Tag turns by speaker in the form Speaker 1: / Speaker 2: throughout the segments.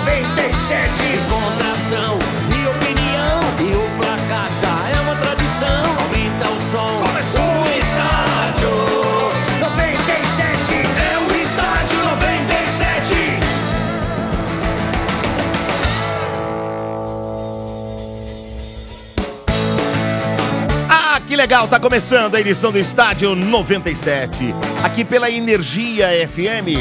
Speaker 1: é é
Speaker 2: legal, tá começando a edição do Estádio 97, aqui pela Energia FM.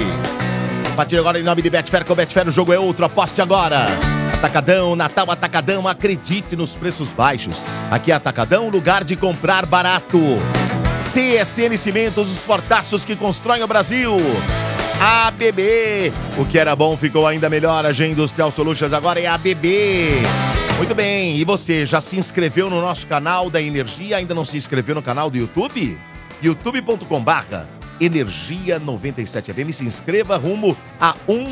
Speaker 2: A partir de agora, em nome de Betfair, com Betfair o jogo é outro, aposte agora. Atacadão, Natal Atacadão, acredite nos preços baixos. Aqui é Atacadão, lugar de comprar barato. CSN Cimentos, os fortaços que constroem o Brasil. ABB, o que era bom ficou ainda melhor. A G Industrial Solutions agora é ABB. Muito bem, e você já se inscreveu no nosso canal da Energia? Ainda não se inscreveu no canal do YouTube? youtube.com/barra Energia 97 FM. Se inscreva rumo a um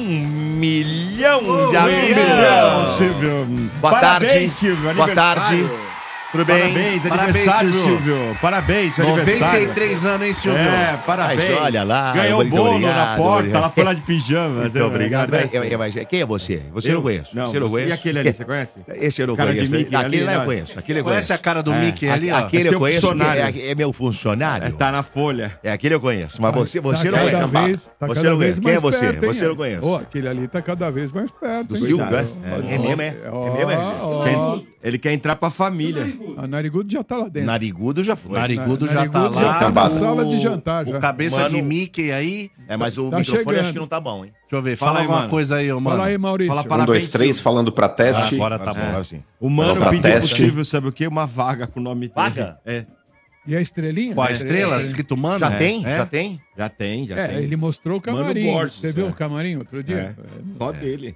Speaker 2: milhão de
Speaker 3: Um
Speaker 2: amigos.
Speaker 3: milhão, Silvio.
Speaker 2: Boa
Speaker 3: Parabéns,
Speaker 2: tarde.
Speaker 3: Silvio,
Speaker 2: Boa
Speaker 3: aniversário.
Speaker 2: tarde. Tudo bem?
Speaker 3: Parabéns,
Speaker 4: Parabéns,
Speaker 3: aniversário,
Speaker 4: Silvio.
Speaker 3: Silvio. Parabéns, aniversário.
Speaker 4: 93 anos, hein, Silvio?
Speaker 3: É, parabéns.
Speaker 2: Mas olha lá,
Speaker 3: Ganhou o
Speaker 2: muito
Speaker 3: bolo
Speaker 2: obrigado,
Speaker 3: na porta,
Speaker 2: obrigado.
Speaker 3: ela foi lá de pijama.
Speaker 2: Muito
Speaker 3: Eu
Speaker 2: obrigado. É,
Speaker 3: agradeço.
Speaker 2: é, mas quem é você? Você eu não conheço.
Speaker 3: Não,
Speaker 2: você não
Speaker 3: você-
Speaker 2: conheço.
Speaker 3: E aquele ali, você conhece?
Speaker 2: Esse é eu não
Speaker 3: Cara de
Speaker 2: conheço.
Speaker 3: Mickey ali,
Speaker 2: Aquele lá eu
Speaker 3: né?
Speaker 2: conheço. Aquele eu
Speaker 4: Conhece
Speaker 2: conheço.
Speaker 4: a cara do
Speaker 3: É,
Speaker 4: Mickey ali, ó?
Speaker 2: Aquele
Speaker 3: é
Speaker 2: eu
Speaker 3: seu
Speaker 2: conheço,
Speaker 3: funcionário.
Speaker 2: é, é meu funcionário.
Speaker 3: É, Tá na folha.
Speaker 2: É, aquele eu conheço, mas você, você
Speaker 5: tá
Speaker 2: não
Speaker 5: cada
Speaker 2: conhece.
Speaker 5: vez, tá
Speaker 2: você
Speaker 5: cada
Speaker 2: não conhece.
Speaker 5: vez
Speaker 2: Quem é
Speaker 5: mais
Speaker 2: você?
Speaker 5: perto, hein?
Speaker 2: você não conhece.
Speaker 5: Ó, aquele ali tá cada vez mais perto.
Speaker 2: Do
Speaker 5: hein?
Speaker 2: Silvio, é?
Speaker 5: Cuidado.
Speaker 2: É, é mesmo, é? É
Speaker 5: Ó,
Speaker 2: mesmo, é? Ah,
Speaker 5: ó,
Speaker 3: Quem- Ele quer entrar pra família.
Speaker 5: A Narigudo já tá lá dentro.
Speaker 2: Narigudo já foi.
Speaker 4: Narigudo já tá
Speaker 5: Narigudo já
Speaker 4: lá.
Speaker 5: tá
Speaker 4: o-
Speaker 5: na sala de jantar,
Speaker 4: O
Speaker 5: já.
Speaker 4: cabeça
Speaker 2: Mano-
Speaker 4: de Mickey aí.
Speaker 2: É, mas o
Speaker 5: Tá
Speaker 2: microfone
Speaker 5: chegando.
Speaker 2: acho que não tá bom, hein?
Speaker 4: Deixa eu ver,
Speaker 3: Fala
Speaker 4: fala,
Speaker 3: aí,
Speaker 4: alguma
Speaker 3: mano.
Speaker 4: coisa aí, ô mano.
Speaker 5: Fala aí, Maurício.
Speaker 3: Fala
Speaker 6: Um, dois,
Speaker 3: Parabéns,
Speaker 6: três,
Speaker 3: Silvio.
Speaker 6: falando pra teste.
Speaker 2: agora tá
Speaker 3: bom.
Speaker 2: Agora sim.
Speaker 3: É. O mano
Speaker 6: Pra
Speaker 3: pediu
Speaker 6: teste.
Speaker 3: pro Silvio, sabe o quê? Uma vaga com o nome dele.
Speaker 2: Vaga?
Speaker 3: É,
Speaker 5: E a estrelinha?
Speaker 4: Com a
Speaker 5: É,
Speaker 4: estrela,
Speaker 5: é,
Speaker 4: escrito mano.
Speaker 2: Já
Speaker 4: É.
Speaker 2: tem?
Speaker 4: É.
Speaker 2: Já tem?
Speaker 3: já tem, já
Speaker 5: É,
Speaker 3: tem.
Speaker 5: ele mostrou o
Speaker 3: Mano
Speaker 5: camarim.
Speaker 3: Borges,
Speaker 5: Você viu
Speaker 3: é.
Speaker 5: o camarim outro dia?
Speaker 3: É, Só dele.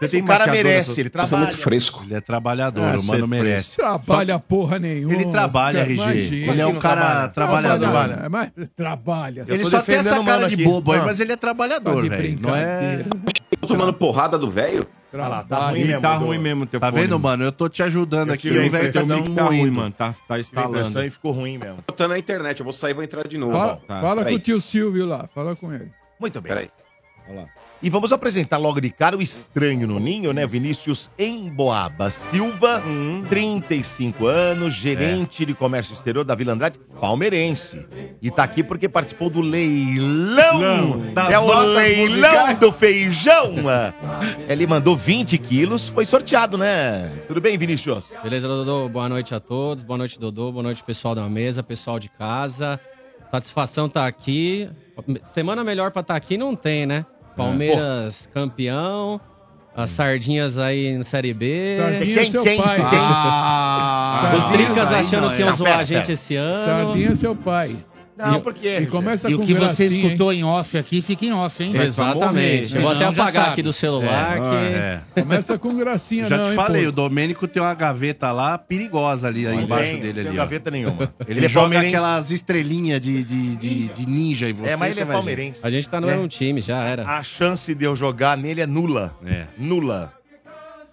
Speaker 3: Você
Speaker 2: O cara merece, ele
Speaker 6: Vocês são
Speaker 2: trabalha.
Speaker 6: muito fresco.
Speaker 4: Ele é trabalhador,
Speaker 3: Ah,
Speaker 4: o mano
Speaker 3: cê
Speaker 4: merece.
Speaker 5: Trabalha porra nenhuma.
Speaker 4: Ele trabalha,
Speaker 5: cara,
Speaker 4: RG.
Speaker 5: imagina.
Speaker 4: Ele é um cara
Speaker 5: Trabalha,
Speaker 4: trabalhador.
Speaker 5: é, mas trabalha.
Speaker 4: Ele
Speaker 2: tô
Speaker 4: só tem
Speaker 2: defendendo
Speaker 4: essa
Speaker 2: o
Speaker 4: cara
Speaker 2: mano
Speaker 4: de
Speaker 2: aqui.
Speaker 4: bobo aí,
Speaker 2: Ah.
Speaker 4: mas ele é
Speaker 5: Tá
Speaker 4: trabalhador,
Speaker 5: de
Speaker 4: velho. Não é...
Speaker 5: brincadeira.
Speaker 6: Tô tomando porrada do velho?
Speaker 2: Olha lá,
Speaker 6: Ah,
Speaker 2: tá
Speaker 5: Trabalha.
Speaker 2: ruim mesmo.
Speaker 3: Tá
Speaker 2: do-
Speaker 3: ruim mesmo teu
Speaker 4: Tá
Speaker 3: fone.
Speaker 4: vendo, mano? Eu tô te ajudando aqui.
Speaker 3: Tirei
Speaker 4: O
Speaker 3: a
Speaker 4: velho tá
Speaker 3: impressão
Speaker 4: dando
Speaker 3: de que tá ruim,
Speaker 4: ruim.
Speaker 3: mano. Tá, tá
Speaker 2: assim, Tive a impressão
Speaker 3: estalando.
Speaker 2: e ficou ruim mesmo.
Speaker 6: Botando na internet, eu vou sair e vou entrar de novo.
Speaker 5: Fala,
Speaker 3: tá.
Speaker 5: fala com
Speaker 6: Peraí.
Speaker 5: o tio Silvio lá, fala com ele.
Speaker 2: Muito bem.
Speaker 6: Peraí.
Speaker 2: E vamos apresentar logo de cara o estranho no ninho, né? Vinícius Emboaba Silva, 35 anos, gerente de comércio exterior da Vila Andrade, palmeirense. E tá aqui porque participou do leilão.
Speaker 3: das
Speaker 2: é o
Speaker 3: notas
Speaker 2: leilão
Speaker 3: musicais.
Speaker 2: do feijão. ah. Ele mandou 20 quilos, foi sorteado, né? Tudo bem, Vinícius?
Speaker 7: Beleza, Dodô? Boa noite a todos. Boa noite, Dodô. Boa noite, pessoal da mesa, pessoal de casa. Satisfação tá aqui. Semana melhor pra estar aqui não tem, né?
Speaker 2: É.
Speaker 7: Palmeiras campeão, as sardinhas aí na Série B.
Speaker 5: Sardinha
Speaker 2: Hum. quem-
Speaker 5: é seu
Speaker 2: quem-
Speaker 5: pai.
Speaker 2: quem-
Speaker 4: Ah,
Speaker 5: Os
Speaker 7: Os trincas
Speaker 4: aí
Speaker 7: achando
Speaker 4: não,
Speaker 7: que
Speaker 4: é.
Speaker 7: iam zoar
Speaker 2: pera,
Speaker 7: a gente
Speaker 2: pera.
Speaker 7: esse ano.
Speaker 5: Sardinha é seu pai.
Speaker 2: Não,
Speaker 7: E-
Speaker 2: porque...
Speaker 5: E começa
Speaker 1: E
Speaker 5: com
Speaker 1: o que você
Speaker 5: gracinha, hein?
Speaker 1: escutou em off aqui, fica em off, hein?
Speaker 7: Exatamente.
Speaker 1: morrer,
Speaker 7: Vou até
Speaker 1: senão já
Speaker 7: apagar
Speaker 1: sabe.
Speaker 7: aqui do celular. que...
Speaker 4: É.
Speaker 5: Começa com gracinha,
Speaker 4: Já
Speaker 5: não,
Speaker 4: te
Speaker 5: hein,
Speaker 4: falei,
Speaker 5: pô.
Speaker 4: o Domênico tem uma gaveta lá perigosa ali aí
Speaker 2: Não
Speaker 4: embaixo
Speaker 2: tem-
Speaker 4: dele
Speaker 2: Não
Speaker 4: ali.
Speaker 2: tem
Speaker 4: ó.
Speaker 2: gaveta nenhuma. Ele,
Speaker 4: Ele
Speaker 2: é
Speaker 4: joga
Speaker 2: palmeirense.
Speaker 4: aquelas estrelinhas de, de, de, de ninja e você.
Speaker 2: É, mas ele
Speaker 4: você
Speaker 2: é
Speaker 4: vai
Speaker 2: palmeirense. né?
Speaker 7: A gente tá no mesmo time, já era.
Speaker 2: A chance de eu jogar nele é nula.
Speaker 4: ver. É.
Speaker 2: Nula.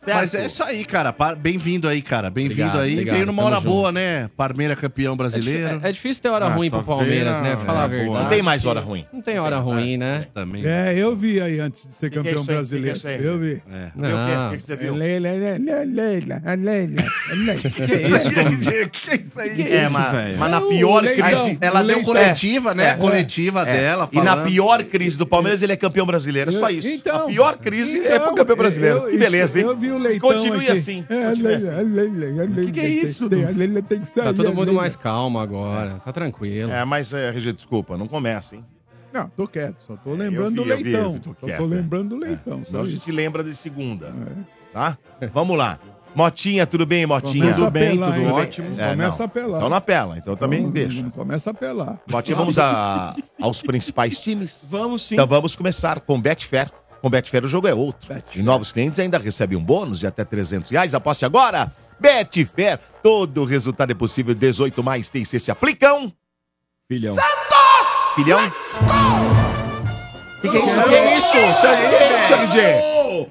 Speaker 4: Mas é isso aí, cara. Par- Bem-vindo aí, cara. Bem-vindo
Speaker 7: Obrigado,
Speaker 4: aí.
Speaker 7: obrigado,
Speaker 4: Veio numa
Speaker 7: tamo
Speaker 4: hora
Speaker 7: junto.
Speaker 4: boa, né? Parmeira campeão
Speaker 7: É
Speaker 4: brasileiro. Ah,
Speaker 7: difí- É, difícil ter hora
Speaker 2: Ah,
Speaker 7: ruim pro Palmeiras, né? Pra falar a
Speaker 3: é boa.
Speaker 7: verdade.
Speaker 2: Não tem mais hora É, ruim.
Speaker 7: Não tem hora ruim, né?
Speaker 4: Também.
Speaker 5: É, eu vi aí antes de ser
Speaker 2: Que que é
Speaker 5: campeão
Speaker 2: isso aí?
Speaker 5: brasileiro.
Speaker 2: Que que é isso aí?
Speaker 5: eu vi.
Speaker 4: É.
Speaker 2: Viu o quê? O
Speaker 7: Não.
Speaker 2: que que você
Speaker 5: É
Speaker 2: viu?
Speaker 5: Leila, é Leila, é Leila, é Leila, é Leila.
Speaker 2: É, mas,
Speaker 3: velho?
Speaker 2: mas na
Speaker 5: É o
Speaker 2: pior
Speaker 5: leitão.
Speaker 2: crise.
Speaker 4: Ela
Speaker 5: O
Speaker 4: deu
Speaker 5: leite-
Speaker 4: coletiva, né?
Speaker 2: é.
Speaker 4: A coletiva dela.
Speaker 2: E na
Speaker 4: falando.
Speaker 2: pior crise do Palmeiras, ele é campeão brasileiro. É só isso.
Speaker 5: Então,
Speaker 2: a pior crise é
Speaker 5: então,
Speaker 2: pro campeão brasileiro.
Speaker 5: eu-
Speaker 2: que beleza, hein?
Speaker 5: Eu vi o leitão
Speaker 2: Continue
Speaker 5: aqui.
Speaker 2: assim,
Speaker 5: É, a
Speaker 2: continue
Speaker 5: Leila, a Leila, a Leila.
Speaker 4: que é
Speaker 5: tem
Speaker 4: isso,
Speaker 5: ter-
Speaker 4: Du?
Speaker 5: A Leila tem que sair.
Speaker 7: Tá todo
Speaker 5: a
Speaker 7: mundo
Speaker 5: Leila.
Speaker 7: mais calmo agora. Tá tranquilo.
Speaker 2: É, mas, é, RG, desculpa, não começa, hein?
Speaker 5: Não, tô quieto, só tô
Speaker 2: É, eu vi,
Speaker 5: lembrando do
Speaker 2: eu vi,
Speaker 5: leitão.
Speaker 2: eu tô
Speaker 5: Só
Speaker 2: quieto,
Speaker 5: tô
Speaker 2: é.
Speaker 5: lembrando do leitão.
Speaker 2: Senão
Speaker 5: só
Speaker 2: a
Speaker 5: isso.
Speaker 2: gente lembra de segunda,
Speaker 5: É.
Speaker 2: tá? Vamos lá. Motinha, tudo bem, Motinha?
Speaker 5: Começa a pelar,
Speaker 3: tudo
Speaker 5: hein?
Speaker 3: ótimo.
Speaker 2: É,
Speaker 5: Começa
Speaker 2: não.
Speaker 5: a pelar.
Speaker 2: Então na pela, então também
Speaker 5: Então,
Speaker 2: deixa.
Speaker 5: Começa a pelar.
Speaker 2: Motinha, vamos a- aos principais times.
Speaker 3: Vamos sim.
Speaker 2: Então vamos começar com Betfair. Com Betfair o jogo é outro. E novos clientes ainda recebem um bônus de até 300 reais. Aposte agora. Betfair. Todo resultado é possível. 18 mais tem se aplicam.
Speaker 3: Filhão.
Speaker 2: Filhão. Que que é isso? Que é isso? Isso é isso, RG?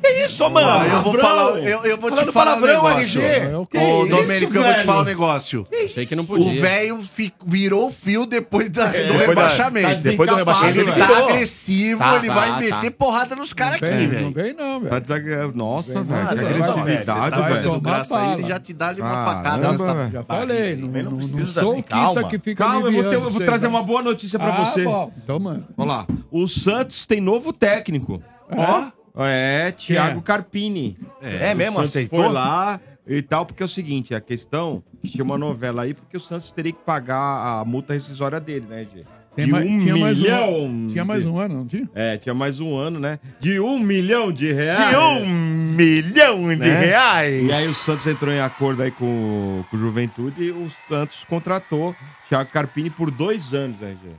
Speaker 2: Que é isso, mano?
Speaker 4: Eu vou falar. Eu, eu vou te
Speaker 2: Falando
Speaker 4: falar
Speaker 2: palavrão,
Speaker 4: um negócio.
Speaker 2: RG.
Speaker 5: É o que
Speaker 4: Ô,
Speaker 5: isso,
Speaker 4: Domênico, eu vou te falar um negócio.
Speaker 7: Achei que não
Speaker 4: O
Speaker 7: podia.
Speaker 4: velho fi- virou fio depois da-
Speaker 3: É,
Speaker 4: do
Speaker 2: depois da-
Speaker 3: tá
Speaker 4: rebaixamento.
Speaker 2: depois do rebaixamento,
Speaker 4: ele
Speaker 2: ele
Speaker 4: tá
Speaker 2: virou.
Speaker 4: agressivo,
Speaker 7: Tá,
Speaker 4: ele
Speaker 7: tá,
Speaker 4: vai
Speaker 7: tá.
Speaker 4: meter porrada nos caras aqui,
Speaker 5: Vem, Não
Speaker 4: velho.
Speaker 5: vem não,
Speaker 3: Tá
Speaker 5: velho.
Speaker 3: desagradável. Nossa,
Speaker 5: Vem,
Speaker 3: velho.
Speaker 5: nada,
Speaker 3: Que
Speaker 5: vai,
Speaker 3: agressividade,
Speaker 5: vai, vai,
Speaker 3: velho.
Speaker 5: vai. tomar
Speaker 4: Graça, aí, ele
Speaker 5: bala.
Speaker 4: já te dá ali uma
Speaker 3: Caramba,
Speaker 4: facada
Speaker 3: velho.
Speaker 4: nessa.
Speaker 5: Já falei, não,
Speaker 2: Também não
Speaker 5: não, não
Speaker 2: precisa,
Speaker 5: sou
Speaker 2: né?
Speaker 5: o
Speaker 2: Calma.
Speaker 5: Quita que fica
Speaker 3: Calma, eu vou, ter- eu vou
Speaker 5: aliviando,
Speaker 3: trazer
Speaker 5: sei lá.
Speaker 3: uma boa notícia pra
Speaker 5: Ah,
Speaker 3: você.
Speaker 5: bom. Então, mano.
Speaker 3: Olha lá. O Santos tem novo técnico. Ó. É, Thiago Carpini.
Speaker 2: É mesmo?
Speaker 3: Santos
Speaker 2: Aceitou?
Speaker 3: Foi lá, e tal, porque é o seguinte, a questão que tinha uma novela aí, porque o Santos teria que pagar a multa rescisória dele, né, Gê?
Speaker 5: Tem
Speaker 3: De
Speaker 5: mais-
Speaker 3: um
Speaker 5: tinha mais um-
Speaker 3: milhão.
Speaker 5: Tinha mais
Speaker 3: de-
Speaker 5: um ano, não tinha?
Speaker 3: É, tinha mais um ano, né? De um milhão de reais.
Speaker 2: De um milhão de
Speaker 3: Né?
Speaker 2: reais.
Speaker 3: E aí o Santos entrou em acordo aí com, com o Juventude e o Santos contratou Thiago Carpini por dois anos, né, Gê?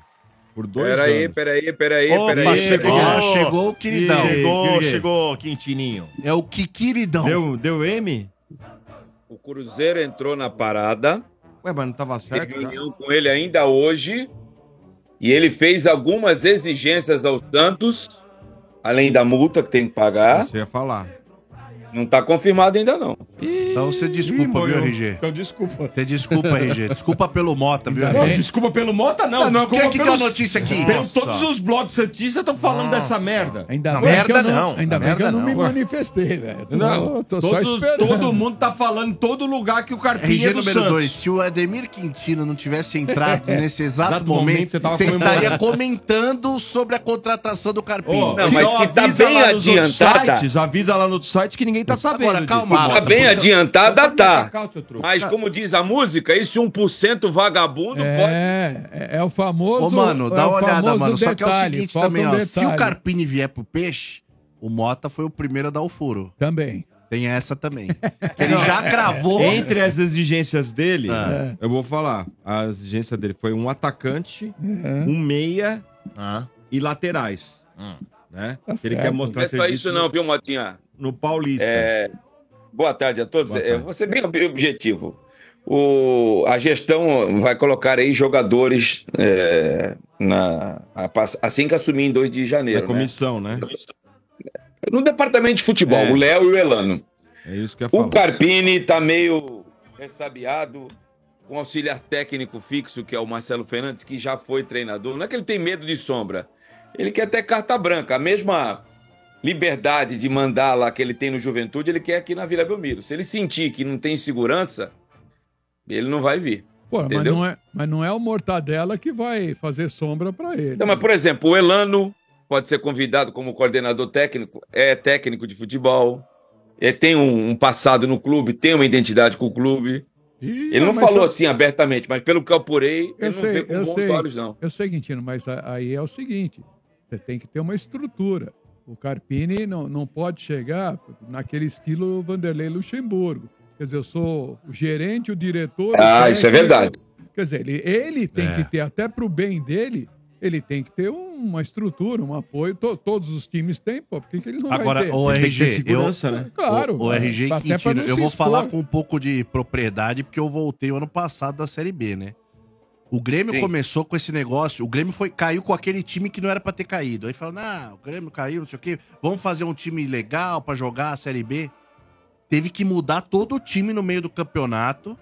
Speaker 3: Por dois anos.
Speaker 8: Peraí, peraí, peraí,
Speaker 2: Opa,
Speaker 8: peraí.
Speaker 2: chegou.
Speaker 4: Ó,
Speaker 2: Ó,
Speaker 4: chegou o queridão.
Speaker 2: chegou,
Speaker 3: Quem que é?
Speaker 2: chegou, Quintininho.
Speaker 4: É o Kikiridão.
Speaker 3: Deu, deu M?
Speaker 8: O Cruzeiro entrou na parada,
Speaker 3: Ué, mas não tava certo,
Speaker 8: teve
Speaker 3: cara.
Speaker 8: reunião com ele ainda hoje, e ele fez algumas exigências ao Santos, além da multa que tem que pagar.
Speaker 3: Você ia falar.
Speaker 8: Não tá confirmado ainda, não.
Speaker 4: Então você desculpa,
Speaker 3: morreu.
Speaker 4: viu, RG?
Speaker 3: Então, desculpa.
Speaker 4: Você desculpa, RG. Desculpa pelo Mota, viu,
Speaker 3: Não,
Speaker 4: RG?
Speaker 3: desculpa pelo Mota, Ah,
Speaker 4: Não,
Speaker 3: não. desculpa
Speaker 4: quem é que deu a
Speaker 3: pelos-
Speaker 4: notícia aqui?
Speaker 3: Pelo
Speaker 4: Nossa.
Speaker 3: todos os blogs santistas estão falando dessa merda.
Speaker 5: Ainda
Speaker 2: Na
Speaker 5: bem que eu
Speaker 2: merda, não.
Speaker 5: Ainda
Speaker 2: Na
Speaker 5: bem que eu
Speaker 2: merda,
Speaker 5: não, me
Speaker 2: não.
Speaker 5: manifestei, velho. Tô,
Speaker 3: Não,
Speaker 5: tô só
Speaker 3: todos-
Speaker 5: esperando.
Speaker 3: todo mundo tá falando em todo lugar que o carpinho
Speaker 4: RG
Speaker 3: é do
Speaker 4: número
Speaker 3: Santos.
Speaker 4: 2, se o Ademir Quintino não tivesse entrado nesse exato,
Speaker 3: É, Exato momento,
Speaker 4: momento,
Speaker 3: você tava
Speaker 4: você
Speaker 3: comemorando.
Speaker 4: estaria comentando sobre a contratação do Carpinho.
Speaker 3: Ó,
Speaker 8: Não,
Speaker 3: então
Speaker 8: mas que tá
Speaker 3: avisa
Speaker 8: bem
Speaker 3: lá nos outros
Speaker 8: adiantada.
Speaker 3: sites, avisa lá no outro site que ninguém tá sabendo.
Speaker 4: Agora, calma,
Speaker 3: disso.
Speaker 4: Mota,
Speaker 8: Tá bem
Speaker 4: porque-
Speaker 8: adiantada,
Speaker 3: Pode me
Speaker 8: tá.
Speaker 3: sacar o seu truque.
Speaker 8: Mas como diz a música, esse 1% vagabundo pode...
Speaker 5: É, é, é o famoso.
Speaker 4: Ô, mano,
Speaker 5: é
Speaker 4: dá
Speaker 5: o
Speaker 4: uma olhada,
Speaker 5: famoso
Speaker 4: mano. Só que é o
Speaker 5: detalhe,
Speaker 4: seguinte
Speaker 5: falta
Speaker 4: também,
Speaker 5: um
Speaker 4: ó. Se o
Speaker 5: detalhe.
Speaker 4: Carpini vier pro peixe, o Mota foi o primeiro a dar o furo.
Speaker 5: Também.
Speaker 4: Tem essa também. Ele já cravou.
Speaker 3: Entre as exigências dele,
Speaker 4: Ah.
Speaker 3: eu vou falar. A exigência dele foi um atacante,
Speaker 5: Uhum.
Speaker 3: um meia
Speaker 2: Ah.
Speaker 3: e laterais.
Speaker 2: Hum.
Speaker 3: Né?
Speaker 5: Tá
Speaker 3: ele
Speaker 5: certo.
Speaker 3: quer
Speaker 8: Não
Speaker 3: mostrar né?
Speaker 8: é só isso não, viu, Motinha?
Speaker 3: no Paulista.
Speaker 8: É, boa tarde a todos.
Speaker 3: Boa
Speaker 8: É,
Speaker 3: tarde.
Speaker 8: Você bem objetivo. O, a gestão vai colocar aí jogadores é, na, a pass- assim que assumir em 2 de
Speaker 3: da
Speaker 8: janeiro. né?
Speaker 3: comissão, né?
Speaker 8: No departamento de futebol,
Speaker 3: É.
Speaker 8: o Léo e o Elano.
Speaker 3: É isso que eu
Speaker 8: O
Speaker 3: falo.
Speaker 8: Carpini tá meio ressabiado com o auxiliar técnico fixo, que é o Marcelo Fernandes, que já foi treinador. Não é que ele tem medo de sombra. Ele quer até carta branca. A mesma liberdade de mandar lá que ele tem no Juventude, ele quer aqui na Vila Belmiro. Se ele sentir que não tem segurança, ele não vai vir.
Speaker 5: Pô, mas
Speaker 8: Entendeu?
Speaker 5: não, é, mas não é o Mortadela que vai fazer sombra pra ele.
Speaker 8: Então, mas, por exemplo, o Elano pode ser convidado como coordenador técnico, é técnico de futebol, é, tem um, um passado no clube, tem uma identidade com o clube.
Speaker 5: Ih,
Speaker 8: Ele não
Speaker 5: mas
Speaker 8: falou
Speaker 5: eu-
Speaker 8: assim abertamente, mas pelo que eu apurei,
Speaker 5: Eu
Speaker 8: ele
Speaker 5: sei,
Speaker 8: não vê com
Speaker 5: eu
Speaker 8: bons
Speaker 5: sei.
Speaker 8: olhos, não.
Speaker 5: Eu sei, Quintino, mas a- aí é o seguinte: você tem que ter uma estrutura. O Carpini não, não pode chegar naquele estilo Vanderlei Luxemburgo. Quer dizer, eu sou o gerente, o diretor. o
Speaker 8: Ah, isso é
Speaker 5: técnico.
Speaker 8: verdade.
Speaker 5: Quer dizer, ele, ele tem
Speaker 4: É.
Speaker 5: que ter, até para o bem dele, ele tem que ter um- uma estrutura, um apoio. To- todos os times têm, pô, por que, que ele não vai
Speaker 4: Agora,
Speaker 5: ter?
Speaker 4: o
Speaker 3: Tem que ter
Speaker 4: RG, eu,
Speaker 3: segurança, né?
Speaker 5: claro. é,
Speaker 4: o, o RG
Speaker 5: até pra
Speaker 4: Quintino,
Speaker 5: não
Speaker 4: eu
Speaker 5: se
Speaker 4: vou
Speaker 5: expor.
Speaker 4: falar com um pouco de propriedade, porque eu voltei o ano passado da Série B, né? O Grêmio
Speaker 8: Sim.
Speaker 4: começou com esse negócio, o Grêmio foi, caiu com aquele time que não era pra ter caído. Aí falando, ah, o Grêmio caiu, não sei o quê, vamos fazer um time legal pra jogar a Série B. Teve que mudar todo o time no meio do campeonato,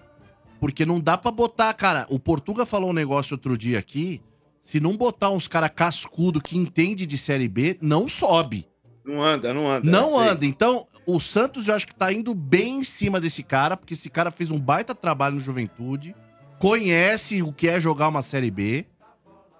Speaker 4: porque não dá pra botar, cara. O Portuga falou um negócio outro dia aqui, se não botar uns cara cascudo que entende de Série B, não sobe.
Speaker 8: Não anda, não anda.
Speaker 4: Não
Speaker 8: Sei.
Speaker 4: anda. Então, o Santos eu acho que tá indo bem em cima desse cara, porque esse cara fez um baita trabalho no Juventude, conhece o que é jogar uma Série B,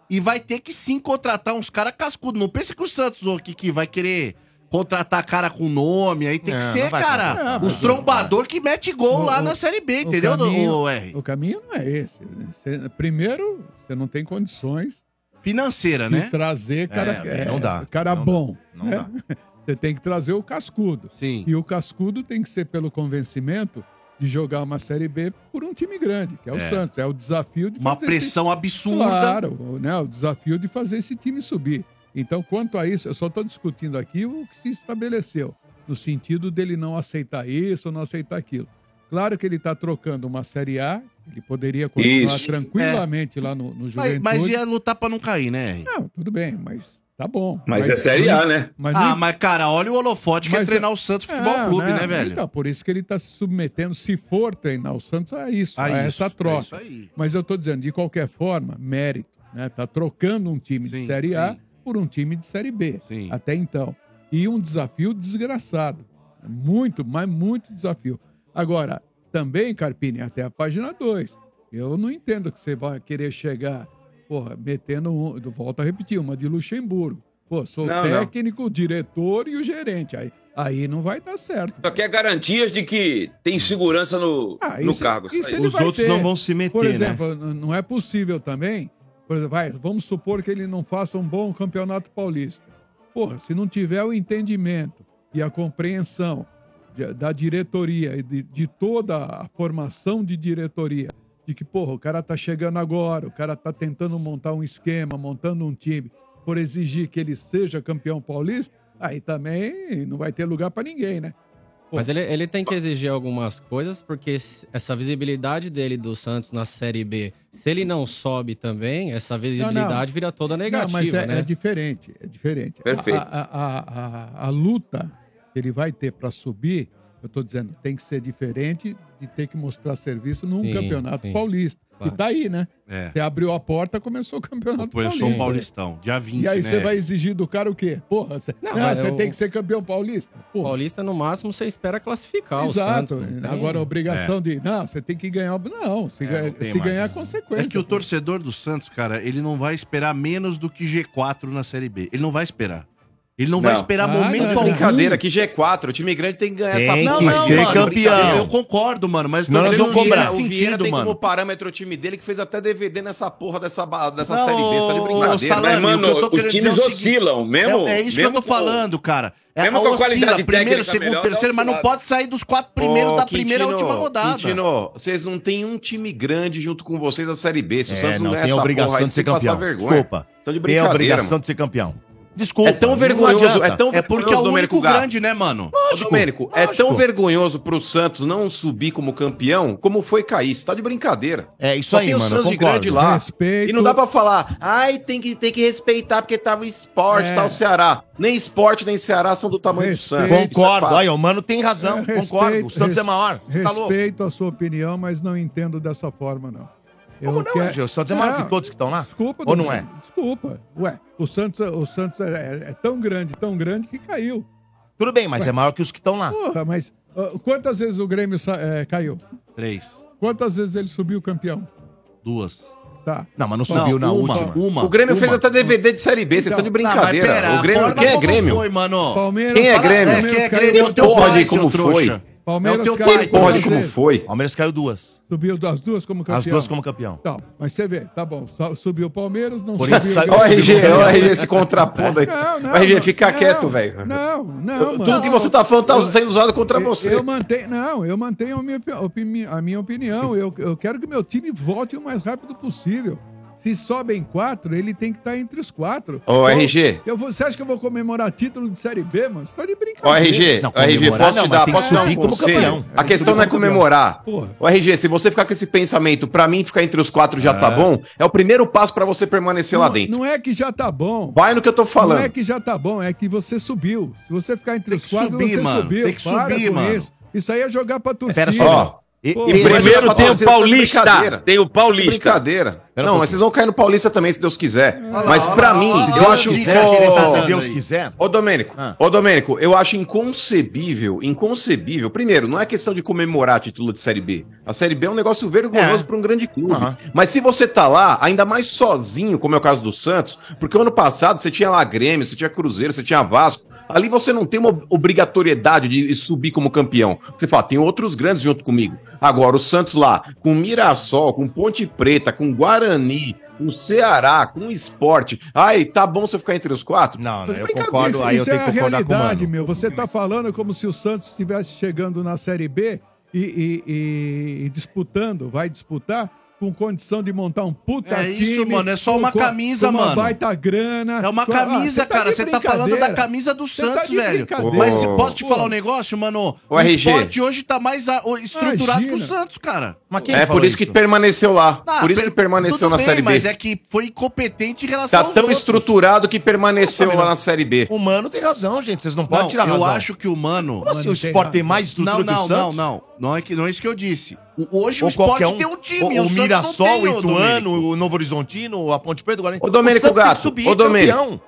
Speaker 4: e vai ter que sim contratar uns caras cascudos. Não pense que o Santos, ô Kiki, vai querer contratar cara com nome, aí tem que
Speaker 2: Não,
Speaker 4: ser,
Speaker 2: não vai
Speaker 4: cara,
Speaker 2: contratar.
Speaker 4: os trombador que mete gol
Speaker 5: O-
Speaker 4: lá
Speaker 5: o-
Speaker 4: na Série B,
Speaker 5: o
Speaker 4: entendeu,
Speaker 5: caminho-
Speaker 4: ô R?
Speaker 5: O caminho não é esse. Você- primeiro, você não tem condições
Speaker 4: Financeira,
Speaker 5: de
Speaker 4: né?
Speaker 5: trazer cara,
Speaker 2: É, não dá,
Speaker 5: cara
Speaker 2: não dá,
Speaker 5: bom.
Speaker 2: não
Speaker 5: né?
Speaker 2: dá.
Speaker 5: Você tem que trazer o cascudo.
Speaker 4: Sim.
Speaker 5: E o cascudo tem que ser pelo convencimento de jogar uma Série B por um time grande, que é o Santos. É o desafio de
Speaker 4: Uma
Speaker 5: fazer esse-
Speaker 4: pressão absurda.
Speaker 5: Claro, né, o desafio de fazer esse time subir. Então, quanto a isso, eu só estou discutindo aqui o que se estabeleceu, no sentido dele não aceitar isso ou não aceitar aquilo. Claro que ele está trocando uma Série A, ele poderia continuar
Speaker 8: Isso.
Speaker 5: tranquilamente lá no, no
Speaker 4: Mas,
Speaker 5: Juventude.
Speaker 4: mas ia lutar pra não cair, né, R?
Speaker 5: Não, tudo bem, mas tá bom.
Speaker 8: Mas é Série A, né?
Speaker 5: Mas não
Speaker 4: Ah, mas cara, olha o holofote que é
Speaker 5: Mas é-
Speaker 4: treinar o Santos Futebol
Speaker 5: É,
Speaker 4: Clube, né, velho?
Speaker 5: Então, por isso que ele está se submetendo, se for treinar o Santos, a isso, a,
Speaker 4: Ah, isso,
Speaker 5: essa troca.
Speaker 4: é isso aí.
Speaker 5: Mas eu estou dizendo, de qualquer forma, mérito. Né? Tá trocando um time de
Speaker 4: Sim,
Speaker 5: Série A
Speaker 4: sim.
Speaker 5: por um time de Série B,
Speaker 4: Sim.
Speaker 5: até então. E um desafio desgraçado. Muito, mas muito desafio. Agora, também, Carpini, até a página 2. Eu não entendo que você vai querer chegar, porra, metendo, um, volto a repetir, uma de Luxemburgo. Pô, sou
Speaker 8: Não, não.
Speaker 5: técnico, diretor e o gerente. Aí, aí não vai dar certo.
Speaker 8: Só quer garantias de que tem segurança no,
Speaker 5: Ah,
Speaker 8: no
Speaker 5: isso-
Speaker 8: cargo. Isso
Speaker 5: isso
Speaker 8: aí.
Speaker 5: ele
Speaker 3: Os
Speaker 5: vai
Speaker 3: outros
Speaker 5: ter.
Speaker 3: não vão se meter,
Speaker 5: Por
Speaker 3: né?
Speaker 5: exemplo, n- não é possível também. Por exemplo, vai, vamos supor que ele não faça um bom campeonato paulista. Porra, se não tiver o entendimento e a compreensão de- da diretoria e de, de toda a formação de diretoria, de que, porra, o cara tá chegando agora, o cara tá tentando montar um esquema, montando um time, por exigir que ele seja campeão paulista, aí também não vai ter lugar pra ninguém, né?
Speaker 7: Mas ele, ele tem que exigir algumas coisas, porque se- essa visibilidade dele do Santos na Série B, se ele não sobe também, essa visibilidade vira toda negativa,
Speaker 5: mas é,
Speaker 7: né?
Speaker 5: é diferente, é diferente.
Speaker 8: Perfeito.
Speaker 5: A, a- a- a- a luta que ele vai ter para subir, eu estou dizendo, tem que ser diferente de ter que mostrar serviço num
Speaker 7: Sim,
Speaker 5: campeonato
Speaker 7: sim,
Speaker 5: paulista.
Speaker 7: claro.
Speaker 5: E tá aí, né?
Speaker 4: É.
Speaker 5: Você abriu a porta, começou o campeonato
Speaker 4: Eu
Speaker 5: paulista.
Speaker 4: sou um paulistão, dia 20,
Speaker 5: Tá né? E aí
Speaker 4: né?
Speaker 5: você
Speaker 7: É.
Speaker 5: vai exigir do cara o quê? Porra, você,
Speaker 7: Não,
Speaker 5: não,
Speaker 7: mas
Speaker 5: você
Speaker 7: eu-
Speaker 5: tem que ser campeão paulista.
Speaker 7: O
Speaker 5: Porra.
Speaker 7: Paulista, no máximo, você espera classificar
Speaker 5: Exato.
Speaker 7: Ah, o Santos. não tem-
Speaker 5: Agora a
Speaker 2: É.
Speaker 5: obrigação
Speaker 4: É.
Speaker 5: de. Não, você tem que ganhar. Não, se, ganha-
Speaker 3: não tem
Speaker 5: se
Speaker 3: mais.
Speaker 5: ganhar é consequência.
Speaker 4: É que o torcedor do Santos, cara, ele não vai esperar menos do que G4 na Série B. Ele não vai esperar. Ele não, vai
Speaker 6: Não.
Speaker 4: esperar
Speaker 5: Ah,
Speaker 4: momento
Speaker 5: não,
Speaker 4: algum.
Speaker 6: Brincadeira que G4, o time grande tem que ganhar essa
Speaker 2: Tem
Speaker 6: porra.
Speaker 2: que ser
Speaker 4: mano,
Speaker 2: campeão.
Speaker 4: Eu concordo, mano, mas
Speaker 2: Senão nós
Speaker 4: dizendo
Speaker 2: vamos
Speaker 4: que
Speaker 2: cobrar.
Speaker 4: faz
Speaker 6: O Vieira
Speaker 4: sentido,
Speaker 6: tem
Speaker 4: mano.
Speaker 6: como parâmetro o time dele que fez até DVD nessa porra dessa, ba- dessa
Speaker 4: Não,
Speaker 6: série B. Você tá de
Speaker 4: ô,
Speaker 6: brincadeira.
Speaker 4: Salame,
Speaker 6: né?
Speaker 8: Mas,
Speaker 4: Mano,
Speaker 8: mano,
Speaker 4: o que eu tô
Speaker 8: os
Speaker 4: querendo
Speaker 8: times
Speaker 4: dizer é o seguinte,
Speaker 8: oscilam, mesmo.
Speaker 4: é, é isso
Speaker 8: mesmo
Speaker 4: que
Speaker 8: com-
Speaker 4: eu tô falando, cara. É
Speaker 8: mesmo com a qualidade
Speaker 4: oscila, primeiro,
Speaker 8: técnica
Speaker 4: segundo,
Speaker 8: melhor,
Speaker 4: terceiro,
Speaker 8: tá
Speaker 4: mas não
Speaker 8: oscilado.
Speaker 4: pode sair dos quatro primeiros
Speaker 6: Ô,
Speaker 4: da primeira à
Speaker 6: Quintino,
Speaker 4: última rodada.
Speaker 6: Quintino, vocês não tem um time grande junto com vocês da Série B. Se o
Speaker 2: É,
Speaker 6: Santos não
Speaker 2: não,
Speaker 6: ganhar
Speaker 2: tem a
Speaker 6: essa
Speaker 2: obrigação
Speaker 6: porra, aí
Speaker 2: de ser
Speaker 6: você passa
Speaker 2: campeão.
Speaker 6: vergonha.
Speaker 2: Desculpa.
Speaker 6: Estão de
Speaker 2: Tem a
Speaker 6: brincadeira,
Speaker 2: obrigação
Speaker 6: mano.
Speaker 2: de ser campeão.
Speaker 6: É
Speaker 2: Desculpa.
Speaker 6: tão
Speaker 2: não
Speaker 6: vergonhoso,
Speaker 2: adianta.
Speaker 6: é tão
Speaker 4: É porque é o
Speaker 6: vergonhoso, Domênico
Speaker 4: único
Speaker 6: Gato.
Speaker 4: grande, né, mano?
Speaker 6: Ô, Domênico, é tão vergonhoso pro Santos não subir como campeão como foi cair. Você tá de brincadeira.
Speaker 2: É isso
Speaker 6: Só
Speaker 2: aí,
Speaker 6: tem o
Speaker 2: mano. eu
Speaker 6: Santos de
Speaker 2: concordo.
Speaker 6: grande lá.
Speaker 5: Respeito.
Speaker 6: E não dá pra falar, ai, tem que, tem que respeitar porque tá o esporte,
Speaker 5: É.
Speaker 6: tá o Ceará. Nem esporte, nem Ceará são do tamanho
Speaker 5: Respeito.
Speaker 6: do Santos.
Speaker 2: Concordo.
Speaker 6: Isso é fato.
Speaker 2: Aí, o mano tem razão.
Speaker 5: É, respeito,
Speaker 2: concordo. O Santos
Speaker 5: res-
Speaker 2: é maior. Você tá louco?
Speaker 5: Respeito a sua opinião, mas não entendo dessa forma, não. Eu
Speaker 2: Como não,
Speaker 5: quero-
Speaker 2: Angel? O Santos é maior
Speaker 5: Não,
Speaker 2: que todos que estão lá?
Speaker 5: Desculpa,
Speaker 2: Ou não é?
Speaker 5: Domênico, Desculpa. Ué, o Santos, o Santos é, é- é tão grande, tão grande que caiu.
Speaker 2: Tudo bem, mas é maior que os que estão lá.
Speaker 5: Porra, mas ah, quantas vezes o Grêmio sa- eh, caiu?
Speaker 4: Três,
Speaker 5: Quantas vezes ele subiu campeão?
Speaker 4: duas.
Speaker 5: Tá.
Speaker 2: Não, mas não subiu na
Speaker 4: uma,
Speaker 2: última.
Speaker 4: Uma,
Speaker 6: O Grêmio fez
Speaker 4: uma.
Speaker 6: até DVD de Série B, vocês
Speaker 5: Então,
Speaker 6: estão de
Speaker 4: Tá, mas
Speaker 6: brincadeira.
Speaker 4: pera,
Speaker 6: o
Speaker 4: a
Speaker 6: Grêmio,
Speaker 4: forma
Speaker 6: quem é
Speaker 4: como
Speaker 6: Grêmio?
Speaker 4: Foi, mano.
Speaker 5: Palmeiras.
Speaker 6: Quem é
Speaker 5: Fala-
Speaker 6: Grêmio?
Speaker 5: Palmeiras
Speaker 4: Quem é
Speaker 5: caiu-
Speaker 4: Grêmio?
Speaker 6: Tem porra de
Speaker 4: seu
Speaker 6: como
Speaker 4: trouxa.
Speaker 6: foi.
Speaker 5: Palmeiras
Speaker 4: É o teu
Speaker 5: caiu
Speaker 4: pai,
Speaker 5: duas
Speaker 6: Porra, de
Speaker 5: vezes.
Speaker 6: como foi.
Speaker 2: O Palmeiras caiu duas.
Speaker 5: Subiu as duas como campeão.
Speaker 2: As duas como campeão.
Speaker 5: Tá, mas você vê, tá bom. só- Subiu o Palmeiras, não
Speaker 2: Corinthians
Speaker 5: subiu
Speaker 2: saiu-
Speaker 6: Ó,
Speaker 2: Ó,
Speaker 6: o
Speaker 2: Esse
Speaker 6: RG,
Speaker 2: jogo-
Speaker 6: ó, o RG se contrapondo aí. Ó, RG, fica
Speaker 5: não,
Speaker 6: quieto, velho.
Speaker 5: Não, não, mano.
Speaker 6: Tudo que você tá falando tá sendo usado contra
Speaker 5: Eu-
Speaker 6: você.
Speaker 5: Eu mantenho, não, eu mantenho a minha, opi- opini- a minha opinião. Eu, eu quero que meu time volte o mais rápido possível. Se sobem quatro, ele tem que estar entre os quatro.
Speaker 6: Ô,
Speaker 5: Eu-
Speaker 6: RG.
Speaker 5: Eu vou- você acha que eu vou comemorar título de Série B, mano? Você tá de
Speaker 6: Ó,
Speaker 5: brincadeira.
Speaker 6: RG,
Speaker 2: Não,
Speaker 6: ó, RG,
Speaker 2: comemorar
Speaker 6: posso
Speaker 2: não,
Speaker 6: te
Speaker 2: mas
Speaker 6: dar,
Speaker 2: tem que
Speaker 6: posso te dar um
Speaker 2: subir como
Speaker 6: conselho?
Speaker 2: campeão.
Speaker 6: A questão não é comemorar.
Speaker 5: Porra.
Speaker 6: Ô, RG, se você ficar com esse pensamento, pra mim ficar entre os quatro já tá bom, é o primeiro passo pra você permanecer lá
Speaker 5: Não-
Speaker 6: dentro.
Speaker 5: Não é que já tá bom.
Speaker 6: Vai no que eu tô
Speaker 5: Não é
Speaker 6: falando.
Speaker 5: que já tá bom, é que você subiu. Se você ficar entre
Speaker 4: Tem
Speaker 5: os
Speaker 4: que
Speaker 5: quatro,
Speaker 4: subir,
Speaker 5: você
Speaker 4: mano.
Speaker 5: subiu.
Speaker 4: Tem que
Speaker 5: Para
Speaker 4: subir,
Speaker 5: com
Speaker 4: mano.
Speaker 5: Isso. isso aí é jogar pra torcida.
Speaker 2: Pera só. E-
Speaker 5: Pô,
Speaker 2: e-
Speaker 5: mas
Speaker 6: Primeiro
Speaker 8: Primeiro
Speaker 6: só
Speaker 8: tem o
Speaker 6: fala,
Speaker 5: é
Speaker 6: vocês estão de
Speaker 8: Paulista.
Speaker 6: brincadeira.
Speaker 8: Tem o Paulista.
Speaker 6: Brincadeira.
Speaker 2: Eu
Speaker 6: Não,
Speaker 2: não tô
Speaker 6: mas vocês vão cair no Paulista também, se Deus quiser.
Speaker 4: lá,
Speaker 6: Mas
Speaker 4: olha
Speaker 6: pra
Speaker 4: lá,
Speaker 6: mim,
Speaker 4: olha lá,
Speaker 6: eu
Speaker 2: Deus
Speaker 6: acho que.
Speaker 2: quiser, que ele faça, se Deus
Speaker 4: aí.
Speaker 2: quiser.
Speaker 6: Ô, Domênico,
Speaker 2: Ah.
Speaker 6: ô, Domênico, eu acho inconcebível, inconcebível. Primeiro, não é questão de comemorar título de Série B. A Série B é um negócio vergonhoso
Speaker 2: É.
Speaker 6: pra um grande clube.
Speaker 2: Aham.
Speaker 6: Mas se você tá lá, ainda mais sozinho, como é o caso do Santos, porque o ano passado você tinha lá Grêmio, você tinha Cruzeiro, você tinha Vasco. Ali você não tem uma obrigatoriedade de subir como campeão. Você fala, tem outros grandes junto comigo. Agora, o Santos lá, com Mirassol, com Ponte Preta, com Guarani, com Ceará, com Esporte. Ai, tá bom se eu ficar entre os quatro?
Speaker 2: Não, não, eu
Speaker 6: Brincadeira.
Speaker 2: concordo. Aí eu tenho que
Speaker 5: é a
Speaker 2: concordar com o
Speaker 5: realidade,
Speaker 2: mano.
Speaker 5: meu. Você tá falando como se o Santos estivesse chegando na Série B e, e- e- e disputando, vai disputar, com condição de montar um puta
Speaker 4: É
Speaker 5: time.
Speaker 4: isso, mano, é só
Speaker 5: com-
Speaker 4: uma
Speaker 5: com-
Speaker 4: camisa,
Speaker 5: com
Speaker 4: mano.
Speaker 5: Uma baita grana.
Speaker 4: É uma
Speaker 5: com-
Speaker 4: camisa,
Speaker 5: Ah,
Speaker 4: cara.
Speaker 5: de
Speaker 4: Você tá falando da
Speaker 5: brincadeira.
Speaker 4: camisa do
Speaker 5: Você tá
Speaker 4: Santos,
Speaker 5: de
Speaker 4: velho.
Speaker 5: brincadeira.
Speaker 4: Mas se posso te
Speaker 5: Pô.
Speaker 4: falar um negócio, mano?
Speaker 6: Ô,
Speaker 4: O
Speaker 6: RG.
Speaker 4: esporte hoje tá mais a- o- estruturado que o
Speaker 5: Imagina.
Speaker 4: Santos, cara.
Speaker 2: Mas quem
Speaker 6: é
Speaker 2: falou
Speaker 6: por isso, que permaneceu lá.
Speaker 4: Ah,
Speaker 6: por isso
Speaker 4: per-
Speaker 6: que permaneceu
Speaker 4: tudo
Speaker 6: na
Speaker 4: bem,
Speaker 6: Série B.
Speaker 4: Mas é que foi incompetente em relação
Speaker 6: Tá
Speaker 4: aos
Speaker 6: tão
Speaker 4: outros.
Speaker 6: estruturado que permaneceu
Speaker 2: Não,
Speaker 6: lá na Série B.
Speaker 2: O mano tem razão, gente. Vocês não podem
Speaker 4: Não,
Speaker 2: tirar
Speaker 4: eu
Speaker 2: razão.
Speaker 4: acho que o mano...
Speaker 2: Como assim
Speaker 5: Mano,
Speaker 2: o
Speaker 5: tem
Speaker 2: Sport tem
Speaker 5: razão.
Speaker 2: mais estrutura
Speaker 4: Não,
Speaker 2: que o
Speaker 4: não, não,
Speaker 2: Santos?
Speaker 4: não. Não é, que, não é isso que eu disse. O- hoje
Speaker 2: Ou
Speaker 4: o esporte
Speaker 2: qualquer um.
Speaker 4: tem um time. o
Speaker 2: O, o
Speaker 4: Santos não
Speaker 2: Mirassol,
Speaker 4: tem, ô,
Speaker 2: o Ituano,
Speaker 4: Domênico.
Speaker 2: o Novo Horizontino, a Ponte Preta, o
Speaker 5: então,
Speaker 2: Guarani.
Speaker 6: Ô, Domênico
Speaker 2: Santos tem que
Speaker 6: Gato,
Speaker 2: subir,
Speaker 5: é
Speaker 6: ô, Domênico.
Speaker 2: campeão.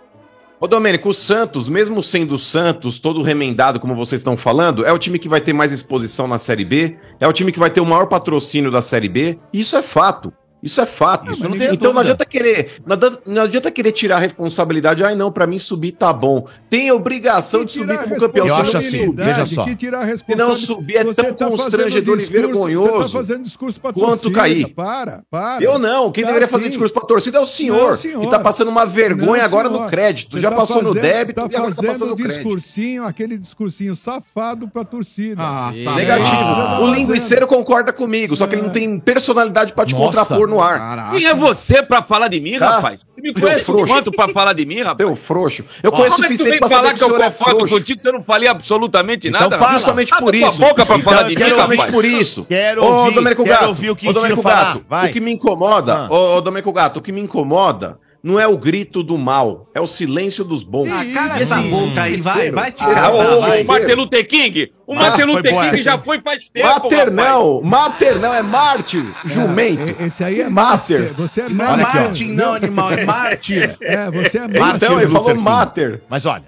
Speaker 6: Ô, Domênico, o Santos, mesmo sendo o Santos, todo remendado, como vocês estão falando, é o time que vai ter mais exposição na Série B, é o time que vai ter o maior patrocínio da Série B, e isso é fato. Isso é fato.
Speaker 2: mas
Speaker 6: isso não
Speaker 2: ninguém
Speaker 6: tem- então não
Speaker 2: duvida.
Speaker 6: adianta querer, não adianta, não adianta querer tirar a responsabilidade. Ai, não, pra mim subir tá bom. Tem obrigação de subir como campeão.
Speaker 2: Eu
Speaker 6: Se
Speaker 2: acho
Speaker 6: não
Speaker 2: assim,
Speaker 6: subir,
Speaker 2: veja só.
Speaker 5: Que tirar a
Speaker 6: Se não
Speaker 5: responsabilidade.
Speaker 6: subir é
Speaker 5: Você
Speaker 6: tão
Speaker 5: tá fazendo
Speaker 6: constrangedor e
Speaker 5: discurso- Você
Speaker 6: vergonhoso.
Speaker 5: tá fazendo discurso pra
Speaker 6: quanto
Speaker 5: torcida,
Speaker 6: cair.
Speaker 5: Para, para.
Speaker 6: Eu não, quem
Speaker 5: Tá
Speaker 6: deveria fazer
Speaker 5: sim.
Speaker 6: discurso pra torcida é o senhor,
Speaker 5: Não, senhor.
Speaker 6: que tá passando uma vergonha
Speaker 5: Não,
Speaker 6: agora
Speaker 5: senhor.
Speaker 6: no crédito.
Speaker 5: Você
Speaker 6: já
Speaker 5: tá
Speaker 6: passou no
Speaker 5: fazendo-
Speaker 6: débito
Speaker 5: tá
Speaker 6: e agora tá
Speaker 5: fazendo
Speaker 6: passando no crédito.
Speaker 5: discursinho, aquele discursinho safado pra torcida.
Speaker 4: Ah,
Speaker 7: E-
Speaker 4: sabe?
Speaker 6: Negativo.
Speaker 5: Ah,
Speaker 6: o
Speaker 5: tá
Speaker 6: linguiceiro concorda comigo, só que ele não tem personalidade pra te
Speaker 2: Nossa.
Speaker 6: contrapor no ar.
Speaker 4: Caraca.
Speaker 8: Quem é você pra falar de mim,
Speaker 6: Tá.
Speaker 8: rapaz? Tu me
Speaker 6: Seu
Speaker 8: conhece
Speaker 6: frouxo.
Speaker 8: quanto pra falar de mim, rapaz?
Speaker 6: Teu frouxo. Eu conheço o
Speaker 8: Como é que tu
Speaker 6: suficiente
Speaker 8: vem
Speaker 6: pra
Speaker 8: falar
Speaker 6: saber
Speaker 8: que,
Speaker 6: que o
Speaker 8: eu
Speaker 6: senhor é
Speaker 8: concordo
Speaker 6: frouxo.
Speaker 8: contigo que eu não falei absolutamente
Speaker 2: Então
Speaker 8: nada?
Speaker 2: fala.
Speaker 6: Justamente
Speaker 8: Ah,
Speaker 6: por
Speaker 8: cala
Speaker 6: isso.
Speaker 8: tua boca pra
Speaker 6: Então,
Speaker 8: falar de
Speaker 6: eu
Speaker 8: mim,
Speaker 6: quero
Speaker 8: rapaz.
Speaker 6: justamente por isso.
Speaker 2: Quero
Speaker 6: Ô,
Speaker 2: ouvir,
Speaker 6: Domênico
Speaker 2: quero
Speaker 6: Gato.
Speaker 2: ouvir o
Speaker 6: ô,
Speaker 2: Quintino
Speaker 6: Domênico
Speaker 2: falar.
Speaker 6: Gato,
Speaker 2: Vai.
Speaker 6: O que me incomoda,
Speaker 2: Ah.
Speaker 6: ô, ô, Domênico Gato, o que me incomoda não é o grito do mal, é o silêncio dos bons.
Speaker 5: Ah,
Speaker 4: Cala essa boca aí, vai, vai Ah, te
Speaker 6: Ah,
Speaker 8: Ah,
Speaker 4: catar,
Speaker 8: o,
Speaker 6: vai.
Speaker 8: o Martin Luther King? O Martin
Speaker 3: foi
Speaker 8: Luther
Speaker 3: boa
Speaker 8: King
Speaker 3: essa,
Speaker 8: já foi faz tempo, rapaz.
Speaker 6: Maternão, maternão é mártir, jumento.
Speaker 5: É, Esse aí é
Speaker 6: Master.
Speaker 5: master. Você é
Speaker 4: Não é
Speaker 5: master.
Speaker 4: Martin, não, animal, é Martin.
Speaker 5: É, você é
Speaker 6: Ah,
Speaker 5: master.
Speaker 6: Então, ele
Speaker 3: Luther
Speaker 6: falou
Speaker 3: King.
Speaker 6: mater.
Speaker 2: Mas olha,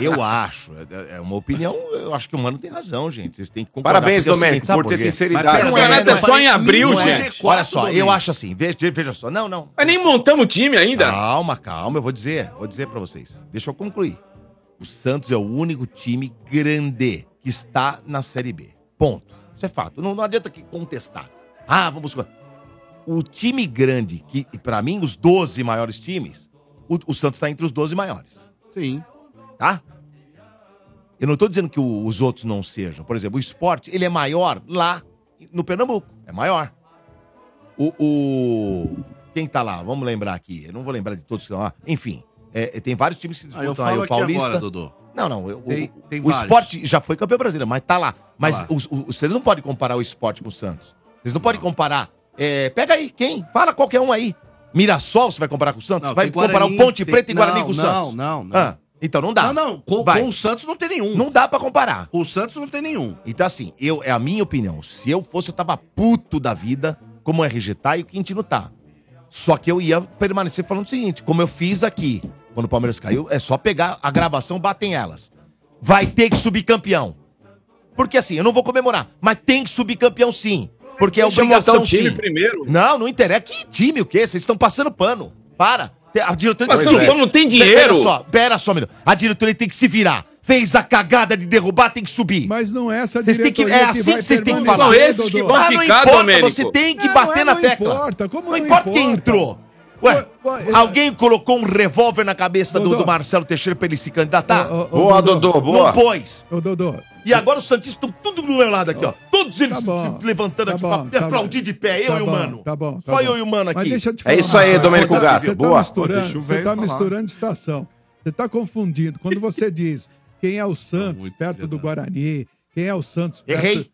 Speaker 2: eu acho, é- é uma opinião, eu acho que o Mano tem razão, gente. Vocês têm que concordar.
Speaker 6: Parabéns,
Speaker 2: porque é o
Speaker 6: Domênico,
Speaker 2: seguinte, sabe
Speaker 6: por ter
Speaker 2: quê?
Speaker 6: sinceridade.
Speaker 2: Mas
Speaker 8: O campeonato é só em abril,
Speaker 2: Não é.
Speaker 8: gente.
Speaker 2: Olha só, eu
Speaker 4: Domênico.
Speaker 2: acho assim, veja, veja só, não, não.
Speaker 8: Mas nem montamos o time ainda.
Speaker 2: Calma, calma, eu vou dizer, vou dizer pra vocês. Deixa eu concluir. O Santos é o único time grande que está na Série B. Ponto. Isso é fato. Não, não adianta que contestar. Ah, vamos. co- O time grande, que pra mim, os 12 maiores times, o, o Santos está entre os 12 maiores
Speaker 4: Sim.
Speaker 2: tá? Eu não tô dizendo que o- os outros não sejam. Por exemplo, o esporte, ele é maior lá no Pernambuco. É maior. O, o- Quem tá lá? Vamos lembrar aqui. Eu não vou lembrar de todos que estão lá. Enfim, é, é, tem vários times que
Speaker 4: Aí Ah, eu
Speaker 2: disputam aí.
Speaker 4: falo
Speaker 2: O
Speaker 4: aqui agora,
Speaker 2: Paulista...
Speaker 4: Dodô.
Speaker 2: não, não. eu- o-
Speaker 4: Tem- tem
Speaker 2: o
Speaker 4: vários.
Speaker 2: esporte já foi campeão brasileiro, mas tá lá. Mas
Speaker 4: Tá lá.
Speaker 2: os- os- vocês não podem comparar o esporte com o Santos. Vocês não, podem comparar... é, pega aí, quem? Fala qualquer um aí. Mirassol, você vai comparar com o Santos?
Speaker 4: Não,
Speaker 2: vai
Speaker 4: tem
Speaker 2: comparar
Speaker 4: Guarani,
Speaker 2: o Ponte
Speaker 4: tem-
Speaker 2: Preta e Guarani
Speaker 4: não,
Speaker 2: com o
Speaker 4: não,
Speaker 2: Santos?
Speaker 4: não, não.
Speaker 2: Ah, então não
Speaker 4: Não,
Speaker 2: dá.
Speaker 4: não, com,
Speaker 2: Vai.
Speaker 4: com o Santos não tem nenhum.
Speaker 2: Não dá pra comparar.
Speaker 4: Com o Santos não tem nenhum.
Speaker 2: Então, assim, eu, é a minha opinião. Se eu fosse, eu tava puto da vida, como o RG tá e o Quintino tá. Só que eu ia permanecer falando o seguinte, como eu fiz aqui, quando o Palmeiras caiu, é só pegar a gravação, batem elas. Vai ter que subir campeão. Porque assim, eu não vou comemorar, mas tem que subir campeão sim. Porque é
Speaker 6: Deixa eu montar
Speaker 2: obrigação
Speaker 6: um
Speaker 2: sim.
Speaker 6: time
Speaker 8: Primeiro.
Speaker 2: Não, não interessa. Que time o quê? Vocês estão passando pano. Para. A diretoria
Speaker 8: Mas São
Speaker 2: se
Speaker 8: Paulo não tem
Speaker 2: é. Pera
Speaker 8: dinheiro.
Speaker 2: só, pera só, menino. A diretoria tem que se virar. Fez a cagada de derrubar, tem que subir.
Speaker 5: Mas não é essa
Speaker 2: Vocês têm que-
Speaker 5: diretoria
Speaker 2: é assim
Speaker 5: vai
Speaker 2: que vocês têm que
Speaker 5: permanecer,
Speaker 2: falar. Ah,
Speaker 8: São esses que
Speaker 5: Dodô.
Speaker 8: vão- ficar, Domênico.
Speaker 2: você tem que
Speaker 5: Ah,
Speaker 2: bater
Speaker 5: não é,
Speaker 2: na
Speaker 5: não
Speaker 2: tecla.
Speaker 5: importa, como
Speaker 2: não,
Speaker 5: não
Speaker 2: importa quem
Speaker 5: importa?
Speaker 2: entrou. Ué,
Speaker 5: Ué, ué,
Speaker 2: alguém colocou um revólver na cabeça do,
Speaker 5: Dodô.
Speaker 2: do Marcelo Teixeira pra ele se candidatar?
Speaker 5: Ô, ô, ô,
Speaker 6: Boa, Dodô,
Speaker 2: Não
Speaker 6: boa.
Speaker 2: pôs.
Speaker 5: Ô, Dodô,
Speaker 2: E agora os Santistas estão tudo do meu lado aqui, ó. Todos eles
Speaker 5: Tá
Speaker 2: se-
Speaker 5: bom.
Speaker 2: se levantando
Speaker 5: Tá
Speaker 2: aqui
Speaker 5: bom,
Speaker 2: pra
Speaker 5: tá
Speaker 2: aplaudir
Speaker 5: bom.
Speaker 2: de pé, eu
Speaker 5: Tá
Speaker 2: e o
Speaker 5: bom,
Speaker 2: Mano.
Speaker 5: Tá bom. tá
Speaker 2: Só
Speaker 5: bom.
Speaker 2: eu e o Mano
Speaker 5: Mas
Speaker 2: aqui.
Speaker 5: deixa eu te
Speaker 6: É
Speaker 5: falar.
Speaker 6: isso aí,
Speaker 5: uma coisa.
Speaker 6: Domênico
Speaker 5: Você tá-
Speaker 6: Gato,
Speaker 5: Você tá
Speaker 6: boa.
Speaker 5: misturando,
Speaker 3: Deixa o
Speaker 5: você
Speaker 3: velho
Speaker 5: tá
Speaker 3: falar.
Speaker 5: misturando estação. Você tá confundindo. Quando você diz quem
Speaker 6: Tá
Speaker 5: é o Santos
Speaker 4: muito
Speaker 5: perto
Speaker 4: filho
Speaker 5: do
Speaker 4: da-
Speaker 5: Guarani, quem é o Santos perto...
Speaker 2: Errei.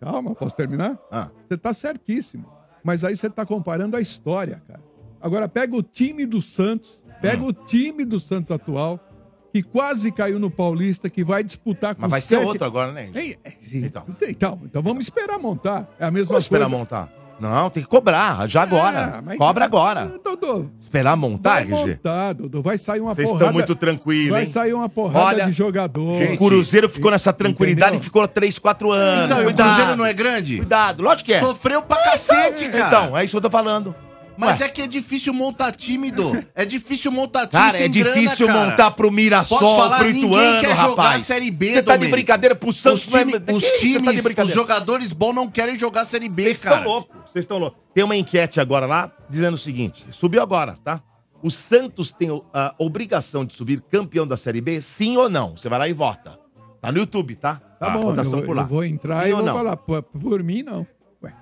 Speaker 5: Calma, posso terminar?
Speaker 2: Ah.
Speaker 5: Você tá certíssimo. Mas aí você tá comparando a história, cara. Agora pega o time do Santos,
Speaker 2: Ah.
Speaker 5: pega o time do Santos atual, que quase caiu no Paulista, que vai disputar com
Speaker 2: Mas vai ser
Speaker 5: sete-
Speaker 2: outro agora, né?
Speaker 5: Ei, é, sim.
Speaker 2: Então.
Speaker 5: Então. então, vamos esperar montar. É a mesma
Speaker 2: Vamos esperar
Speaker 5: coisa.
Speaker 2: montar. Não, tem que cobrar, já agora.
Speaker 5: É, mas-
Speaker 2: Cobra agora.
Speaker 5: Dodô,
Speaker 2: Esperar montar,
Speaker 5: vai
Speaker 2: RG?
Speaker 5: montar, Dodô. Vai sair uma
Speaker 2: Vocês estão
Speaker 5: porrada.
Speaker 2: muito tranquilos,
Speaker 5: vai
Speaker 2: hein?
Speaker 5: sair uma porrada
Speaker 2: Olha,
Speaker 5: de jogador.
Speaker 2: O Cruzeiro ficou nessa tranquilidade
Speaker 5: Entendeu?
Speaker 2: e ficou 3, 4 anos.
Speaker 4: Então, e o
Speaker 2: cuidado,
Speaker 4: Cruzeiro não é grande?
Speaker 2: cuidado. Lógico que é.
Speaker 4: Sofreu pra cacete, cara.
Speaker 2: Então, é isso que eu tô falando.
Speaker 4: Mas é que é difícil montar tímido. É difícil montar time
Speaker 2: Cara, é
Speaker 4: sem grana,
Speaker 2: difícil
Speaker 4: cara.
Speaker 2: montar pro
Speaker 4: Posso
Speaker 2: Mirassol,
Speaker 4: falar,
Speaker 2: pro
Speaker 4: ninguém
Speaker 2: Ituano,
Speaker 4: quer jogar a
Speaker 2: rapaz.
Speaker 4: Série B,
Speaker 2: Você tá de
Speaker 4: Domênico.
Speaker 2: brincadeira pro Santos,
Speaker 4: Os,
Speaker 2: não é...
Speaker 4: time-
Speaker 2: Que
Speaker 4: os
Speaker 2: isso, você tá de
Speaker 4: times, os
Speaker 2: brincadeira?
Speaker 4: jogadores bons não querem jogar a Série B,
Speaker 2: Vocês
Speaker 4: cara.
Speaker 2: estão loucos, vocês estão loucos. Tem uma enquete agora lá dizendo o seguinte: subiu agora, tá? O Santos tem a obrigação de subir campeão da Série B, sim ou não? Você vai lá e vota. Tá no YouTube, tá?
Speaker 5: Tá
Speaker 2: A
Speaker 5: bom,
Speaker 2: votação
Speaker 5: eu,
Speaker 2: por lá.
Speaker 5: eu vou entrar
Speaker 2: Sim
Speaker 5: e
Speaker 2: ou
Speaker 5: vou
Speaker 2: não?
Speaker 5: falar. Por, por mim, não.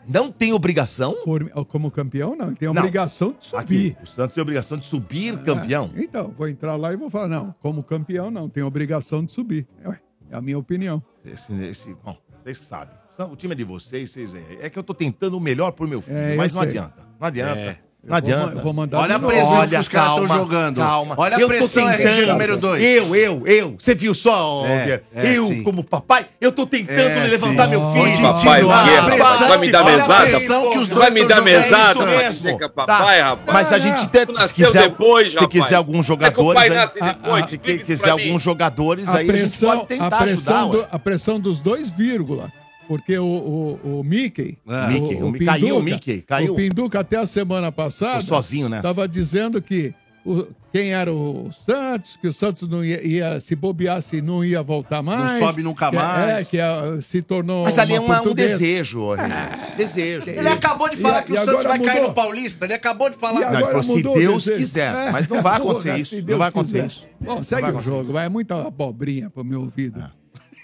Speaker 2: Não tem obrigação?
Speaker 5: Por mim- oh, como campeão, não. Ele tem a
Speaker 2: Não.
Speaker 5: obrigação de subir.
Speaker 2: Aqui, o Santos tem obrigação de subir campeão.
Speaker 5: É, então, vou entrar lá e vou falar. Não, como campeão, não. Tem obrigação de subir. Ué, É a minha opinião.
Speaker 2: Esse, esse- bom, vocês que sabem. O time é de vocês, vocês veem. É que eu tô tentando o melhor pro meu filho,
Speaker 5: É, eu
Speaker 2: mas não
Speaker 5: sei.
Speaker 2: adianta. Não
Speaker 8: É,
Speaker 2: adianta.
Speaker 5: Eu
Speaker 2: Não
Speaker 5: Vou,
Speaker 2: adianta.
Speaker 5: ma- eu vou mandar
Speaker 4: Olha
Speaker 5: de
Speaker 4: a
Speaker 5: novo.
Speaker 4: pressão.
Speaker 2: Olha,
Speaker 4: que os caras tão
Speaker 2: calma,
Speaker 4: jogando.
Speaker 2: Calma.
Speaker 4: Olha a
Speaker 2: eu
Speaker 4: pressão,
Speaker 2: tô
Speaker 4: RG
Speaker 2: tentando.
Speaker 4: número dois.
Speaker 2: Eu, eu, eu. Você viu só,
Speaker 4: É,
Speaker 2: Alder?
Speaker 4: é,
Speaker 2: eu,
Speaker 4: sim.
Speaker 2: como papai, eu tô tentando
Speaker 4: É,
Speaker 2: levantar
Speaker 5: sim.
Speaker 2: meu
Speaker 5: Ô,
Speaker 2: filho.
Speaker 8: papai,
Speaker 2: Ah,
Speaker 8: que é, rapaz?
Speaker 2: papai,
Speaker 8: Vai me dar
Speaker 2: olha a
Speaker 8: mesada?
Speaker 2: pressão que os dois
Speaker 8: Vai me
Speaker 2: tão
Speaker 8: dar
Speaker 2: jogando. É
Speaker 8: mesada?
Speaker 2: isso
Speaker 8: Vai dizer
Speaker 2: mesmo. Tá.
Speaker 8: que é papai, rapaz.
Speaker 2: Mas a
Speaker 5: Ah,
Speaker 2: gente até,
Speaker 8: Tu
Speaker 2: se
Speaker 8: nasceu
Speaker 2: quiser,
Speaker 8: depois,
Speaker 2: se
Speaker 8: rapaz.
Speaker 2: quiser alguns
Speaker 8: É que o
Speaker 2: jogadores,
Speaker 8: pai
Speaker 2: aí,
Speaker 8: nasce depois.
Speaker 5: Ah, ah,
Speaker 2: se
Speaker 8: Explica isso
Speaker 2: quiser
Speaker 8: pra mim.
Speaker 2: alguns jogadores,
Speaker 5: A
Speaker 2: aí a gente
Speaker 5: pressão,
Speaker 2: pode tentar
Speaker 5: a pressão
Speaker 2: ajudar. ué.
Speaker 5: do- a pressão dos dois, vírgula. Porque o, o, o Mickey,
Speaker 4: Ah,
Speaker 2: É. Mickey, o Mi- caiu o Mickey, caiu.
Speaker 5: o Pinduca até a semana passada
Speaker 2: Tô sozinho nessa.
Speaker 5: estava dizendo que o- quem era o Santos, que o Santos não ia, ia- se bobeasse não ia voltar mais.
Speaker 4: sobe nunca
Speaker 5: que- É,
Speaker 4: mais.
Speaker 5: que ah, se tornou
Speaker 2: Mas ali é uma- um
Speaker 5: portuguesa. É,
Speaker 2: desejo, Henrique. desejo. É.
Speaker 4: Ele acabou de falar
Speaker 5: E-
Speaker 4: que
Speaker 5: e
Speaker 4: o Santos
Speaker 5: agora
Speaker 4: vai cair
Speaker 5: mudou.
Speaker 4: no Paulista. Ele acabou de
Speaker 5: E
Speaker 4: falar.
Speaker 2: Não, ele
Speaker 5: agora
Speaker 2: falou, se
Speaker 5: mudou o
Speaker 2: Deus
Speaker 5: desejo.
Speaker 2: quiser. Mas não vai acontecer
Speaker 5: Porra,
Speaker 2: isso,
Speaker 5: se
Speaker 2: não
Speaker 5: Deus
Speaker 2: vai acontecer
Speaker 5: quiser.
Speaker 2: isso.
Speaker 5: Bom, segue o jogo, vai. É muita abobrinha pro meu ouvido.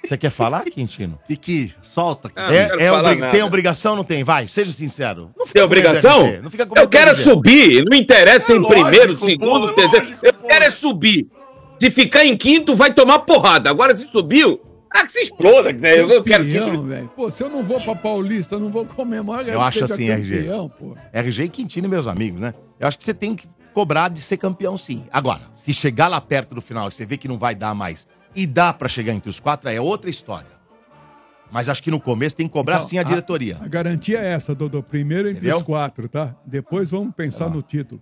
Speaker 2: Você quer falar, Quintino?
Speaker 4: E que solta.
Speaker 8: Ah, não quero
Speaker 2: É, é
Speaker 8: falar
Speaker 2: obri-
Speaker 8: nada.
Speaker 2: Tem obrigação ou não tem? Vai, seja sincero. Não fica
Speaker 8: Tem
Speaker 2: com medo,
Speaker 8: obrigação?
Speaker 2: RG, Não fica com
Speaker 8: Eu
Speaker 2: medo,
Speaker 8: quero
Speaker 2: RG.
Speaker 8: subir, não interessa
Speaker 4: É
Speaker 8: em
Speaker 4: lógico,
Speaker 8: primeiro,
Speaker 4: pô,
Speaker 8: segundo,
Speaker 4: lógico,
Speaker 8: terceiro. Eu
Speaker 4: pô.
Speaker 8: quero é subir. Se ficar em quinto, vai tomar porrada. Agora se subiu, ah, que se exploda. quer dizer, Eu, eu quero
Speaker 5: Campeão,
Speaker 8: título.
Speaker 5: velho. Pô, se eu não vou pra Paulista, eu não vou comemorar.
Speaker 2: Eu acho
Speaker 5: seja
Speaker 2: assim, RG.
Speaker 5: campeão, pô.
Speaker 2: RG e Quintino, meus amigos, né? Eu acho que você tem que cobrar de ser campeão, sim. Agora, se chegar lá perto do final e você vê que não vai dar mais e dá pra chegar entre os quatro, aí é outra história. Mas acho que no começo tem que cobrar
Speaker 5: Então,
Speaker 2: sim a,
Speaker 5: a-
Speaker 2: diretoria.
Speaker 5: A garantia é essa, Dodô. Primeiro entre
Speaker 2: Entendeu?
Speaker 5: os quatro, tá? Depois vamos pensar no título.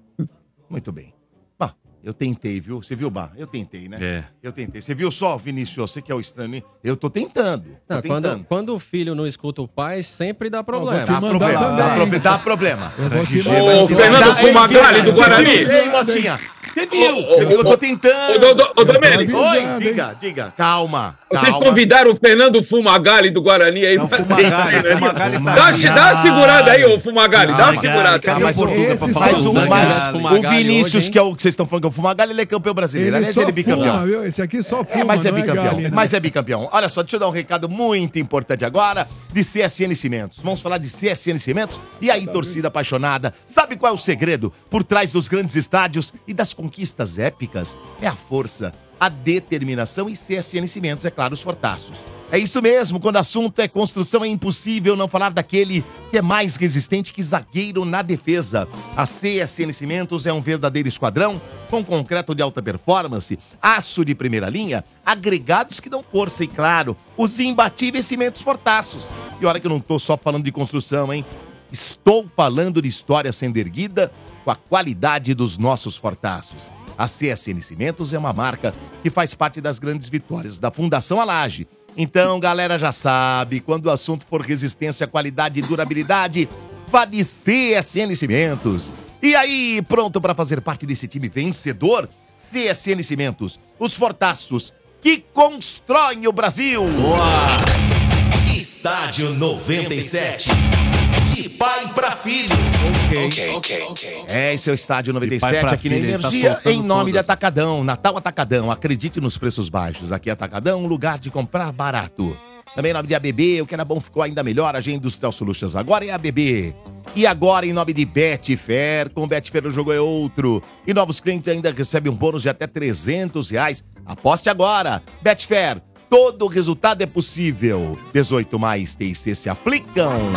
Speaker 2: Muito bem. Bah, eu tentei, viu? Você viu, Bah? Eu tentei, né?
Speaker 4: É.
Speaker 2: Eu tentei. Você viu só, Vinícius? Você que é o estranho. hein? Eu tô tentando. Tô
Speaker 7: Não, quando,
Speaker 2: tentando.
Speaker 7: quando o filho não escuta o pai, sempre dá problema.
Speaker 5: vou te
Speaker 2: Dá
Speaker 5: mandar
Speaker 2: problema,
Speaker 5: também,
Speaker 2: dá
Speaker 5: hein?
Speaker 2: problema, dá problema.
Speaker 5: Eu vou te
Speaker 8: Ô,
Speaker 5: mandar.
Speaker 8: Fernando
Speaker 2: Dá-
Speaker 8: Fumagalli,
Speaker 2: ei,
Speaker 8: do
Speaker 2: você
Speaker 8: Guarani.
Speaker 2: viu? Ei, Motinha. Você viu?
Speaker 8: Ô, ô,
Speaker 2: Você viu? Eu
Speaker 8: ô,
Speaker 2: tô tentando.
Speaker 8: Ô, Dô- Dô- ô, Domênico,
Speaker 5: Avisando,
Speaker 2: Oi,
Speaker 5: hein?
Speaker 2: diga, diga. Calma.
Speaker 8: vocês
Speaker 2: calma.
Speaker 8: convidaram o Fernando Fumagalli do Guarani aí.
Speaker 2: É o
Speaker 8: pra
Speaker 2: Fumagalli,
Speaker 8: sair, né?
Speaker 2: o Fumagalli Ah, tá
Speaker 8: Dá,
Speaker 2: aqui.
Speaker 8: dá uma segurada aí, ô Fumagalli, dá uma
Speaker 2: Fumagalli,
Speaker 8: segurada.
Speaker 2: cara,
Speaker 4: Cadê
Speaker 2: mas
Speaker 5: um
Speaker 4: o Portuga pra
Speaker 5: esse
Speaker 4: falar?
Speaker 2: Mas
Speaker 4: Fala
Speaker 2: o,
Speaker 4: do
Speaker 2: mas
Speaker 4: Zagallo.
Speaker 2: um o Vinícius, que é o que vocês estão falando que é o Fumagalli, ele é campeão brasileiro.
Speaker 5: Ele
Speaker 2: Aliás,
Speaker 5: só
Speaker 2: ele é bicampeão.
Speaker 5: fuma, viu? Esse aqui só fuma,
Speaker 2: É, mas é
Speaker 5: não
Speaker 2: bicampeão.
Speaker 5: galinha, né?
Speaker 2: Mas é bicampeão. Olha só, deixa eu dar um recado muito importante agora de CSN Cimentos. Vamos falar de CSN Cimentos? E aí, torcida apaixonada, sabe qual é o segredo por trás dos grandes estádios e das conquistas épicas? É a força, a determinação e CSN Cimentos, é claro, os fortaços. É isso mesmo, quando o assunto é construção, é impossível não falar daquele que é mais resistente que zagueiro na defesa. A CSN Cimentos é um verdadeiro esquadrão com concreto de alta performance, aço de primeira linha, agregados que dão força e, claro, os imbatíveis cimentos fortaços. E olha que eu não tô só falando de construção, hein? Estou falando de história sendo erguida com a qualidade dos nossos fortaços. A CSN Cimentos é uma marca que faz parte das grandes vitórias da Fundação Alage. Então, galera, já sabe, quando o assunto for resistência, qualidade e durabilidade, vá de CSN Cimentos. E aí, pronto para fazer parte desse time vencedor? CSN Cimentos, os fortaços que constroem o Brasil. Estádio 97. De pai para filho. É, esse é o Estádio
Speaker 4: pai
Speaker 2: 97
Speaker 4: pra
Speaker 2: aqui na
Speaker 4: filho, ele tá
Speaker 2: Energia,
Speaker 4: soltando
Speaker 2: em nome de
Speaker 4: todas.
Speaker 2: Atacadão. Natal Atacadão, acredite nos preços baixos. Aqui é Atacadão, um lugar de comprar barato. Também em nome de ABB, o que era bom ficou ainda melhor. Agenda Industrial Solutions agora é ABB. E agora em nome de Betfair, com Betfair o jogo é outro. E novos clientes ainda recebem um bônus de até 300 reais. Aposte agora. Betfair, todo resultado é possível. 18 mais TIC se aplicam.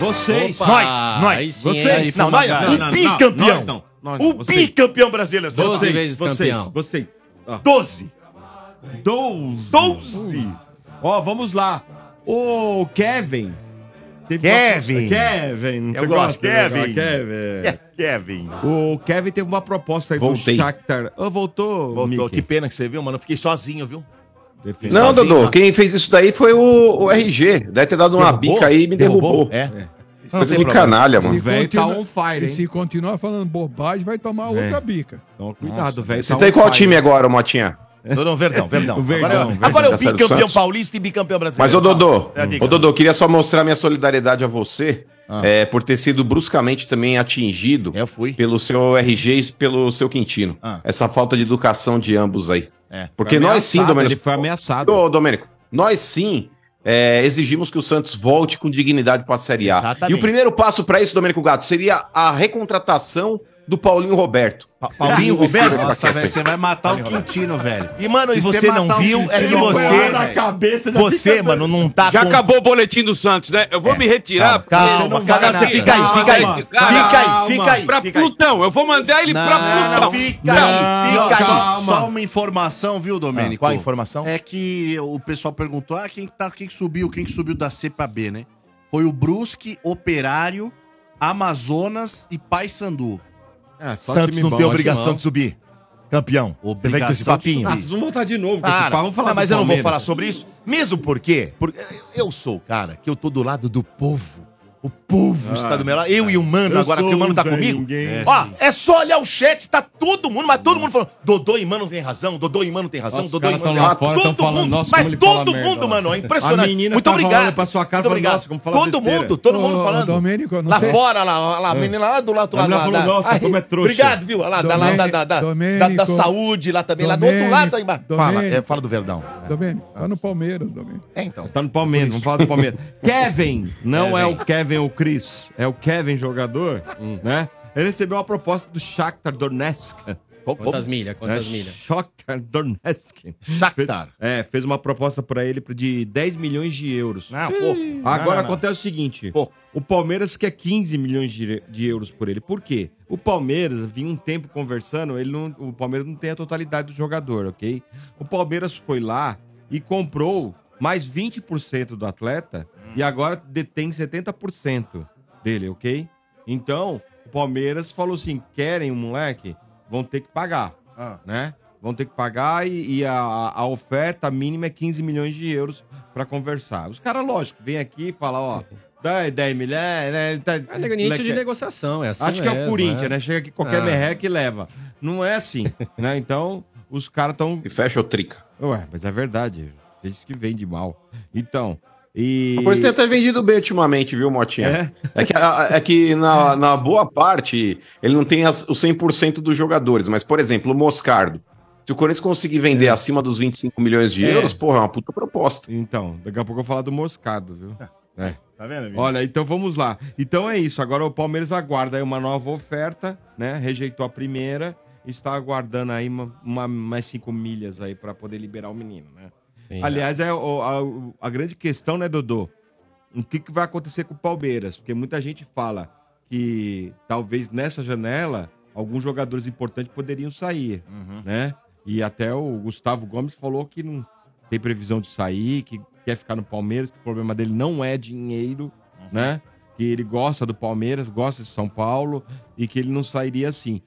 Speaker 3: Vocês.
Speaker 2: Nós, nós,
Speaker 7: Ah, aí sim,
Speaker 2: vocês.
Speaker 7: hein?
Speaker 2: Ah, não, nós,
Speaker 3: Não, não,
Speaker 2: o
Speaker 3: não,
Speaker 2: bicampeão.
Speaker 3: nós não, nós não,
Speaker 2: o
Speaker 3: vocês.
Speaker 2: bicampeão brasileiro.
Speaker 7: Doze
Speaker 2: Vocês.
Speaker 7: vezes
Speaker 3: Vocês,
Speaker 7: campeão.
Speaker 3: vocês.
Speaker 2: 12.
Speaker 3: Ah. Doze.
Speaker 2: 12.
Speaker 3: Ó, vamos lá. O Kevin. teve
Speaker 2: Kevin.
Speaker 3: uma- Kevin. não
Speaker 2: Eu
Speaker 3: tem
Speaker 2: gosto,
Speaker 3: gosto,
Speaker 2: Kevin.
Speaker 3: Kevin.
Speaker 2: É, Kevin.
Speaker 3: O Kevin teve uma proposta aí
Speaker 6: Voltei.
Speaker 3: do Shakhtar. Ah, voltou,
Speaker 2: Voltou.
Speaker 3: Mickey.
Speaker 2: Que pena que você viu, mano. Eu fiquei sozinho, viu?
Speaker 3: Defeito.
Speaker 6: Não,
Speaker 2: Sozinho,
Speaker 6: Dodô,
Speaker 2: tá?
Speaker 6: quem fez isso daí foi o, o RG. Deve ter dado uma bica aí e me derrubou.
Speaker 2: É. Não,
Speaker 6: Coisa
Speaker 2: sem
Speaker 6: de
Speaker 2: problema.
Speaker 6: canalha,
Speaker 5: Se
Speaker 6: mano.
Speaker 3: velho tá
Speaker 5: continua-
Speaker 3: on fire,
Speaker 5: E
Speaker 3: hein?
Speaker 5: se continuar falando bobagem, vai tomar outra bica.
Speaker 3: Então, cuidado, velho.
Speaker 6: Vocês estão em qual time agora, Motinha?
Speaker 2: Não, não, um Verdão, Verdão.
Speaker 3: O Verdão,
Speaker 2: agora, eu-
Speaker 3: Verdão.
Speaker 2: agora eu
Speaker 6: Já saiu do
Speaker 2: bicampeão
Speaker 6: Santos?
Speaker 2: paulista e bicampeão brasileiro.
Speaker 6: Mas, ô Dodô,
Speaker 2: É, diga.
Speaker 6: ô Dodô, queria só mostrar minha solidariedade a você é, por ter sido bruscamente também atingido
Speaker 2: Ah. Eu fui.
Speaker 6: pelo seu RG e pelo seu Quintino.
Speaker 2: Ah.
Speaker 6: Essa falta de educação de ambos aí.
Speaker 2: É.
Speaker 6: Porque nós sim,
Speaker 3: Domênico.
Speaker 6: Domênico.
Speaker 3: Ele foi ameaçado.
Speaker 6: Ô, Domênico, nós sim é, exigimos que o Santos volte com dignidade para a Série A.
Speaker 2: Exatamente.
Speaker 6: E o primeiro passo para isso, Domênico Gato, seria a recontratação do Paulinho Roberto.
Speaker 2: Pa- Paulinho
Speaker 6: Esse
Speaker 2: Roberto.
Speaker 6: Roberto.
Speaker 4: Nossa, velho, você vai matar o Quintino, velho.
Speaker 2: E, mano, e
Speaker 4: Se
Speaker 2: você
Speaker 4: você
Speaker 2: não
Speaker 4: matar um
Speaker 2: viu, é que
Speaker 4: tiro,
Speaker 2: você.
Speaker 4: vai
Speaker 3: na cabeça da
Speaker 2: Você, mano, não tá
Speaker 8: Já
Speaker 2: com-
Speaker 8: acabou o boletim do Santos, né? Eu vou me retirar.
Speaker 2: É, Calma, calma,
Speaker 3: não
Speaker 2: calma,
Speaker 3: vai
Speaker 2: você
Speaker 3: nada.
Speaker 2: fica aí, fica aí.
Speaker 3: Calma,
Speaker 2: Fica
Speaker 3: calma.
Speaker 2: aí, fica aí.
Speaker 8: Pra
Speaker 2: fica aí.
Speaker 8: Plutão, eu vou mandar ele pra
Speaker 4: Não,
Speaker 8: Plutão.
Speaker 2: Fica
Speaker 4: Não,
Speaker 2: aí, fica aí.
Speaker 4: só,
Speaker 3: calma.
Speaker 4: só uma informação, viu, Domênico?
Speaker 2: Qual a informação?
Speaker 4: É que o pessoal perguntou: ah, quem, tá, quem que subiu? Quem que subiu da C pra B, né? Foi o Brusque, Operário, Amazonas e Paysandu.
Speaker 3: É, só
Speaker 2: Santos
Speaker 3: time
Speaker 2: não
Speaker 3: bom.
Speaker 2: tem
Speaker 7: Pode
Speaker 2: obrigação
Speaker 7: não.
Speaker 2: de subir. Campeão. Você vem com
Speaker 4: Obrigação
Speaker 2: esse
Speaker 4: de
Speaker 2: papinho.
Speaker 4: subir.
Speaker 3: Ah, vocês vão voltar de novo com esse
Speaker 2: Ah,
Speaker 3: papo. Vamos falar
Speaker 2: não,
Speaker 3: do
Speaker 2: mas eu não vou
Speaker 3: Palmeiras.
Speaker 2: falar sobre isso, mesmo porque, porque eu sou o cara que eu tô do lado do povo. O povo está do meu lado. Eu e o Mano,
Speaker 3: Eu
Speaker 2: agora que
Speaker 3: sou
Speaker 2: o Mano tá
Speaker 3: um Zé
Speaker 2: comigo.
Speaker 3: Ninguém.
Speaker 2: É, Ó, é só olhar o chat, tá todo mundo, mas todo mundo falando: Dodô e Mano tem razão, Dodô e Mano tem razão,
Speaker 1: Nossa, os
Speaker 2: Dodô e
Speaker 1: caras
Speaker 2: Mano
Speaker 1: tão
Speaker 2: tem
Speaker 1: lá
Speaker 2: razão.
Speaker 1: fora, tão
Speaker 2: Ah, todo
Speaker 1: falando,
Speaker 2: mundo,
Speaker 1: "Nossa,
Speaker 2: mas
Speaker 1: como ele fala
Speaker 2: todo
Speaker 1: merda
Speaker 2: mundo,
Speaker 1: lá". tá
Speaker 2: mano, é impressionante.
Speaker 3: A menina
Speaker 2: Muito
Speaker 3: tava
Speaker 2: obrigado.
Speaker 3: olhando pra sua cara
Speaker 2: Muito
Speaker 3: e falando,
Speaker 2: obrigado.
Speaker 3: "Nossa, como fala
Speaker 2: todo
Speaker 3: besteira".
Speaker 2: mundo, todo mundo
Speaker 5: Ô,
Speaker 2: falando.
Speaker 5: Domênico, eu não
Speaker 2: lá
Speaker 5: sei- É.
Speaker 2: fora, lá, lá, lá, a menina lá do lado,
Speaker 3: É. A
Speaker 2: lá,
Speaker 3: menina
Speaker 2: lá,
Speaker 3: falou,
Speaker 2: lá.
Speaker 3: "Nossa, como é trouxa".
Speaker 2: Obrigado, viu? Lá, da, lá, da, da, da,
Speaker 5: Domênico,
Speaker 2: da- da saúde, lá também, lá do outro lado. Aí, embaixo.
Speaker 5: Domênico,
Speaker 2: fala,
Speaker 5: Domênico.
Speaker 2: é, fala do Verdão.
Speaker 5: Domênico, tá no Palmeiras, Domênico.
Speaker 2: É, então.
Speaker 3: Tá no Palmeiras, vamos falar do Palmeiras. Kevin, não é o Kevin o Chris, é o Kevin jogador,
Speaker 2: Hum.
Speaker 3: né? Ele recebeu uma proposta do Shakhtar Donetsk.
Speaker 2: Qual- qual-
Speaker 7: Quantas
Speaker 3: Né?
Speaker 7: milhas, quantas milhas.
Speaker 3: Shakhtar Donetsk.
Speaker 2: Shakhtar.
Speaker 3: É, fez uma proposta pra ele de 10 milhões de euros. Hum.
Speaker 2: Não, pô. não,
Speaker 3: Agora
Speaker 2: não.
Speaker 3: acontece o seguinte:
Speaker 2: Pô.
Speaker 3: o Palmeiras quer 15 milhões de, de euros por ele. Por quê? O Palmeiras vinha um tempo conversando, ele não, o Palmeiras não tem a totalidade do jogador, ok? O Palmeiras foi lá e comprou mais 20% do atleta
Speaker 2: Hum.
Speaker 3: e agora detém 70% dele, ok? Então, o Palmeiras falou assim: querem o moleque? Vão ter que pagar,
Speaker 6: Ah.
Speaker 3: né? Vão ter que pagar e, e a, a oferta mínima é 15 milhões de euros para conversar. Os caras, lógico, vem aqui e falam, ó, dá 10 milhões, né? Tá,
Speaker 7: É nego- início de
Speaker 3: moleque-
Speaker 7: negociação, é assim
Speaker 3: Acho que é o
Speaker 7: mesmo,
Speaker 3: Corinthians, né? Chega aqui qualquer
Speaker 7: Ah.
Speaker 3: merreca e leva. Não é assim, né? Então, os caras estão...
Speaker 6: E fecha o trica.
Speaker 3: Ué, mas é verdade. Diz que vende mal. Então, e...
Speaker 6: A coisa tem até vendido bem ultimamente, viu, Motinha?
Speaker 3: É?
Speaker 6: É, que, a- é que na, na boa parte ele não tem as, os 100% dos jogadores, mas, por exemplo, o Moscardo. Se o Corinthians conseguir vender
Speaker 4: É.
Speaker 6: acima dos 25 milhões de
Speaker 3: É.
Speaker 6: euros, porra, é uma puta proposta.
Speaker 3: Então, daqui a pouco eu vou falar do Moscado, viu?
Speaker 2: Tá vendo, amigo?
Speaker 3: Olha, então vamos lá. Então é isso. Agora o Palmeiras aguarda aí uma nova oferta, né? Rejeitou a primeira. Está aguardando aí uma, uma- mais cinco milhas aí para poder liberar o menino, né?
Speaker 7: Sim.
Speaker 3: Aliás, é o- a, o- a grande questão, né, Dodô? O que, que vai acontecer com o Palmeiras? Porque muita gente fala que talvez nessa janela alguns jogadores importantes poderiam sair,
Speaker 2: Uhum.
Speaker 3: né? E até o Gustavo Gomes falou que não tem previsão de sair, que quer ficar no Palmeiras, que o problema dele não é dinheiro, né? Que ele gosta do Palmeiras, gosta de São Paulo e que ele não sairia assim.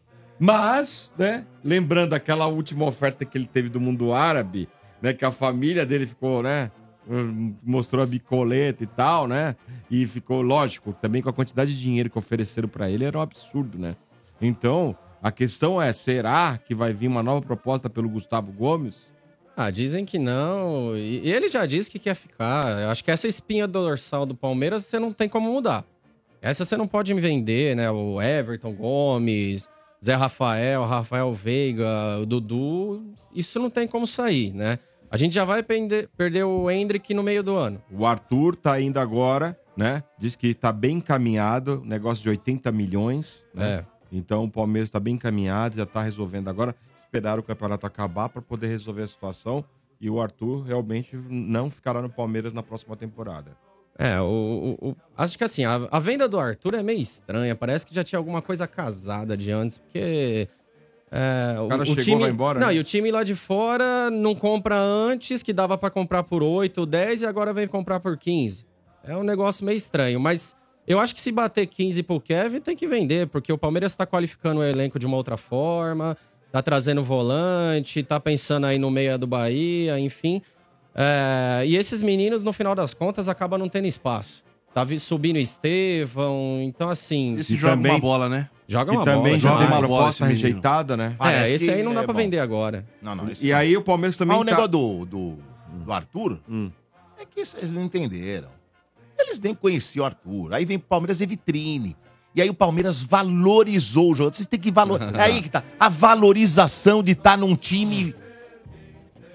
Speaker 3: Mas, né, lembrando aquela última oferta que ele teve do mundo árabe, né, que a família dele ficou, né, hum, mostrou a bicoleta e tal, né? E ficou, lógico, também com a quantidade de dinheiro que ofereceram pra ele era um absurdo, né? Então, a questão é, será que vai vir uma nova proposta pelo Gustavo Gomes?
Speaker 7: Ah, dizem que não. E e ele já disse que quer ficar. Eu acho que essa espinha dorsal do Palmeiras você não tem como mudar. Essa você não pode vender, né? O Everton Gomes, Zé Rafael, Rafael Veiga, o Dudu. Isso não tem como sair, né? A gente já vai pende- perder o Hendrick no meio do ano.
Speaker 3: O Arthur tá indo agora, né? Diz que tá bem encaminhado, negócio de 80 milhões, né?
Speaker 7: É.
Speaker 3: Então o Palmeiras está bem encaminhado, já está resolvendo agora. Esperar o campeonato acabar para poder resolver a situação. E o Arthur realmente não ficará no Palmeiras na próxima temporada.
Speaker 7: É, o, o- o- acho que assim, a, a venda do Arthur é meio estranha. Parece que já tinha alguma coisa casada de antes, porque. é, o,
Speaker 3: cara chegou,
Speaker 7: time,
Speaker 3: vai embora,
Speaker 7: Não,
Speaker 3: né?
Speaker 7: e o time lá de fora não compra antes, que dava pra comprar por 8, 10 e agora vem comprar por 15. É um negócio meio estranho, mas eu acho que se bater 15 pro Kevin tem que vender, porque o Palmeiras tá qualificando o elenco de uma outra forma, tá trazendo volante, tá pensando aí no meia do Bahia, enfim. É, e esses meninos, no final das contas, acabam não tendo espaço. Tá vi- subindo Estevão, então assim,
Speaker 4: Esse
Speaker 3: E
Speaker 4: joga
Speaker 3: também-
Speaker 4: uma bola, né?
Speaker 7: joga
Speaker 3: e
Speaker 7: uma
Speaker 3: também
Speaker 7: bola.
Speaker 3: já
Speaker 7: demais.
Speaker 3: tem
Speaker 4: bola esse
Speaker 3: uma proposta
Speaker 4: menino.
Speaker 3: rejeitada, né?
Speaker 7: É,
Speaker 2: Parece
Speaker 7: esse
Speaker 2: que
Speaker 7: aí não dá
Speaker 2: é
Speaker 7: pra
Speaker 2: bom.
Speaker 7: vender agora.
Speaker 2: Não, não. isso
Speaker 3: e
Speaker 2: não.
Speaker 3: aí o Palmeiras também
Speaker 2: Mas o
Speaker 3: tá- Hum.
Speaker 2: negócio do, do, do Arthur é que vocês não entenderam. Eles nem conheciam o Arthur. Aí vem pro Palmeiras e vitrine. E aí o Palmeiras valorizou o jogo. Vocês têm que valorizar. É aí que tá. A valorização de estar num time.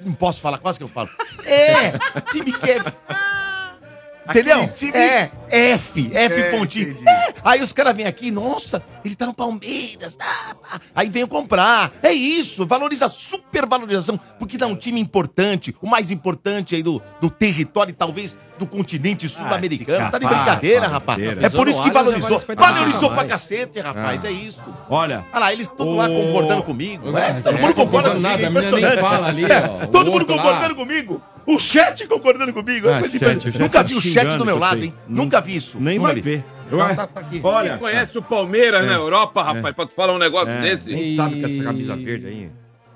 Speaker 2: Não posso falar, quase que eu falo. É! Time que é. Entendeu? É, F, F pontinho. É. Aí os caras vêm aqui, nossa, ele tá no Palmeiras. tá, pá. Aí vem comprar. É isso, valoriza, super valorização, porque dá um time importante, o mais importante aí do, do território, e talvez do continente sul-americano. Tá de
Speaker 3: Ah, capaz,
Speaker 2: brincadeira,
Speaker 3: faz
Speaker 2: rapaz.
Speaker 3: besteira.
Speaker 2: É por isso que
Speaker 7: Pisou no
Speaker 2: valorizou.
Speaker 7: Allianz, já vale 50
Speaker 2: Valorizou
Speaker 7: reais.
Speaker 2: pra cacete, rapaz, é isso.
Speaker 3: Ah. Olha.
Speaker 2: Olha lá, eles tudo lá
Speaker 3: Ô,
Speaker 2: concordando comigo. É,
Speaker 3: não
Speaker 2: todo
Speaker 3: tô
Speaker 2: mundo concordando
Speaker 3: concordando nada, a
Speaker 2: comigo, é
Speaker 3: menina nem
Speaker 2: impressionante.
Speaker 3: fala ali, ó.
Speaker 2: É,
Speaker 3: O
Speaker 2: Todo mundo
Speaker 3: outro lá.
Speaker 2: concordando comigo. O chat concordando comigo.
Speaker 3: Ah,
Speaker 2: Coisa
Speaker 3: chat,
Speaker 2: impressionante.
Speaker 3: o chat
Speaker 2: Nunca
Speaker 3: tá
Speaker 2: vi o
Speaker 3: xingando
Speaker 2: chat do meu
Speaker 3: que eu
Speaker 2: lado,
Speaker 3: sei.
Speaker 2: hein?
Speaker 3: Não-
Speaker 2: Nunca vi isso.
Speaker 3: Nem
Speaker 2: Nunca
Speaker 3: vai
Speaker 2: vi.
Speaker 3: ver. Eu-
Speaker 2: Tá, tá, tá aqui.
Speaker 3: Olha.
Speaker 8: Conhece o Palmeiras na Europa, rapaz, pra tu falar um negócio
Speaker 3: É,
Speaker 8: desse?
Speaker 3: Nem sabe que essa camisa verde aí.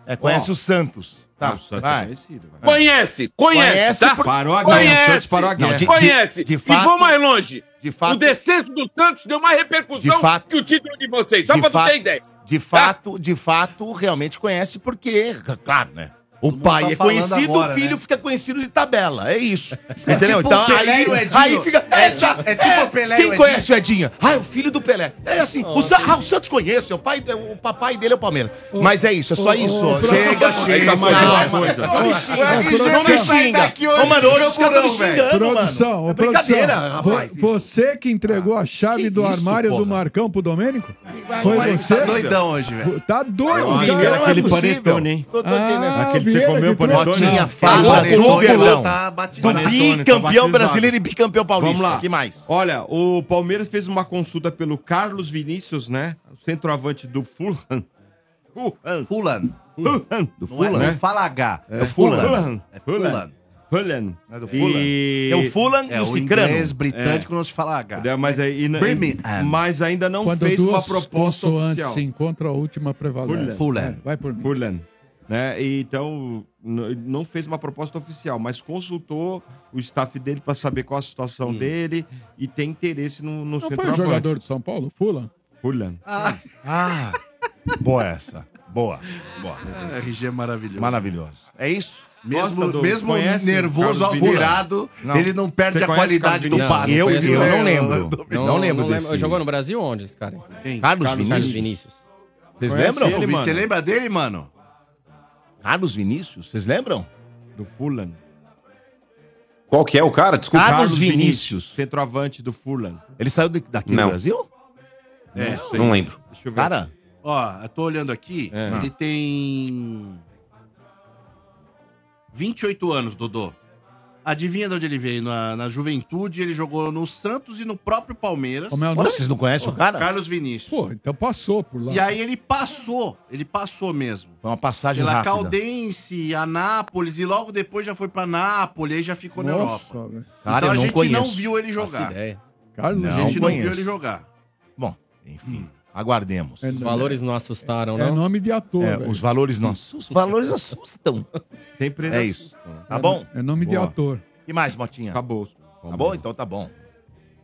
Speaker 2: É, conhece
Speaker 3: Ó.
Speaker 2: o Santos. Tá,
Speaker 3: Ah, o Santos é
Speaker 2: vai.
Speaker 3: conhecido. vai.
Speaker 8: Conhece, conhece,
Speaker 2: Conhece
Speaker 8: tá?
Speaker 2: por-
Speaker 3: Parou a
Speaker 8: Conhece.
Speaker 3: guerra, o Santos parou a guerra.
Speaker 2: Não, de-
Speaker 8: Conhece.
Speaker 2: de
Speaker 8: e
Speaker 2: fato-
Speaker 8: vou mais longe.
Speaker 2: De
Speaker 8: O
Speaker 2: fato,
Speaker 8: descenso do Santos deu mais repercussão
Speaker 2: De fato-
Speaker 8: que o título de vocês. Só
Speaker 2: de
Speaker 8: pra tu
Speaker 2: fato-
Speaker 8: ter ideia. Tá.
Speaker 2: de fato, de fato, realmente conhece porque, claro, né? O
Speaker 4: mundo
Speaker 2: pai
Speaker 4: tá
Speaker 2: é
Speaker 4: falando
Speaker 2: conhecido,
Speaker 4: agora,
Speaker 2: o filho
Speaker 4: né?
Speaker 2: fica conhecido de tabela. É isso. Entendeu?
Speaker 4: tipo
Speaker 2: então
Speaker 4: o Pelé
Speaker 2: aí,
Speaker 4: e o Edinho.
Speaker 2: aí fica.
Speaker 4: É
Speaker 2: É, já-
Speaker 4: ti- é tipo o Pelé e
Speaker 2: Quem
Speaker 4: o Edinho.
Speaker 2: conhece o Edinho? Ah, é o filho do Pelé. É assim. o, Sa- ah, o Santos conhece. O, pai, o papai dele é o Palmeiras. Mas é isso, é só isso. ó. chega, chega.
Speaker 3: Aí mais
Speaker 2: calma.
Speaker 3: uma coisa.
Speaker 2: Tá Não me xinga. Ô, mano, hoje os caras tão me xingando,
Speaker 5: Produção,
Speaker 2: mano.
Speaker 5: ô,
Speaker 2: É
Speaker 5: produção.
Speaker 2: brincadeira,
Speaker 5: vo-
Speaker 2: rapaz.
Speaker 5: Você que entregou a chave
Speaker 2: que
Speaker 5: do
Speaker 2: isso,
Speaker 5: armário
Speaker 2: porra.
Speaker 5: do Marcão pro Domênico?
Speaker 4: Ele
Speaker 5: Foi
Speaker 4: tá
Speaker 5: você?
Speaker 4: doidão hoje, velho.
Speaker 5: Tá doido,
Speaker 3: acho
Speaker 5: cara.
Speaker 3: que era
Speaker 2: Não é
Speaker 3: aquele
Speaker 2: possível.
Speaker 3: panetone, hein?
Speaker 2: Tô- tô entendendo.
Speaker 5: Ah,
Speaker 3: Aquele que você
Speaker 5: Vieira
Speaker 3: comeu o
Speaker 5: que né?
Speaker 3: panetone?
Speaker 5: trouxe.
Speaker 2: Botinha
Speaker 4: Tá
Speaker 2: fala do
Speaker 4: batizado,
Speaker 2: Verlão.
Speaker 4: tá
Speaker 2: Do
Speaker 4: batizado.
Speaker 2: bicampeão
Speaker 3: batizado.
Speaker 2: brasileiro e bicampeão paulista.
Speaker 3: Vamos lá.
Speaker 2: que mais?
Speaker 3: tá Olha, o Palmeiras fez uma consulta pelo Carlos Vinícius, né? O centroavante do Fulham. Fulham.
Speaker 4: Fulano.
Speaker 3: Fulham.
Speaker 4: Do
Speaker 3: Fulano,
Speaker 4: Não é
Speaker 3: né?
Speaker 4: fala H. É,
Speaker 3: É.
Speaker 4: Fulano.
Speaker 3: Fulano.
Speaker 4: É Fulano.
Speaker 3: Fulham.
Speaker 4: Não é do Fulano.
Speaker 3: E...
Speaker 2: É o Fulan e
Speaker 4: É
Speaker 2: o
Speaker 4: o
Speaker 2: Cicrano.
Speaker 4: inglês britânico não se fala H.
Speaker 3: É, Mas, aí,
Speaker 4: Birmingham.
Speaker 3: mas ainda não
Speaker 5: Quando
Speaker 3: fez uma
Speaker 5: duas
Speaker 3: proposta
Speaker 5: consoantes
Speaker 3: oficial.
Speaker 5: se encontram, a última prevalece.
Speaker 4: Fulham.
Speaker 5: É, Vai por mim.
Speaker 3: Furlan. Né? E Então, n- não fez uma proposta oficial, mas consultou o staff dele para saber qual a situação dele e tem interesse no, no
Speaker 5: Hum. Não foi o jogador do São Paulo, Fula?
Speaker 3: Furlan.
Speaker 2: Ah, boa
Speaker 6: tá.
Speaker 2: essa. Boa.
Speaker 4: Ah, RG é maravilhoso.
Speaker 2: Maravilhoso. É isso?
Speaker 4: Mesmo,
Speaker 3: Gosta do-
Speaker 4: mesmo
Speaker 3: conhece
Speaker 4: nervoso,
Speaker 3: Carlos Vinícius?
Speaker 4: alvirado,
Speaker 2: Não.
Speaker 4: ele não perde
Speaker 3: Você
Speaker 4: a
Speaker 3: conhece
Speaker 4: qualidade do
Speaker 3: Carlos Vinícius?
Speaker 4: passe.
Speaker 2: eu
Speaker 4: Isso
Speaker 2: eu
Speaker 4: é-
Speaker 2: não lembro. Não, lembro desse.
Speaker 7: Jogou no Brasil onde esse cara?
Speaker 2: Carlos,
Speaker 7: Carlos
Speaker 2: Vinícius.
Speaker 7: Vinícius.
Speaker 2: Vocês
Speaker 3: Conhece
Speaker 2: lembram?
Speaker 3: ele,
Speaker 4: Ô, Vi,
Speaker 3: mano.
Speaker 4: Você lembra dele, mano?
Speaker 2: Carlos Vinícius? Vocês lembram?
Speaker 3: Do Furlan.
Speaker 6: Qual que é o cara? Desculpa.
Speaker 2: Carlos Vinícius.
Speaker 3: Centroavante do Furlan.
Speaker 2: Ele saiu de- daqui do
Speaker 6: Não.
Speaker 2: Brasil?
Speaker 4: É.
Speaker 3: sei.
Speaker 6: Não lembro.
Speaker 3: Deixa eu ver.
Speaker 2: Cara,
Speaker 4: Ó, eu tô olhando aqui,
Speaker 3: É.
Speaker 5: Ah.
Speaker 4: ele tem 28 anos, Dodô. Adivinha de onde ele veio? Na, na juventude, ele jogou no Santos e no próprio Palmeiras.
Speaker 5: Como é o
Speaker 2: olha,
Speaker 5: nome?
Speaker 2: vocês não conhecem o cara?
Speaker 4: Carlos Vinícius.
Speaker 5: Pô, então passou por lá.
Speaker 4: E aí ele passou, ele passou mesmo.
Speaker 2: Foi uma passagem
Speaker 4: Pela
Speaker 2: rápida.
Speaker 4: Caldense, Anápolis, e logo depois já foi pra Nápoles, aí já ficou na Europa.
Speaker 5: Nossa, velho.
Speaker 2: Cara,
Speaker 4: então
Speaker 2: eu
Speaker 4: a
Speaker 2: não
Speaker 4: gente
Speaker 2: conheço.
Speaker 4: não viu ele
Speaker 7: Faço
Speaker 4: jogar.
Speaker 7: ideia.
Speaker 5: Carlos
Speaker 4: a
Speaker 2: Não.
Speaker 4: gente
Speaker 5: Vinícius.
Speaker 4: não
Speaker 2: conheço.
Speaker 4: viu ele jogar. Hum.
Speaker 2: Bom, enfim, aguardemos.
Speaker 5: É,
Speaker 7: Os valores não assustaram,
Speaker 5: É
Speaker 7: não?
Speaker 5: nome de ator,
Speaker 2: É,
Speaker 5: velho.
Speaker 2: os valores não assustam. Os valores assustam.
Speaker 3: Sempre
Speaker 2: É isso. Tá
Speaker 5: É-
Speaker 2: bom?
Speaker 5: É nome de
Speaker 3: Boa.
Speaker 5: ator.
Speaker 2: E mais, Motinha?
Speaker 3: Acabou.
Speaker 2: Tá bom? Então tá bom.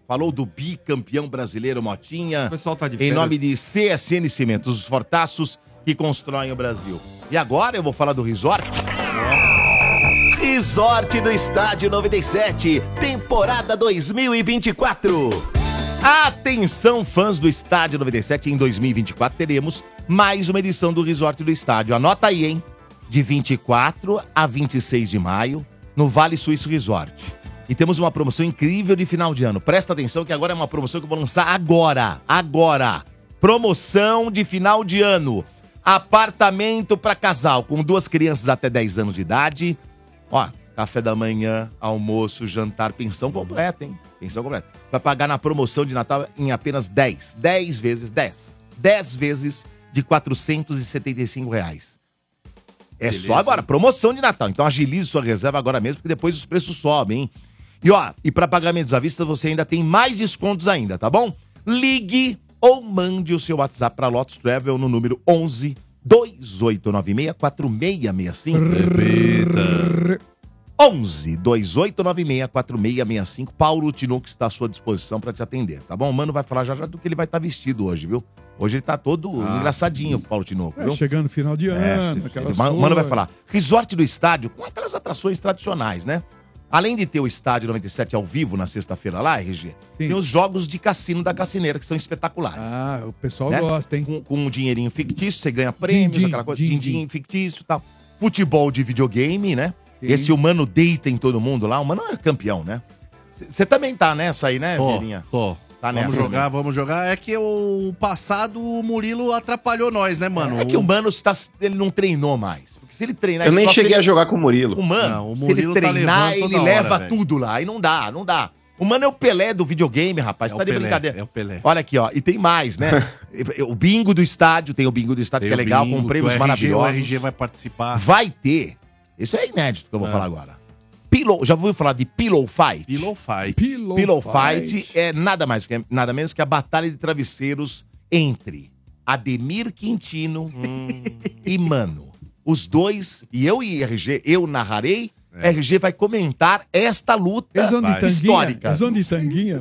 Speaker 2: Falou do bicampeão brasileiro Motinha,
Speaker 3: O pessoal tá de
Speaker 2: em
Speaker 3: férias.
Speaker 2: nome de CSN Cimentos, os fortaços que constroem o Brasil. E agora eu vou falar do resort. Resort do Estádio 97, temporada 2024. Atenção, fãs do Estádio 97, em 2024 teremos mais uma edição do Resort do Estádio. Anota aí, hein? De 24 a 26 de maio, no Vale Suíço Resort. E temos uma promoção incrível de final de ano. Presta atenção que agora é uma promoção que eu vou lançar agora. Agora. Promoção de final de ano. Apartamento para casal com duas crianças até 10 anos de idade. Ó, café da manhã, almoço, jantar, pensão completa, hein? Pensão completa. Vai pagar na promoção de Natal em apenas 10. 10 vezes 10. 10 vezes de R$ 475 reais. É
Speaker 4: Beleza,
Speaker 2: só agora, promoção de Natal. Então agilize sua reserva agora mesmo, porque depois os preços sobem, hein? E ó, e para pagamentos à vista você ainda tem mais descontos ainda, tá bom? Ligue ou mande o seu WhatsApp para Lotus Travel no número 11 2896 4665. 11 2896 4665. Paulo Tinoco está à sua disposição para te atender, tá bom? O Mano vai falar já já do que ele vai estar vestido hoje, viu? Hoje ele tá todo engraçadinho, Paulo Tinoco,
Speaker 5: É,
Speaker 2: Tá viu?
Speaker 5: chegando final de
Speaker 2: É,
Speaker 5: ano,
Speaker 2: se-
Speaker 5: aquelas
Speaker 2: se- o Mano vai
Speaker 5: coisas.
Speaker 2: falar. Resort do estádio com aquelas atrações tradicionais, né? Além de ter o estádio 97 ao vivo na sexta-feira lá, RG, tem os jogos de cassino da cassineira, que são espetaculares.
Speaker 5: Ah, o pessoal
Speaker 2: Né?
Speaker 5: gosta, hein?
Speaker 2: Com, com um dinheirinho fictício, você ganha prêmios,
Speaker 5: Din-din,
Speaker 2: aquela coisa,
Speaker 5: din-din.
Speaker 2: din-din fictício e tal. Futebol de videogame, né?
Speaker 5: Sim.
Speaker 2: Esse humano deita em todo mundo lá. O Mano é campeão, né? Você também tá nessa aí, né,
Speaker 4: Tô,
Speaker 2: Vieirinha?
Speaker 4: tô.
Speaker 2: Tá nessa.
Speaker 4: Vamos
Speaker 2: né?
Speaker 4: jogar, vamos jogar. É que o passado, o Murilo atrapalhou nós, né, mano?
Speaker 2: É que o Mano está, ele não treinou mais. Porque se ele treinar...
Speaker 6: Eu nem
Speaker 2: esse troço,
Speaker 6: cheguei
Speaker 2: ele-
Speaker 6: a jogar com o Murilo.
Speaker 2: O Mano,
Speaker 4: Não, o
Speaker 2: se ele
Speaker 4: Murilo tá
Speaker 2: treinar,
Speaker 4: levando
Speaker 2: ele
Speaker 4: toda
Speaker 2: leva
Speaker 4: hora, velho.
Speaker 2: tudo lá. Aí não dá, não dá. O Mano é o Pelé do videogame, rapaz.
Speaker 4: É
Speaker 2: tá
Speaker 4: o
Speaker 2: de
Speaker 4: Pelé,
Speaker 2: brincadeira.
Speaker 4: É o Pelé.
Speaker 2: Olha aqui, ó. E tem mais, né? o bingo do estádio, tem o bingo do estádio,
Speaker 4: Tem
Speaker 2: que é
Speaker 4: o
Speaker 2: legal,
Speaker 4: bingo,
Speaker 2: com prêmios
Speaker 4: que o RG, O
Speaker 2: maravilhosos.
Speaker 4: RG vai participar.
Speaker 2: Vai ter. Isso é inédito que eu vou falar agora. Pillow, já ouviu falar de Pillow Fight?
Speaker 4: Pillow Fight.
Speaker 5: Pillow,
Speaker 2: Pillow Fight, é nada mais que- nada menos que a batalha de
Speaker 4: Hum.
Speaker 2: travesseiros entre Ademir Quintino e Mano. Os dois, e eu e RG, eu narrarei,
Speaker 4: É.
Speaker 2: RG vai comentar esta luta
Speaker 5: Eles vão de tanguinha.
Speaker 2: histórica.
Speaker 5: Eles vão de tanguinha.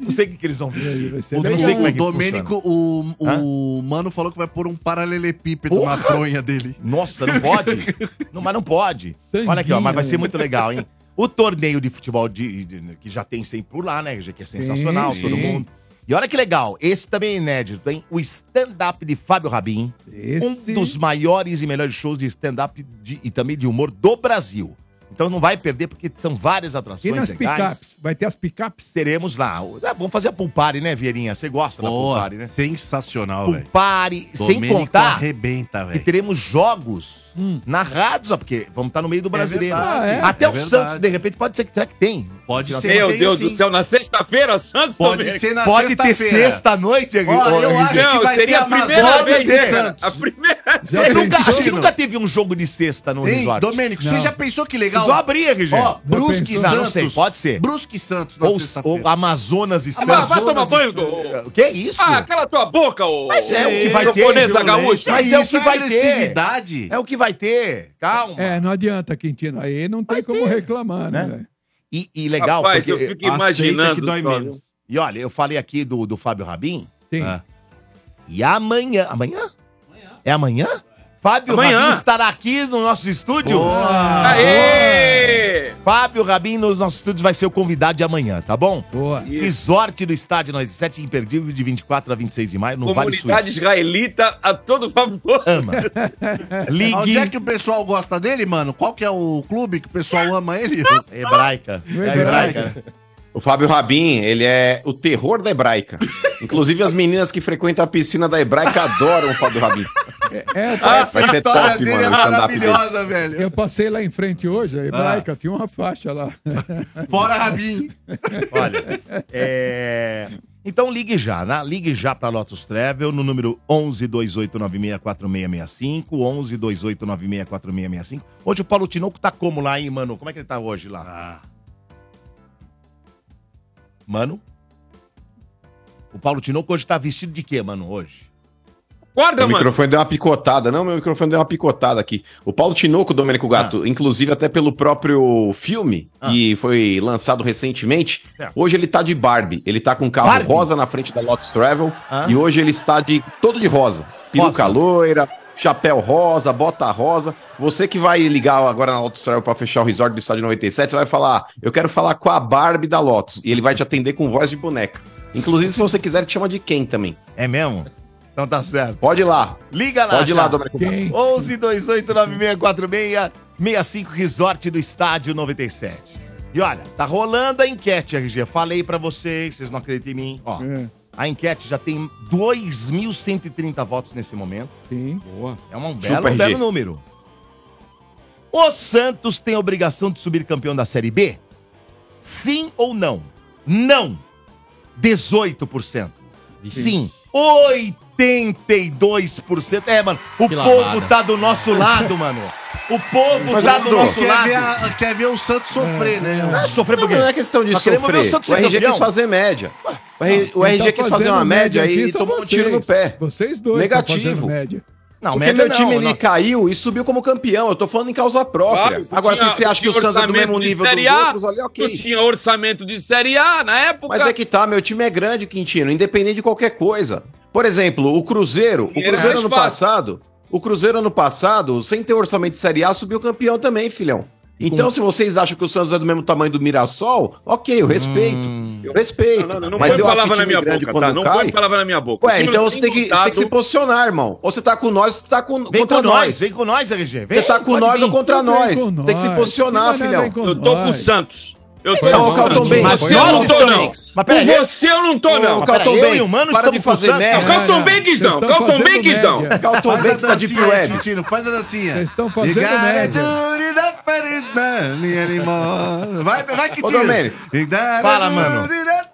Speaker 2: Não sei o que, que eles vão
Speaker 5: Aí vai
Speaker 2: ver.
Speaker 5: ser
Speaker 2: Eu não
Speaker 5: legal.
Speaker 2: sei como é
Speaker 4: o
Speaker 2: que
Speaker 4: Domênico, o,
Speaker 2: Hã?
Speaker 4: o Mano falou que vai pôr um paralelepípedo
Speaker 2: Porra!
Speaker 4: na fronha dele.
Speaker 2: Nossa, não pode? não, mas não pode.
Speaker 5: Tanguinha,
Speaker 2: Olha aqui, ó, mas vai ser
Speaker 5: né?
Speaker 2: muito legal, hein? O torneio de futebol de, de- que já tem sempre por lá, né? Que é sensacional,
Speaker 5: Sim,
Speaker 2: todo
Speaker 5: sim.
Speaker 2: mundo. E olha que legal, esse também é inédito, hein? O stand-up de Fábio Rabin.
Speaker 5: Esse...
Speaker 2: Um dos maiores e melhores shows de stand-up de- e também de humor do Brasil. Então não vai perder, porque são várias
Speaker 5: E
Speaker 2: atrações
Speaker 5: nas
Speaker 2: legais.
Speaker 5: picapes? Vai ter as picapes?
Speaker 2: Teremos lá. Ah, vamos fazer a Pulpare, né, Vieirinha? Você gosta da Pulpare, né?
Speaker 4: sensacional, velho.
Speaker 2: Pulpare, sem
Speaker 4: Domênico
Speaker 2: contar
Speaker 4: arrebenta,
Speaker 2: que
Speaker 4: velho.
Speaker 2: teremos jogos
Speaker 5: Hum.
Speaker 2: narrados, ó, porque vamos estar no meio do brasileiro.
Speaker 4: verdade,
Speaker 5: Ah, é?
Speaker 2: Até
Speaker 4: é
Speaker 2: o
Speaker 4: verdade.
Speaker 2: Santos, de repente, pode ser que será que tem.
Speaker 4: Pode
Speaker 2: Meu
Speaker 4: ser.
Speaker 8: Meu
Speaker 4: tem
Speaker 8: Deus
Speaker 4: sim.
Speaker 8: do céu, na sexta-feira, Santos
Speaker 4: Pode
Speaker 8: Domênico?
Speaker 4: ser na
Speaker 2: pode ter
Speaker 4: sexta-feira.
Speaker 2: sexta-noite,
Speaker 4: Ó, eu
Speaker 2: ô,
Speaker 4: acho
Speaker 2: gente.
Speaker 8: Não,
Speaker 4: que vai
Speaker 8: seria
Speaker 4: ter
Speaker 8: a primeira
Speaker 4: Amazonas
Speaker 8: vez,
Speaker 4: e
Speaker 8: né, cara?
Speaker 4: Santos.
Speaker 8: A primeira
Speaker 5: Já
Speaker 2: Eu nunca-
Speaker 5: pensou?
Speaker 2: acho que nunca teve um jogo de sexta no
Speaker 4: Ei,
Speaker 2: resort.
Speaker 4: Domênico, você
Speaker 5: Não.
Speaker 4: já pensou que
Speaker 2: Vocês
Speaker 4: legal?
Speaker 2: vão abrir, RG.
Speaker 4: Ó,
Speaker 2: Brusque,
Speaker 5: pensou?
Speaker 2: não, não sei, pode ser.
Speaker 4: Brusque e Santos na
Speaker 2: Ou,
Speaker 4: sexta-feira.
Speaker 2: ou Amazonas e
Speaker 8: Ah, Mas
Speaker 2: Santos.
Speaker 8: vai tomar
Speaker 4: Amazonas
Speaker 8: banho,
Speaker 4: e
Speaker 8: ô.
Speaker 2: O que é isso?
Speaker 8: Ah, cala tua boca, ô.
Speaker 2: Mas é o que
Speaker 8: ô,
Speaker 2: vai ter,
Speaker 8: japonesa
Speaker 2: violência.
Speaker 8: gaúcha.
Speaker 2: Mas é o que vai ter.
Speaker 4: agressividade.
Speaker 2: É o que vai ter. Calma.
Speaker 5: É, não adianta, Quintino. Aí não tem como reclamar, né? velho?
Speaker 2: E, e legal,
Speaker 8: Rapaz, eu
Speaker 2: porque...
Speaker 8: fico
Speaker 4: Aceita
Speaker 8: imaginando.
Speaker 4: que dói
Speaker 8: só,
Speaker 4: menos.
Speaker 2: E olha, eu falei aqui do, do Fábio Rabin.
Speaker 5: Tem.
Speaker 4: Ah.
Speaker 2: E amanhã... Amanhã? É amanhã? Fábio
Speaker 8: Amanhã.
Speaker 2: Rabin estará aqui nos nossos estúdios.
Speaker 4: Boa.
Speaker 8: Aê!
Speaker 2: Fábio Rabin nos nossos estúdios vai ser o convidado de amanhã, tá bom?
Speaker 5: Boa.
Speaker 2: Resort do Estádio 97, imperdível, de 24 a 26 de maio, no Vale
Speaker 8: Comunidade
Speaker 2: Suíço.
Speaker 8: israelita a todo favor.
Speaker 2: Ama.
Speaker 4: Onde é
Speaker 2: Ligue
Speaker 4: que o pessoal gosta dele, mano? Qual que é o clube que o pessoal ama ele?
Speaker 2: hebraica.
Speaker 5: No
Speaker 2: É
Speaker 5: Hebraica.
Speaker 2: hebraica.
Speaker 6: O Fábio Rabin, ele é o terror da hebraica. Inclusive, as meninas que frequentam a piscina da hebraica adoram o Fábio Rabin.
Speaker 5: É,
Speaker 6: Vai ser top, mano, o stand-up dele.
Speaker 4: velho.
Speaker 5: eu passei lá em frente hoje,
Speaker 2: Ah.
Speaker 5: a hebraica, tinha uma faixa lá.
Speaker 4: Fora Rabin.
Speaker 2: Olha, é... Então ligue já, né? Ligue já para Lotus Travel no número 11 28964665, 11 28964665. Hoje o Paulo Tinoco tá como lá, hein, mano? Como é que ele tá hoje lá? Mano? O Paulo Tinoco hoje tá vestido de quê, mano, hoje?
Speaker 8: Acorda,
Speaker 6: Meu
Speaker 8: mano.
Speaker 6: microfone deu uma picotada. Não, meu microfone deu uma picotada aqui. O Paulo Tinoco, Domênico Gato, inclusive até pelo próprio filme que foi lançado recentemente,
Speaker 2: Certo.
Speaker 6: hoje ele tá de Barbie. Ele tá com um carro
Speaker 2: Barbie?
Speaker 6: rosa na frente da Lotus Travel
Speaker 2: Ah.
Speaker 6: e hoje ele está de todo de rosa. Peruca
Speaker 2: Rosa.
Speaker 6: loira, chapéu rosa, bota rosa. Você que vai ligar agora na Lotus Travel pra fechar o resort do estádio 97, você vai falar: "Ah, "Eu quero falar com a Barbie da Lotus" e ele vai te atender com voz de boneca. Inclusive, se você quiser, ele te chama de quem também.
Speaker 2: É mesmo? Então tá certo.
Speaker 6: Pode ir lá,
Speaker 2: Liga lá.
Speaker 6: pode ir lá,
Speaker 2: já.
Speaker 6: Domênico Gato.
Speaker 5: Quem?
Speaker 2: 11 289646 65 Resort do Estádio 97. E olha, tá rolando a enquete, RG. Falei pra vocês, vocês não acreditam em mim. Ó,
Speaker 5: É,
Speaker 2: a enquete já tem 2.130 votos nesse momento.
Speaker 5: sim.
Speaker 3: Boa.
Speaker 2: É um belo,
Speaker 6: Chupa,
Speaker 2: um
Speaker 6: RG.
Speaker 2: belo número. O Santos tem a obrigação de subir campeão da Série B? Sim ou não? Não. 18%. Sim. 82%. É, mano. O
Speaker 7: Que
Speaker 2: povo
Speaker 7: lavada.
Speaker 2: tá do nosso lado, mano. O povo
Speaker 6: Mas,
Speaker 2: tá do
Speaker 6: Dudu,
Speaker 2: nosso
Speaker 4: Quer
Speaker 2: lado.
Speaker 4: ver, a-
Speaker 6: ah,
Speaker 4: quer ver o Santos sofrer,
Speaker 2: Não é
Speaker 4: né?
Speaker 2: sofrer
Speaker 6: Não,
Speaker 2: porque.
Speaker 6: não é questão de
Speaker 2: Nós
Speaker 6: sofrer.
Speaker 2: queremos ver o Santos
Speaker 6: o
Speaker 2: ser
Speaker 6: RG quis
Speaker 2: é campeão.
Speaker 6: fazer média. O, RG,
Speaker 5: Ah,
Speaker 6: o
Speaker 5: então
Speaker 6: RG quis fazer uma média
Speaker 5: aí
Speaker 6: e tomou um tiro no pé.
Speaker 5: Vocês dois
Speaker 6: Negativo.
Speaker 5: estão fazendo média.
Speaker 2: Não,
Speaker 6: Porque
Speaker 2: média
Speaker 6: meu time
Speaker 2: não,
Speaker 6: ele
Speaker 2: não.
Speaker 6: caiu e subiu como campeão. Eu tô falando em causa própria.
Speaker 4: é?
Speaker 8: Claro, tu
Speaker 6: Agora,
Speaker 8: tinha-
Speaker 6: se você acha que o
Speaker 8: tinha
Speaker 6: Santos é do
Speaker 8: orçamento
Speaker 6: mesmo
Speaker 8: de
Speaker 6: nível
Speaker 8: Série
Speaker 6: dos
Speaker 8: A,
Speaker 6: outros, ali,
Speaker 8: Tu
Speaker 6: ok.
Speaker 8: tinha orçamento de Série A na época.
Speaker 6: Mas é que tá, meu time é grande, Quintino, independente de qualquer coisa. Por exemplo, o Cruzeiro, o
Speaker 8: Era mais
Speaker 6: Cruzeiro ano
Speaker 8: fácil.
Speaker 6: passado, o Cruzeiro ano passado, sem ter orçamento de Série A, subiu campeão também, filhão. Então, se vocês acham que o Santos é do mesmo tamanho do Mirassol, ok, eu respeito.
Speaker 2: Hum.
Speaker 6: Eu respeito.
Speaker 8: Não, não, não, não
Speaker 6: mas
Speaker 8: põe
Speaker 6: eu acho que
Speaker 8: palavra na
Speaker 6: time
Speaker 8: minha
Speaker 6: grande
Speaker 8: boca,
Speaker 6: quando
Speaker 8: tá? Não
Speaker 6: cai-
Speaker 8: põe palavra na minha boca. O
Speaker 6: Ué,
Speaker 8: time
Speaker 6: então
Speaker 8: não
Speaker 6: você
Speaker 8: tem
Speaker 6: tem, que, você tem que se
Speaker 8: mudado.
Speaker 6: posicionar, irmão. Ou você tá com nós, ou você tá com,
Speaker 2: Vem
Speaker 6: contra
Speaker 2: com nós.
Speaker 6: nós.
Speaker 2: vem com nós, RG. Vem,
Speaker 6: Você tá com
Speaker 2: pode
Speaker 6: nós
Speaker 2: vir.
Speaker 6: ou contra
Speaker 5: Não vem
Speaker 6: nós.
Speaker 5: com
Speaker 6: Você tem que se
Speaker 5: nós.
Speaker 6: posicionar,
Speaker 5: Não, não,
Speaker 6: filhão.
Speaker 5: vem com
Speaker 8: Eu tô com o
Speaker 5: nós.
Speaker 8: Santos. Eu tô
Speaker 6: Então,
Speaker 8: com
Speaker 6: o
Speaker 8: o
Speaker 6: Calton
Speaker 8: Santos.
Speaker 6: Bem,
Speaker 8: Mas
Speaker 6: você
Speaker 8: eu
Speaker 6: é
Speaker 8: não tô, não.
Speaker 6: Santos também.
Speaker 2: Mas
Speaker 8: Com
Speaker 2: peraí, eu-
Speaker 8: você eu não tô, não.
Speaker 6: Ô,
Speaker 2: Mas peraí,
Speaker 6: Calton
Speaker 2: eu
Speaker 6: Bem,
Speaker 2: e o Mano
Speaker 6: para
Speaker 2: estamos
Speaker 6: de fazer
Speaker 2: pro Santos.
Speaker 6: merda.
Speaker 8: Não, Calton Bem quis não.
Speaker 5: Vocês estão
Speaker 8: Calton Bem
Speaker 5: fazendo
Speaker 8: quis não.
Speaker 5: média.
Speaker 6: Calton
Speaker 4: Faz
Speaker 6: Bem
Speaker 4: a
Speaker 6: que tá
Speaker 2: assim
Speaker 6: de
Speaker 4: dancinha aí,
Speaker 6: web.
Speaker 4: Quintino, faz a dancinha.
Speaker 5: Vocês estão fazendo
Speaker 4: You got
Speaker 5: média.
Speaker 4: to do that very thing anymore. Vai, vai,
Speaker 6: Ô,
Speaker 4: Quintino.
Speaker 6: Domênico.
Speaker 4: You got
Speaker 2: Fala,
Speaker 4: to
Speaker 2: mano.
Speaker 4: do that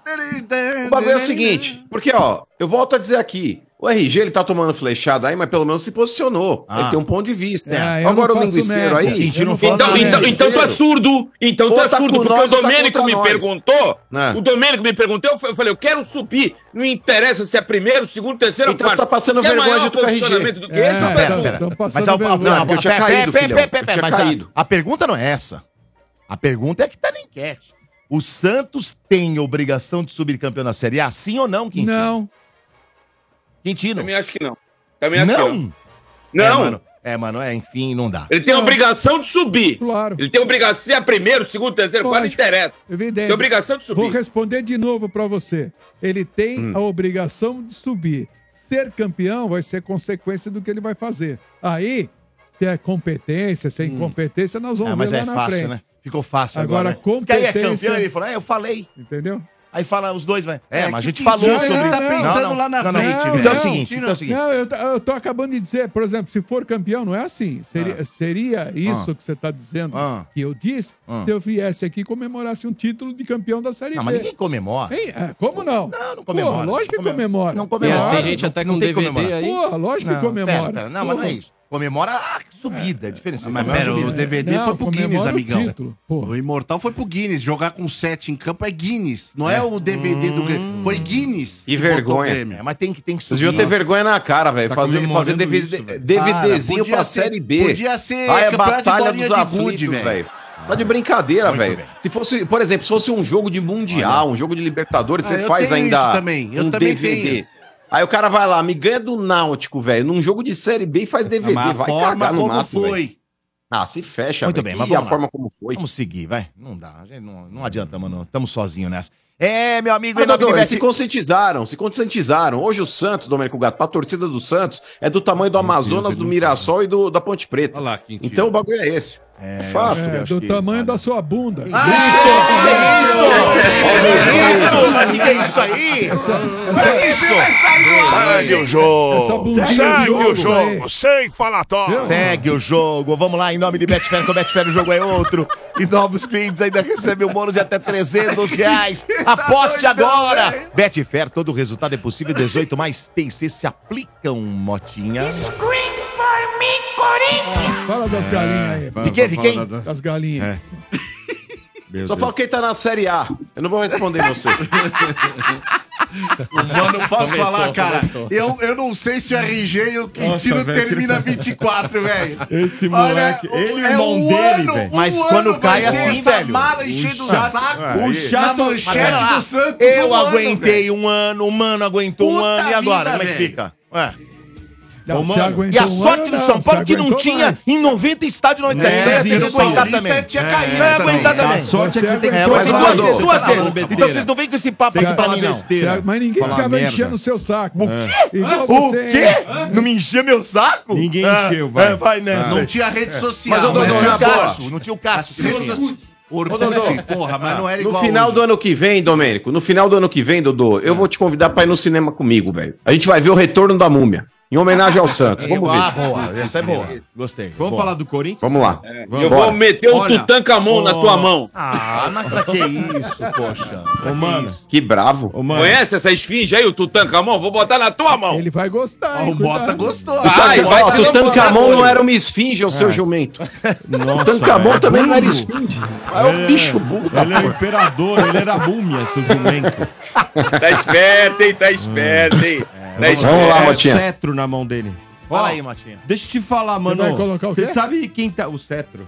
Speaker 6: O bagulho é o seguinte, porque, ó, eu volto a dizer aqui, o RG, ele tá tomando flechada aí, mas pelo menos se posicionou.
Speaker 2: Ah.
Speaker 6: Ele tem um ponto de vista.
Speaker 5: É, eu
Speaker 6: Agora o
Speaker 5: não faço
Speaker 6: linguiceiro
Speaker 5: merda.
Speaker 6: aí...
Speaker 2: A gente não fala
Speaker 8: Então,
Speaker 2: nada.
Speaker 8: então, então tu é surdo. Então tu
Speaker 6: Ou
Speaker 8: é
Speaker 6: tá
Speaker 8: surdo.
Speaker 6: com
Speaker 8: Porque
Speaker 6: nós,
Speaker 8: o
Speaker 6: ou tá
Speaker 8: Domênico
Speaker 6: contra
Speaker 8: me
Speaker 6: nós.
Speaker 8: perguntou.
Speaker 6: É.
Speaker 8: O Domênico me perguntou. Eu fa- eu falei, eu quero subir. Não interessa se é primeiro, segundo, terceiro,
Speaker 6: Então
Speaker 8: quarto.
Speaker 6: tu tá passando
Speaker 8: Quer
Speaker 6: vergonha
Speaker 8: maior
Speaker 6: junto com o RG.
Speaker 8: posicionamento do que
Speaker 5: É,
Speaker 8: esse? Eu
Speaker 2: pera,
Speaker 8: pergunto.
Speaker 2: pera.
Speaker 5: Tão passando
Speaker 2: Mas a, a,
Speaker 5: vergonha.
Speaker 2: não, a-
Speaker 6: Não, eu tinha
Speaker 2: pera-
Speaker 6: caído,
Speaker 2: pera-
Speaker 6: filhão.
Speaker 2: pera- pera-
Speaker 6: Eu tinha
Speaker 2: mas a-
Speaker 6: caído.
Speaker 2: a pergunta não é essa. A pergunta é que tá na enquete. O Santos tem obrigação de subir campeão na Série A, sim ou não, Quintino?
Speaker 5: Não.
Speaker 2: Quintino.
Speaker 8: Também acho que não. Também acho que não.
Speaker 2: É,
Speaker 8: Não.
Speaker 2: mano. É, mano, é, enfim, não dá.
Speaker 8: Ele tem a
Speaker 5: Não.
Speaker 8: obrigação de subir.
Speaker 5: Claro.
Speaker 8: Ele tem a obrigação de ser primeiro, segundo, terceiro, quarto, não
Speaker 5: Lógico.
Speaker 8: interessa. Tem a
Speaker 5: Evidente.
Speaker 8: obrigação de
Speaker 5: Vou
Speaker 8: subir.
Speaker 5: responder de novo para você. Ele tem
Speaker 2: Hum.
Speaker 5: a obrigação de subir. Ser campeão vai ser consequência do que ele vai fazer. Aí, se é competência, se é
Speaker 2: Hum.
Speaker 5: incompetência, nós vamos
Speaker 2: Ah, mas
Speaker 5: ver lá
Speaker 2: é
Speaker 5: na
Speaker 2: fácil,
Speaker 5: frente.
Speaker 2: né? Ficou fácil agora.
Speaker 5: Agora,
Speaker 2: né? Porque aí é
Speaker 5: competência-
Speaker 2: campeão, ele falou, é, eu falei.
Speaker 5: Entendeu?
Speaker 2: Aí fala os dois, mas. É,
Speaker 4: É,
Speaker 2: mas a
Speaker 4: que
Speaker 2: gente
Speaker 4: que
Speaker 2: falou
Speaker 5: idiota,
Speaker 2: sobre
Speaker 5: ele tá
Speaker 4: pensando lá na frente,
Speaker 2: Então é o
Speaker 5: velho.
Speaker 2: seguinte, então é o seguinte.
Speaker 5: Não, eu, t- eu tô acabando de dizer, por exemplo, se for campeão, não é assim. Seria, seria isso que você tá dizendo
Speaker 2: Ah.
Speaker 5: que eu disse
Speaker 2: Ah.
Speaker 5: se eu viesse aqui e comemorasse um título de campeão da Série
Speaker 2: Não, mas
Speaker 5: B.
Speaker 2: ninguém comemora.
Speaker 5: Hein? É, como não?
Speaker 2: Não, não comemora.
Speaker 5: Pô, lógico que
Speaker 2: Não comemora.
Speaker 5: comemora.
Speaker 2: Não
Speaker 7: E,
Speaker 2: comemora.
Speaker 7: ó,
Speaker 2: Não,
Speaker 7: tem gente até
Speaker 2: não
Speaker 7: com
Speaker 2: É, tem
Speaker 7: DVD
Speaker 2: comemorar.
Speaker 7: aí.
Speaker 5: Pô, lógico que comemora.
Speaker 2: Pera, pera, não, mas não é isso. Comemora a subida, a diferença.
Speaker 4: Mas,
Speaker 2: Comemora a
Speaker 4: pera, o
Speaker 2: subida.
Speaker 4: DVD foi pro Guinness, amigão.
Speaker 5: Pô.
Speaker 4: O Imortal foi pro Guinness. Jogar com 7 em campo é Guinness. Não é, o DVD do Grêmio. Foi Guinness.
Speaker 6: E
Speaker 4: que botou
Speaker 6: vergonha.
Speaker 4: o Grêmio.
Speaker 2: É, mas tem que, tem que
Speaker 6: Vocês
Speaker 2: subir.
Speaker 6: deviam ter vergonha na cara, velho.
Speaker 3: Tá
Speaker 6: fazer fazer
Speaker 3: comemorando
Speaker 6: DVD,
Speaker 3: isso, velho.
Speaker 6: DVDzinho
Speaker 4: Cara,
Speaker 6: pra
Speaker 4: ser-
Speaker 6: Série B.
Speaker 4: Podia ser
Speaker 6: Ah, é
Speaker 4: campeonato
Speaker 6: batalha
Speaker 4: bolinha
Speaker 6: dos aflitos,
Speaker 4: gude,
Speaker 6: velho. Tá de brincadeira,
Speaker 2: Muito
Speaker 6: velho.
Speaker 2: bem.
Speaker 6: Se fosse, por exemplo, se fosse um jogo de Mundial, um jogo de Libertadores,
Speaker 4: Ah,
Speaker 6: você
Speaker 4: eu
Speaker 6: faz
Speaker 4: tenho
Speaker 6: ainda
Speaker 4: isso também. Eu
Speaker 6: um
Speaker 4: também
Speaker 6: DVD.
Speaker 4: tenho.
Speaker 6: Aí o cara vai lá, me ganha do Náutico, velho, num jogo de Série B e faz DVD.
Speaker 4: Mas a
Speaker 6: vai
Speaker 4: forma
Speaker 6: cagar no
Speaker 4: como
Speaker 6: mato,
Speaker 4: foi.
Speaker 6: velho. Ah, se fecha,
Speaker 2: Muito
Speaker 6: velho.
Speaker 2: bem,
Speaker 6: E
Speaker 2: mas vamos
Speaker 6: a
Speaker 2: lá.
Speaker 6: forma como foi.
Speaker 2: Vamos seguir, vai. Não dá. a gente Não, não adianta, mano. Estamos sozinhos nessa. É, meu amigo,
Speaker 6: Ah,
Speaker 2: em nome
Speaker 6: Dodô,
Speaker 2: de
Speaker 6: eles
Speaker 2: Bet-
Speaker 6: se conscientizaram, se conscientizaram. Hoje o Santos, Domênico Gato, pra torcida do Santos, é do tamanho do Amazonas, do Mirassol e do, da Ponte Preta.
Speaker 4: Olha lá, Quintino.
Speaker 6: Então o bagulho é esse. É, fato.
Speaker 2: eu
Speaker 5: É,
Speaker 2: acho
Speaker 5: do
Speaker 2: que-
Speaker 5: tamanho da sua bunda.
Speaker 2: Ah, Isso! Isso! Mas o que é isso aí?
Speaker 9: Segue o
Speaker 5: Essa
Speaker 9: jogo!
Speaker 5: bundinha
Speaker 9: Segue
Speaker 5: de
Speaker 9: o
Speaker 5: jogo,
Speaker 9: jogo! Sem falatório!
Speaker 2: Segue o jogo. Vamos lá, em nome de Betfair, com Betfair o jogo é outro. E novos clientes ainda recebem um bônus de até 300 reais.
Speaker 3: Tá
Speaker 2: Aposte agora! Betfair, todo resultado é possível. 18 mais TC se aplicam, Motinha.
Speaker 10: Scream for me, Corinthians!
Speaker 5: Fala das galinhas aí.
Speaker 2: De quem? De quem? É.
Speaker 5: Das galinhas.
Speaker 3: Meu
Speaker 6: Só
Speaker 3: Deus.
Speaker 6: fala quem tá na Série A. Eu não vou responder você.
Speaker 4: Mano, posso falar, cara? Eu, eu não sei se o RG e o Quintino
Speaker 3: velho,
Speaker 4: termina 24, velho.
Speaker 3: Esse
Speaker 4: Olha,
Speaker 3: moleque,
Speaker 4: o-
Speaker 3: ele e o
Speaker 4: é
Speaker 3: irmão
Speaker 4: um
Speaker 3: dele,
Speaker 4: ano,
Speaker 3: velho.
Speaker 4: um
Speaker 2: Mas
Speaker 4: ano
Speaker 2: quando
Speaker 4: vai
Speaker 2: cai
Speaker 4: ser
Speaker 2: assim,
Speaker 4: essa
Speaker 2: velho.
Speaker 4: mala enchendo o saco.
Speaker 3: O
Speaker 4: Na
Speaker 3: chato
Speaker 2: Mas
Speaker 4: manchete
Speaker 2: pera lá,
Speaker 4: do Santos.
Speaker 2: Eu
Speaker 4: um ano,
Speaker 2: aguentei um ano, o mano aguentou um
Speaker 4: Puta
Speaker 2: ano, e agora?
Speaker 4: vida,
Speaker 2: Como é que
Speaker 4: velho.
Speaker 2: fica? Ué.
Speaker 5: Não, se
Speaker 2: E
Speaker 5: aguentou
Speaker 2: a
Speaker 5: um
Speaker 2: sorte
Speaker 5: ano,
Speaker 2: do
Speaker 5: não,
Speaker 2: São
Speaker 5: se
Speaker 2: Paulo que não
Speaker 5: aguentou
Speaker 2: tinha
Speaker 5: mais.
Speaker 2: em 90 estádios, 97,
Speaker 4: É,
Speaker 2: é, tem que
Speaker 4: Vila
Speaker 2: aguentar
Speaker 4: Paulista
Speaker 2: também.
Speaker 4: tinha caído.
Speaker 2: Vai aguentar
Speaker 4: também.
Speaker 2: também.
Speaker 5: sorte é que tem
Speaker 2: É,
Speaker 5: que
Speaker 2: mas
Speaker 6: Mas,
Speaker 2: duas
Speaker 6: Dodô,
Speaker 2: vezes,
Speaker 6: você
Speaker 2: duas
Speaker 6: tá falando
Speaker 2: vezes. Então vocês não vêm com esse papo aqui pra mim, não. é
Speaker 5: Se- é Mas ninguém
Speaker 3: Falar
Speaker 5: ficava
Speaker 3: merda.
Speaker 5: enchendo o seu saco. É.
Speaker 2: O quê?
Speaker 5: Igual
Speaker 2: O
Speaker 5: você,
Speaker 2: quê? Não me encheu meu saco?
Speaker 3: Ninguém
Speaker 2: Ah,
Speaker 3: encheu, vai.
Speaker 2: é, vai né?
Speaker 4: Não tinha
Speaker 5: É.
Speaker 4: rede social.
Speaker 6: Mas, ô, Dodô,
Speaker 2: Não
Speaker 4: né?
Speaker 2: tinha
Speaker 6: na
Speaker 2: o Cássio,
Speaker 6: boa.
Speaker 2: não tinha o Cássio.
Speaker 4: As redes sociais. Orkut, porra, mas não
Speaker 2: É
Speaker 4: era
Speaker 6: No
Speaker 4: igual
Speaker 6: final
Speaker 4: hoje.
Speaker 6: do ano que vem, Domênico, no final do ano que vem, Dodô, eu vou te convidar pra ir no cinema comigo, velho. A gente vai ver o retorno da múmia. Em homenagem ao Santos. Vamos
Speaker 2: Ah,
Speaker 6: ver.
Speaker 2: boa. Essa é boa. Gostei.
Speaker 3: Vamos
Speaker 2: Boa.
Speaker 3: falar do Corinthians?
Speaker 6: Vamos lá.
Speaker 8: Eu
Speaker 6: Bora.
Speaker 8: vou meter o
Speaker 4: Olha.
Speaker 8: Tutankamon na tua mão.
Speaker 2: Ah, mas pra que isso, poxa?
Speaker 3: Ô, mano.
Speaker 6: Que bravo.
Speaker 3: Ô, mano.
Speaker 8: Conhece essa esfinge aí, o Tutankamon? Vou botar na tua mão.
Speaker 5: Ele vai gostar,
Speaker 4: Ó,
Speaker 5: hein?
Speaker 4: O Bota
Speaker 5: cuidado.
Speaker 4: gostou.
Speaker 8: Ah, Vai, vai um
Speaker 6: Ó,
Speaker 8: se né, lambutar,
Speaker 6: Tutankamon não
Speaker 8: doido.
Speaker 6: era uma esfinge, é o seu jumento.
Speaker 3: Nossa,
Speaker 6: Tutankamon
Speaker 3: velho. é
Speaker 6: também não era
Speaker 3: Burro.
Speaker 6: esfinge. É o bicho burro da
Speaker 3: Ele é o
Speaker 6: porra.
Speaker 3: imperador, ele era a múmia, seu jumento.
Speaker 8: Tá esperto, hein? Tá esperto, hein? Tá esperto.
Speaker 6: Vamos lá,
Speaker 3: É,
Speaker 6: Motinha.
Speaker 3: cetro na mão dele.
Speaker 2: Fala aí, Matinha.
Speaker 3: Deixa eu te falar, mano.
Speaker 5: vai colocar o
Speaker 3: Você
Speaker 5: quê?
Speaker 3: sabe quem tá. O cetro.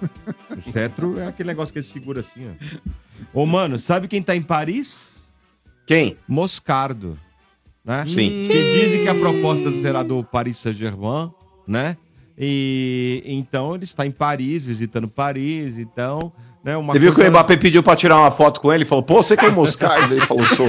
Speaker 3: O cetro é aquele negócio que ele segura assim, ó. Ô, mano, sabe quem tá em Paris?
Speaker 6: Quem?
Speaker 3: Moscardo. Né?
Speaker 6: Sim.
Speaker 3: Que dizem que a proposta será do Paris Saint-Germain, né? E então ele está em Paris, visitando Paris, então. Né, uma
Speaker 6: Você viu que
Speaker 3: coisa-
Speaker 6: o Mbappé pediu pra tirar uma foto com ele? Ele falou, pô, você que é o Moscardo? Ele falou, sou.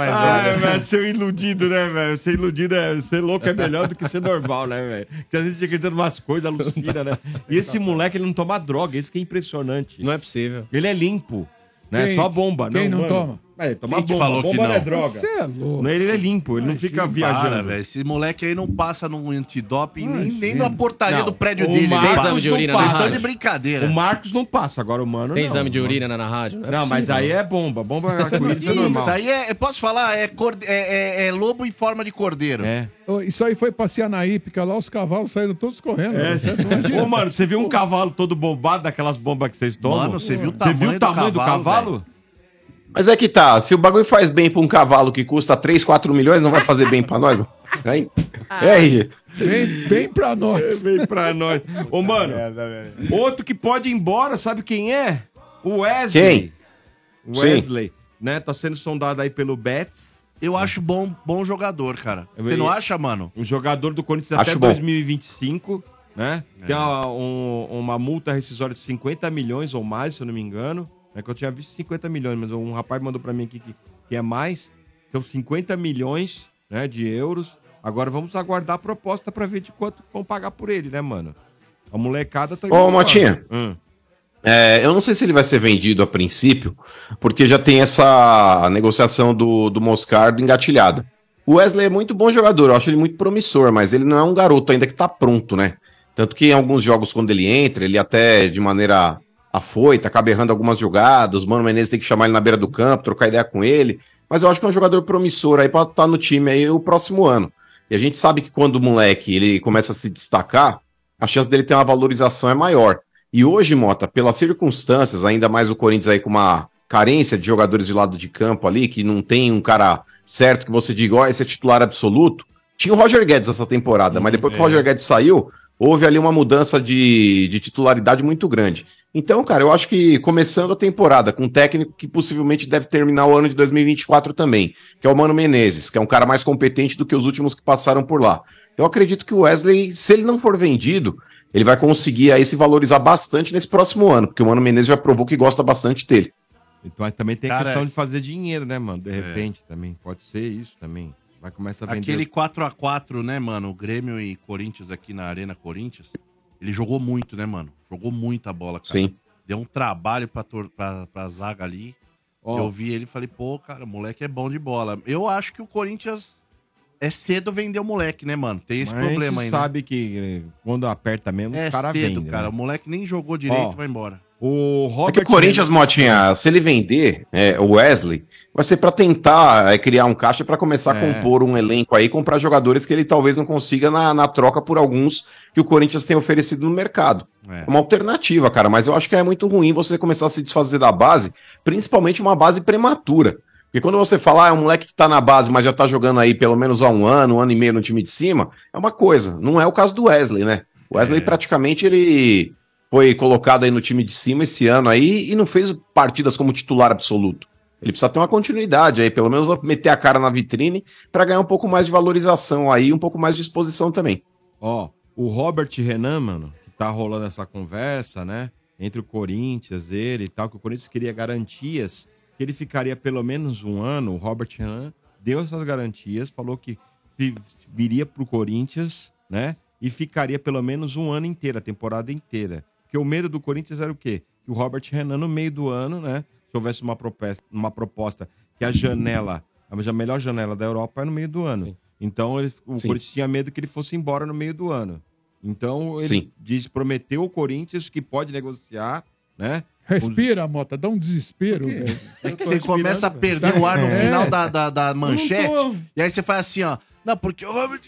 Speaker 3: Ah, velho, ser iludido, né, velho? Ser iludido, é, ser louco é melhor do que ser normal, né, velho? Porque às vezes fica tendo umas coisas, alucina, né? E esse moleque, ele não toma droga, isso que é impressionante.
Speaker 7: Não é possível.
Speaker 3: Ele é limpo, né?
Speaker 5: Quem-
Speaker 3: Só bomba.
Speaker 5: Quem não
Speaker 3: mano.
Speaker 5: toma?
Speaker 3: É, tomar
Speaker 4: Quem te
Speaker 3: bomba.
Speaker 4: falou que
Speaker 3: bomba não é
Speaker 4: não?
Speaker 3: droga.
Speaker 5: Você é louco.
Speaker 3: Não, Ele é limpo, ele não fica
Speaker 4: Para,
Speaker 3: viajando.
Speaker 4: velho. Esse moleque aí não passa num antidoping, nem, nem
Speaker 3: Imagina.
Speaker 4: na portaria
Speaker 3: Não,
Speaker 4: do prédio
Speaker 3: o
Speaker 4: dele.
Speaker 3: Marcos
Speaker 4: Ele passa.
Speaker 7: exame de urina,
Speaker 4: Vocês
Speaker 7: né,
Speaker 4: estão de
Speaker 7: Rádio?
Speaker 4: brincadeira.
Speaker 3: O Marcos não passa, agora o Mano
Speaker 7: Tem
Speaker 3: não.
Speaker 7: exame de urina na, na rádio? né?
Speaker 3: Não, mas aí é bomba. Bomba arco-íris é normal.
Speaker 4: Isso aí é, eu posso falar, é, corde- é- é- é lobo em forma de cordeiro.
Speaker 3: É.
Speaker 5: Ô, Isso aí foi passear na hípica lá, os cavalos saíram todos correndo.
Speaker 3: É,
Speaker 5: né?
Speaker 3: cê-
Speaker 5: Você não adianta.
Speaker 3: Ô, mano, você viu um cavalo todo bombado daquelas bombas que vocês tomam?
Speaker 4: Mano, você viu o
Speaker 3: Você viu o tamanho do cavalo?
Speaker 6: Mas é que tá, se o bagulho faz bem pra um cavalo que custa 3, 4 milhões, não vai fazer bem pra nós? Hein? É, RG.
Speaker 5: Bem, bem pra nós.
Speaker 3: Vem pra nós. Ô, mano, outro que pode ir embora, sabe quem é? O Wesley.
Speaker 6: Sim.
Speaker 3: Wesley, né? Tá sendo sondado aí pelo Betis.
Speaker 4: Eu acho bom, bom jogador, cara.
Speaker 3: Eu
Speaker 4: Você não
Speaker 3: ia-
Speaker 4: acha, mano?
Speaker 3: Um jogador do Corinthians
Speaker 6: Acho
Speaker 3: até
Speaker 6: bom.
Speaker 3: 2025, né?
Speaker 4: É.
Speaker 3: Tem uma, um- uma multa rescisória de 50 milhões ou mais, se eu não me engano. É que eu tinha visto 50 milhões, mas um rapaz mandou pra mim aqui que, que é mais. Então, 50 milhões né, de euros. Agora vamos aguardar a proposta pra ver de quanto vão pagar por ele, né, mano? A molecada tá.
Speaker 6: Ô, Motinha.
Speaker 3: Hum.
Speaker 6: É, eu não sei se ele vai ser vendido a princípio, porque já tem essa negociação do, do Moscardo engatilhada. O Wesley é muito bom jogador, eu acho ele muito promissor, mas ele não é um garoto ainda que tá pronto, né? Tanto que em alguns jogos, quando ele entra, ele até de maneira afoita, acaba errando algumas jogadas, o Mano Menezes tem que chamar ele na beira do campo, trocar ideia com ele. Mas eu acho que é um jogador promissor aí pra estar no time aí o próximo ano. E a gente sabe que quando o moleque ele começa a se destacar, a chance dele ter uma valorização é maior. E hoje, Mota, pelas circunstâncias, ainda mais o Corinthians aí com uma carência de jogadores de lado de campo ali, que não tem um cara certo que você diga, ó, esse é titular absoluto. Tinha o Roger Guedes essa temporada, mas depois que o Roger Guedes saiu, houve ali uma mudança de, de titularidade muito grande. Então, cara, eu acho que começando a temporada com um técnico que possivelmente deve terminar o ano de 2024 também, que é o Mano Menezes, que é um cara mais competente do que os últimos que passaram por lá. Eu acredito que o Wesley, se ele não for vendido, ele vai conseguir aí se valorizar bastante nesse próximo ano, porque o Mano Menezes já provou que gosta bastante dele.
Speaker 3: Então, mas também tem a
Speaker 4: Cara, é.
Speaker 3: questão de fazer dinheiro, né, mano? De repente também. Pode ser isso também. Vai começar a vender.
Speaker 4: Aquele 4x4, né, mano? O Grêmio e Corinthians aqui na Arena Corinthians. Ele jogou muito, né, mano? Jogou muita bola, cara.
Speaker 6: Sim.
Speaker 4: Deu um trabalho pra, tor- pra, pra zaga ali.
Speaker 3: Ó,
Speaker 4: Eu vi ele e falei, pô, cara, o moleque é bom de bola. Eu acho que o Corinthians é cedo vender o moleque, né, mano? Tem esse
Speaker 3: mas
Speaker 4: problema
Speaker 3: a gente
Speaker 4: ainda.
Speaker 3: sabe que eh, quando aperta mesmo,
Speaker 4: É
Speaker 3: os caras
Speaker 4: cedo,
Speaker 3: vendem.
Speaker 4: cara.
Speaker 3: né?
Speaker 4: O moleque nem jogou direito,
Speaker 3: Ó,
Speaker 4: vai embora.
Speaker 3: O
Speaker 6: É
Speaker 3: Robert
Speaker 6: que o Corinthians, Motinha, se ele vender é, o Wesley, vai ser pra tentar é, criar um caixa pra começar a
Speaker 3: É.
Speaker 6: compor um elenco aí, comprar jogadores que ele talvez não consiga na, na troca por alguns que o Corinthians tem oferecido no mercado.
Speaker 4: É.
Speaker 6: É uma alternativa, cara, mas eu acho que é muito ruim você começar a se desfazer da base, principalmente uma base prematura. Porque quando você fala, ah, é um moleque que tá na base, mas já tá jogando aí pelo menos há um ano, um ano e meio no time de cima, é uma coisa. Não é o caso do Wesley, né? O
Speaker 3: É.
Speaker 6: Wesley praticamente ele foi colocado aí no time de cima esse ano aí e não fez partidas como titular absoluto. Ele precisa ter uma continuidade aí, pelo menos meter a cara na vitrine pra ganhar um pouco mais de valorização aí, um pouco mais de exposição também.
Speaker 3: Ó, o Robert Renan, mano, que tá rolando essa conversa, né? Entre o Corinthians, ele e tal, que o Corinthians queria garantias que ele ficaria pelo menos um ano. O Robert Renan deu essas garantias, falou que vi- viria pro Corinthians, né? E ficaria pelo menos um ano inteiro, a temporada inteira. Porque o medo do Corinthians era o quê? Que o Robert Renan, no meio do ano, né? Se houvesse uma proposta, uma proposta que a janela, a melhor janela da Europa é no meio do ano.
Speaker 7: Sim.
Speaker 3: Então eles, o
Speaker 6: Sim.
Speaker 3: Corinthians tinha medo que ele fosse embora no meio do ano. Então ele
Speaker 6: Sim.
Speaker 3: diz, prometeu ao Corinthians que pode negociar, né?
Speaker 5: Respira, Mota, dá um desespero. velho.
Speaker 3: É que
Speaker 4: Você começa a perder o ar no
Speaker 5: É.
Speaker 4: final da, da, da manchete.
Speaker 3: Eu não tô-
Speaker 4: E aí você faz assim, ó. Não, porque o Robert.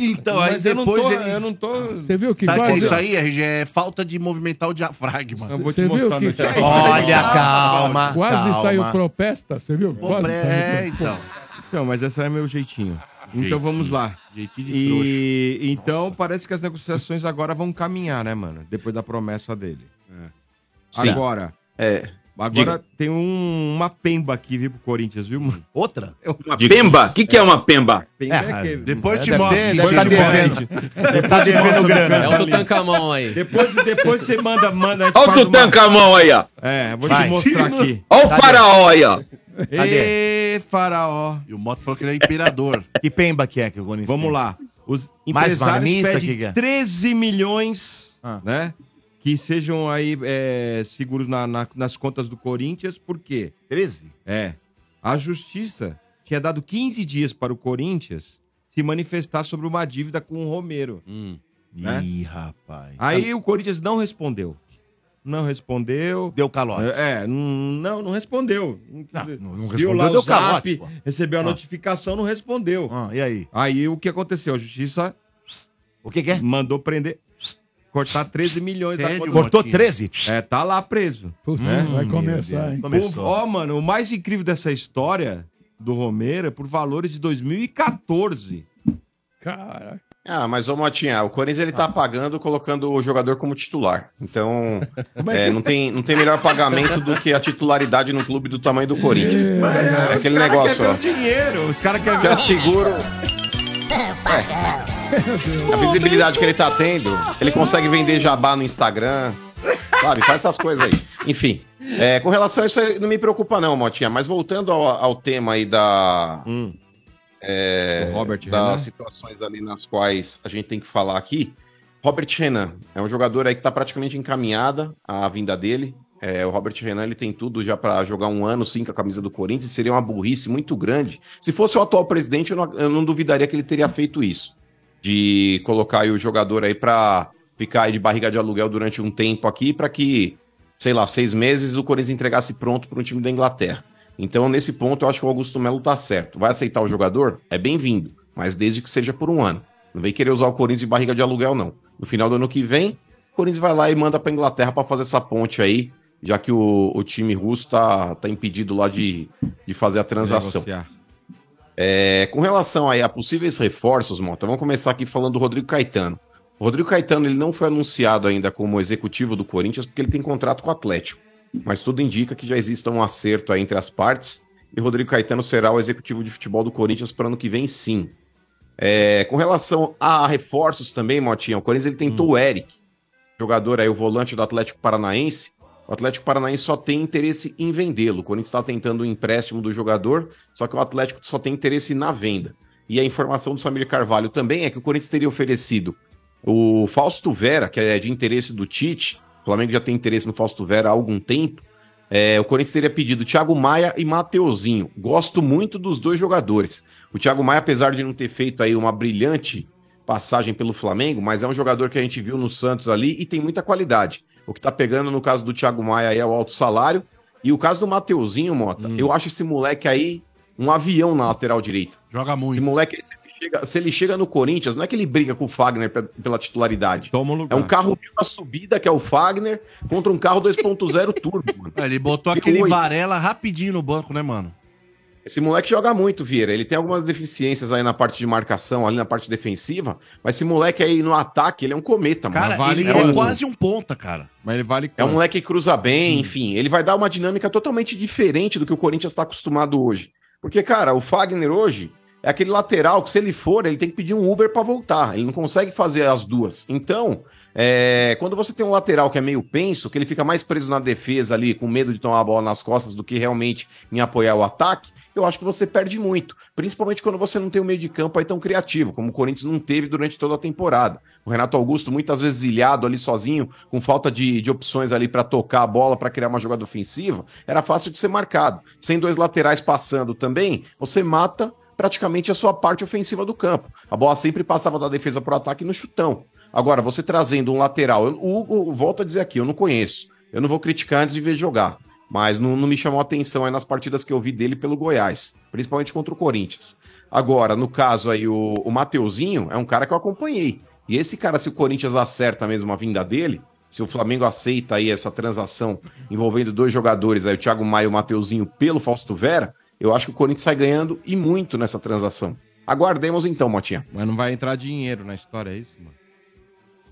Speaker 4: Então, aí
Speaker 3: Mas eu não
Speaker 4: depois
Speaker 3: tô,
Speaker 4: ele.
Speaker 3: eu não tô.
Speaker 5: Você viu é, que
Speaker 4: Sabe o que é
Speaker 5: guarda-
Speaker 4: isso aí, RG? É falta de movimentar o diafragma.
Speaker 3: Eu vou te
Speaker 5: Você viu
Speaker 3: mostrar
Speaker 5: que- é
Speaker 3: no chat.
Speaker 2: Olha, calma.
Speaker 5: Ah, tá Quase
Speaker 2: calma.
Speaker 5: saiu propesta, você viu?
Speaker 4: Pô,
Speaker 5: Quase
Speaker 4: é,
Speaker 5: saiu.
Speaker 4: então.
Speaker 3: né? Então, mas esse é meu jeitinho. Então
Speaker 4: Jeitinho.
Speaker 3: vamos lá.
Speaker 4: Jeitinho de trouxa.
Speaker 3: E então parece que as negociações agora vão caminhar, né, mano? Depois da promessa dele.
Speaker 6: É. Sim.
Speaker 3: Agora,
Speaker 6: É,
Speaker 3: agora tem um- uma pemba aqui, viu, pro Corinthians, viu, mano? É
Speaker 2: Outra?
Speaker 8: Uma pemba? O que, que é uma pemba?
Speaker 3: Pemba
Speaker 2: É,
Speaker 3: aquele-
Speaker 4: Depois eu te
Speaker 2: Deve
Speaker 4: mostro.
Speaker 2: ter,
Speaker 4: depois
Speaker 2: deve
Speaker 4: eu
Speaker 2: ter
Speaker 4: te mostro.
Speaker 2: devendo. Ele tá devendo grana.
Speaker 7: É o Tutankamon aí.
Speaker 3: Depois, depois você manda, manda. a gente
Speaker 8: Olha o
Speaker 3: faz uma-
Speaker 8: Tutankamon aí, ó.
Speaker 3: É, eu vou
Speaker 2: Vai.
Speaker 3: te mostrar aqui.
Speaker 8: Olha o faraó aí, ó.
Speaker 3: Ê, faraó.
Speaker 4: E o Moto falou que ele é imperador.
Speaker 2: Que pemba que é que o Corinthians
Speaker 3: Vamos
Speaker 2: tem?
Speaker 3: lá. Os
Speaker 2: Mais
Speaker 3: empresários
Speaker 2: marmita,
Speaker 3: pedem
Speaker 2: que que é?
Speaker 3: 13 milhões,
Speaker 2: Ah.
Speaker 3: né? que sejam aí é, seguros na- na- nas contas do Corinthians, por quê?
Speaker 2: 13?
Speaker 3: É. A justiça tinha dado 15 dias para o Corinthians se manifestar sobre uma dívida com o Romero.
Speaker 4: Hum.
Speaker 3: Né?
Speaker 2: Ih, rapaz.
Speaker 3: Aí o Corinthians não respondeu. Não respondeu.
Speaker 2: Deu calote.
Speaker 3: É, é, n- não, não respondeu.
Speaker 2: Não, não, não
Speaker 3: Viu
Speaker 2: respondeu,
Speaker 3: lá
Speaker 2: deu
Speaker 3: o zap,
Speaker 2: calote. pô.
Speaker 3: recebeu a
Speaker 2: Ah.
Speaker 3: notificação, não respondeu.
Speaker 2: Ah, e aí?
Speaker 3: Aí o que aconteceu? A justiça
Speaker 2: O que que é?
Speaker 3: mandou prender, cortar 13 milhões da
Speaker 4: Sério,
Speaker 3: conta.
Speaker 2: Cortou
Speaker 4: Motinha.
Speaker 2: 13?
Speaker 3: É, tá lá preso.
Speaker 5: Puta,
Speaker 3: né?
Speaker 5: Hum, vai
Speaker 2: Meu
Speaker 5: começar,
Speaker 2: Deus.
Speaker 5: hein?
Speaker 2: Começou.
Speaker 3: Ó, mano, o mais incrível dessa história do Romero é por valores de 2014.
Speaker 5: Cara,
Speaker 6: Ah, mas ô Motinha, o Corinthians ele tá pagando colocando o jogador como titular. Então, é, não, tem, não tem melhor pagamento do que a titularidade num clube do tamanho do Corinthians. É, aquele negócio, ó.
Speaker 3: querem ver o dinheiro, os caras querem ver...
Speaker 6: Já é seguro. É. A visibilidade que ele tá tendo, ele consegue vender jabá no Instagram. Sabe, faz essas coisas aí. Enfim, é, com relação a isso, aí, não me preocupa, não, Motinha. Mas voltando ao, ao tema aí da,
Speaker 3: Hum,
Speaker 6: é,
Speaker 3: O Robert
Speaker 6: das
Speaker 3: Renan.
Speaker 6: situações ali nas quais a gente tem que falar aqui. Robert Renan é um jogador aí que está praticamente encaminhada a vinda dele. É, o Robert Renan ele tem tudo já para jogar um ano sim com a camisa do Corinthians. Seria uma burrice muito grande. Se fosse o atual presidente, eu não, eu não duvidaria que ele teria feito isso de colocar aí o jogador aí para ficar aí de barriga de aluguel durante um tempo aqui para que sei lá seis meses o Corinthians entregasse pronto para um time da Inglaterra. Então, nesse ponto, eu acho que o Augusto Melo tá certo. Vai aceitar o jogador? É bem-vindo, mas desde que seja por um ano. Não vem querer usar o Corinthians de barriga de aluguel, não. No final do ano que vem, o Corinthians vai lá e manda pra Inglaterra pra fazer essa ponte aí, já que o, o time russo tá, tá impedido lá de, de fazer a transação.
Speaker 3: negociar.
Speaker 6: É, com relação aí a possíveis reforços, Mota, vamos começar aqui falando do Rodrigo Caetano. O Rodrigo Caetano ele não foi anunciado ainda como executivo do Corinthians porque ele tem contrato com o Atlético. Mas tudo indica que já exista um acerto aí entre as partes e o Rodrigo Caetano será o executivo de futebol do Corinthians para o ano que vem, sim. É, com relação a reforços também, Motinha, o Corinthians ele tentou o Eric, jogador aí, o volante do Atlético Paranaense. O Atlético Paranaense só tem interesse em vendê-lo. O Corinthians está tentando o empréstimo do jogador só que o Atlético só tem interesse na venda. E a informação do Samir Carvalho também é que o Corinthians teria oferecido o Fausto Vera, que é de interesse do Tite. O Flamengo já tem interesse no Fausto Vera há algum tempo. É, o Corinthians teria pedido Thiago Maia e Mateuzinho. Gosto muito dos dois jogadores. O Thiago Maia, apesar de não ter feito aí uma brilhante passagem pelo Flamengo, mas é um jogador que a gente viu no Santos ali e tem muita qualidade. O que tá pegando no caso do Thiago Maia aí é o alto salário. E o caso do Mateuzinho, Mota,
Speaker 4: Hum.
Speaker 6: eu acho esse moleque aí um avião na lateral direita.
Speaker 4: Joga
Speaker 6: Esse
Speaker 4: muito.
Speaker 6: moleque, se ele, chega, se ele chega no Corinthians, não é que ele briga com o Fagner pe- pela titularidade.
Speaker 3: Toma um
Speaker 6: É
Speaker 3: lugar.
Speaker 6: um carro mil na subida, que é o Fagner, contra um carro 2.0 turbo, mano.
Speaker 4: Ah, Ele botou aquele
Speaker 6: oito.
Speaker 4: Varela rapidinho no banco, né, mano?
Speaker 6: Esse moleque joga muito, Vieira. Ele tem algumas deficiências aí na parte de marcação, ali na parte defensiva, mas esse moleque aí no ataque, ele é um cometa, mano.
Speaker 4: Cara,
Speaker 3: vale
Speaker 4: ele é
Speaker 3: quanto?
Speaker 4: quase um ponta, cara.
Speaker 3: Mas ele vale
Speaker 6: É um
Speaker 3: quanto? Hum.
Speaker 6: moleque que cruza bem, enfim. Ele vai dar uma dinâmica totalmente diferente do que o Corinthians está acostumado hoje. Porque, cara, o Fagner hoje é aquele lateral que, se ele for, ele tem que pedir um Uber para voltar. Ele não consegue fazer as duas. Então, é, quando você tem um lateral que é meio penso, que ele fica mais preso na defesa ali, com medo de tomar a bola nas costas do que realmente em apoiar o ataque, eu acho que você perde muito. Principalmente quando você não tem um meio de campo aí tão criativo, como o Corinthians não teve durante toda a temporada. O Renato Augusto, muitas vezes ilhado ali sozinho, com falta de, de opções ali para tocar a bola, para criar uma jogada ofensiva, era fácil de ser marcado. Sem dois laterais passando também, você mata praticamente a sua parte ofensiva do campo. A bola sempre passava da defesa para o ataque no chutão. Agora, você trazendo um lateral, eu- o Hugo, volto a dizer aqui, eu não conheço. Eu não vou criticar antes de ver jogar. Mas não, não me chamou a atenção aí nas partidas que eu vi dele pelo Goiás, principalmente contra o Corinthians. Agora, no caso aí, o, o Mateuzinho é um cara que eu acompanhei. E esse cara, se o Corinthians acerta mesmo a vinda dele, se o Flamengo aceita aí essa transação envolvendo dois jogadores, aí o Thiago Maia e o Mateuzinho pelo Fausto Vera, eu acho que o Corinthians sai ganhando e muito nessa transação. Aguardemos então, Motinha.
Speaker 3: Mas não vai entrar dinheiro na história, é isso, mano?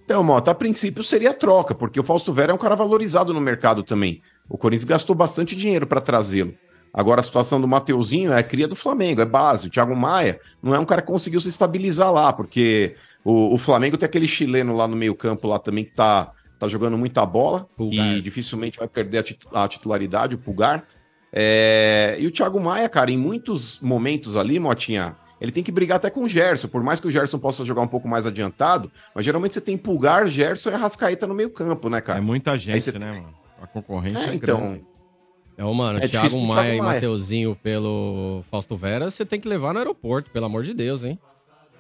Speaker 6: Então, Mota, a princípio seria a troca, porque o Fausto Vera é um cara valorizado no mercado também. O Corinthians gastou bastante dinheiro para trazê-lo. Agora, a situação do Mateuzinho é a cria do Flamengo, é base. O Thiago Maia não é um cara que conseguiu se estabilizar lá, porque o, o Flamengo tem aquele chileno lá no meio-campo lá também que tá, tá jogando muita bola
Speaker 7: Pulgar.
Speaker 6: e dificilmente vai perder a, titu- a titularidade, o Pulgar. É, e o Thiago Maia, cara, em muitos momentos ali, Motinha, ele tem que brigar até com o Gerson. Por mais que o Gerson possa jogar um pouco mais adiantado, mas geralmente você tem Pulgar, Gerson e Arrascaeta no meio campo, né,
Speaker 3: É
Speaker 6: cara?
Speaker 3: muita gente,
Speaker 6: você-
Speaker 3: né, mano? A concorrência
Speaker 6: É,
Speaker 3: é,
Speaker 6: então.
Speaker 3: grande.
Speaker 7: Então, mano,
Speaker 6: É
Speaker 7: Thiago
Speaker 6: difícil pro
Speaker 7: Maia
Speaker 6: Thiago
Speaker 7: e
Speaker 6: Maia.
Speaker 7: Mateuzinho pelo Fausto Vera, você tem que levar no aeroporto, pelo amor de Deus, hein?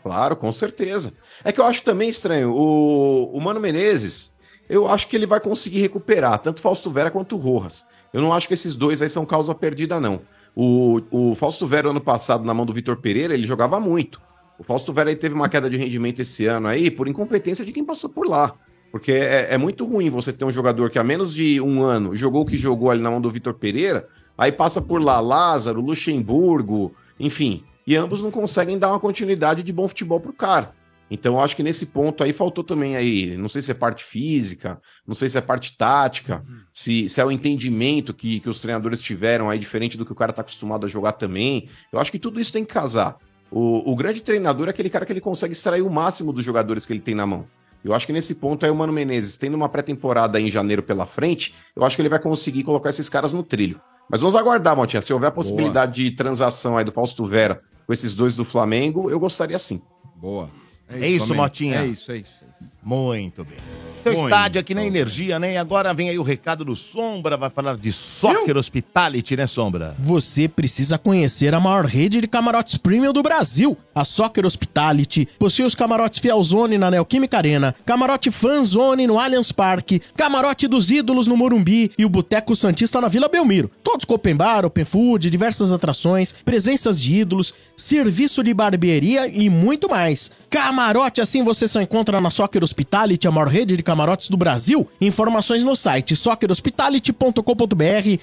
Speaker 6: Claro, com certeza. É que eu acho também estranho. O, o Mano Menezes, eu acho que ele vai conseguir recuperar, tanto Fausto Vera quanto o Rojas. Eu não acho que esses dois aí são causa perdida, não. O, o Fausto Vera, ano passado, na mão do Vitor Pereira, ele jogava muito. O Fausto Vera aí teve uma queda de rendimento esse ano aí por incompetência de quem passou por lá. Porque é, é muito ruim você ter um jogador que há menos de um ano jogou o que jogou ali na mão do Vitor Pereira, aí passa por lá Lázaro, Luxemburgo, enfim. E ambos não conseguem dar uma continuidade de bom futebol pro cara. Então eu acho que nesse ponto aí faltou também aí, não sei se é parte física, não sei se é parte tática, se, se é o entendimento que, que os treinadores tiveram aí, diferente do que o cara tá acostumado a jogar também. Eu acho que tudo isso tem que casar. O, o grande treinador é aquele cara que ele consegue extrair o máximo dos jogadores que ele tem na mão. Eu acho que nesse ponto aí o Mano Menezes, tendo uma pré-temporada em janeiro pela frente, eu acho que ele vai conseguir colocar esses caras no trilho. Mas vamos aguardar, Montinha. Se houver a possibilidade de transação aí do Fausto Vera com esses dois do Flamengo, eu gostaria sim.
Speaker 3: Boa.
Speaker 2: É isso,
Speaker 3: também.
Speaker 2: Motinha.
Speaker 3: É isso, é isso. é isso.
Speaker 2: Muito bem. Seu
Speaker 3: Muito
Speaker 2: estádio aqui na
Speaker 3: bom.
Speaker 2: Energia, né? E agora vem aí o recado do Sombra, vai falar de Soccer Hospitality, né, Sombra?
Speaker 9: Você precisa conhecer a maior rede de camarotes premium do Brasil, a Soccer Hospitality. Possui os camarotes Fielzone na Neoquímica Arena, camarote Fanzone no Allianz Parque, camarote dos Ídolos no Morumbi e o Boteco Santista na Vila Belmiro. Todos com open bar, open food, diversas atrações, presenças de ídolos, serviço de barbearia e muito mais. Camarote assim você só encontra na Soccer Hospitality, a maior rede de camarotes do Brasil. Informações no site soccerhospitality.com.br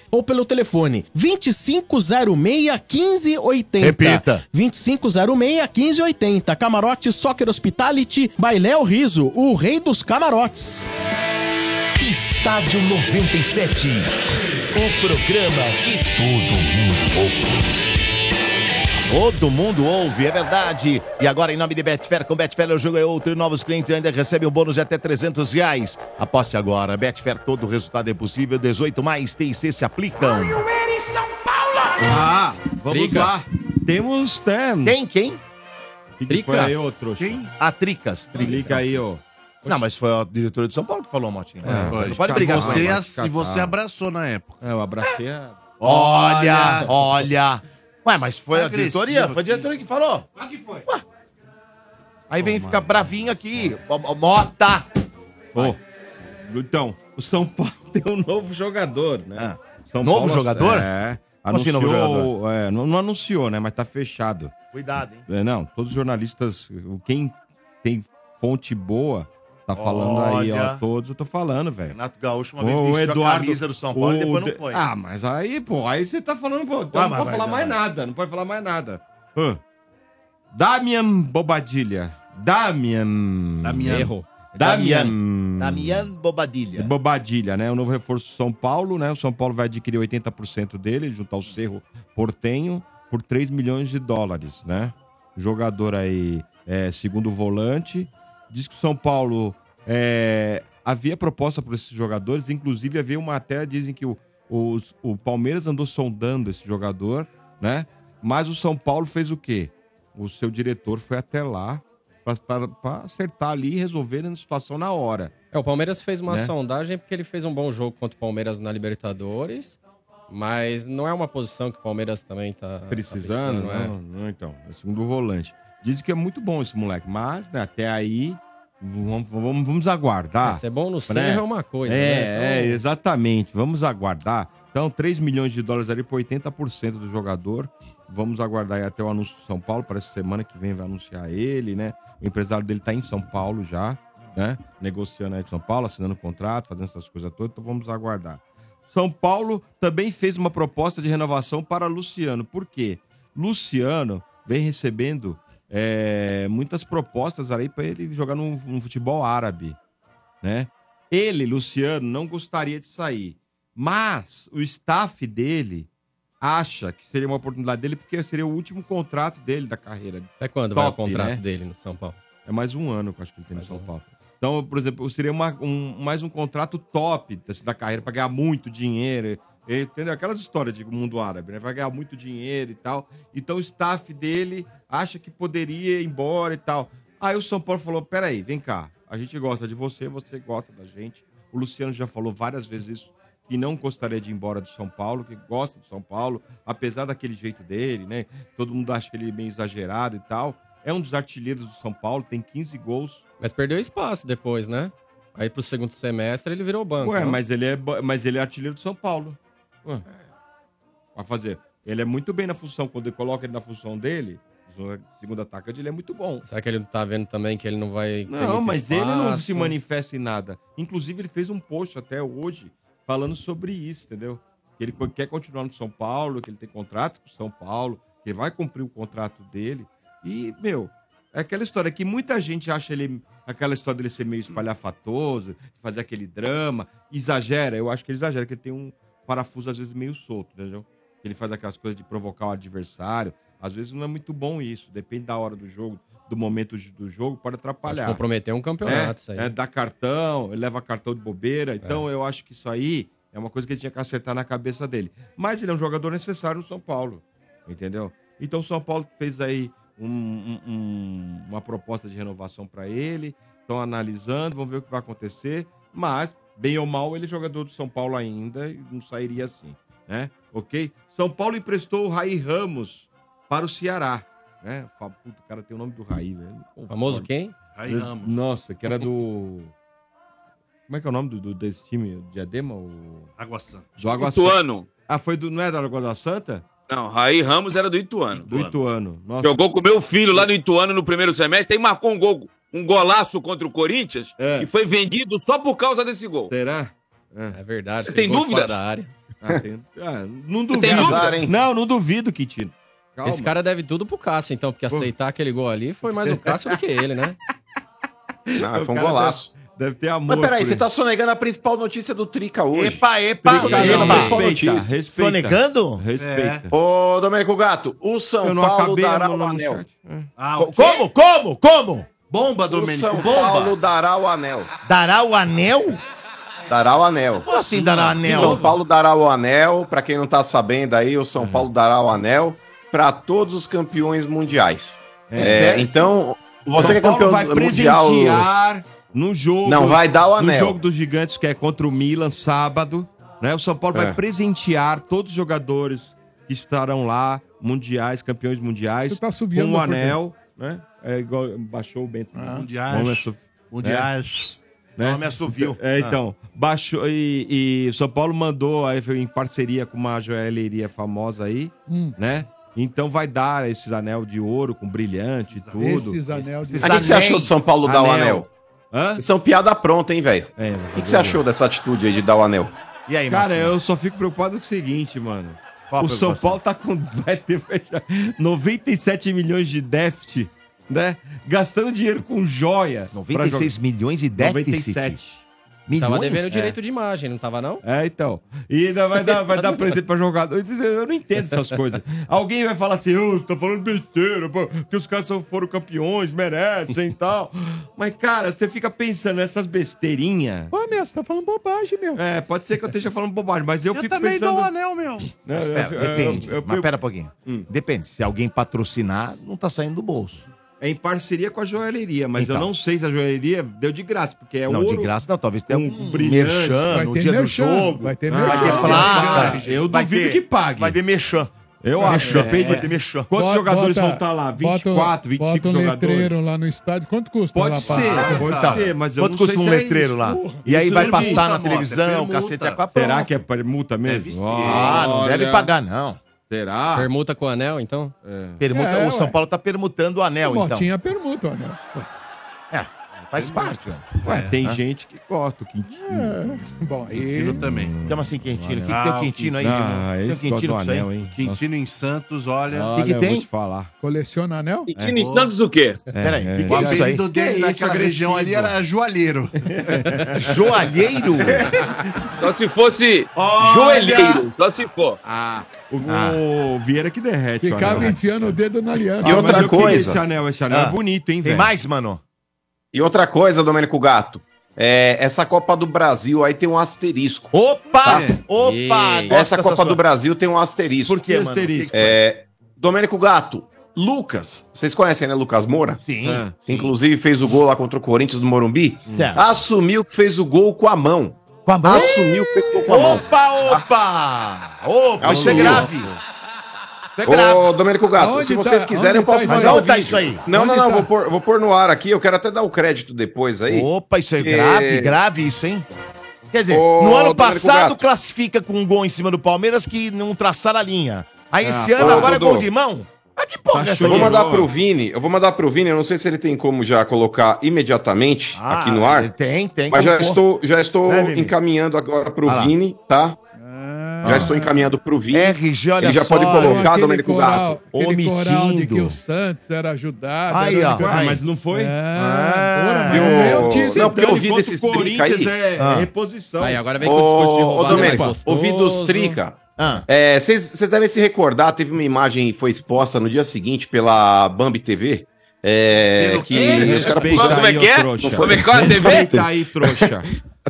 Speaker 9: ou pelo telefone 2506 1580.
Speaker 2: Repita.
Speaker 9: 2506 1580. Camarote Soccer Hospitality by Léo Riso, o rei dos camarotes.
Speaker 2: Estádio 97, o programa que todo mundo ouve. Todo mundo ouve, é verdade. E agora, em nome de Betfair, com Betfair o jogo é outro e novos clientes ainda recebem um bônus de até 300 reais. Aposte agora, Betfair, todo resultado é possível, 18 mais, T e C se aplicam.
Speaker 10: You ready, São Paulo?
Speaker 4: Ah, vamos
Speaker 7: Tricas.
Speaker 4: lá.
Speaker 3: Temos tem.
Speaker 2: Quem, quem?
Speaker 3: Que que foi
Speaker 7: Tricas.
Speaker 3: aí, ô trouxa?
Speaker 4: Quem?
Speaker 2: A Tricas. Tricas. né?
Speaker 3: Clica aí, ó.
Speaker 2: Não, mas foi a diretora de São Paulo que falou, Motinho.
Speaker 3: É,
Speaker 2: Não
Speaker 4: Hoje.
Speaker 2: pode brigar com
Speaker 4: você
Speaker 2: ele.
Speaker 3: vai
Speaker 4: as-
Speaker 3: ficar
Speaker 4: E você
Speaker 3: calmo.
Speaker 4: abraçou na época.
Speaker 3: É, eu abracei a...
Speaker 2: Olha, olha. Ué, mas foi a
Speaker 4: Agressivo
Speaker 2: diretoria? Foi a
Speaker 4: aqui.
Speaker 2: diretoria que falou.
Speaker 3: é
Speaker 4: Mas que foi?
Speaker 2: Aí vem ficar bravinho aqui. Ó, ó, Mota!
Speaker 3: Ô, então, o São Paulo tem um novo jogador, né?
Speaker 2: Ah.
Speaker 3: São
Speaker 2: Novo jogador?
Speaker 3: É.
Speaker 2: Como assim,
Speaker 3: Anunciou,
Speaker 2: novo
Speaker 3: é, não, não anunciou, né? Mas tá fechado.
Speaker 2: Cuidado, hein?
Speaker 3: É, não, todos os jornalistas, o- quem tem fonte boa, tá falando aí,
Speaker 2: Olha.
Speaker 3: ó. Todos eu tô falando, velho.
Speaker 2: Renato Gaúcho uma vez
Speaker 3: Ô,
Speaker 2: vestiu a
Speaker 3: Eduardo,
Speaker 2: camisa do São Paulo e
Speaker 3: O
Speaker 2: depois
Speaker 3: de-
Speaker 2: não foi.
Speaker 3: Ah, mas aí, pô, aí você tá falando, pô, então
Speaker 2: Ah,
Speaker 3: não
Speaker 2: mas
Speaker 3: pode
Speaker 2: vai,
Speaker 3: falar
Speaker 2: vai,
Speaker 3: mais
Speaker 2: vai.
Speaker 3: nada, não pode falar mais nada. Hã? Damian Bobadilha. Damian.
Speaker 4: Damian.
Speaker 7: Erro.
Speaker 3: Damian.
Speaker 2: Damian Bobadilha.
Speaker 3: Bobadilha, Hum. né? O novo reforço do São Paulo, né? O São Paulo vai adquirir 80% dele, junto ao Cerro Portenho, por 3 milhões de dólares, né? O jogador aí, é, segundo volante, diz que o São Paulo é, havia proposta para esses jogadores, inclusive havia uma até, dizem que o, os- o Palmeiras andou sondando esse jogador, né? Mas o São Paulo fez o quê? O seu diretor foi até lá para acertar ali e resolver a situação na hora.
Speaker 7: É, o Palmeiras fez uma
Speaker 3: Né?
Speaker 7: sondagem porque ele fez um bom jogo contra o Palmeiras na Libertadores, mas não é uma posição que o Palmeiras também tá né? tá
Speaker 3: Ah, precisando,
Speaker 7: precisando,
Speaker 3: não, não, então, é segundo volante. Dizem que é muito bom esse moleque, mas né, até aí vamos, vamos, vamos
Speaker 7: Ah,
Speaker 3: aguardar.
Speaker 7: ser bom no Cerro
Speaker 3: né?
Speaker 7: é uma coisa,
Speaker 3: é,
Speaker 7: né?
Speaker 3: é, exatamente, vamos aguardar. Então, 3 milhões de dólares ali por 80% do jogador. Vamos aguardar aí até o anúncio do São Paulo, parece que semana que vem vai anunciar ele, né? O empresário dele tá em São Paulo já, né? Negociando aí com São Paulo, assinando contrato, fazendo essas coisas todas, então vamos aguardar. São Paulo também fez uma proposta de renovação para Luciano. Por quê? Luciano vem recebendo é, muitas propostas aí para ele jogar num, num futebol árabe, né? Ele, Luciano, não gostaria de sair, mas o staff dele acha que seria uma oportunidade dele porque seria o último contrato dele da carreira.
Speaker 7: Até quando vai o
Speaker 3: Top,
Speaker 7: contrato
Speaker 3: né?
Speaker 7: dele no São Paulo?
Speaker 3: É mais um ano que eu acho que ele tem
Speaker 7: Mais
Speaker 3: no
Speaker 7: um
Speaker 3: São Paulo. Então, por exemplo, seria uma- um- mais um contrato top assim, da carreira, para ganhar muito dinheiro, Entendeu? Aquelas histórias de mundo árabe, né? Vai ganhar muito dinheiro e tal. Então o staff dele acha que poderia ir embora e tal. Aí o São Paulo falou: peraí, vem cá. A gente gosta de você, você gosta da gente. O Luciano já falou várias vezes isso, que não gostaria de ir embora do São Paulo, que gosta do São Paulo, apesar daquele jeito dele, né? Todo mundo acha que ele é meio exagerado e tal. É um dos artilheiros do São Paulo, tem 15 gols.
Speaker 7: Mas perdeu espaço depois, né? Aí pro segundo semestre ele virou banco.
Speaker 3: Ué,
Speaker 7: né?
Speaker 3: mas ele, é, ba- mas ele é artilheiro do São Paulo. Ué. Vai fazer. Ele é muito bem na função. Quando ele coloca ele na função dele, o segundo atacante, ele é muito bom.
Speaker 7: Será que ele não tá vendo também que ele não vai. ter
Speaker 3: Não,
Speaker 7: muito
Speaker 3: mas ele não se
Speaker 7: espaço?
Speaker 3: manifesta em nada. Inclusive, ele fez um post até hoje falando sobre isso, entendeu? Que ele co- quer continuar no São Paulo, que ele tem contrato com o São Paulo, que ele vai cumprir o contrato dele. E, meu, é aquela história que muita gente acha ele. Aquela história dele ser meio espalhafatoso, fazer aquele drama. Exagera, eu acho que ele exagera, que ele tem um parafuso às vezes meio solto, entendeu? Que ele faz aquelas coisas de provocar o adversário. Às vezes não é muito bom isso, depende da hora do jogo, do momento de- do jogo, pode atrapalhar.
Speaker 7: Pode comprometer um campeonato,
Speaker 3: É,
Speaker 7: isso aí. É.
Speaker 3: É, dá cartão, ele leva cartão de bobeira. Então eu acho que isso aí é uma coisa que ele tinha que acertar na cabeça dele. Mas ele é um jogador necessário no São Paulo, entendeu? Então o São Paulo fez aí um- um- um- uma proposta de renovação para ele, estão analisando, vão ver o que vai acontecer. Mas, bem ou mal, ele é jogador do São Paulo ainda e não sairia assim, né? Ok? São Paulo emprestou o Raí Ramos para o Ceará. Né? Fa- Puta, o cara tem o nome do Raí, né? velho.
Speaker 7: Famoso quem?
Speaker 4: Raí Ramos.
Speaker 3: Nossa, que era do. Como é que é o nome do, do- desse time? Diadema? O...
Speaker 4: Água Santa.
Speaker 3: Do Água
Speaker 8: Ituano.
Speaker 3: Ah, foi do. Não é da Água da Santa?
Speaker 8: Não, Raí Ramos era do Ituano.
Speaker 3: Do Ituano. Nossa.
Speaker 8: Jogou com meu filho lá no Ituano no primeiro semestre e marcou um gol, um golaço contra o Corinthians
Speaker 3: É.
Speaker 8: e foi vendido só por causa desse gol.
Speaker 3: Será?
Speaker 7: É verdade.
Speaker 8: Você
Speaker 7: aquele
Speaker 8: tem
Speaker 7: gol de fora
Speaker 8: dúvidas?
Speaker 7: Da área.
Speaker 3: Ah, tem- ah, não
Speaker 8: Você
Speaker 3: duvido.
Speaker 8: tem dúvida?
Speaker 2: Azar, hein?
Speaker 3: Não, não duvido, Quintino. Calma.
Speaker 7: Esse cara deve tudo pro Cássio, então, porque
Speaker 3: Pô.
Speaker 7: aceitar aquele gol ali foi mais o Cássio do que ele, né?
Speaker 6: Ah,
Speaker 3: O
Speaker 6: foi um
Speaker 3: cara
Speaker 6: golaço.
Speaker 3: Deve ter amor.
Speaker 6: Mas peraí,
Speaker 3: por
Speaker 6: você
Speaker 3: ele.
Speaker 6: tá sonegando a principal notícia do Trica hoje.
Speaker 2: Epa, epa,
Speaker 6: Isso daí é uma
Speaker 2: epa.
Speaker 6: boa
Speaker 3: Respeita,
Speaker 6: notícia.
Speaker 3: respeita.
Speaker 2: Sonegando?
Speaker 3: Respeita.
Speaker 6: Ô, Domênico Gato, o São Paulo dará
Speaker 3: no-
Speaker 6: o
Speaker 3: no
Speaker 6: anel.
Speaker 3: chat. É.
Speaker 4: Ah, o
Speaker 2: Co- Como, como, como?
Speaker 4: Bomba,
Speaker 6: O
Speaker 4: Domênico,
Speaker 6: São Paulo
Speaker 4: bomba.
Speaker 6: dará o anel.
Speaker 2: Dará o anel?
Speaker 6: Dará o anel.
Speaker 2: Como assim dará o
Speaker 6: O São
Speaker 2: anel?
Speaker 6: Paulo dará o anel, pra quem não tá sabendo aí, o São Paulo dará o anel pra todos os campeões mundiais. É, então, você que é
Speaker 3: São Paulo
Speaker 6: campeão
Speaker 3: vai
Speaker 6: mundial,
Speaker 3: presentear no jogo.
Speaker 6: não vai dar o
Speaker 3: No
Speaker 6: anel.
Speaker 3: jogo dos gigantes, que é contra o Milan, sábado. Né? O São Paulo
Speaker 6: É.
Speaker 3: vai presentear todos os jogadores que estarão lá, mundiais, campeões mundiais,
Speaker 5: Você tá subindo.
Speaker 3: com o anel. Né? É igual, baixou o Bento.
Speaker 2: Ah.
Speaker 3: né?
Speaker 4: Mundiais.
Speaker 3: Vamos, é su-
Speaker 4: Mundiais.
Speaker 3: né?
Speaker 2: me assoviu.
Speaker 3: É, então, baixou e, e o São Paulo mandou aí foi em parceria com uma joalheria famosa aí,
Speaker 5: Hum.
Speaker 3: né? Então vai dar esses anel de ouro com brilhante e
Speaker 4: Esses
Speaker 3: tudo.
Speaker 5: Esses anel de.
Speaker 2: Esses
Speaker 6: Mas Ah, o que, que você
Speaker 2: anéis.
Speaker 6: achou do São Paulo dar o anel?
Speaker 3: Hã?
Speaker 6: São piada pronta, hein, velho?
Speaker 3: É,
Speaker 6: O que, que você achou dessa atitude aí de dar o anel?
Speaker 2: E aí,
Speaker 3: Cara,
Speaker 2: Martinho?
Speaker 3: eu só fico preocupado com o seguinte, mano.
Speaker 2: Qual a
Speaker 3: o São
Speaker 2: preocupação?
Speaker 3: Paulo tá com. Vai ter vai já- 97 milhões de déficit, né? Gastando dinheiro com joia. pra jogar-
Speaker 2: 96 milhões de déficit.
Speaker 3: 97.
Speaker 6: tá-
Speaker 2: Milhões?
Speaker 7: Tava devendo direito de imagem, não tava, não?
Speaker 3: É, então. E ainda vai dar, vai dar presente pra jogador. Eu disse, Eu não entendo essas coisas. Alguém vai falar assim, ô, você tá falando besteira, pô, que os caras são- foram campeões, merecem e tal. Mas, cara, você fica pensando nessas besteirinhas.
Speaker 5: Pô, meu, você tá falando bobagem, meu.
Speaker 3: É, pode ser que eu esteja falando bobagem, mas eu,
Speaker 4: Eu,
Speaker 3: fico
Speaker 4: também
Speaker 3: pensando...
Speaker 4: dou o anel, meu.
Speaker 3: Não,
Speaker 2: Mas
Speaker 3: eu-
Speaker 2: pera,
Speaker 3: eu- eu-
Speaker 2: depende.
Speaker 3: eu- eu-
Speaker 2: mas pera um pouquinho.
Speaker 3: Hum.
Speaker 2: Depende. Se alguém patrocinar, não tá saindo do bolso.
Speaker 3: É em parceria com a joalheria, mas eu
Speaker 2: Então.
Speaker 3: não sei se a joalheria deu de graça, porque é
Speaker 2: não, de
Speaker 3: ouro.
Speaker 2: graça não. Talvez tenha
Speaker 3: um
Speaker 2: um
Speaker 3: brilhante.
Speaker 2: merchan no dia do jogo.
Speaker 5: Vai ter
Speaker 3: Ah,
Speaker 5: merchan.
Speaker 2: Vai ter
Speaker 3: não,
Speaker 2: placa.
Speaker 3: não, eu
Speaker 2: Vai
Speaker 3: duvido
Speaker 2: ter-
Speaker 3: que pague.
Speaker 2: Vai ter merchan.
Speaker 3: Eu acho. Depende.
Speaker 2: Vai ter merchan.
Speaker 3: Quantos
Speaker 5: É. Bota-
Speaker 3: jogadores
Speaker 5: bota-
Speaker 3: vão estar lá?
Speaker 5: Bota um-
Speaker 3: 24, 25
Speaker 5: bota um
Speaker 3: jogadores?
Speaker 5: letreiro lá no estádio. Quanto custa?
Speaker 3: Pode
Speaker 5: lá,
Speaker 3: ser,
Speaker 5: pá?
Speaker 3: pode tá.
Speaker 2: Então,
Speaker 3: ser, mas eu
Speaker 2: Quanto
Speaker 3: não
Speaker 2: custa
Speaker 3: sei
Speaker 2: um
Speaker 3: se é
Speaker 2: letreiro
Speaker 3: isso.
Speaker 2: lá?
Speaker 3: Porra.
Speaker 2: E aí
Speaker 3: Isso
Speaker 2: vai
Speaker 3: não é
Speaker 2: passar
Speaker 4: multa,
Speaker 2: na
Speaker 4: moça,
Speaker 2: televisão,
Speaker 4: permuta.
Speaker 2: cacete é com a
Speaker 3: Será
Speaker 2: pão.
Speaker 3: que é pra- multa
Speaker 4: Deve
Speaker 3: mesmo?
Speaker 4: ser.
Speaker 2: Ah, não
Speaker 3: Olha.
Speaker 2: deve pagar, não.
Speaker 3: Será?
Speaker 7: Permuta com o anel, então?
Speaker 2: Permuta-
Speaker 5: É,
Speaker 2: o São
Speaker 5: ué.
Speaker 2: Paulo tá permutando o anel, então.
Speaker 5: Motinha permuta, o anel.
Speaker 2: Faz parte, velho.
Speaker 3: Ué, tem gente que gosta, o Quintino.
Speaker 5: É. Bom, aí.
Speaker 4: Quintino também.
Speaker 2: Chama assim, Quintino. O que, que
Speaker 4: Ah,
Speaker 2: tem o Quintino aí? né?
Speaker 3: Ah,
Speaker 2: tem o
Speaker 3: esse gosta do
Speaker 2: Quintino com isso aí?
Speaker 3: anel, hein?
Speaker 4: Quintino em Santos, olha.
Speaker 3: Olha,
Speaker 2: que que
Speaker 3: eu
Speaker 2: tem?
Speaker 3: Vou te falar.
Speaker 5: Coleciona anel?
Speaker 8: E Tino Santos o quê?
Speaker 2: Peraí,
Speaker 3: É,
Speaker 2: que
Speaker 4: O
Speaker 2: que é isso aí?
Speaker 4: apelido dele
Speaker 3: Que
Speaker 4: naquela
Speaker 3: isso,
Speaker 4: região ali
Speaker 3: agressivo.
Speaker 4: era joalheiro.
Speaker 3: É
Speaker 2: Joalheiro?
Speaker 8: Só se fosse
Speaker 2: Olha!
Speaker 8: joelheiro. Só se for.
Speaker 3: Ah, o,
Speaker 2: Ah.
Speaker 3: o Vieira que derrete. né, o
Speaker 5: Ficava
Speaker 3: anel.
Speaker 5: enfiando o dedo na aliança.
Speaker 6: E
Speaker 3: Ah, mas
Speaker 6: outra
Speaker 3: eu queria
Speaker 6: coisa.
Speaker 3: Esse anel, esse anel
Speaker 2: Ah.
Speaker 3: é bonito, hein,
Speaker 2: Tem
Speaker 3: velho?
Speaker 2: mais, mano?
Speaker 6: E outra coisa, Domênico Gato, é, essa Copa do Brasil aí tem um asterisco.
Speaker 2: Opa!
Speaker 6: Tá?
Speaker 2: Opa! gosto
Speaker 6: Essa
Speaker 2: dessa
Speaker 6: Copa
Speaker 2: sua-
Speaker 6: do Brasil tem um asterisco.
Speaker 2: Por quê, mano? Asterisco.
Speaker 6: É, Domênico Gato, Lucas, vocês conhecem, né, Lucas Moura?
Speaker 2: Sim.
Speaker 3: Ah,
Speaker 6: Inclusive fez o gol lá contra o Corinthians no Morumbi.
Speaker 2: Certo.
Speaker 6: Assumiu que fez o gol com a mão.
Speaker 2: Com a mão?
Speaker 6: Assumiu que fez o gol com a mão.
Speaker 2: Opa, opa! Opa, isso é
Speaker 6: Assumiu.
Speaker 2: grave. Isso é grave.
Speaker 6: Ô, Domênico Gato,
Speaker 5: Aonde
Speaker 6: se
Speaker 5: tá-
Speaker 6: vocês quiserem, eu
Speaker 5: aonde tá
Speaker 6: posso
Speaker 5: isso
Speaker 6: mandar
Speaker 2: aí?
Speaker 6: o
Speaker 2: Onde tá
Speaker 6: vídeo.
Speaker 2: isso aí?
Speaker 6: Não, não,
Speaker 5: Onde
Speaker 6: não,
Speaker 5: tá?
Speaker 6: vou, pôr, vou pôr no ar aqui, eu quero até dar o crédito depois aí.
Speaker 2: Opa, isso é
Speaker 6: É.
Speaker 2: grave, grave isso, hein? Quer dizer,
Speaker 6: Ô,
Speaker 2: no ano
Speaker 6: Domênico
Speaker 2: passado
Speaker 6: Gato.
Speaker 2: classifica com um gol em cima do Palmeiras que não traçaram a linha. Aí esse ano
Speaker 6: Ah, pô,
Speaker 2: agora é
Speaker 6: Dodô.
Speaker 2: gol de mão? Mas que porra é essa
Speaker 6: Eu vou
Speaker 2: aí?
Speaker 6: mandar pro Vini, eu vou mandar pro Vini, eu não sei se ele tem como já colocar imediatamente
Speaker 2: Ah,
Speaker 6: aqui no ar,
Speaker 2: Tem, tem.
Speaker 6: mas já
Speaker 2: como-
Speaker 6: estou, já estou
Speaker 2: Né, Vini?
Speaker 6: encaminhando agora pro
Speaker 2: Ah lá.
Speaker 6: Vini, tá?
Speaker 5: Ah,
Speaker 6: Já estou encaminhando pro Vini.
Speaker 2: RG, olha
Speaker 6: Ele já
Speaker 2: só.
Speaker 6: pode
Speaker 5: então
Speaker 6: colocar,
Speaker 5: aquele
Speaker 6: Domênico
Speaker 5: coral-
Speaker 6: Gato.
Speaker 5: Aquele coral de que
Speaker 2: Omitindo.
Speaker 5: o Santos era ajudado.
Speaker 2: Aí,
Speaker 5: era
Speaker 2: ó,
Speaker 5: ajudado.
Speaker 2: aí.
Speaker 3: mas não foi?
Speaker 5: É,
Speaker 2: Ah,
Speaker 5: porra, mas
Speaker 6: viu?
Speaker 3: É
Speaker 5: eu
Speaker 6: Não,
Speaker 5: disse-
Speaker 6: porque eu ouvi
Speaker 3: Contra
Speaker 6: desses
Speaker 3: o
Speaker 6: trica aí.
Speaker 3: Corinthians é,
Speaker 2: Ah.
Speaker 3: é reposição.
Speaker 7: Aí, agora vem com o discurso de
Speaker 6: Ô, ô
Speaker 7: roubada mais
Speaker 6: Domênico,
Speaker 7: gostoso.
Speaker 6: ouvi dos trica.
Speaker 2: Ah,
Speaker 6: É, Vocês devem se recordar, teve uma imagem que foi exposta no dia seguinte pela Bambi TV. é,
Speaker 4: Pelo
Speaker 6: que
Speaker 4: quê?
Speaker 6: os caras
Speaker 8: Como
Speaker 6: puseram.
Speaker 8: é que é? Como é que é a TV?
Speaker 3: Respeita aí, trouxa.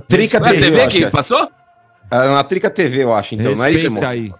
Speaker 6: Trica
Speaker 8: Não é a
Speaker 6: TV, eu
Speaker 8: TV
Speaker 6: acho que é.
Speaker 8: que passou?
Speaker 6: Ah, Na Trica TV, eu acho, então, não é isso, irmão?
Speaker 3: Respeita aí.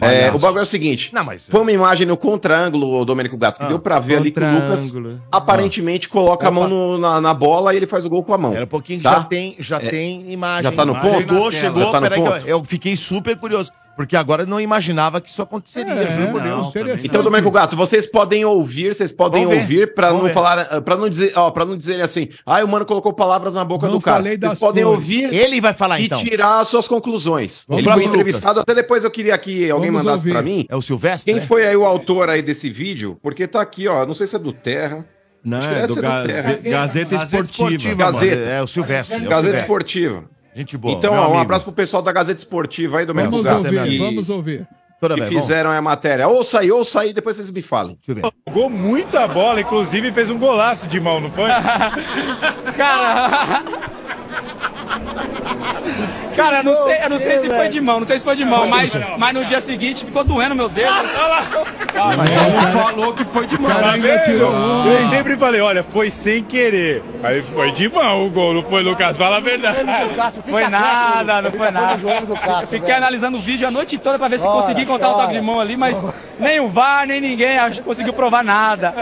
Speaker 6: É, o bagulho é o seguinte:
Speaker 2: não, mas...
Speaker 6: foi uma imagem no contra-ângulo, ô, Domênico Gato,
Speaker 2: Ah,
Speaker 6: que deu pra ver ali que o Lucas
Speaker 3: Contra-ângulo.
Speaker 6: aparentemente coloca a mão no- na, na bola e ele faz o gol com a mão.
Speaker 2: Era um pouquinho que
Speaker 6: Tá.
Speaker 2: já tem, já
Speaker 6: É.
Speaker 2: tem imagem.
Speaker 6: Já tá no
Speaker 2: Chegou,
Speaker 6: ponto?
Speaker 2: Chegou,
Speaker 4: Já
Speaker 2: chegou.
Speaker 6: tá no
Speaker 2: peraí que eu-
Speaker 6: ponto?
Speaker 2: eu fiquei super curioso. Porque agora eu não imaginava que isso aconteceria,
Speaker 5: É,
Speaker 2: juro por
Speaker 5: não,
Speaker 2: Deus.
Speaker 5: interessante.
Speaker 6: Então, Domênico Gato, vocês podem ouvir, vocês podem
Speaker 2: Vamos ver.
Speaker 6: ouvir pra
Speaker 2: Vamos
Speaker 6: não
Speaker 2: ver.
Speaker 6: falar, para não dizer, ó, para não dizer assim, ah, o mano colocou palavras na boca
Speaker 5: Não
Speaker 6: do cara.
Speaker 5: falei das
Speaker 6: Vocês podem
Speaker 5: cores.
Speaker 6: ouvir
Speaker 2: Ele vai falar
Speaker 6: e
Speaker 2: então.
Speaker 6: tirar as suas conclusões.
Speaker 5: Vamos
Speaker 6: ele foi
Speaker 5: lá,
Speaker 6: entrevistado, até depois eu queria que alguém
Speaker 5: Vamos
Speaker 6: mandasse pra
Speaker 5: ouvir.
Speaker 6: mim.
Speaker 2: É o Silvestre?
Speaker 6: Quem
Speaker 2: né?
Speaker 6: foi aí o autor aí desse vídeo? Porque tá aqui, ó, não sei se é do Terra,
Speaker 3: Não,
Speaker 6: Acho que
Speaker 3: é
Speaker 6: essa
Speaker 3: do
Speaker 6: é
Speaker 3: Ga-
Speaker 6: do Terra.
Speaker 3: Gazeta, Gazeta
Speaker 2: Gazeta
Speaker 3: Esportiva.
Speaker 2: mano.
Speaker 6: Gazeta.
Speaker 2: É o Silvestre. é o
Speaker 6: Gazeta
Speaker 2: Silvestre.
Speaker 6: Esportiva.
Speaker 2: Gente boa.
Speaker 6: então,
Speaker 2: meu
Speaker 6: ó, um
Speaker 2: amigo.
Speaker 6: abraço pro pessoal da Gazeta Esportiva aí, Domênico
Speaker 5: Vamos
Speaker 6: Gato.
Speaker 5: ouvir,
Speaker 6: que-
Speaker 5: vamos ouvir.
Speaker 2: Toda
Speaker 6: que
Speaker 2: vez, vamos.
Speaker 6: fizeram a matéria. Ouça aí, ouça aí, depois vocês me falem.
Speaker 2: Deixa eu ver.
Speaker 11: Jogou muita bola, inclusive fez um golaço de mão, não foi?
Speaker 1: Cara. Cara, eu não sei, eu não sei se foi de mão, não sei se foi de mão, mas, mas no dia seguinte ficou doendo meu dedo.
Speaker 3: Ah, falou que foi de né?
Speaker 5: O cara ainda tirou um.
Speaker 11: Eu
Speaker 5: hein?
Speaker 11: sempre falei, olha, foi sem querer. Aí foi de mão o gol, não foi, Lucas? Fala a verdade.
Speaker 1: Foi nada, não
Speaker 12: Tá
Speaker 1: foi nada. Fiquei analisando o vídeo a noite toda pra ver se consegui contar o toque de mão ali, mas nem o VAR, nem ninguém acho- conseguiu provar nada.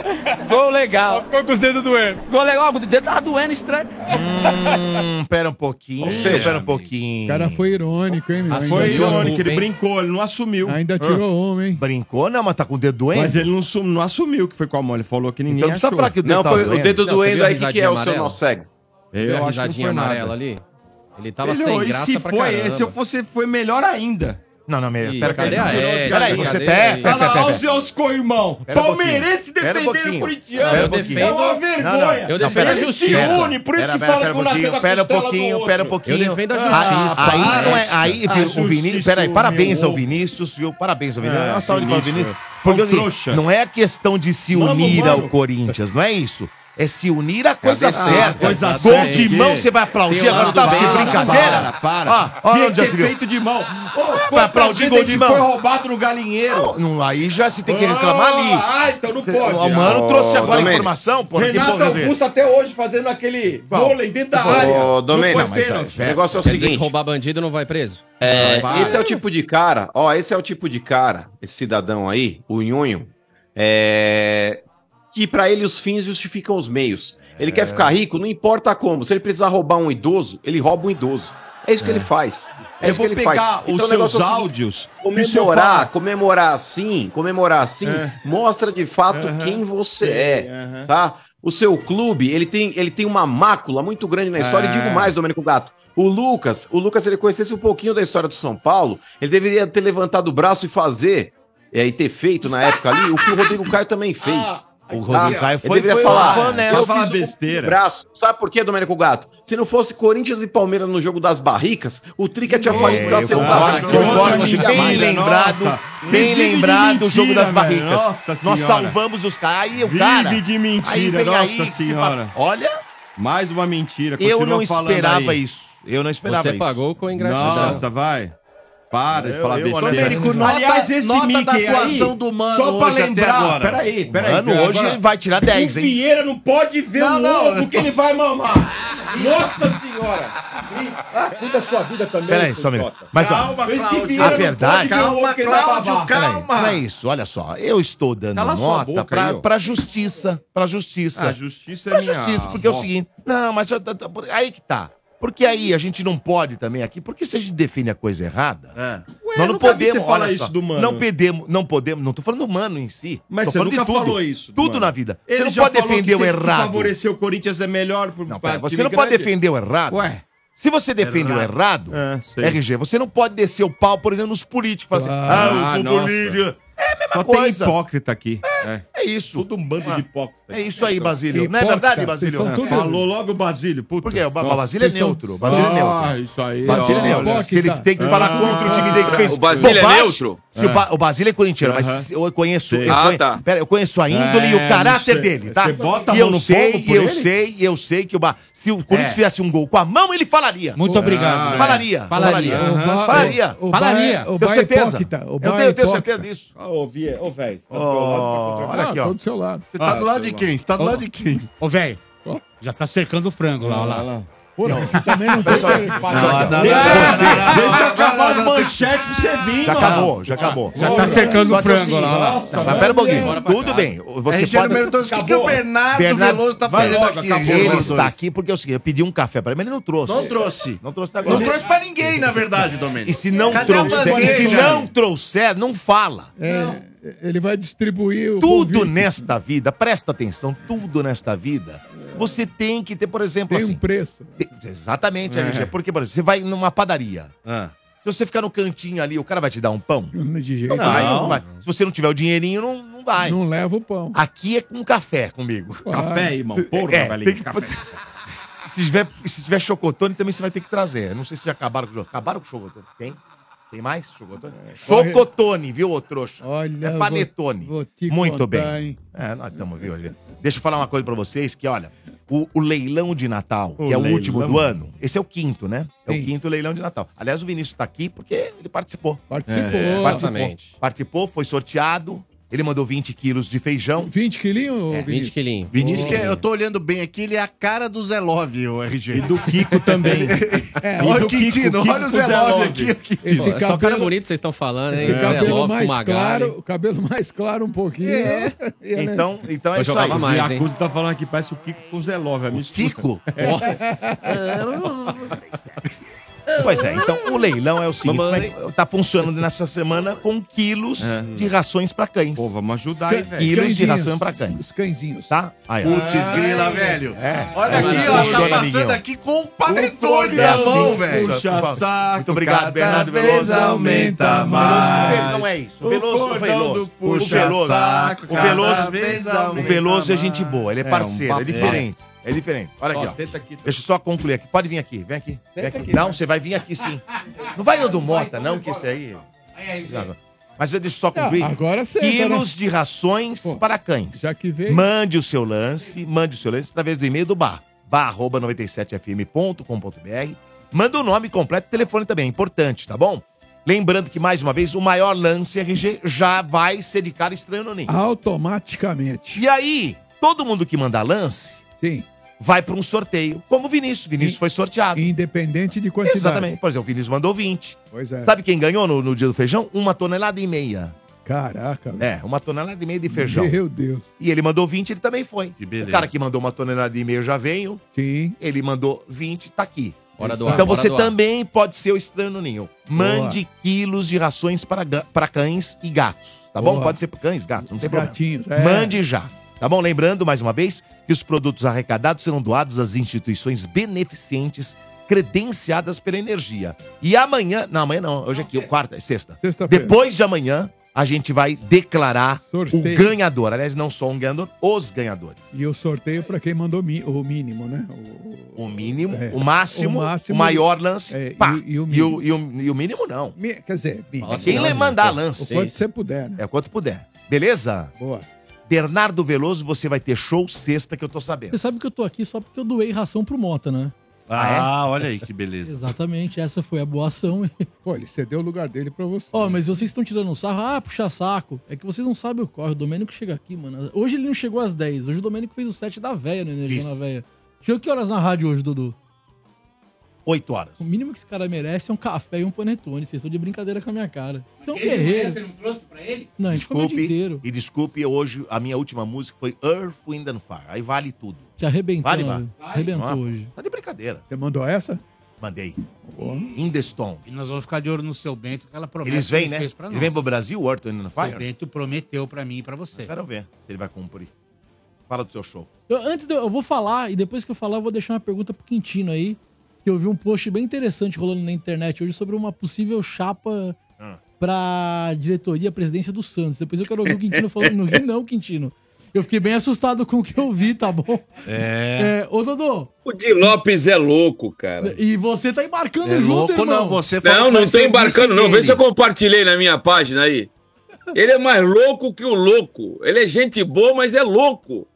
Speaker 1: Gol legal.
Speaker 11: Ficou com os dedos doendo.
Speaker 1: Gol legal, o dedo tava doendo estranho.
Speaker 2: Hum, pera um pouquinho.
Speaker 6: Ou seja,
Speaker 2: pera um pouquinho.
Speaker 5: O cara foi irônico, hein, meu? Ainda
Speaker 3: Foi
Speaker 5: tirou
Speaker 3: irônico, ele
Speaker 7: Bem-
Speaker 3: brincou, ele não assumiu. Ah.
Speaker 5: um. Ainda tirou um, hein?
Speaker 2: Brincou? Não, mas tá com o dedo doente.
Speaker 3: Mas ele não, sum- não assumiu que foi com a mão, ele falou que ninguém
Speaker 2: então não precisa
Speaker 3: achou.
Speaker 2: falar que o dedo
Speaker 6: Não,
Speaker 2: tá
Speaker 6: foi o
Speaker 2: doendo.
Speaker 6: dedo
Speaker 7: Não, você
Speaker 6: doendo
Speaker 7: viu a
Speaker 6: aí, o que, que é
Speaker 7: risadinha
Speaker 6: o seu
Speaker 7: amarela?
Speaker 6: nó cego?
Speaker 7: Viu
Speaker 3: acho
Speaker 7: a
Speaker 3: que
Speaker 7: risadinha
Speaker 3: não foi nada.
Speaker 7: amarela ali? Ele tava
Speaker 3: Ele,
Speaker 7: sem
Speaker 3: e
Speaker 7: graça
Speaker 3: se
Speaker 7: pra
Speaker 3: foi,
Speaker 7: caramba.
Speaker 3: se eu fosse, foi melhor ainda.
Speaker 2: Não, não, meu.
Speaker 7: Ih,
Speaker 2: Pera,
Speaker 7: cadê
Speaker 2: pera,
Speaker 7: a
Speaker 2: pera,
Speaker 7: ética?
Speaker 2: pera aí, você
Speaker 7: Cadê
Speaker 2: tá.
Speaker 7: aí?
Speaker 2: Pera, pera, pera,
Speaker 3: Olha lá, os
Speaker 2: pera.
Speaker 3: seus
Speaker 2: Pera
Speaker 3: co-irmão.
Speaker 2: um pouquinho.
Speaker 3: Palmeirense
Speaker 2: Pera um pouquinho.
Speaker 3: defendendo o
Speaker 2: Pera
Speaker 3: corintiano.
Speaker 2: um pouquinho.
Speaker 3: É uma
Speaker 2: Não, não,
Speaker 3: vergonha.
Speaker 2: não, pera,
Speaker 7: Eu defendo a
Speaker 3: Ele se
Speaker 7: justiça.
Speaker 3: une, por isso que
Speaker 2: pera,
Speaker 3: fala
Speaker 2: pera
Speaker 3: que o
Speaker 2: um pouquinho,
Speaker 3: nasceu da
Speaker 2: Pera um
Speaker 3: costela do
Speaker 2: pouquinho,
Speaker 3: outro.
Speaker 2: pera um pouquinho.
Speaker 7: Eu defendo a
Speaker 2: Ah,
Speaker 7: justiça,
Speaker 2: aí
Speaker 7: cara.
Speaker 2: não é. Aí
Speaker 3: Ah,
Speaker 2: viu, o
Speaker 3: justiça,
Speaker 2: Vinícius. Peraí,
Speaker 3: meu
Speaker 2: parabéns ao
Speaker 3: ovo.
Speaker 2: Vinícius, viu? Parabéns ao Vinícius.
Speaker 3: É,
Speaker 2: Uma salva para o
Speaker 3: Vinícius,
Speaker 2: Vinícius.
Speaker 3: é.
Speaker 2: Porque
Speaker 3: É um
Speaker 2: é o seguinte,
Speaker 3: trouxa.
Speaker 2: não é questão de se
Speaker 3: Mano,
Speaker 2: unir
Speaker 3: mano.
Speaker 2: ao Corinthians, não é isso? É se unir à coisa
Speaker 6: Cadê?
Speaker 2: é certa.
Speaker 3: Ah, Coisa um
Speaker 2: Gol
Speaker 3: certa.
Speaker 2: de mão, você vai
Speaker 7: Tem
Speaker 2: aplaudir.
Speaker 7: o
Speaker 2: Agora você
Speaker 7: lado
Speaker 2: tá
Speaker 7: bem,
Speaker 2: de
Speaker 7: para,
Speaker 2: brincadeira. Ah, olha onde já se
Speaker 3: que
Speaker 2: viu.
Speaker 3: peito de mão. Ô,
Speaker 2: Pra aplaudir gol de mão.
Speaker 3: foi roubado no galinheiro.
Speaker 2: Não, não, aí já se tem que reclamar ali.
Speaker 3: Ah, então não
Speaker 2: Cê-
Speaker 3: pode.
Speaker 2: o mano
Speaker 6: Ô,
Speaker 2: trouxe agora a
Speaker 6: Domênico.
Speaker 2: informação, porra. que
Speaker 3: Renato
Speaker 2: porra, quer dizer?
Speaker 3: Augusto até hoje fazendo aquele
Speaker 2: Qual?
Speaker 3: vôlei dentro da
Speaker 2: Ô,
Speaker 3: área.
Speaker 6: Ô,
Speaker 3: Não
Speaker 6: Domênico,
Speaker 3: foi pênalti.
Speaker 6: o negócio é o
Speaker 7: Quer dizer que
Speaker 6: seguinte.
Speaker 7: roubar bandido não vai preso?
Speaker 6: É,
Speaker 3: para.
Speaker 6: esse é o tipo de cara, ó, esse é o tipo de cara, esse cidadão aí, o Nhonho, é, que pra ele os fins justificam os meios. Ele
Speaker 3: É.
Speaker 6: quer ficar rico, não importa como. Se ele precisar roubar um idoso, ele rouba um idoso. É isso que ele faz. É
Speaker 3: Eu
Speaker 6: isso que
Speaker 3: vou
Speaker 6: ele
Speaker 3: pegar
Speaker 6: faz.
Speaker 3: os
Speaker 6: o negócio
Speaker 3: seus
Speaker 6: é o seguinte,
Speaker 3: áudios. que o senhor
Speaker 6: Comemorar,
Speaker 3: fala.
Speaker 6: comemorar assim, comemorar assim,
Speaker 3: É.
Speaker 6: mostra de fato
Speaker 3: Aham.
Speaker 6: quem você
Speaker 3: Sim,
Speaker 6: é
Speaker 3: aham.
Speaker 6: tá? O seu clube, ele tem, ele tem uma mácula muito grande na história,
Speaker 3: É.
Speaker 6: e digo mais, Domênico Gato. O Lucas, o Lucas, ele conhecesse um pouquinho da história do São Paulo, ele deveria ter levantado o braço e fazer, é, e ter feito na época ali, o que o Rodrigo Caio também fez.
Speaker 2: Ah,
Speaker 6: tá?
Speaker 2: O Rodrigo Caio
Speaker 6: Ele
Speaker 2: foi-
Speaker 6: deveria
Speaker 2: foi- um né?
Speaker 6: falar,
Speaker 2: foi honesto.
Speaker 6: eu
Speaker 3: Falar
Speaker 6: fiz
Speaker 3: besteira.
Speaker 6: besteira. braço. Sabe por quê, Domênico Gato? Se não fosse Corinthians e Palmeiras no jogo das barricas, o Trica tinha
Speaker 2: É,
Speaker 6: falido pra
Speaker 2: eu
Speaker 6: ser um
Speaker 2: concordo,
Speaker 6: barrica.
Speaker 2: eu concordo,
Speaker 6: Não tinha
Speaker 2: bem
Speaker 6: mais.
Speaker 2: lembrado,
Speaker 3: nossa.
Speaker 2: bem
Speaker 3: Vive de
Speaker 2: lembrado o jogo
Speaker 3: mentira,
Speaker 2: das barricas.
Speaker 3: velho. Nossa
Speaker 2: Nós
Speaker 3: senhora.
Speaker 2: salvamos os caras. Aí o
Speaker 3: Vive
Speaker 2: cara.
Speaker 3: de mentira,
Speaker 2: aí vem
Speaker 3: nossa
Speaker 2: aí, se
Speaker 3: senhora.
Speaker 2: fa- Olha,
Speaker 3: Mais uma mentira.
Speaker 2: eu
Speaker 3: continua
Speaker 2: não
Speaker 3: falando
Speaker 2: esperava
Speaker 3: aí.
Speaker 2: isso. Eu não esperava
Speaker 7: Você
Speaker 2: isso.
Speaker 7: pagou com ingratidão.
Speaker 3: Nossa, vai. Para de
Speaker 2: Eu-
Speaker 3: falar
Speaker 2: eu,
Speaker 3: besteira.
Speaker 2: Domênico, nota- nota da atuação do Mano
Speaker 3: só pra
Speaker 2: hoje até
Speaker 3: lembrar,
Speaker 2: agora.
Speaker 3: peraí, peraí.
Speaker 2: Mano,
Speaker 3: agora-
Speaker 2: hoje vai tirar 10,
Speaker 3: o
Speaker 2: hein?
Speaker 3: Vieira não pode ver
Speaker 2: Não,
Speaker 3: o
Speaker 2: não.
Speaker 3: ovo que ele vai mamar.
Speaker 13: Nossa senhora! Cuida da sua vida também.
Speaker 2: Peraí, só um
Speaker 13: Frota.
Speaker 2: minuto. Mas ó,
Speaker 13: Calma, Cláudio.
Speaker 2: a verdade.
Speaker 13: Calma, Cláudio,
Speaker 2: Peraí,
Speaker 13: calma.
Speaker 2: Não é isso, olha só. Eu estou dando
Speaker 13: Cala sua
Speaker 2: nota
Speaker 13: boca
Speaker 2: pra,
Speaker 13: aí, ó.
Speaker 2: pra justiça. Pra justiça.
Speaker 13: Ah, justiça é
Speaker 2: pra
Speaker 13: minha
Speaker 2: justiça, porque é o
Speaker 13: avó.
Speaker 2: seguinte. Não, mas já tá- tá- por- aí que tá. Porque aí a gente não pode também aqui, porque se a gente define a coisa errada.
Speaker 13: Ué,
Speaker 2: É. nós não
Speaker 13: nunca vi
Speaker 2: podemos
Speaker 13: você falar
Speaker 2: olha
Speaker 13: isso
Speaker 2: só,
Speaker 13: do mano.
Speaker 2: Não podemos, não podemos, não tô falando do mano em si.
Speaker 13: Mas
Speaker 2: tô
Speaker 13: você
Speaker 2: falando
Speaker 13: nunca
Speaker 2: de tudo,
Speaker 13: falou isso do
Speaker 2: Tudo
Speaker 13: mano.
Speaker 2: na vida.
Speaker 13: Ele
Speaker 2: você não
Speaker 13: já
Speaker 2: pode
Speaker 13: falou que
Speaker 2: defender o
Speaker 13: se
Speaker 2: errado.
Speaker 13: Favorecer o Corinthians é melhor pro não,
Speaker 2: Pera, Você não pode defender o errado. um Ué. Se você defende o errado,
Speaker 3: É,
Speaker 2: RG, você não pode descer o pau, por exemplo, nos políticos. Falar assim, ah, o populista. É a mesma
Speaker 3: Só tem
Speaker 2: coisa.
Speaker 3: hipócrita aqui. É.
Speaker 2: É isso. Todo um bando
Speaker 13: de hipócritas.
Speaker 2: É isso aí, Basílio. Não é verdade, Basílio?
Speaker 3: É,
Speaker 2: Falou.
Speaker 3: Falou
Speaker 13: logo, Basílio. Puta.
Speaker 2: Porque o Ba-
Speaker 3: Nossa,
Speaker 2: Basílio é
Speaker 3: vocês são-
Speaker 2: neutro. Basílio é neutro.
Speaker 3: Ah, isso aí,
Speaker 2: Basílio é
Speaker 3: olha.
Speaker 2: neutro. Se ele
Speaker 3: Hipócrita.
Speaker 2: tem que falar
Speaker 3: Ah,
Speaker 2: contra o time dele que fez.
Speaker 3: o Basílio é
Speaker 2: bobagem,
Speaker 3: neutro?
Speaker 2: se o,
Speaker 3: É.
Speaker 2: Ba- o Basílio é corintiano, mas
Speaker 3: Aham.
Speaker 2: se- eu conheço.
Speaker 3: Sei.
Speaker 2: Eu
Speaker 3: Ah,
Speaker 2: conhe-
Speaker 3: tá.
Speaker 2: Pera, eu conheço a índole e
Speaker 3: É,
Speaker 2: o caráter
Speaker 3: você-
Speaker 2: dele, tá?
Speaker 3: você bota a
Speaker 2: e
Speaker 3: mão
Speaker 2: eu
Speaker 3: no
Speaker 2: sei,
Speaker 3: fogo
Speaker 2: e
Speaker 3: por
Speaker 2: eu
Speaker 3: ele?
Speaker 2: sei, e eu sei que o Ba- se o Corinthians
Speaker 3: É.
Speaker 2: fizesse um gol com a mão, ele falaria.
Speaker 3: Muito obrigado.
Speaker 2: Ah, Falaria.
Speaker 3: É.
Speaker 2: Falaria.
Speaker 3: Falaria.
Speaker 2: Aham.
Speaker 3: O-
Speaker 2: Falaria.
Speaker 3: o- o Bahia- o
Speaker 2: Tenho
Speaker 3: Bahia é
Speaker 2: certeza.
Speaker 3: hipócrita. O
Speaker 2: Eu
Speaker 3: Bahia
Speaker 2: tenho- eu tenho
Speaker 3: é
Speaker 2: certeza
Speaker 3: hipócrita.
Speaker 2: disso.
Speaker 3: Ô, Vie- ô, velho. tá do
Speaker 2: Ó,
Speaker 3: teu lado, tá contra o
Speaker 2: olha
Speaker 3: meu.
Speaker 2: aqui, ó.
Speaker 13: Você
Speaker 2: Ah,
Speaker 13: tá do lado de quem? Você tá do lado de quem?
Speaker 14: Ô, velho, já tá cercando o frango lá, ó lá.
Speaker 5: Porra, você também não
Speaker 14: tem...
Speaker 13: Deixa acabar as
Speaker 2: já tem-
Speaker 13: manchetes pra
Speaker 3: Ah,
Speaker 13: você vir,
Speaker 2: Já
Speaker 13: mano.
Speaker 2: acabou, já acabou.
Speaker 13: Já tá cercando
Speaker 2: Só
Speaker 13: o
Speaker 2: que
Speaker 13: frango
Speaker 2: assim,
Speaker 13: lá, lá.
Speaker 2: Nossa, mas pera um pouquinho. Tudo bem. Você
Speaker 13: RG
Speaker 2: pode...
Speaker 13: número dois, o que que o Bernardo Veloso tá
Speaker 2: vai
Speaker 13: fazendo
Speaker 2: logo,
Speaker 13: aqui,
Speaker 2: acabou.
Speaker 13: RG
Speaker 2: Ele
Speaker 13: número
Speaker 2: está
Speaker 13: dois?
Speaker 2: aqui porque é o seguinte, eu pedi um café pra ele, mas ele não trouxe.
Speaker 13: Não trouxe.
Speaker 2: Não trouxe
Speaker 13: Não trouxe pra ninguém, na verdade, Domênico.
Speaker 2: E se não
Speaker 13: Cadê a
Speaker 2: trouxer, e
Speaker 13: bandeja? É,
Speaker 2: se não trouxer, não fala.
Speaker 5: Ele vai distribuir o
Speaker 2: Tudo nesta vida, presta atenção, tudo nesta vida, você tem que ter, por exemplo,
Speaker 5: Tem um
Speaker 2: assim.
Speaker 5: preço.
Speaker 2: Te- Exatamente,
Speaker 5: É.
Speaker 2: LG. Porque, por exemplo, você vai numa padaria. Se você ficar no cantinho ali, o cara vai te dar um pão?
Speaker 5: é De jeito
Speaker 2: Não vai,
Speaker 5: nenhum.
Speaker 2: não vai. Se você não tiver o dinheirinho, não, não vai.
Speaker 5: Não leva o pão.
Speaker 2: Aqui é com café comigo.
Speaker 5: Café, irmão.
Speaker 2: Se-
Speaker 5: Porra,
Speaker 2: é,
Speaker 5: velho,
Speaker 2: tem que- Se tiver, se tiver chocotone, também você vai ter que trazer. Não sei se já acabaram com o chocotone. Acabaram com o chocotone? Tem? Tem mais chocotone? Chocotone, viu, ô trouxa?
Speaker 5: Olha,
Speaker 2: é panetone.
Speaker 5: vou- vou te
Speaker 2: Muito
Speaker 5: contar,
Speaker 2: bem.
Speaker 5: hein?
Speaker 2: É, nós estamos, viu, gente? Deixa eu falar uma coisa pra vocês, que olha, o, o leilão de Natal, que é o
Speaker 5: leilão.
Speaker 2: último do ano, esse é o quinto, né? É
Speaker 5: Sim.
Speaker 2: o quinto leilão de Natal. Aliás, o Vinícius tá aqui porque ele participou.
Speaker 5: Participou.
Speaker 2: É, participou.
Speaker 5: Exatamente.
Speaker 2: Participou, foi sorteado, ele mandou 20 quilos de feijão.
Speaker 5: 20 quilinhos?
Speaker 2: 20 quilinhos.
Speaker 13: Vinícius, que é- eu tô olhando bem aqui, ele é a cara do Zé Love, o RG. E do
Speaker 3: Kiko também.
Speaker 6: É,
Speaker 7: E
Speaker 13: olha
Speaker 7: do
Speaker 13: o Quintino,
Speaker 7: Kiko,
Speaker 13: olha o
Speaker 7: Kiko
Speaker 13: Zé
Speaker 7: Zé
Speaker 13: Love
Speaker 7: Love.
Speaker 13: aqui. o Quintino.
Speaker 7: Esse Pô, é só cabelo- cara bonito vocês estão falando, hein?
Speaker 5: Esse
Speaker 7: Zé
Speaker 3: é
Speaker 5: cabelo
Speaker 7: Lopes,
Speaker 5: mais
Speaker 7: Magali.
Speaker 5: claro, o cabelo mais claro um pouquinho.
Speaker 2: É.
Speaker 5: E ela-
Speaker 2: Então, então é
Speaker 3: Mas
Speaker 2: isso aí.
Speaker 3: jogava mais, hein? Yakuza tá falando que parece o Kiko com o Zé Love. é O
Speaker 2: Kiko?
Speaker 5: É.
Speaker 2: Pois é, então o leilão é o seguinte:
Speaker 3: Mamãe.
Speaker 2: como é que tá funcionando nessa semana com quilos
Speaker 3: É.
Speaker 2: de rações pra cães.
Speaker 3: Pô, vamos ajudar aí,
Speaker 2: Cã-
Speaker 3: velho.
Speaker 2: Quilos de
Speaker 3: Cãezinhos.
Speaker 2: ração pra cães.
Speaker 5: Os cãezinhos.
Speaker 2: Tá? Aí, ó.
Speaker 13: Putz, grila, velho.
Speaker 2: É.
Speaker 13: Olha
Speaker 2: É,
Speaker 13: aqui,
Speaker 2: é,
Speaker 13: ó,
Speaker 2: é,
Speaker 13: tá
Speaker 2: é,
Speaker 13: passando
Speaker 2: amiguinho.
Speaker 13: aqui com o panetone
Speaker 2: É
Speaker 13: na
Speaker 2: assim,
Speaker 13: mão,
Speaker 2: velho.
Speaker 13: velho.
Speaker 2: Muito obrigado, Bernardo Veloso. Veloso, Não é isso. O Veloso, o Veloso. O Veloso. O Veloso. O Veloso é gente boa, ele é
Speaker 3: É, um
Speaker 2: parceiro, é
Speaker 3: papo.
Speaker 2: diferente. É diferente. Olha
Speaker 3: Ó,
Speaker 2: aqui, ó.
Speaker 3: senta aqui. tá?
Speaker 2: Deixa eu só concluir aqui. Pode vir aqui, vem aqui. Vem
Speaker 3: Senta
Speaker 2: aqui.
Speaker 3: aqui, tá?
Speaker 2: Não,
Speaker 3: vai.
Speaker 2: você vai vir aqui sim. Não vai no do Mota, não, que esse aí. Mas eu deixo só concluir.
Speaker 5: Ah, agora senta,
Speaker 2: Quilos
Speaker 5: né?
Speaker 2: de rações para cães.
Speaker 5: Já que veio.
Speaker 2: Mande o seu lance, mande o seu lance através do e-mail do bar. bar.97fm.com.br. Manda o nome completo e telefone também, é importante, tá bom? Lembrando que, mais uma vez, o maior lance RG já vai ser de cara estranho no ninho.
Speaker 5: Automaticamente.
Speaker 2: E aí, todo mundo que mandar lance vai para um sorteio, como o Vinícius. Vinícius foi sorteado.
Speaker 5: Independente de quantidade.
Speaker 2: Exatamente. Por exemplo, o Vinícius mandou 20.
Speaker 5: Pois é.
Speaker 2: Sabe quem ganhou no, no dia do feijão? Uma tonelada e meia.
Speaker 5: Caraca.
Speaker 2: É, uma tonelada e meia de feijão.
Speaker 5: Meu Deus.
Speaker 2: E ele mandou 20, ele também foi.
Speaker 5: beleza.
Speaker 2: O cara que mandou uma tonelada e meia eu já veio.
Speaker 5: Sim.
Speaker 2: Ele mandou 20, tá aqui.
Speaker 7: Bora
Speaker 2: Isso.
Speaker 7: doar,
Speaker 2: então
Speaker 7: bora
Speaker 2: você
Speaker 7: doar.
Speaker 2: também pode ser o estranho no ninho. Mande quilos de rações para, ga- para cães e gatos, tá bom?
Speaker 5: Boa.
Speaker 2: Pode ser para cães, gatos, não tem problema.
Speaker 5: gatinhos, é.
Speaker 2: Mande já. Tá bom? Lembrando, mais uma vez, que os produtos arrecadados serão doados às instituições beneficentes credenciadas pela energia. E amanhã, não, amanhã não, hoje é aqui, quarta, é sexta.
Speaker 5: Sexta-feira.
Speaker 2: Depois de amanhã, a gente vai declarar
Speaker 5: Sorteio.
Speaker 2: o ganhador. Aliás, não só um ganhador, os ganhadores.
Speaker 5: E o sorteio para quem mandou mi- o mínimo, né?
Speaker 2: O mínimo, o máximo, o, maior lance,
Speaker 5: É,
Speaker 2: pá.
Speaker 5: e, e o
Speaker 2: E o,
Speaker 5: mínimo.
Speaker 2: e o- e o mínimo não.
Speaker 5: Mi- Quer dizer, mínimo.
Speaker 2: É quem lhe mandar lance.
Speaker 5: O quanto você puder, né?
Speaker 2: É o quanto puder. Beleza?
Speaker 5: Boa.
Speaker 2: Bernardo Veloso, você vai ter show sexta que eu tô sabendo.
Speaker 12: Você sabe que eu tô aqui só porque eu doei ração pro Mota, né?
Speaker 13: Ah, olha aí que beleza.
Speaker 12: Exatamente, essa foi a boa ação.
Speaker 5: Pô, ele cedeu o lugar dele pra você.
Speaker 12: Ó, mas vocês estão tirando um sarro. Ah, puxa saco. É que vocês não sabem o corre. O Domênico chega aqui, mano. Hoje ele não chegou às 10. Hoje o Domênico fez o 7 da véia no Energia
Speaker 2: Isso.
Speaker 12: na Véia. Chegou que horas na rádio hoje, Dudu?
Speaker 2: 8 horas.
Speaker 12: O mínimo que esse cara merece é um café e um panetone. Vocês estão de brincadeira com a minha cara. Você é um
Speaker 2: Ele
Speaker 12: guerreiro.
Speaker 2: merece,
Speaker 12: não trouxe pra ele? Não, desculpe.
Speaker 2: Desculpe, e desculpe, hoje a minha última música foi Earth, Wind and Fire. Aí vale tudo.
Speaker 12: Te arrebentou.
Speaker 2: Vale,
Speaker 12: né?
Speaker 2: vale.
Speaker 12: Arrebentou
Speaker 2: Ó,
Speaker 12: hoje.
Speaker 2: Tá de brincadeira.
Speaker 5: Você mandou essa?
Speaker 2: Mandei. In the Stone.
Speaker 14: E nós vamos ficar de olho no seu Bento, que ela promete.
Speaker 2: Eles vêm, né? Ele vem pro
Speaker 14: Brasil.
Speaker 2: Brasil, Earth, Wind and
Speaker 14: O seu
Speaker 2: Fire?
Speaker 14: Bento prometeu pra mim e pra você.
Speaker 2: Quero ver se ele vai cumprir. Fala do seu show.
Speaker 12: Eu- antes de, eu vou falar, e depois que eu falar, eu vou deixar uma pergunta pro Quintino aí. Que eu vi um post bem interessante rolando na internet hoje sobre uma possível chapa
Speaker 2: Ah.
Speaker 12: pra diretoria, presidência do Santos. Depois eu quero ouvir o Quintino falando. Não ri, não, Quintino. Eu fiquei bem assustado com o que eu vi, tá bom? É, ô, Dodô,
Speaker 8: O Di Lopes é louco, cara.
Speaker 12: e você tá
Speaker 2: É
Speaker 12: embarcando junto, irmão.
Speaker 8: Não, não tô embarcando, não. Vê se eu compartilhei na minha página aí. Ele é mais louco que o louco. Ele é gente boa, mas é louco.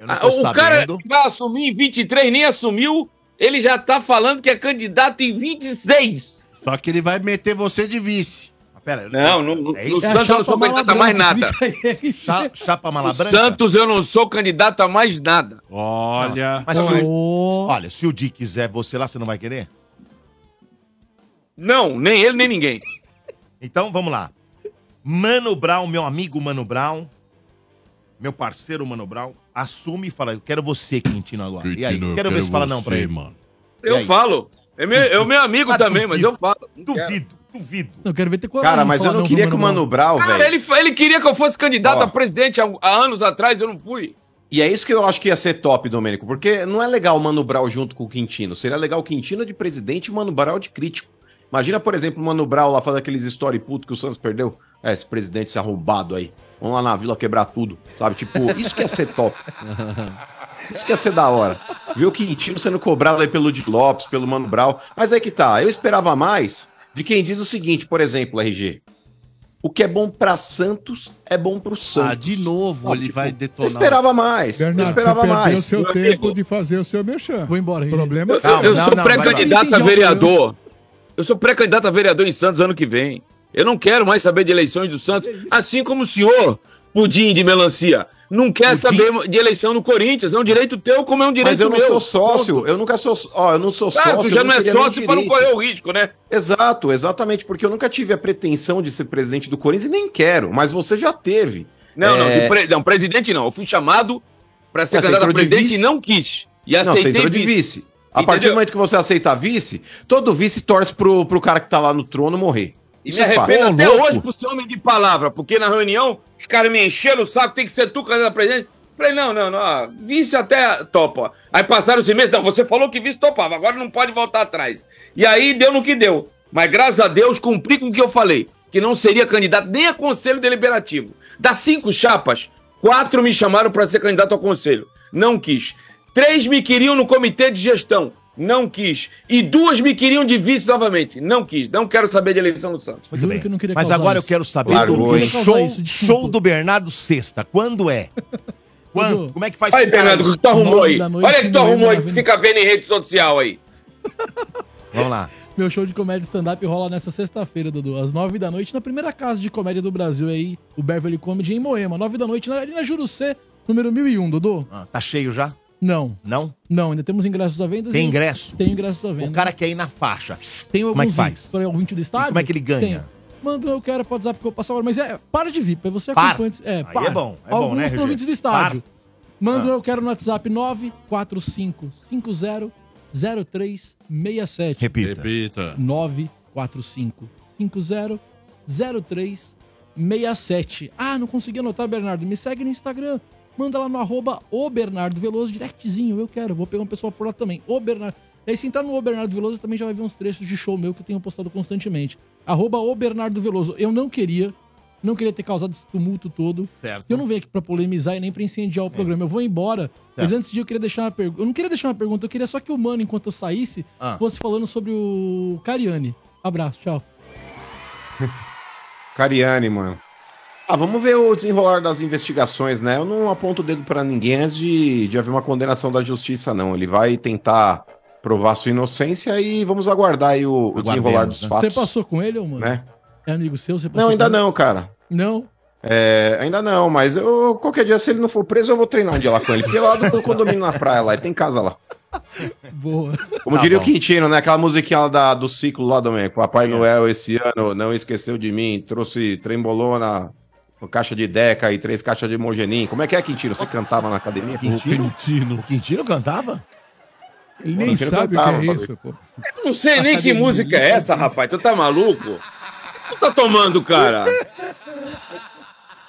Speaker 2: não
Speaker 8: Ah,
Speaker 2: tô
Speaker 8: o cara
Speaker 2: sabendo.
Speaker 8: que vai assumir em 23, nem assumiu. Ele já tá falando que é candidato em
Speaker 12: É
Speaker 8: 26.
Speaker 4: Só que ele vai meter você de vice.
Speaker 2: Pera,
Speaker 8: Não, não, não,
Speaker 4: É
Speaker 8: no
Speaker 4: isso. É a
Speaker 8: Santos eu não sou
Speaker 4: chapa
Speaker 8: candidato a mais nada.
Speaker 4: Malabranca,
Speaker 2: Cha- Chapa
Speaker 8: No
Speaker 2: Malabranca.
Speaker 8: Santos eu não sou candidato a mais nada.
Speaker 2: Olha. Ah, Mas se o, olha, se o Di quiser você lá, você não vai querer?
Speaker 8: Não, nem ele, nem ninguém.
Speaker 2: Então, vamos lá. Mano Brown, meu amigo Mano Brown, meu parceiro Mano Brown, assume e fala, eu quero você, Quintino, agora. e aí?
Speaker 8: Quintino, eu
Speaker 2: Quero, ver
Speaker 8: quero
Speaker 2: se fala não
Speaker 8: você,
Speaker 2: pra ele.
Speaker 4: Mano.
Speaker 8: Eu falo. É meu, é o meu amigo
Speaker 2: Ah,
Speaker 8: também, mas
Speaker 2: duvido.
Speaker 8: eu falo.
Speaker 2: Duvido, duvido.
Speaker 12: Eu quero ver ter coragem.
Speaker 6: Cara,
Speaker 12: de
Speaker 6: mas eu
Speaker 12: falar
Speaker 6: não
Speaker 12: pro
Speaker 6: queria que o Mano Brown,
Speaker 8: Cara,
Speaker 6: velho.
Speaker 8: ele, ele queria que eu fosse candidato a presidente há, um, há anos atrás, eu não fui.
Speaker 6: E é isso que eu acho que ia ser top, Domênico, porque não é legal o Mano Brown junto com o Quintino. Seria legal o Quintino de presidente e o Mano Brown de crítico. Imagina, por exemplo, o Mano Brown lá fazendo aqueles story puto que o Santos perdeu. É, esse presidente se arrombado aí. Vamos lá na vila quebrar tudo, sabe? Tipo, isso que ia ser top. Isso que ia ser da hora. Ver o Quintino sendo cobrado aí pelo Di Lopes, pelo Mano Brown. Mas é que tá, eu esperava mais de quem diz o seguinte, por exemplo, RG. O que é bom pra Santos é bom pro Santos. Ah, de
Speaker 4: novo, ele vai
Speaker 6: Eu
Speaker 4: detonar.
Speaker 6: esperava mais. eu
Speaker 5: Bernardo,
Speaker 6: esperava
Speaker 5: você perdeu
Speaker 6: mais.
Speaker 5: o seu
Speaker 6: Meu
Speaker 5: tempo
Speaker 6: amigo,
Speaker 5: de fazer o seu mexer. Vou
Speaker 12: embora,
Speaker 5: Problema é
Speaker 8: Eu,
Speaker 5: seu.
Speaker 8: eu sou pré-candidato a vereador. Eu sou pré-candidato a vereador em Santos ano que vem. Eu não quero mais saber de eleições do Santos, assim como o senhor, pudim de melancia, não quer saber de eleição no Corinthians. É um direito teu, como é um direito
Speaker 6: Mas eu não
Speaker 8: meu.
Speaker 6: sou sócio, eu nunca sou, ó, eu não sou
Speaker 8: Claro,
Speaker 6: sócio.
Speaker 8: tu já
Speaker 6: eu
Speaker 8: não é
Speaker 6: teria nem
Speaker 8: sócio pra não
Speaker 6: direito.
Speaker 8: correr o risco, né?
Speaker 6: Exato, exatamente, porque eu nunca tive a pretensão de ser presidente do Corinthians e nem quero, mas você já teve.
Speaker 8: Não, não,
Speaker 6: É,
Speaker 8: de pre- não, presidente não. Eu fui chamado para ser
Speaker 6: Mas você
Speaker 8: candidato a
Speaker 6: entrou de
Speaker 8: presidente e
Speaker 6: vice?
Speaker 8: não quis. E
Speaker 6: não, você
Speaker 8: aceitei
Speaker 6: entrou de vice. A partir do momento que você aceita vice, todo vice torce pro, pro cara que tá lá no trono morrer.
Speaker 8: E
Speaker 6: Isso
Speaker 8: me
Speaker 6: é fato.
Speaker 8: arrependo até
Speaker 6: Ô, louco.
Speaker 8: hoje por ser homem de palavra, porque na reunião os caras me encheram o saco, tem que ser tu candidato a presidente. Falei, não, não, não, ó, vice até topa. Aí passaram os meses, não, você falou que vice topava, agora não pode voltar atrás. E aí deu no que deu. Mas graças a Deus cumpri com o que eu falei, que não seria candidato nem a conselho deliberativo. Das cinco chapas, quatro me chamaram para ser candidato ao conselho. Não quis. Três me queriam no comitê de gestão. Não quis. E duas me queriam de vice novamente. Não quis. Não quero saber de eleição no Santos.
Speaker 2: Muito bem.
Speaker 12: que eu não queria
Speaker 2: Mas
Speaker 12: causar
Speaker 2: agora
Speaker 12: isso.
Speaker 2: eu quero saber
Speaker 6: Largou,
Speaker 2: do
Speaker 6: hein?
Speaker 2: show,
Speaker 12: Causar isso, desculpa.
Speaker 2: show do Bernardo Sexta. Quando é? Quando? Como é que faz?
Speaker 8: Olha aí, Bernardo, o que tu arrumou
Speaker 12: Nove
Speaker 8: aí?
Speaker 12: da noite,
Speaker 8: Olha o que tu
Speaker 12: nove
Speaker 8: arrumou
Speaker 12: da
Speaker 8: aí que
Speaker 12: noite.
Speaker 8: fica vendo em rede social aí.
Speaker 2: Vamos lá.
Speaker 12: Meu show de comédia stand-up rola nessa sexta-feira, Dudu. Às nove da noite, na primeira casa de comédia do Brasil aí, o Beverly Comedy em Moema. Nove da noite, na- ali na Jurucê, número 1001, Dudu.
Speaker 2: Ah, tá cheio já?
Speaker 12: Não,
Speaker 2: Não?
Speaker 12: não, ainda temos ingressos à venda.
Speaker 2: Tem
Speaker 12: e-
Speaker 2: ingresso?
Speaker 12: Tem ingressos à venda.
Speaker 2: O cara quer ir na faixa.
Speaker 12: Tem
Speaker 2: Como é que
Speaker 12: alguns
Speaker 2: faz?
Speaker 12: vídeos. Tem algum vídeo do estádio?
Speaker 2: como é que ele ganha?
Speaker 12: Manda eu quero pode WhatsApp que eu passo agora. Mas é, para de vir, pra você
Speaker 2: Para.
Speaker 12: acompanha- É,
Speaker 2: Aí
Speaker 12: para.
Speaker 2: é bom, é bom,
Speaker 12: alguns
Speaker 2: né, RG?
Speaker 12: convites do estádio.
Speaker 2: Para.
Speaker 12: Manda um
Speaker 2: Ah.
Speaker 12: eu quero no WhatsApp 945500367.
Speaker 2: Repita.
Speaker 12: Repita. 945500367. Ah, não consegui anotar, Bernardo. Me segue no Instagram. Manda lá no arroba o Bernardo Veloso directzinho. Eu quero. Vou pegar um pessoal por lá também. O Bernardo. E aí, se entrar no O Bernardo Veloso, também já vai ver uns trechos de show meu que eu tenho postado constantemente. Arroba o Bernardo Veloso. Eu não queria, não queria ter causado esse tumulto todo.
Speaker 2: Certo.
Speaker 12: Eu não venho aqui pra polemizar e nem pra incendiar o programa. Eu vou embora. Mas antes de eu queria deixar uma pergunta. Eu não queria deixar uma pergunta, eu queria só que o Mano, enquanto eu saísse,
Speaker 2: Ah.
Speaker 12: fosse falando sobre o Cariani. Abraço, tchau.
Speaker 6: Cariani, mano. Ah, vamos ver o desenrolar das investigações, né? Eu não aponto o dedo pra ninguém antes de, de haver uma condenação da justiça, não. Ele vai tentar provar sua inocência e vamos aguardar aí o, o desenrolar
Speaker 2: né?
Speaker 6: dos
Speaker 12: Você
Speaker 6: fatos,
Speaker 12: passou com ele, ô, mano?
Speaker 6: né?
Speaker 12: É amigo seu? né? Você passou
Speaker 6: Não, ainda
Speaker 12: com ele?
Speaker 6: não, cara.
Speaker 12: Não?
Speaker 6: É, ainda não, mas eu, qualquer dia, se ele não for preso, eu vou treinar um dia lá com ele. Porque lá do condomínio na praia, lá, e tem casa lá.
Speaker 12: Boa.
Speaker 3: Tá
Speaker 6: Como diria o Quintino, né? Aquela musiquinha lá da- do ciclo lá, Domênico. Papai Noel esse ano não esqueceu de mim, trouxe trembolona, uma caixa de Deca e três caixas de Mogenin. Como é que é, Quintino? Você cantava na academia?
Speaker 2: Quintino? O Quintino cantava?
Speaker 5: Ele
Speaker 6: nem sabe o que é isso,
Speaker 5: pô.
Speaker 8: Eu não sei nem que música é essa, rapaz. Tu tá maluco? Tu tá tomando, cara?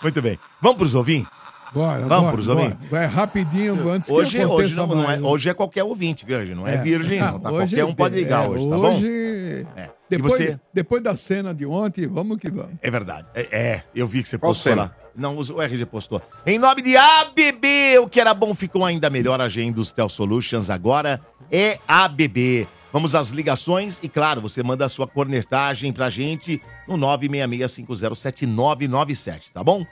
Speaker 2: Muito bem. Vamos pros ouvintes?
Speaker 5: Bora,
Speaker 2: Vamos
Speaker 5: bora,
Speaker 2: pros
Speaker 5: bora.
Speaker 2: ouvintes.
Speaker 5: Vai rapidinho antes
Speaker 2: Hoje,
Speaker 5: que
Speaker 2: hoje,
Speaker 5: aconteça
Speaker 2: não, não é,
Speaker 5: mais. né? Ah,
Speaker 2: hoje é qualquer ouvinte, Virgem. Não é, virgem, não. Tá?
Speaker 5: hoje
Speaker 2: Qualquer um pode ligar
Speaker 5: é,
Speaker 2: hoje, tá bom?
Speaker 5: Hoje,
Speaker 2: É. E
Speaker 5: depois,
Speaker 2: você?
Speaker 5: depois da cena de ontem, vamos que vamos.
Speaker 2: É verdade. É, é, eu vi que você
Speaker 5: Qual
Speaker 2: postou
Speaker 5: cena?
Speaker 2: lá. Não, o RG postou. Em nome de ABB, o que era bom ficou ainda melhor. A Gen dos Tel Solutions agora é ABB. Vamos às ligações e, claro, você manda a sua cornetagem pra gente no 966507997, tá bom?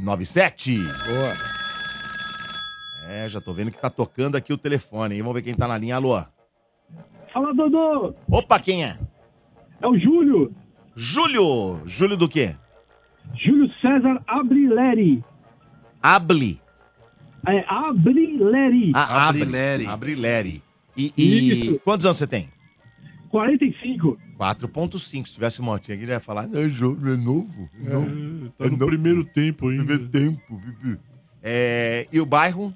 Speaker 2: 966507997.
Speaker 5: Boa.
Speaker 2: É, já tô vendo que tá tocando aqui o telefone, hein? Vamos ver quem tá na linha. Alô?
Speaker 15: Fala, Dodô!
Speaker 2: Opa, quem é?
Speaker 15: É o Júlio!
Speaker 2: Júlio! Júlio do quê?
Speaker 15: Júlio César Abrileri.
Speaker 2: Abli.
Speaker 15: É Abrileri.
Speaker 2: Ah, Abrileri. Abrileri. E, e
Speaker 15: Isso.
Speaker 2: quantos anos você tem?
Speaker 15: 45.
Speaker 2: 4.5. Se tivesse um montinho aqui, ele ia falar, é, jo- é novo. É, novo.
Speaker 15: tá no
Speaker 2: primeiro tempo ainda. Primeiro tempo. bibi." É, e o bairro?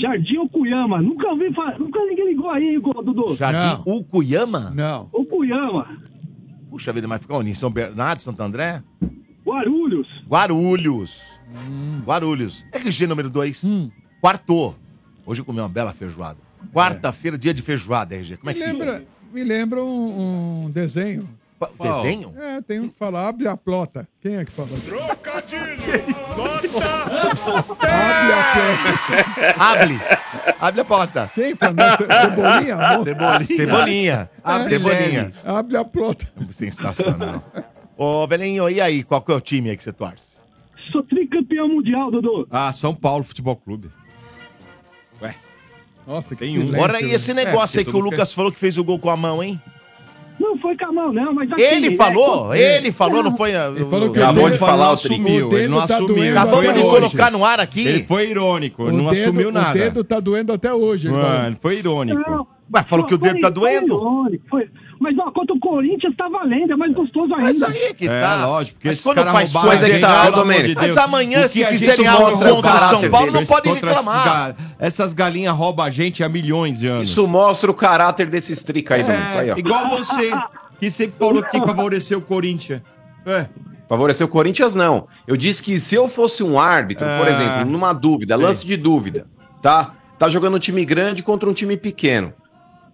Speaker 15: Jardim Okuyama. Nunca ouvi falar. Nunca ninguém ligou aí, go- Dodô.
Speaker 2: Jardim Ucuyama?
Speaker 5: Não.
Speaker 15: Okuyama.
Speaker 2: Puxa vida, mas fica onde? Em São Bernardo, Santo André?
Speaker 15: Guarulhos.
Speaker 2: Guarulhos.
Speaker 5: Hum.
Speaker 2: Guarulhos. RG número 2. Quartou. Hoje eu comi uma bela feijoada. Quarta-feira, dia de feijoada, RG. Como é
Speaker 5: Me
Speaker 2: que
Speaker 5: lembra, me lembra um, um desenho.
Speaker 2: Qual? desenho?
Speaker 5: É, tem um que fala, abre a plota. Quem é que fala assim?
Speaker 2: Abre. Abre a porta.
Speaker 5: Quem fala? Não, ce- cebolinha? amor?
Speaker 2: Cebolinha. Ah, Cebolinha. Ah,
Speaker 5: É.
Speaker 2: Cebolinha. É
Speaker 5: Abre a plota.
Speaker 2: Sensacional. Ô, Belinho, e aí? Qual que é o time aí que você torce?
Speaker 15: Sou tricampeão mundial, Dodô.
Speaker 3: Ah, São Paulo Futebol Clube. Ué.
Speaker 5: Nossa, que
Speaker 3: Tem
Speaker 5: silêncio.
Speaker 2: Ora, e esse negócio um.
Speaker 3: É,
Speaker 2: aí que o
Speaker 3: todo
Speaker 2: Lucas falou que fez o gol com a mão, hein?
Speaker 15: Não foi com a mão, não, mas aqui,
Speaker 2: Ele
Speaker 15: é,
Speaker 2: falou,
Speaker 15: com-
Speaker 2: ele falou, não foi...
Speaker 3: Ele falou que
Speaker 2: Acabou
Speaker 3: o
Speaker 2: de
Speaker 3: dedo
Speaker 2: falar
Speaker 3: não
Speaker 2: o tri.
Speaker 3: assumiu, ele não
Speaker 5: tá
Speaker 3: assumiu.
Speaker 5: doendo
Speaker 2: Acabamos
Speaker 5: até
Speaker 2: de
Speaker 5: hoje.
Speaker 2: colocar no ar aqui.
Speaker 3: Ele foi irônico,
Speaker 5: O
Speaker 3: não
Speaker 5: dedo-
Speaker 3: assumiu nada.
Speaker 5: O dedo tá doendo até hoje. ele
Speaker 3: Mano,
Speaker 5: falou.
Speaker 3: ele foi irônico.
Speaker 15: Não.
Speaker 2: Mas falou que o dedo tá doendo.
Speaker 15: Foi, foi. Mas ó, contra o Corinthians tá valendo, é mais gostoso ainda.
Speaker 2: Mas aí que
Speaker 3: É,
Speaker 2: tá.
Speaker 3: lógico, porque
Speaker 2: Mas
Speaker 3: esses
Speaker 2: quando
Speaker 3: caras
Speaker 2: faz
Speaker 3: roubaram
Speaker 2: coisa
Speaker 3: a
Speaker 2: que
Speaker 3: gente,
Speaker 2: tá...
Speaker 3: pelo amor de
Speaker 2: Mas
Speaker 3: Deus.
Speaker 2: amanhã,
Speaker 3: O
Speaker 2: se
Speaker 3: que a gente
Speaker 2: fizerem algo
Speaker 3: mostra é o
Speaker 2: contra o São
Speaker 3: caráter
Speaker 2: Paulo, não
Speaker 3: deles.
Speaker 2: pode
Speaker 3: Contra
Speaker 2: reclamar.
Speaker 3: esses ga- Essas galinhas roubam a gente há milhões de anos.
Speaker 6: Isso mostra o caráter desses trica aí, Domênico. Aí, ó.
Speaker 3: É, igual você, que sempre falou que favoreceu o Corinthians. É.
Speaker 6: Favoreceu o Corinthians, não. Eu disse que se eu fosse um árbitro, por
Speaker 3: Ah.
Speaker 6: exemplo, numa dúvida, lance de dúvida, tá? Tá jogando um time grande contra um time pequeno.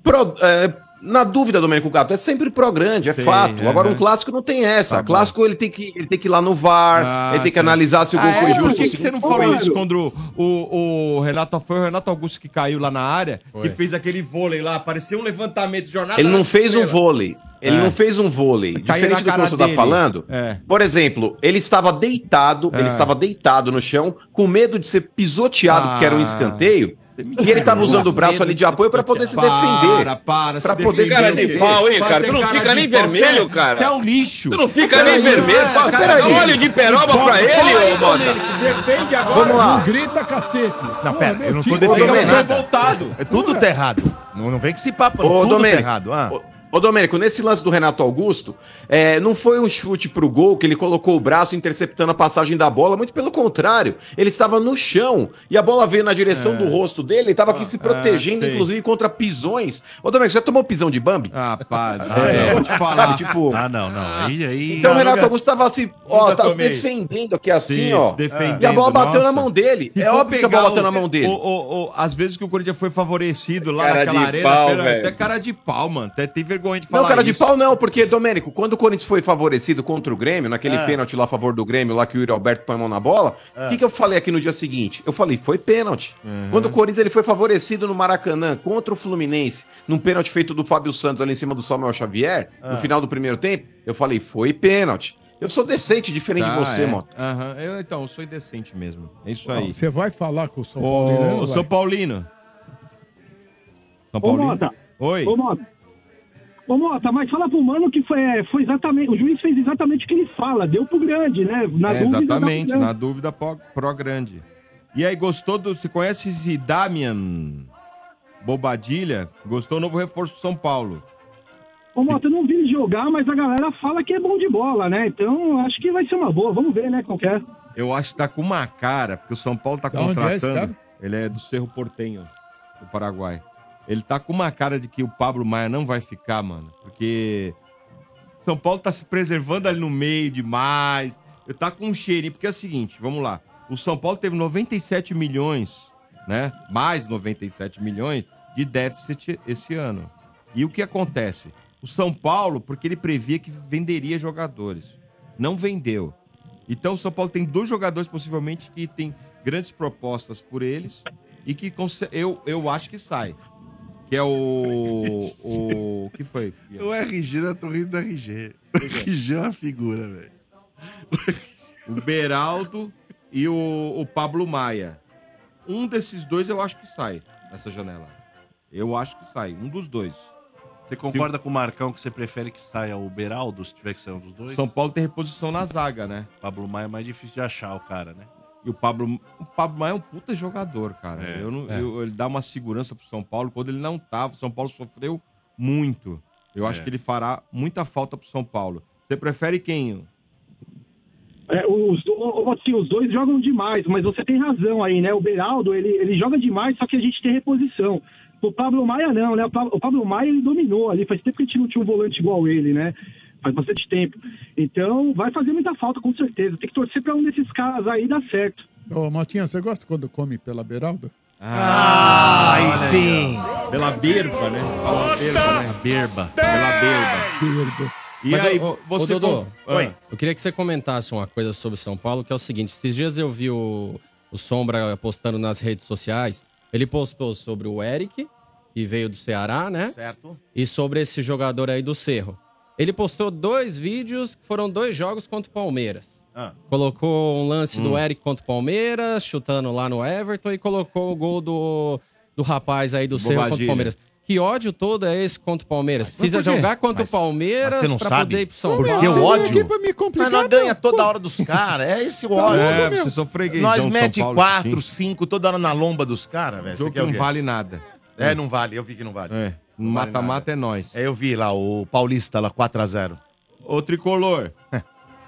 Speaker 6: Pro- é, na dúvida, Domênico Gato, é sempre pro grande, é
Speaker 3: Sim,
Speaker 6: fato. Agora,
Speaker 3: aham.
Speaker 6: um clássico não tem essa.
Speaker 3: Tá bom.
Speaker 6: clássico ele tem, que, ele tem que ir lá no VAR,
Speaker 3: Ah,
Speaker 6: ele tem que
Speaker 3: sim.
Speaker 6: analisar se o gol
Speaker 3: Ah, é?
Speaker 6: foi
Speaker 3: Por
Speaker 6: justo.
Speaker 3: que,
Speaker 6: se
Speaker 3: que você não
Speaker 6: foi
Speaker 3: falou
Speaker 6: errado.
Speaker 3: isso quando o, o Renato foi o Renato Augusto que caiu lá na área
Speaker 6: Foi.
Speaker 3: e fez aquele vôlei lá, parecia um levantamento de jornada.
Speaker 6: Ele não
Speaker 3: na
Speaker 6: fez um
Speaker 3: estrela.
Speaker 6: vôlei. Ele
Speaker 3: É.
Speaker 6: não fez um vôlei.
Speaker 3: Caiu na
Speaker 6: Diferente do que
Speaker 3: cara
Speaker 6: você tá
Speaker 3: dele.
Speaker 6: falando.
Speaker 3: É.
Speaker 6: Por exemplo, ele estava deitado,
Speaker 3: É.
Speaker 6: ele estava deitado no chão, com medo de ser pisoteado,
Speaker 3: Ah.
Speaker 6: porque era um escanteio. E ele estava usando o braço ali de apoio para poder se defender.
Speaker 3: Para, para,
Speaker 6: Pra poder se
Speaker 8: Cara de
Speaker 6: defender.
Speaker 8: pau, hein,
Speaker 6: Pra
Speaker 8: cara?
Speaker 6: ter
Speaker 8: Tu não
Speaker 6: cara
Speaker 8: fica
Speaker 6: de
Speaker 8: nem
Speaker 6: pau.
Speaker 8: vermelho,
Speaker 6: Você é-
Speaker 8: cara.
Speaker 6: você é um
Speaker 3: lixo.
Speaker 8: Tu não fica
Speaker 6: Peraí,
Speaker 8: nem vermelho.
Speaker 6: é,
Speaker 8: pá.
Speaker 6: peraí.
Speaker 8: Dá um óleo de peroba pra ele, ô Mota.
Speaker 3: Depende
Speaker 6: agora. Vamos lá.
Speaker 5: Não grita, cacete.
Speaker 2: Não, pera, eu não tô
Speaker 5: Ô,
Speaker 2: defendendo
Speaker 6: Domênico.
Speaker 2: nada.
Speaker 3: Voltado.
Speaker 2: É Tudo tá errado. Não, não vem com esse papo, não.
Speaker 6: Ô,
Speaker 2: tudo tá
Speaker 6: Domênico,
Speaker 2: errado. Ah.
Speaker 6: Ô, ô, Domênico, nesse lance do Renato Augusto, é, não foi um chute pro gol que ele colocou o braço interceptando a passagem da bola, muito pelo contrário. Ele estava no chão e a bola veio na
Speaker 2: É.
Speaker 6: direção do rosto dele, ele
Speaker 2: Ah,
Speaker 6: estava aqui se protegendo,
Speaker 3: sei.
Speaker 6: inclusive contra pisões. Ô, Domênico, você já tomou pisão de Bambi?
Speaker 3: Ah, para.
Speaker 6: É.
Speaker 3: eu vou te falar.
Speaker 6: Sabe, tipo-
Speaker 3: Ah,
Speaker 2: não, não. Aí, aí...
Speaker 6: Então o
Speaker 3: Não,
Speaker 6: Renato
Speaker 3: nunca-
Speaker 6: Augusto estava se, ó,
Speaker 3: nunca
Speaker 6: tá se
Speaker 3: tomei.
Speaker 6: defendendo aqui assim,
Speaker 3: Sim,
Speaker 6: ó.
Speaker 3: se defendendo,
Speaker 6: E a bola bateu na
Speaker 3: nossa.
Speaker 6: mão dele.
Speaker 3: Se
Speaker 6: é
Speaker 3: for
Speaker 6: óbvio que a
Speaker 3: pegar
Speaker 6: bola bateu
Speaker 3: o-
Speaker 6: na mão dele.
Speaker 3: o- o- o- às vezes que o Corinthians foi favorecido lá
Speaker 8: Cara
Speaker 3: naquela
Speaker 8: de
Speaker 3: arena,
Speaker 8: pau,
Speaker 3: pera-
Speaker 8: velho.
Speaker 3: até cara de pau, mano. Até tem vergonha de falar
Speaker 6: Não, cara de
Speaker 3: isso.
Speaker 6: pau não, porque, Domênico, quando o Corinthians foi favorecido contra o Grêmio, naquele
Speaker 3: Ah.
Speaker 6: pênalti lá a favor do Grêmio, lá que o Yuri Alberto põe a mão na bola, o
Speaker 3: Ah.
Speaker 6: que, que eu falei aqui no dia seguinte? Eu falei, foi pênalti.
Speaker 3: Uhum.
Speaker 6: Quando o Corinthians ele foi favorecido no Maracanã contra o Fluminense, num pênalti feito do Fábio Santos ali em cima do Samuel Xavier,
Speaker 3: Ah.
Speaker 6: no final do primeiro tempo, eu falei, foi pênalti. Eu sou decente, diferente
Speaker 3: Tá,
Speaker 6: de você,
Speaker 3: é.
Speaker 6: Mota.
Speaker 3: Aham, eu, então, eu sou indecente mesmo. É isso
Speaker 5: Não,
Speaker 3: aí.
Speaker 5: Você vai falar com o São Paulo? né,
Speaker 3: Ô,
Speaker 5: não
Speaker 3: Ô,
Speaker 5: vai?
Speaker 3: São Paulino. São
Speaker 15: Ô, Mota.
Speaker 3: Oi.
Speaker 15: Ô, Mota. Ô, Mota, mas fala pro mano que foi, é, foi exatamente. O juiz fez exatamente o que ele fala, deu pro grande, né?
Speaker 3: É,
Speaker 15: dá pro
Speaker 3: exatamente,
Speaker 15: grande.
Speaker 3: na dúvida pró, pró grande. E aí, gostou do. Você conhece Zidamian Bobadilha? Gostou do novo reforço do São Paulo.
Speaker 15: Ô, Mota, eu não vi ele jogar, mas a galera fala que é bom de bola, né? Então, acho que vai ser uma boa. Vamos ver, né, qualquer.
Speaker 3: Eu acho que tá com uma cara, porque o São Paulo tá
Speaker 5: Da onde é esse
Speaker 3: contratando. ele é do Cerro Portenho, do Paraguai. Ele tá com uma cara de que o Pablo Maia não vai ficar, mano. Porque São Paulo tá se preservando ali no meio demais. Eu tá com um cheirinho, porque é o seguinte, vamos lá. O São Paulo teve 97 milhões, né? Mais 97 milhões de déficit esse ano. E o que acontece? O São Paulo, porque ele previa que venderia jogadores. Não vendeu. Então o São Paulo tem dois jogadores possivelmente que tem grandes propostas por eles e que conse- eu, eu acho que sai. Que é o. O o que foi?
Speaker 4: O RG, eu tô rindo do RG. O RG é uma figura, velho.
Speaker 3: O Beraldo e o, o Pablo Maia. Um desses dois eu acho que sai nessa janela. Eu acho que sai. Um dos dois.
Speaker 4: Você Concorda com o Marcão que você prefere que saia o Beraldo, se tiver que sair um dos dois?
Speaker 3: São Paulo tem reposição na zaga, né?
Speaker 4: Pablo Maia é mais difícil de achar o cara, né?
Speaker 3: E o Pablo, o Pablo Maia é um puta jogador, cara.
Speaker 4: É,
Speaker 3: Eu não-
Speaker 4: é.
Speaker 3: eu- ele dá uma segurança pro São Paulo. Quando ele não tava, o São Paulo sofreu muito. Eu acho
Speaker 2: É.
Speaker 3: que ele fará muita falta pro São Paulo. Você prefere quem?
Speaker 15: É, os, do- ô, ô, assim, os dois jogam demais, mas você tem razão aí, né? O Beraldo, ele, ele joga demais, só que a gente tem reposição. O Pablo Maia não, né? O Pa- o Pablo Maia, ele dominou ali. Faz tempo que a gente não tinha um volante igual ele, né? Faz bastante tempo. Então, vai fazer muita falta, com certeza. Tem que torcer pra um desses caras aí dar certo.
Speaker 5: Ô, Motinha, você gosta quando come pela Beraldo?
Speaker 3: Ah,
Speaker 5: aí
Speaker 3: olha sim. Pela berba, né? Pela berba, né?
Speaker 4: Berba.
Speaker 3: Pela berba.
Speaker 5: E
Speaker 7: Mas,
Speaker 5: aí,
Speaker 7: ô, ô,
Speaker 5: você
Speaker 7: ô, Dodô,
Speaker 3: ah.
Speaker 5: com- Oi.
Speaker 7: eu queria que você comentasse uma coisa sobre São Paulo, que é o seguinte: esses dias eu vi o, o Sombra postando nas redes sociais. Ele postou sobre o Eric, que veio do Ceará, né?
Speaker 4: Certo.
Speaker 7: E sobre esse jogador aí do Cerro. Ele postou dois vídeos que foram dois jogos contra o Palmeiras.
Speaker 4: Ah.
Speaker 7: Colocou um lance
Speaker 16: Hum.
Speaker 7: do Eric contra o Palmeiras, chutando lá no Everton, e colocou o gol do, do rapaz aí do Cerro contra o
Speaker 16: Bobadilha.
Speaker 7: Palmeiras. Que ódio todo é esse contra o Palmeiras?
Speaker 16: mas
Speaker 7: Precisa
Speaker 16: por quê?
Speaker 7: jogar contra
Speaker 16: Mas-
Speaker 7: o Palmeiras
Speaker 16: mas você não
Speaker 7: pra
Speaker 16: sabe?
Speaker 7: poder ir pro São
Speaker 16: Por
Speaker 7: Paulo.
Speaker 16: que o Você ódio? veio aqui
Speaker 2: pra
Speaker 5: me
Speaker 2: Mas nós ganha é toda hora dos caras. É esse o ódio.
Speaker 3: É, vocês são freguesão,
Speaker 2: Nós
Speaker 3: São
Speaker 2: mete
Speaker 3: Paulo,
Speaker 2: quatro,
Speaker 3: sim.
Speaker 2: cinco toda hora na lomba dos caras, velho.
Speaker 3: Jogo
Speaker 2: Você quer o
Speaker 3: que não
Speaker 2: quê?
Speaker 3: vale nada.
Speaker 2: É, não vale. Eu vi que não vale.
Speaker 3: É. Mata-mata é nós.
Speaker 2: É, eu vi lá o Paulista lá 4x0.
Speaker 3: Ô, Tricolor,
Speaker 5: É.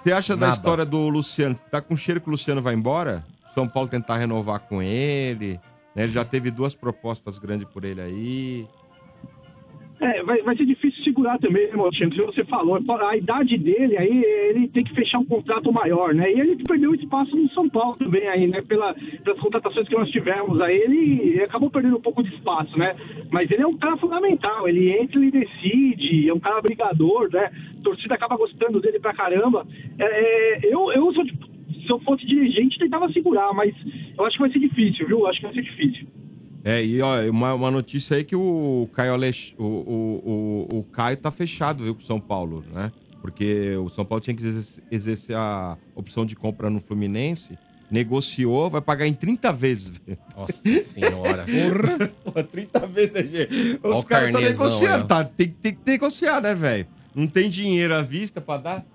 Speaker 3: você acha da
Speaker 2: Naba.
Speaker 3: história do Luciano? Tá com cheiro que o Luciano vai embora? São Paulo tentar renovar com ele, né? Ele já teve duas propostas grandes por ele aí.
Speaker 15: É, vai, vai ser difícil segurar também, né, Motinho, que você falou. A idade dele aí, ele tem que fechar um contrato maior, né? E ele perdeu espaço no São Paulo também aí, né? Pela, pelas contratações que nós tivemos aí, ele acabou perdendo um pouco de espaço, né? Mas ele é um cara fundamental, ele entra, ele decide, é um cara brigador, né? A torcida acaba gostando dele pra caramba. É, é, eu, eu sou, tipo, se eu fosse dirigente, tentava segurar, mas eu acho que vai ser difícil, viu? Eu acho que vai ser difícil.
Speaker 3: É, e ó, uma, uma notícia aí que o Caio, Alex, o, o, o, o Caio tá fechado, viu, com o São Paulo, né? Porque o São Paulo tinha que exer- exercer a opção de compra no Fluminense, negociou, vai pagar em 30 vezes. velho.
Speaker 7: Nossa senhora.
Speaker 3: Porra, 30 vezes é gente.
Speaker 7: Ó
Speaker 3: Os
Speaker 7: o
Speaker 3: caras estão
Speaker 7: carnezão
Speaker 3: negociando,
Speaker 7: aí, ó.
Speaker 3: tá? Tem, tem que negociar, né, velho? Não tem dinheiro à vista pra dar?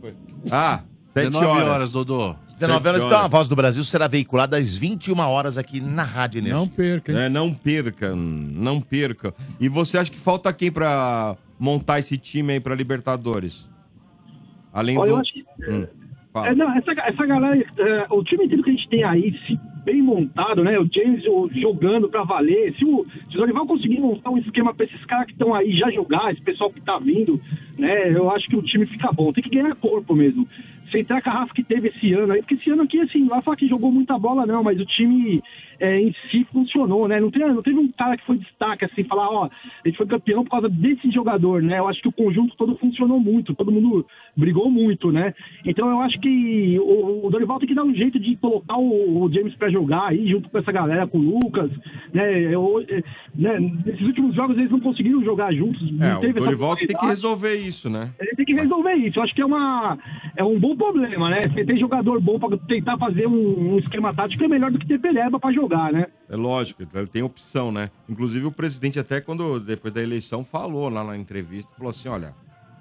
Speaker 3: Foi. Ah, 7
Speaker 2: 19
Speaker 3: horas.
Speaker 2: horas,
Speaker 4: Dodô.
Speaker 2: 19 horas,
Speaker 3: Sete
Speaker 2: então a
Speaker 3: horas.
Speaker 2: voz do Brasil será veiculada às 21 horas aqui na Rádio Energia.
Speaker 5: Não perca,
Speaker 3: É, não percam, não percam. E você acha que falta quem pra montar esse time aí pra Libertadores? Além
Speaker 15: Olha,
Speaker 3: do...
Speaker 15: eu acho que-
Speaker 3: Hum, fala.
Speaker 15: É, não, essa, essa galera, é, o time inteiro que a gente tem aí, se bem montado, né? O James o- jogando pra valer. Se o, se o Dorival conseguir montar um esquema pra esses caras que estão aí já jogar, esse pessoal que tá vindo, né? Eu acho que o time fica bom. Tem que ganhar corpo mesmo. Sem entrar a carrafa que teve esse ano aí, porque esse ano aqui, assim, não vai falar que jogou muita bola, não, mas o time é, em si funcionou, né? Não, tem, não teve um cara que foi destaque, assim, falar, ó, a gente foi campeão por causa desse jogador, né? Eu acho que o conjunto todo funcionou muito, todo mundo brigou muito, né? Então eu acho que o, o Dorival tem que dar um jeito de colocar o, o James pra jogar aí, junto com essa galera, com o Lucas, né? Eu- eh, né? Nesses últimos jogos eles não conseguiram jogar juntos.
Speaker 3: É,
Speaker 15: não
Speaker 3: o
Speaker 15: teve essa
Speaker 3: Dorival que tem que
Speaker 15: possibilidade.
Speaker 3: resolver isso, né?
Speaker 15: Ele tem que resolver isso. Eu acho que é, uma, é um bom problema, né? Você tem jogador bom pra tentar fazer um, um esquema tático é melhor do que ter Peleba pra jogar, né?
Speaker 3: É lógico, ele tem opção, né? Inclusive o presidente até quando, depois da eleição, falou lá na entrevista, falou assim, olha,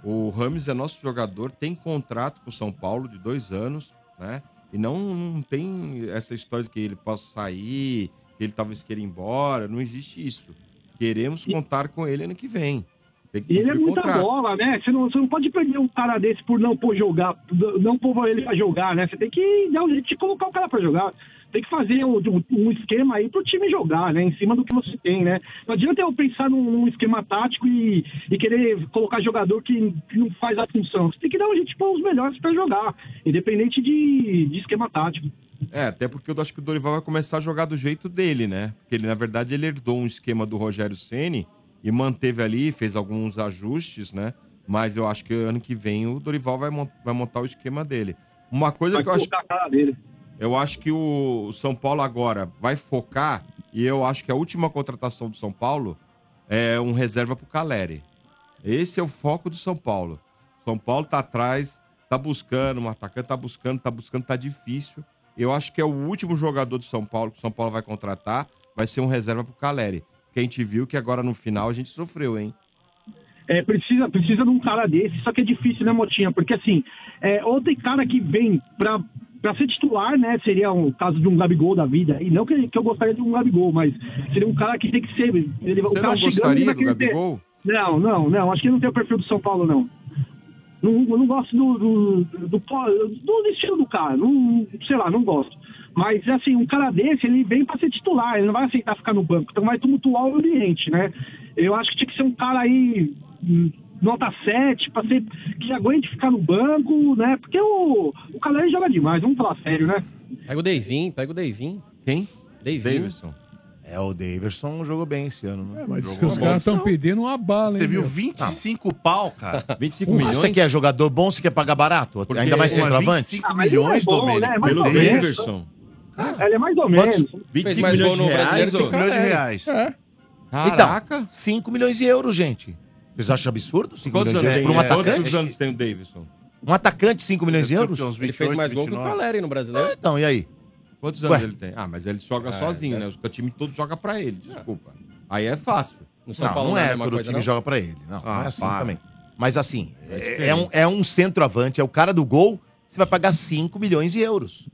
Speaker 3: o Rames é nosso jogador, tem contrato com o São Paulo de dois anos, né? E não, não tem essa história de que ele possa sair, que ele talvez queira ir embora. Não existe isso. Queremos contar com ele ano que vem. Tem que
Speaker 15: E ele é
Speaker 3: cumprir o
Speaker 15: muita
Speaker 3: contrato.
Speaker 15: bola, né? Você não, você não pode perder um cara desse por não pôr jogar, não pôr ele pra jogar, né? Você tem que dar um jeito de colocar o cara pra jogar. Tem que fazer um, um esquema aí pro time jogar, né? Em cima do que você tem, né? Não adianta eu pensar num, num esquema tático e, e querer colocar jogador que, que não faz a função. Você tem que dar um jeito de pôr os melhores pra jogar, independente de, de esquema tático.
Speaker 3: É, até porque eu acho que o Dorival vai começar a jogar do jeito dele, né? Porque ele, na verdade, ele herdou um esquema do Rogério Ceni e manteve ali, fez alguns ajustes, né? Mas eu acho que ano que vem o Dorival vai, mon- vai montar o esquema dele. Uma coisa
Speaker 15: Vai
Speaker 3: que eu acho.
Speaker 15: colocar a cara dele.
Speaker 3: Eu acho que o São Paulo agora vai focar, e eu acho que a última contratação do São Paulo é um reserva pro Caleri. Esse é o foco do São Paulo. São Paulo tá atrás, tá buscando, um atacante tá buscando, tá buscando, tá difícil. Eu acho que é o último jogador do São Paulo que o São Paulo vai contratar, vai ser um reserva pro Caleri. Porque a gente viu que agora no final a gente sofreu, hein?
Speaker 15: É, precisa, precisa de um cara desse, só que é difícil, né, Motinha? Porque assim, é, ou tem cara que vem pra, pra ser titular, né? Seria um caso de um Gabigol da vida. E não que, que eu gostaria de um Gabigol, mas seria um cara que tem que ser. Ele, o
Speaker 3: Você
Speaker 15: cara
Speaker 3: não gostaria
Speaker 15: ele vai
Speaker 3: do
Speaker 15: querer ter-
Speaker 3: Gabigol?
Speaker 15: Não, não, não. Acho que não tem o perfil do São Paulo, não. Não, eu não gosto do, do, do, do- do estilo do cara. Não, sei lá, não gosto. Mas, assim, um cara desse, ele vem pra ser titular. Ele não vai aceitar ficar no banco. Então vai tumultuar o ambiente, né? Eu acho que tinha que ser um cara aí... hum, Nota 7, pra ser, que aguente ficar no banco, né? Porque o, o cara aí joga demais, vamos falar sério, né?
Speaker 7: Pega o Deivin, pega o Deivin.
Speaker 3: Quem?
Speaker 7: Deivin.
Speaker 3: Davidson.
Speaker 2: É, o Davidson jogou bem esse ano. né?
Speaker 5: É, Mas diz
Speaker 2: Jogou
Speaker 5: que os
Speaker 2: bem.
Speaker 5: caras estão pedindo uma bala, hein?
Speaker 2: Você viu
Speaker 5: meu?
Speaker 2: 25
Speaker 4: pau, cara.
Speaker 3: 25
Speaker 2: milhões. Um, Você quer jogador bom, você quer pagar barato? Ainda mais
Speaker 4: Porra,
Speaker 2: centroavante?
Speaker 4: 25 milhões,
Speaker 5: Ah, é
Speaker 4: Domênico,
Speaker 5: né?
Speaker 2: Pelo Davidson.
Speaker 15: Ele é mais ou menos.
Speaker 2: Fez mais gol no brasileiro que o
Speaker 4: 25 milhões de
Speaker 2: Pelé.
Speaker 4: reais.
Speaker 2: É. Então, 5 milhões de euros, gente. Vocês acham absurdo 5
Speaker 3: Quantos
Speaker 2: milhões de
Speaker 3: anos,
Speaker 2: euros
Speaker 3: tem,
Speaker 2: por um
Speaker 3: é, quantos
Speaker 2: atacante?
Speaker 3: anos tem o Davidson?
Speaker 2: Um atacante, 5 milhões de euros?
Speaker 7: Ele fez mais gol que o Caleri no brasileiro.
Speaker 2: Então, e aí?
Speaker 3: Quantos anos
Speaker 2: Ué.
Speaker 3: ele tem? Ah, mas ele joga
Speaker 2: É,
Speaker 3: sozinho, né? O time todo joga pra ele, desculpa. Aí é fácil.
Speaker 7: No
Speaker 2: Não, não é, quando o time joga pra ele. Não, não
Speaker 3: Ah,
Speaker 2: é assim
Speaker 3: para.
Speaker 2: também. Mas assim, é,
Speaker 3: diferente.
Speaker 2: é um, é um centroavante, é o cara do gol, você vai pagar 5 milhões de euros.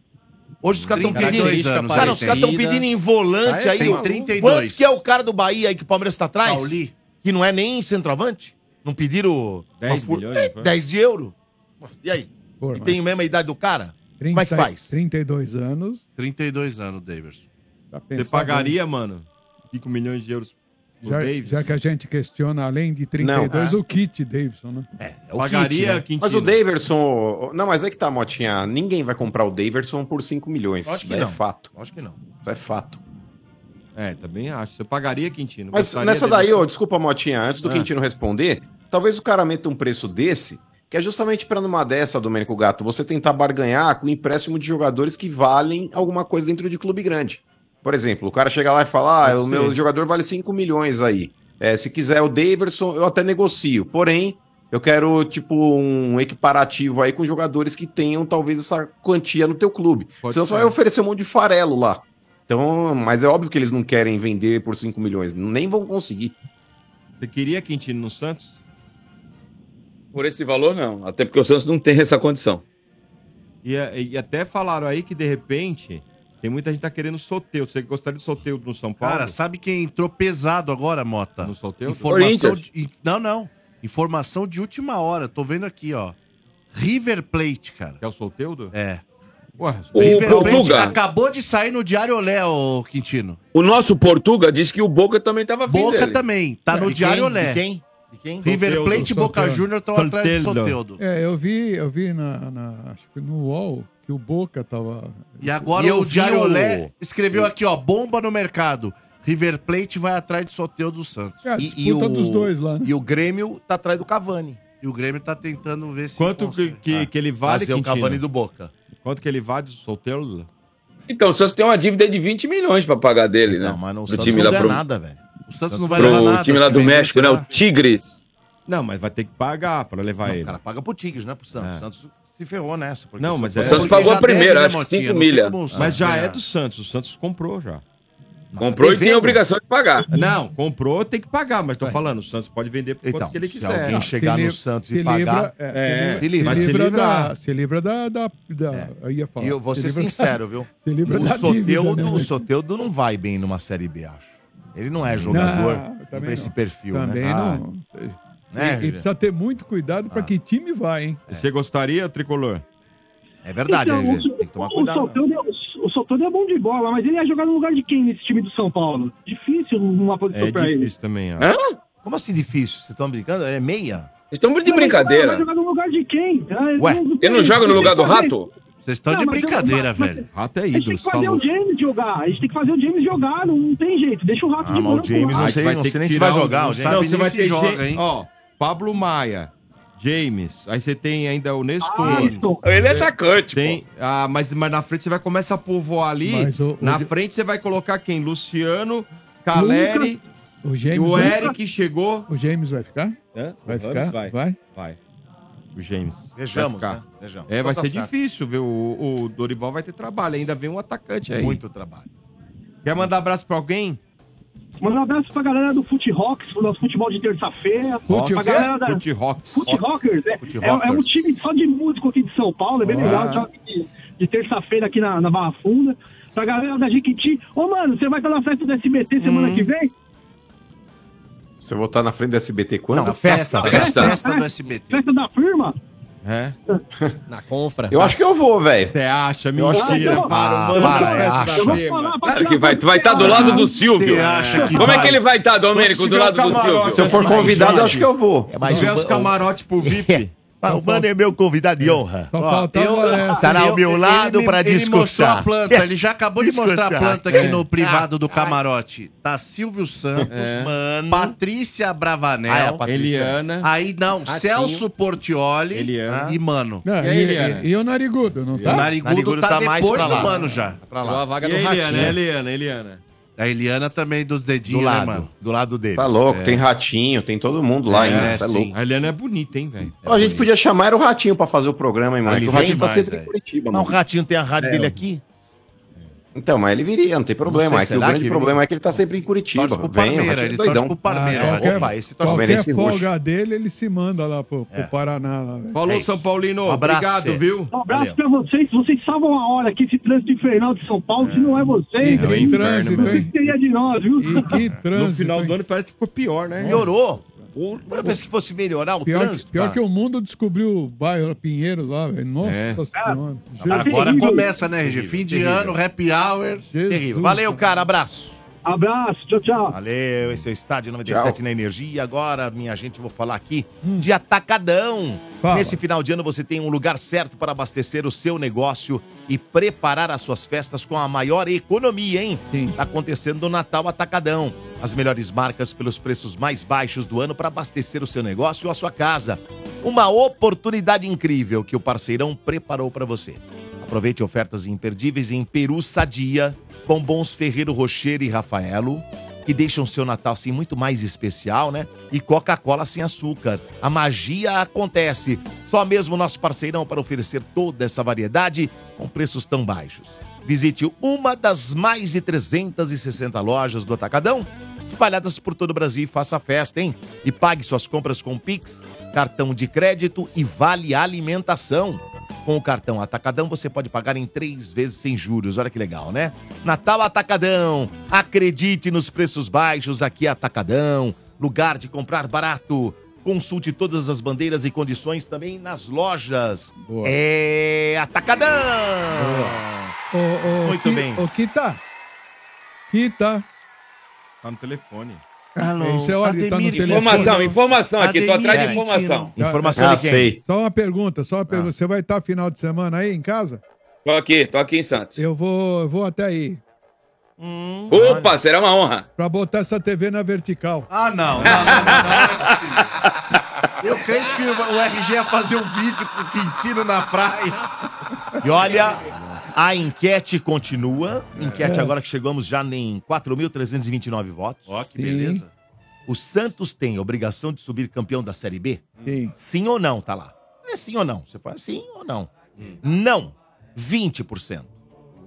Speaker 2: Hoje os caras estão
Speaker 4: 32
Speaker 2: pedindo.
Speaker 4: anos,
Speaker 2: cara, os caras estão
Speaker 4: parecida.
Speaker 2: pedindo em volante
Speaker 4: Ah, é?
Speaker 2: aí.
Speaker 4: Tem
Speaker 2: ó.
Speaker 4: 32.
Speaker 2: Quanto que é o cara do Bahia aí que o Palmeiras tá atrás?
Speaker 4: Pauli.
Speaker 2: Que não é nem centroavante? Não pediram.
Speaker 3: 10 milhões, não foi?
Speaker 2: 10 de euro? E aí?
Speaker 5: Porra,
Speaker 2: e tem a mesma idade do cara?
Speaker 5: Tá.
Speaker 2: Como é que faz?
Speaker 5: 32 anos.
Speaker 4: 32 anos, Davidson.
Speaker 5: Tá
Speaker 3: Você pagaria, mano, 5 milhões de euros pro
Speaker 5: Já,
Speaker 3: Davidson?
Speaker 5: já que a gente questiona, além de 32,
Speaker 3: Não. é.
Speaker 5: o kit Davidson, né?
Speaker 3: o Pagaria kit, né?
Speaker 6: Mas o Daverson. Não, mas é que tá, Motinha. Ninguém vai comprar o Daverson por 5 milhões.
Speaker 3: Lógico que
Speaker 6: Isso é
Speaker 3: não.
Speaker 6: fato.
Speaker 2: Acho que não.
Speaker 6: Isso é fato.
Speaker 3: É, também acho. Você pagaria, Quintino?
Speaker 6: Mas
Speaker 3: Gostaria
Speaker 6: nessa
Speaker 3: dele?
Speaker 6: daí, ô, desculpa, Motinha, antes do
Speaker 3: Ah.
Speaker 6: Quintino responder, talvez o cara meta um preço desse, que é justamente pra numa dessa, Domênico Gato, você tentar barganhar com empréstimo de jogadores que valem alguma coisa dentro de clube grande. Por exemplo, o cara chega lá e fala: Ah, o meu jogador vale 5 milhões aí. É, se quiser o Daverson, eu até negocio. Porém, eu quero, tipo, um equiparativo aí com jogadores que tenham talvez essa quantia no teu clube. Senão você vai oferecer um monte de farelo lá. Então, mas é óbvio que eles não querem vender por 5 milhões. Nem vão conseguir.
Speaker 3: Você queria Quintino no Santos?
Speaker 8: Por esse valor, não. Até porque o Santos não tem essa condição.
Speaker 3: E, e até falaram aí que, de repente, tem muita gente que tá querendo sorteio. Você gostaria de sorteio no São Paulo?
Speaker 4: Cara, sabe quem entrou pesado agora, Mota? No
Speaker 3: sorteio?
Speaker 4: Informação
Speaker 3: Corinthians.
Speaker 4: de, in- Não, não. Informação de última hora. Tô vendo aqui, ó. River Plate, cara.
Speaker 3: É o Solteudo?
Speaker 4: É.
Speaker 3: Ué,
Speaker 8: O Portuga.
Speaker 4: acabou de sair no Diário Olé, ô Quintino.
Speaker 8: O nosso Portuga disse que o Boca também tava afim
Speaker 4: Boca
Speaker 8: dele.
Speaker 4: também. Tá no
Speaker 8: De
Speaker 4: Diário
Speaker 8: quem?
Speaker 4: Olé.
Speaker 8: De quem?
Speaker 4: River
Speaker 8: Soteldo,
Speaker 4: Plate e Boca
Speaker 5: Soteldo.
Speaker 4: Júnior estão atrás do Soteudo.
Speaker 5: É, eu vi, eu vi na, na- acho que no UOL que o Boca tava.
Speaker 4: E agora o Diário Olé escreveu aqui, ó, bomba no mercado. River Plate vai atrás de Soteldo do Santos.
Speaker 5: É, a disputa dos dois lá, né?
Speaker 2: E o Grêmio tá atrás do Cavani.
Speaker 4: E o Grêmio tá tentando ver se
Speaker 3: Quanto que,
Speaker 4: consegue.
Speaker 3: que, que ele vale,
Speaker 2: Fazer o Cavani do Boca.
Speaker 3: Quanto que ele vale do Solteudo?
Speaker 8: Então, o Santos tem uma dívida de 20 milhões pra pagar dele, né? Não, mas
Speaker 2: não,
Speaker 8: o
Speaker 2: o Santos
Speaker 8: time
Speaker 2: não
Speaker 8: lá
Speaker 2: ganha
Speaker 8: pro...
Speaker 2: nada, velho.
Speaker 4: O Santos não vai levar
Speaker 8: Pro
Speaker 4: nada.
Speaker 8: time lá
Speaker 4: se
Speaker 8: do
Speaker 4: vender,
Speaker 8: México, né?
Speaker 4: sei
Speaker 8: O
Speaker 4: lá.
Speaker 8: Tigres.
Speaker 3: Não, mas vai ter que pagar pra levar
Speaker 2: Não,
Speaker 3: ele. É.
Speaker 2: cara, paga pro Tigres, né? Pro Santos. O Santos se ferrou nessa. porque
Speaker 3: Não, mas é...
Speaker 8: Santos pagou a primeira, acho que 5 milha.
Speaker 3: Mas já é do Santos, o Santos comprou já.
Speaker 8: Comprou e tem a obrigação de pagar.
Speaker 3: Não, comprou, tem que pagar, mas tô falando, o Santos pode vender por
Speaker 2: Então,
Speaker 3: quanto que ele
Speaker 2: se
Speaker 3: quiser.
Speaker 2: alguém chegar no Santos e pagar,
Speaker 5: é,
Speaker 2: se
Speaker 5: se
Speaker 2: livra,
Speaker 5: livra,
Speaker 2: vai se livrar.
Speaker 5: da, se livra da, da, da eu ia falar.
Speaker 2: E eu vou
Speaker 5: Se
Speaker 2: ser
Speaker 5: livra da-
Speaker 2: sincero, viu?
Speaker 5: Se livra
Speaker 2: O
Speaker 5: da dívida, né,
Speaker 2: Soteudo, o
Speaker 5: velho?
Speaker 2: Soteudo não vai bem numa Série B, acho. Ele não é jogador
Speaker 5: Não, também
Speaker 2: pra esse
Speaker 5: não.
Speaker 2: perfil,
Speaker 5: Também
Speaker 2: né? Ah,
Speaker 5: não.
Speaker 2: Né, Ah.
Speaker 5: e, e precisa ter muito cuidado pra que time vai, hein?
Speaker 3: Você gostaria, Tricolor?
Speaker 2: É
Speaker 15: Então, o- o Soteldo é- O Soteldo é bom de bola, mas ele ia jogar no lugar de quem nesse time do São Paulo? Difícil uma posição
Speaker 2: É
Speaker 15: pra ele.
Speaker 2: difícil
Speaker 3: também, ó.
Speaker 2: Hã? Como assim difícil? Vocês estão brincando? É meia?
Speaker 8: Estão muito
Speaker 15: Mas ele Vai jogar no lugar de quem? Ah,
Speaker 2: Ué,
Speaker 15: tem- tem que fazer-
Speaker 4: Vocês estão
Speaker 15: Não,
Speaker 4: de
Speaker 15: mas eu-
Speaker 4: brincadeira,
Speaker 15: mas-
Speaker 4: velho.
Speaker 3: Rato é
Speaker 15: A gente tem que fazer um o James jogar. A gente tem que fazer o James jogar. Não tem jeito. Deixa o rato
Speaker 3: Ah,
Speaker 15: de banco lá.
Speaker 3: Não, você vai ter joga, hein? Ó, Pablo Maia, James, aí você tem ainda o Nestor.
Speaker 8: Ele é atacante,
Speaker 3: tem, ah, mas, mas na frente você vai começar a povoar ali.
Speaker 5: Mas o- o
Speaker 3: na
Speaker 5: Di-
Speaker 3: frente você vai colocar quem? Luciano, Caleri,
Speaker 5: O
Speaker 3: e
Speaker 5: James
Speaker 3: o
Speaker 5: vai-
Speaker 3: Eric chegou.
Speaker 5: O James vai ficar?
Speaker 3: Hã?
Speaker 5: Vai
Speaker 3: O Ramos
Speaker 5: ficar?
Speaker 3: Vai.
Speaker 5: Vai?
Speaker 3: Vai. O James.
Speaker 2: Vejamos,
Speaker 3: vai
Speaker 2: né? Vejamos.
Speaker 3: É,
Speaker 2: Então
Speaker 3: vai
Speaker 2: tá
Speaker 3: ser
Speaker 2: certo.
Speaker 3: difícil, viu? O, o Dorival vai ter trabalho. Ainda vem um atacante aí.
Speaker 2: Muito trabalho.
Speaker 3: Quer mandar abraço pra alguém?
Speaker 15: Manda um abraço pra galera do Fute Rocks, do nosso futebol de terça-feira.
Speaker 3: Fute
Speaker 15: pra
Speaker 3: o quê?
Speaker 15: galera da...
Speaker 3: Fute Rocks.
Speaker 15: Fute Rockers, é,
Speaker 3: Fute
Speaker 15: é- é um
Speaker 3: Rockers.
Speaker 15: time só de músico aqui de São Paulo, é bem
Speaker 3: Ah.
Speaker 15: legal. Joga de, de terça-feira aqui na, na Barra Funda. Pra galera da Jiquiti. Ô, mano, você vai estar na festa do SBT semana que vem?
Speaker 6: Você voltar na frente do SBT quando?
Speaker 2: Não, festa,
Speaker 6: festa.
Speaker 4: SBT.
Speaker 15: Festa da firma?
Speaker 3: É.
Speaker 7: Na confra.
Speaker 6: Eu acho que eu vou, velho.
Speaker 3: Você acha?
Speaker 8: Ah, então
Speaker 6: Mentira,
Speaker 3: para, é
Speaker 6: mano.
Speaker 8: Claro que vai. Tu vai estar do lado do Silvio.
Speaker 6: acha que
Speaker 8: Como é
Speaker 6: vai?
Speaker 8: que ele vai estar, Domênico,
Speaker 6: Se
Speaker 8: do
Speaker 6: tiver
Speaker 8: lado
Speaker 6: um
Speaker 8: do Silvio?
Speaker 6: camarote, Se eu for convidado, eu acho que eu vou.
Speaker 2: É mais
Speaker 3: Se tiver os camarotes pro VIP.
Speaker 2: Ah, o Mano é meu convidado de honra.
Speaker 5: Só
Speaker 2: Ó,
Speaker 5: falta agora essa.
Speaker 2: estará ao meu
Speaker 4: é assim, Ele-
Speaker 2: lado
Speaker 4: ele-
Speaker 2: para
Speaker 4: Ele mostrou
Speaker 2: discursar.
Speaker 4: a planta, ele já acabou de mostrar a
Speaker 2: Discursar.
Speaker 4: planta aqui
Speaker 2: É.
Speaker 4: no privado do
Speaker 2: Ah,
Speaker 4: camarote. Tá Silvio Santos,
Speaker 2: É.
Speaker 4: mano, Patrícia Bravanel,
Speaker 2: Ah, é, a Patrícia.
Speaker 3: Eliana.
Speaker 4: aí não,
Speaker 3: Ratinho.
Speaker 4: Celso Portioli
Speaker 3: Eliana.
Speaker 4: e Mano.
Speaker 5: Não, e, e- e o Narigudo, não tá?
Speaker 4: O Narigudo, tá, depois do Mano já.
Speaker 2: Pra
Speaker 7: lá. a vaga
Speaker 3: E
Speaker 7: do
Speaker 3: a Eliana,
Speaker 7: Ratinho.
Speaker 3: Eliana, Eliana.
Speaker 4: A Eliana também dos dedinhos,
Speaker 6: Do lado,
Speaker 4: né, mano?
Speaker 2: Do lado dele.
Speaker 6: Tá louco, tem ratinho, tem todo mundo lá ainda.
Speaker 4: É,
Speaker 6: Você é
Speaker 4: sim.
Speaker 6: louco.
Speaker 3: A Eliana é bonita, hein, velho?
Speaker 6: Ó, a gente podia chamar era o Ratinho pra fazer o programa, hein, mano?
Speaker 2: Ele
Speaker 6: Que O
Speaker 2: vem
Speaker 6: Ratinho tá
Speaker 2: mais,
Speaker 6: sempre em
Speaker 2: velho.
Speaker 6: Curitiba,
Speaker 2: Mas o
Speaker 6: mano.
Speaker 2: Ratinho tem a rádio dele aqui?
Speaker 6: Então, mas ele viria, não tem problema.
Speaker 2: Não sei,
Speaker 6: é que o
Speaker 2: será
Speaker 6: grande
Speaker 2: que ele
Speaker 6: problema é que ele tá sempre em Curitiba.
Speaker 2: Torce pro
Speaker 6: Vem, o
Speaker 2: Parmeira,
Speaker 6: Ratinho é
Speaker 2: ele
Speaker 6: doidão. é.
Speaker 2: torce pro Parmeira,
Speaker 5: Ah, qualquer,
Speaker 2: Opa, esse torce
Speaker 5: qualquer
Speaker 6: merece roxo.
Speaker 5: folga dele, ele se manda lá pro, pro Paraná. lá, velho.
Speaker 3: Falou,
Speaker 2: É isso.
Speaker 3: São Paulino.
Speaker 2: Um abraço,
Speaker 3: Obrigado,
Speaker 2: Cê.
Speaker 3: viu?
Speaker 15: Um abraço pra vocês. Vocês salvam a hora aqui, esse trânsito infernal de São Paulo. Se não é vocês,
Speaker 5: Que
Speaker 3: inferno,
Speaker 5: trânsito,
Speaker 3: meu.
Speaker 5: hein?
Speaker 15: o que seria de nós, viu?
Speaker 5: E que trânsito.
Speaker 3: No final
Speaker 5: hein?
Speaker 3: do ano parece que ficou pior, né?
Speaker 2: Melhorou. Mas eu pensei que fosse melhorar o
Speaker 5: Pior, que,
Speaker 2: trânsito. tá.
Speaker 5: pior
Speaker 2: cara.
Speaker 5: que o tá. mundo descobriu o bairro Pinheiros lá, velho. Nossa
Speaker 3: É.
Speaker 5: Senhora.
Speaker 4: Agora
Speaker 15: Terrível.
Speaker 4: começa, né, RG? Fim de
Speaker 2: terrível.
Speaker 4: ano, happy hour.
Speaker 5: Jesus.
Speaker 2: Terrível. Valeu, cara. Abraço.
Speaker 15: Abraço, tchau, tchau.
Speaker 2: Valeu, esse é o Estádio 97 na Energia. E agora, minha gente, eu vou falar aqui de Atacadão.
Speaker 5: Hum. Fala.
Speaker 2: Nesse final de ano você tem um lugar certo para abastecer o seu negócio e preparar as suas festas com a maior economia, hein?
Speaker 5: Sim.
Speaker 2: Tá acontecendo o Natal Atacadão. As melhores marcas pelos preços mais baixos do ano para abastecer o seu negócio ou a sua casa. Uma oportunidade incrível que o parceirão preparou para você. Aproveite ofertas imperdíveis em Peru Sadia, Bombons Ferreiro Rocher e Rafaelo, que deixam seu Natal assim muito mais especial, né? E Coca-Cola sem açúcar. A magia acontece. Só mesmo nosso parceirão para oferecer toda essa variedade com preços tão baixos. Visite uma das mais de 360 lojas do Atacadão, espalhadas por todo o Brasil e faça festa, hein? E pague suas compras com Pix, cartão de crédito e vale alimentação. Com o cartão Atacadão, você pode pagar em três vezes sem juros. Olha que legal, né? Natal Atacadão. Acredite nos preços baixos aqui, Atacadão. Lugar de comprar barato. Consulte todas as bandeiras e condições também nas lojas.
Speaker 5: Boa.
Speaker 2: É Atacadão!
Speaker 5: Ô, ô,
Speaker 2: Muito
Speaker 5: Ki-
Speaker 2: bem.
Speaker 5: Ô, Kita. Kita.
Speaker 3: Tá no telefone.
Speaker 4: Alô,
Speaker 5: Esse é o- ele tá no
Speaker 4: Ademir,
Speaker 5: telefone.
Speaker 8: Informação, informação aqui. Tô atrás de
Speaker 4: Ademir Ah.
Speaker 8: informação.
Speaker 2: Informação
Speaker 6: Ah,
Speaker 2: de quem?
Speaker 6: sei.
Speaker 5: Só uma pergunta, só uma pergunta. Você vai estar final de semana aí em casa?
Speaker 8: Tô aqui, tô aqui em Santos.
Speaker 5: Eu vou, eu vou até aí.
Speaker 8: Opa, será uma honra.
Speaker 5: Pra botar essa TV na vertical.
Speaker 4: Ah, não. não, não, não, é não. Eu creio que o RG ia fazer um vídeo com o Quintino na praia.
Speaker 2: E olha, a enquete continua. Enquete agora que chegamos já em 4.329 votos.
Speaker 4: É. Ó, que
Speaker 5: Sim.
Speaker 4: beleza.
Speaker 2: O Santos tem obrigação de subir campeão da Série B?
Speaker 5: Sim.
Speaker 2: Sim ou não, tá lá. É sim ou não. Você fala sim ou não. Não, 20%.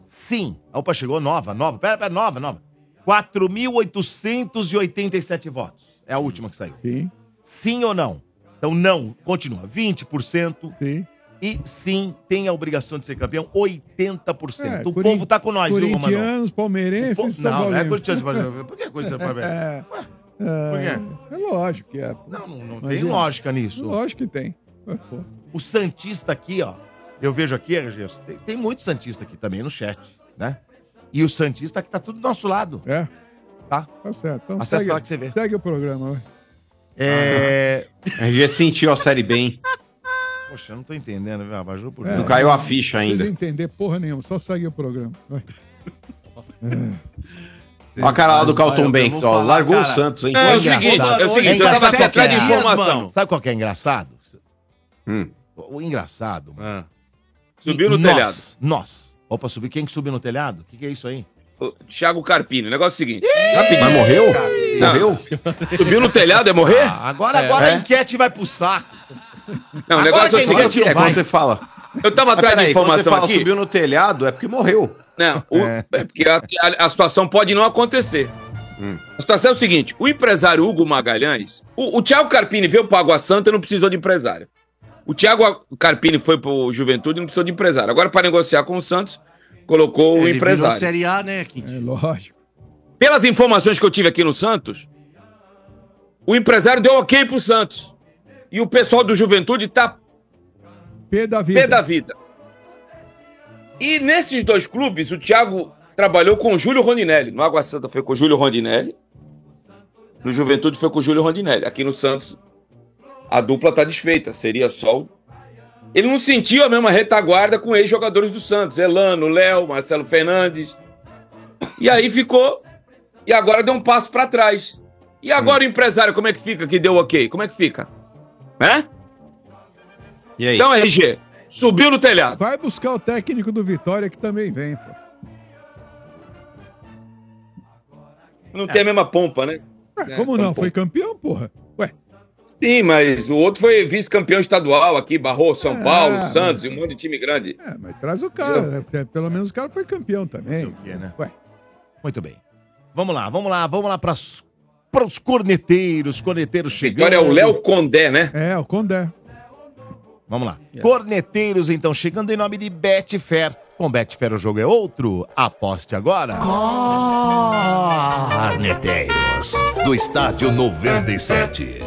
Speaker 2: Sim. A Opa, chegou nova, nova. Pera, pera, nova, nova. 4.887 votos. É a última que saiu.
Speaker 5: Sim.
Speaker 2: Sim ou não? Então, não, continua. 20%.
Speaker 5: Sim.
Speaker 2: E sim, tem a obrigação de ser campeão, 80%.
Speaker 5: É,
Speaker 2: o
Speaker 5: corin-
Speaker 2: povo tá com nós, viu, Romano?
Speaker 5: Corintianos, palmeirenses,
Speaker 2: O po-
Speaker 5: São
Speaker 2: Não, não é
Speaker 5: Paulino.
Speaker 2: corintianos, Palmeiras. Por que corintianos, Palmeiras?
Speaker 5: É,
Speaker 2: Por
Speaker 5: é, é lógico que é.
Speaker 2: Não, não, não
Speaker 5: Mas
Speaker 2: tem
Speaker 5: é.
Speaker 2: lógica né? nisso.
Speaker 5: Lógico que tem. É, pô.
Speaker 2: O Santista aqui, ó. Eu vejo aqui, Gerson, tem, tem muito Santista aqui também no chat, né? E o Santista aqui tá tudo do nosso lado.
Speaker 5: É.
Speaker 2: Tá?
Speaker 5: Tá certo. Então,
Speaker 2: Acessa
Speaker 5: segue-
Speaker 2: lá que você vê.
Speaker 5: Segue o programa. vai.
Speaker 2: É.
Speaker 6: A gente sentiu a série bem. hein?
Speaker 2: Poxa, eu não tô entendendo, viu? Mas juro
Speaker 5: É.
Speaker 2: por
Speaker 6: Não
Speaker 2: Deus.
Speaker 6: caiu a ficha
Speaker 5: Não
Speaker 6: ainda.
Speaker 5: precisa entender porra nenhuma, só segue o programa. Vai.
Speaker 6: Olha a cara lá do Carlton
Speaker 2: Vai, eu
Speaker 6: Banks,
Speaker 2: vou
Speaker 6: ó.
Speaker 2: falar,
Speaker 6: Largou
Speaker 2: cara.
Speaker 6: É o Santos, hein?
Speaker 2: Olha,
Speaker 6: Foi engraçado.
Speaker 2: olha, olha,
Speaker 6: eu tava
Speaker 2: sete
Speaker 6: aqui atrás de
Speaker 2: dias,
Speaker 6: informação.
Speaker 2: mano. Sabe qual que é engraçado?
Speaker 6: Hum.
Speaker 2: O o engraçado,
Speaker 6: Ah.
Speaker 2: mano. que
Speaker 8: Subiu no
Speaker 2: nós,
Speaker 8: telhado.
Speaker 2: Nós. Opa, subiu. Quem que subiu no telhado? O que, que é isso aí?
Speaker 8: Ô, Thiago Carpini, o negócio é o seguinte. Rapidinho.
Speaker 2: Mas morreu?
Speaker 8: Não.
Speaker 2: Morreu?
Speaker 8: Subiu no telhado, é morrer?
Speaker 2: Ah, agora agora
Speaker 8: É.
Speaker 2: a enquete vai pro saco.
Speaker 8: Não, o
Speaker 2: Agora
Speaker 8: negócio é
Speaker 2: quem
Speaker 8: o seguinte.
Speaker 2: quer,
Speaker 6: É quando
Speaker 2: vai.
Speaker 6: você fala.
Speaker 8: Eu tava
Speaker 6: Mas
Speaker 8: atrás de
Speaker 6: peraí, quando
Speaker 8: informação
Speaker 6: fala,
Speaker 8: aqui.
Speaker 6: Subiu no telhado, é porque morreu.
Speaker 8: Não, o- é porque a, a- a situação pode não acontecer. A situação é o seguinte: o empresário Hugo Magalhães, o, o Thiago Carpini veio para Água Santa e não precisou de empresário. O Thiago A- Carpini foi para o Juventude e não precisou de empresário. Agora, para negociar com o Santos, colocou o
Speaker 4: Ele virou
Speaker 8: empresário.
Speaker 4: Série A, né, Kim?
Speaker 5: É lógico.
Speaker 8: Pelas informações que eu tive aqui no Santos, o empresário deu ok pro Santos. E o pessoal do Juventude tá
Speaker 5: P da vida.
Speaker 8: Pé da vida. E nesses dois clubes, o Thiago trabalhou com o Júlio Rondinelli. No Água Santa foi com o Júlio Rondinelli. No Juventude foi com o Júlio Rondinelli. Aqui no Santos, a dupla tá desfeita. Seria só o... Ele não sentiu a mesma retaguarda com ex-jogadores do Santos. Elano, Léo, Marcelo Fernandes. E aí ficou. E agora deu um passo pra trás. E agora o empresário, como é que fica que deu ok? Como é que fica? Né?
Speaker 6: E aí?
Speaker 8: Então, RG, subiu no telhado.
Speaker 5: Vai buscar o técnico do Vitória que também vem, pô.
Speaker 8: Não
Speaker 6: É.
Speaker 8: tem a mesma pompa, né?
Speaker 5: Ah,
Speaker 2: um
Speaker 5: Como não? Foi campeão, porra.
Speaker 8: Sim, mas o outro foi vice-campeão estadual aqui, barrou São
Speaker 2: Ah,
Speaker 5: É,
Speaker 8: Paulo,
Speaker 5: mas-
Speaker 8: Santos e um monte de time grande.
Speaker 2: É,
Speaker 5: Mas traz o cara. né? Porque Pelo menos o cara foi campeão também.
Speaker 2: o quê, né?
Speaker 5: Ué.
Speaker 2: Muito bem. Vamos lá, vamos lá, vamos lá pras, pros corneteiros. Corneteiros chegando.
Speaker 8: Agora é o Léo Condé, né? É.
Speaker 5: É, o Condé.
Speaker 2: Vamos lá. Corneteiros, então, chegando em nome de Betfair. Com Betfair o jogo é outro. Aposte agora. Corneteiros, do estádio 97.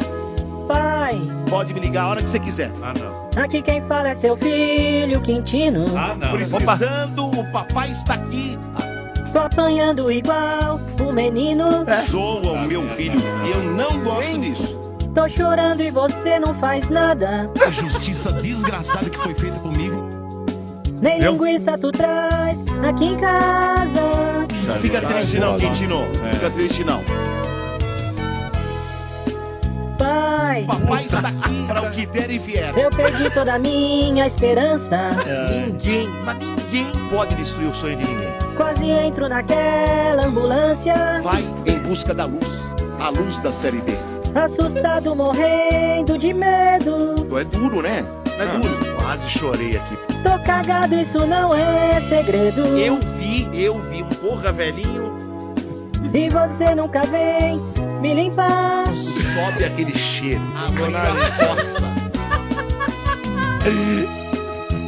Speaker 1: Pai,
Speaker 2: Pode me ligar a hora que você quiser. Ah, não.
Speaker 1: aqui quem fala é seu filho, Quintino.
Speaker 2: Ah, não. Precisando, o papai está aqui.
Speaker 1: Tô apanhando igual o menino.
Speaker 8: É.
Speaker 2: Zoa É. o meu filho. Eu não gosto disso.
Speaker 1: Tô chorando e você não faz nada.
Speaker 17: A justiça desgraçada que foi feita comigo.
Speaker 1: Nem
Speaker 17: Viu?
Speaker 1: linguiça tu traz aqui em casa.
Speaker 2: Não fica triste não, Quintino. Não Fica triste não.
Speaker 1: Pai,
Speaker 2: Papai está aqui para o que der e vier. É.
Speaker 1: eu perdi toda a minha esperança.
Speaker 2: Ninguém, mas ninguém pode destruir o sonho de ninguém.
Speaker 1: Quase entro naquela ambulância.
Speaker 2: Vai em busca da luz, a luz da série B.
Speaker 1: Assustado, morrendo de medo.
Speaker 2: É duro, né? É duro. Quase chorei aqui.
Speaker 1: Tô cagado, isso não é segredo.
Speaker 2: Eu vi, eu vi um porra velhinho.
Speaker 1: E você nunca vem me limpar.
Speaker 2: Sobe aquele cheiro. A nossa.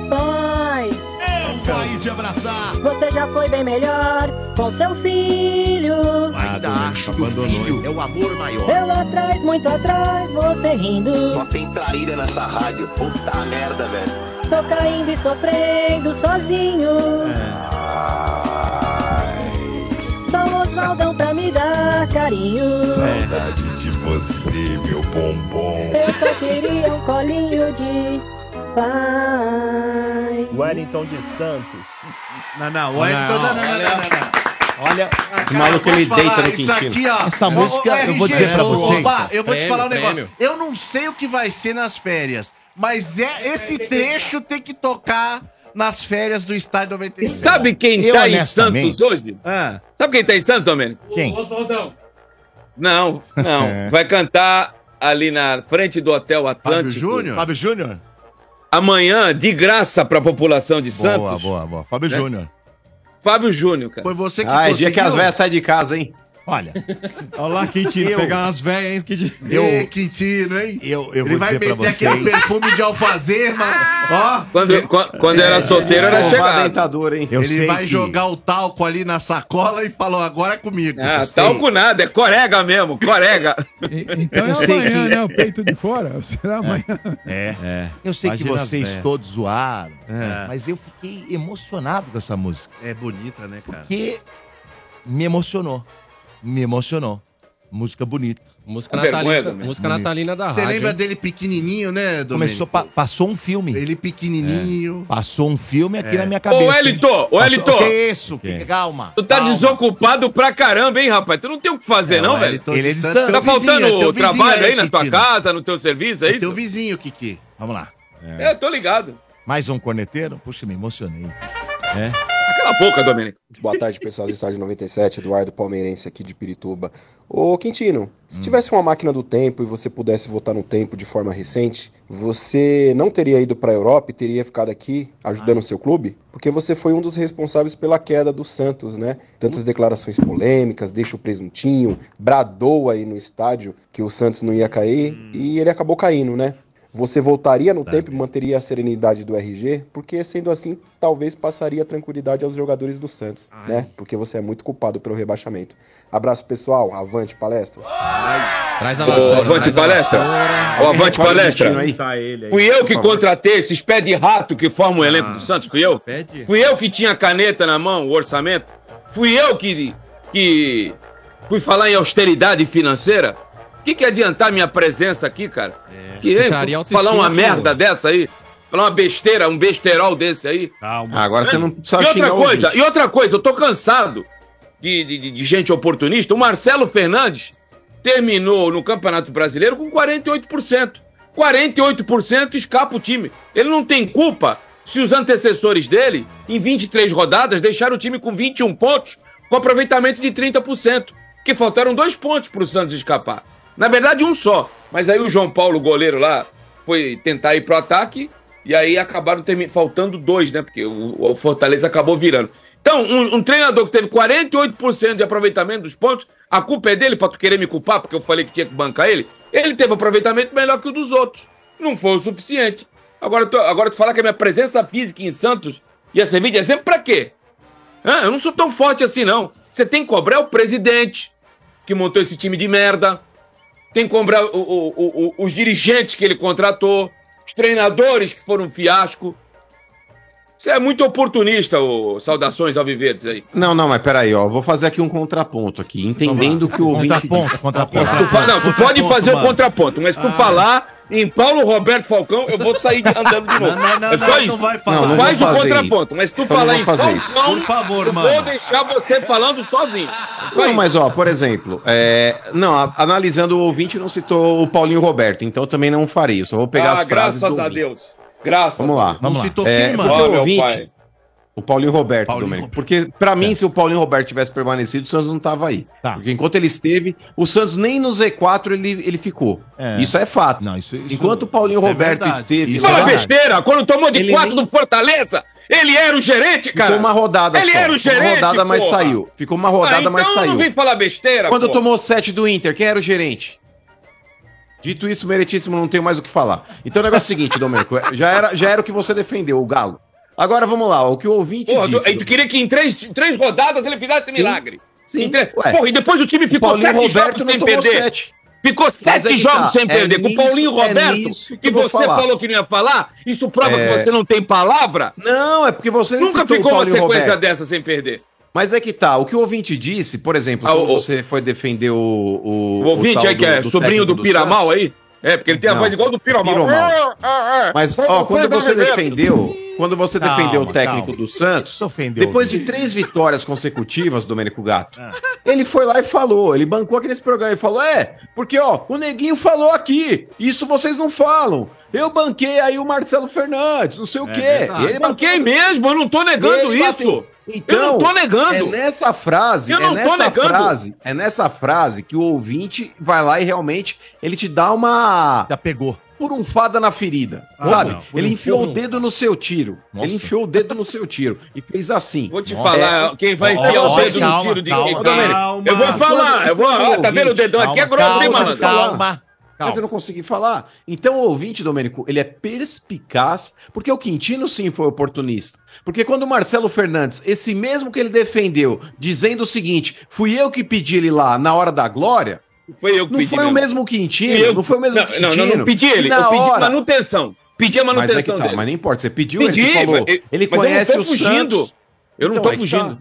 Speaker 1: Pai,
Speaker 2: Eu vou te abraçar.
Speaker 1: você já foi bem melhor com seu filho.
Speaker 2: Ainda acho que o filho é o amor maior.
Speaker 1: Eu atrás, muito atrás, você rindo.
Speaker 2: sem traíra nessa rádio. Puta merda, velho.
Speaker 1: Tô caindo e sofrendo sozinho.
Speaker 2: É.
Speaker 1: Só Oswaldão pra me dar carinho.
Speaker 10: Saudade de você, meu bombom.
Speaker 1: Eu só queria um colinho de pai.
Speaker 2: Wellington de Santos.
Speaker 4: Não, não, o Elton, não, não, não, não, não, não.
Speaker 2: Olha,
Speaker 4: Esse maluco, ele deita no Quintino.
Speaker 2: Isso aqui, ó.
Speaker 4: Essa
Speaker 2: Ô,
Speaker 4: música,
Speaker 2: ô,
Speaker 4: eu vou
Speaker 2: RG,
Speaker 4: dizer pra
Speaker 2: ô,
Speaker 4: vocês.
Speaker 2: Opa, eu vou te
Speaker 4: Prêmio,
Speaker 2: falar um negócio.
Speaker 4: prêmio.
Speaker 2: Eu não
Speaker 4: sei o que vai ser nas férias, mas é esse trecho tem que tocar nas férias do Estádio 95.
Speaker 8: Sabe quem tá
Speaker 4: né,
Speaker 8: em Santos hoje? Sabe quem tá em Santos, Domênico?
Speaker 2: Ah. Quem?
Speaker 4: Oswaldão.
Speaker 8: Não, não.
Speaker 2: É.
Speaker 8: Vai cantar ali na frente do Hotel Atlântico.
Speaker 2: Júnior? Fábio Júnior?
Speaker 8: Amanhã, de graça pra população de
Speaker 2: Boa,
Speaker 8: Santos. Né?
Speaker 2: boa, boa. Fábio Júnior.
Speaker 8: Fábio Júnior, cara.
Speaker 4: Foi você
Speaker 6: Ah, é dia que as velhas saem de casa, hein?
Speaker 2: Olha.
Speaker 3: Olha lá, Quintino, pegar umas velhas, hein? Quintino.
Speaker 2: Eu-
Speaker 4: Ê, Quintino, hein?
Speaker 2: Eu, eu
Speaker 4: Ele
Speaker 2: vou
Speaker 4: vai
Speaker 2: dizer pra
Speaker 4: meter
Speaker 2: vocês.
Speaker 4: aquele perfume de alfazema. Ó,
Speaker 8: Quando, quan- quando era solteiro, era chegado.
Speaker 2: Eu
Speaker 4: É, ele
Speaker 2: sei
Speaker 4: vai
Speaker 2: que-
Speaker 4: jogar o talco ali na sacola e falou, agora é comigo.
Speaker 8: Ah, talco nada, é corega mesmo, corega.
Speaker 5: Então é amanhã, né? O peito de fora. Será amanhã?
Speaker 2: É. Eu sei que
Speaker 5: Imagina as
Speaker 2: vocês
Speaker 5: velhas.
Speaker 2: todos zoaram, né?
Speaker 5: É.
Speaker 2: mas eu fiquei emocionado com essa música.
Speaker 4: É bonita, né, cara?
Speaker 2: Porque me emocionou. Me emocionou. Música bonita.
Speaker 7: Música natalina, música natalina da
Speaker 4: Você
Speaker 7: rádio.
Speaker 4: lembra
Speaker 7: hein?
Speaker 4: dele pequenininho, né, Domênico?
Speaker 2: Começou, pa- passou um filme.
Speaker 4: Ele pequenininho.
Speaker 2: Passou um filme aqui
Speaker 4: É.
Speaker 2: na minha
Speaker 4: Ô,
Speaker 2: cabeça.
Speaker 8: Wellington, ô,
Speaker 2: Passou-
Speaker 8: Wellington.
Speaker 2: Que isso?
Speaker 8: Quem?
Speaker 2: Que calma.
Speaker 8: Tu tá desocupado pra caramba, hein, rapaz? Tu não tem o que fazer, não, velho?
Speaker 2: Wellington Ele é de de Santos. Santos.
Speaker 8: Tá
Speaker 2: Teu vizinho,
Speaker 8: faltando
Speaker 2: é teu vizinho
Speaker 8: trabalho
Speaker 2: aí, né? É
Speaker 8: aí na tua
Speaker 2: Quintino.
Speaker 8: casa, no teu serviço, é aí?
Speaker 4: Teu vizinho, Kiki.
Speaker 2: Vamos lá.
Speaker 8: É, tô ligado.
Speaker 2: Mais um corneteiro? Puxa, me emocionei.
Speaker 3: É.
Speaker 8: Cala a boca, Domênico.
Speaker 18: Boa tarde, pessoal do Estádio 97, Eduardo Palmeirense aqui de Pirituba. Ô, Quintino, se
Speaker 8: Hum.
Speaker 18: tivesse uma máquina do tempo e você pudesse voltar no tempo de forma recente, você não teria ido para a Europa e teria ficado aqui
Speaker 8: Ah.
Speaker 18: ajudando o seu clube? Porque você foi um dos responsáveis pela queda do Santos, né? Tantas declarações polêmicas, deixa o presuntinho, bradou aí no estádio que o Santos não ia cair
Speaker 8: Hum.
Speaker 18: e ele acabou caindo, né? Você voltaria no tempo e manteria a serenidade do RG? Porque, sendo assim, talvez passaria tranquilidade aos jogadores do Santos, né? Porque você é muito culpado pelo rebaixamento. Abraço, pessoal. Avante, palestra.
Speaker 7: Traz
Speaker 18: a
Speaker 8: Ô, avante palestra. Ô, avante
Speaker 18: Olha o
Speaker 8: palestra.
Speaker 18: Quintino aí.
Speaker 2: Tá ele aí,
Speaker 8: Fui eu
Speaker 2: por
Speaker 8: que
Speaker 2: favor.
Speaker 8: contratei esses pé de rato que formam o elenco
Speaker 2: Ah.
Speaker 8: do Santos, fui eu? Fui eu que tinha a caneta na mão, o orçamento? Fui eu que, que fui falar em austeridade financeira? O que, que adiantar minha presença aqui, cara? Que, hein,
Speaker 7: É. Ficaria autoestima,
Speaker 8: falar uma
Speaker 7: pô.
Speaker 8: merda dessa aí? Falar uma besteira, um besterol desse aí? Calma.
Speaker 6: Agora você não precisa
Speaker 8: E outra
Speaker 6: xingar o
Speaker 8: coisa,
Speaker 6: ouvinte.
Speaker 8: e outra coisa, eu tô cansado de, de- de- de gente oportunista. O Marcelo Fernandes terminou no Campeonato Brasileiro com 48%. 48% escapa o time. Ele não tem culpa se os antecessores dele, em 23 rodadas, deixaram o time com 21 pontos, com aproveitamento de 30%. Que faltaram dois pontos pro Santos escapar. Na verdade, um só. Mas aí o João Paulo, goleiro lá, foi tentar ir pro ataque e aí acabaram termi- faltando dois, né? Porque o, o Fortaleza acabou virando. Então, um, um treinador que teve 48% de aproveitamento dos pontos, a culpa é dele pra tu querer me culpar, porque eu falei que tinha que bancar ele. Ele teve aproveitamento melhor que o dos outros. Não foi o suficiente. Agora, tu- agora tu falar que a minha presença física em Santos ia servir de exemplo é pra quê? Ah, eu não sou tão forte assim, não. Você tem que cobrar o presidente que montou esse time de merda. Tem que cobrar o- o- o- o- os dirigentes que ele contratou, os treinadores que foram um fiasco. Você é muito oportunista, ô, saudações ao Viverdes aí.
Speaker 6: Não, não, mas peraí, ó. Vou fazer aqui um contraponto aqui, entendendo que o ouvinte... Contraponto,
Speaker 8: Tu fa- não, tu pode fazer o contraponto, mas se tu falar em Paulo Roberto Falcão, eu vou sair andando de novo.
Speaker 4: Não, não, não,
Speaker 8: é só
Speaker 4: não,
Speaker 8: isso.
Speaker 4: não vai falar. Não, não
Speaker 8: Faz
Speaker 4: vou
Speaker 8: o
Speaker 4: fazer
Speaker 8: contraponto,
Speaker 4: isso.
Speaker 8: mas se tu
Speaker 6: Eu não
Speaker 8: falar
Speaker 6: vou
Speaker 8: em
Speaker 6: fazer isso.
Speaker 8: Falcão,
Speaker 4: Por favor,
Speaker 8: eu vou
Speaker 6: mano.
Speaker 8: deixar você falando sozinho.
Speaker 6: Não, mas ó, por exemplo, é, não, a- analisando o ouvinte não citou o Paulinho Roberto, então eu também não farei. Eu só vou pegar as frases.
Speaker 8: Ah, graças
Speaker 6: do
Speaker 8: a
Speaker 6: ouvinte.
Speaker 8: Deus. Graças
Speaker 6: Vamos lá.
Speaker 8: Vamos lá.
Speaker 6: é,
Speaker 8: quem,
Speaker 6: porque
Speaker 8: mano? Ó,
Speaker 6: o
Speaker 8: meu
Speaker 6: ouvinte,
Speaker 8: pai.
Speaker 6: o Paulinho Roberto,
Speaker 8: Paulinho
Speaker 6: Domênico. Porque, pra
Speaker 2: É.
Speaker 6: mim, se o Paulinho Roberto tivesse permanecido, o Santos não tava aí.
Speaker 2: Tá.
Speaker 6: Porque enquanto ele esteve, o Santos nem no Z4 ele, ele ficou.
Speaker 2: É.
Speaker 6: Isso é fato. enquanto o Paulinho
Speaker 2: isso é
Speaker 6: Roberto
Speaker 2: verdade.
Speaker 6: esteve.
Speaker 2: Isso é
Speaker 6: lá,
Speaker 8: Fala besteira, quando tomou de quatro do Fortaleza, ele era o gerente, cara.
Speaker 6: Ficou uma rodada
Speaker 8: Ele
Speaker 6: só.
Speaker 8: era o
Speaker 6: Ficou
Speaker 8: gerente,
Speaker 6: Uma rodada, mas
Speaker 8: porra.
Speaker 6: saiu. Ficou uma
Speaker 8: Ah,
Speaker 6: rodada,
Speaker 8: então
Speaker 6: mas saiu.
Speaker 8: não vem falar besteira,
Speaker 6: Quando
Speaker 8: porra.
Speaker 6: tomou 7 do Inter, quem era o gerente? Dito isso, meritíssimo, não tenho mais o que falar. Então o negócio é o seguinte, Domênico, é, já era, já era o que você defendeu, o Galo. Agora vamos lá, o que o ouvinte
Speaker 8: Porra, tu,
Speaker 6: disse.
Speaker 8: aí tu queria que em três, três rodadas ele fizesse milagre. Em três- Porra, e depois o time ficou
Speaker 6: Paulinho
Speaker 8: sete
Speaker 6: Roberto
Speaker 8: jogos
Speaker 6: não
Speaker 8: sem
Speaker 6: tomou
Speaker 8: perder.
Speaker 6: sete.
Speaker 8: Ficou sete
Speaker 6: aí que
Speaker 8: jogos
Speaker 6: tá,
Speaker 8: sem
Speaker 6: é
Speaker 8: perder. Com o
Speaker 6: nisso-
Speaker 8: Paulinho
Speaker 6: é
Speaker 8: Roberto,
Speaker 6: nisso que
Speaker 8: que
Speaker 6: eu vou
Speaker 8: você
Speaker 6: falar.
Speaker 8: falou que não ia falar, isso prova
Speaker 6: É.
Speaker 8: que você não tem palavra?
Speaker 6: Não, é porque você
Speaker 8: Nunca
Speaker 6: citou o
Speaker 8: ficou uma
Speaker 6: Paulinho
Speaker 8: sequência
Speaker 6: Roberto.
Speaker 8: dessa sem perder.
Speaker 6: Mas é que tá, o que o ouvinte disse, por exemplo,
Speaker 8: Ah,
Speaker 6: quando
Speaker 8: o-
Speaker 6: você foi defender o. O,
Speaker 8: O ouvinte
Speaker 6: tal
Speaker 8: aí que é sobrinho
Speaker 6: técnico
Speaker 8: do Piramal aí? É, porque ele tem a
Speaker 6: Não.
Speaker 8: voz igual do Piramal.
Speaker 6: Piramal.
Speaker 8: É, é, é.
Speaker 6: Mas,
Speaker 8: Foi
Speaker 6: ó,
Speaker 8: do
Speaker 6: quando
Speaker 8: Pedro
Speaker 6: você
Speaker 8: Ribeiro.
Speaker 6: defendeu, quando você
Speaker 2: Calma,
Speaker 6: defendeu o técnico
Speaker 2: calma.
Speaker 6: do Santos,
Speaker 2: ofendeu
Speaker 6: depois de três vitórias consecutivas, Domênico Gato, ele foi lá e falou, ele bancou aqui nesse programa e falou, é, porque, ó, o Neguinho falou aqui, isso vocês não falam. Eu banquei aí o Marcelo Fernandes, não sei o quê.
Speaker 8: verdade. Banquei mesmo, eu não tô negando isso.
Speaker 6: Então,
Speaker 8: Eu não tô negando.
Speaker 6: É nessa frase,
Speaker 8: Eu
Speaker 6: é
Speaker 8: não tô
Speaker 6: nessa
Speaker 8: negando.
Speaker 6: frase, é nessa frase que o ouvinte vai lá e realmente ele te dá uma
Speaker 2: Já pegou.
Speaker 6: por um fada na ferida,
Speaker 2: Ah,
Speaker 6: sabe?
Speaker 2: não, por
Speaker 6: Ele
Speaker 2: um
Speaker 6: enfiou
Speaker 2: furo.
Speaker 6: o dedo no seu tiro.
Speaker 2: Nossa.
Speaker 6: Ele enfiou o dedo no seu tiro e fez assim. Vou
Speaker 8: te falar, quem vai enfiar o dedo no tiro de quem? Eu vou falar, eu vou- ó, tá vendo o dedão aqui? É grosso, hein, malandro?
Speaker 6: Calma. Mas eu não consegui falar. Então, o ouvinte, Domênico, ele é perspicaz, porque o Quintino sim foi oportunista. Porque quando o Marcelo Fernandes, esse mesmo que ele defendeu, dizendo o seguinte: fui eu que pedi ele lá na hora da glória.
Speaker 8: Foi eu que
Speaker 6: não
Speaker 8: pedi
Speaker 6: foi o
Speaker 8: mesmo.
Speaker 6: mesmo Quintino,
Speaker 8: Fui eu-
Speaker 6: não foi o mesmo
Speaker 8: Não, não, não, não pedi ele,
Speaker 6: Na
Speaker 8: eu pedi
Speaker 6: hora-
Speaker 8: manutenção. Pedi a manutenção
Speaker 6: mas é que tá,
Speaker 8: dele.
Speaker 6: mas não importa, você pediu,
Speaker 8: Pedi,
Speaker 6: ele que falou.
Speaker 8: mas eu-
Speaker 6: ele
Speaker 8: mas eu não
Speaker 6: conhece
Speaker 8: tô
Speaker 6: o
Speaker 8: fugindo.
Speaker 6: Santos.
Speaker 8: Eu não
Speaker 6: Então,
Speaker 8: tô
Speaker 6: aí que
Speaker 8: fugindo.
Speaker 6: tá.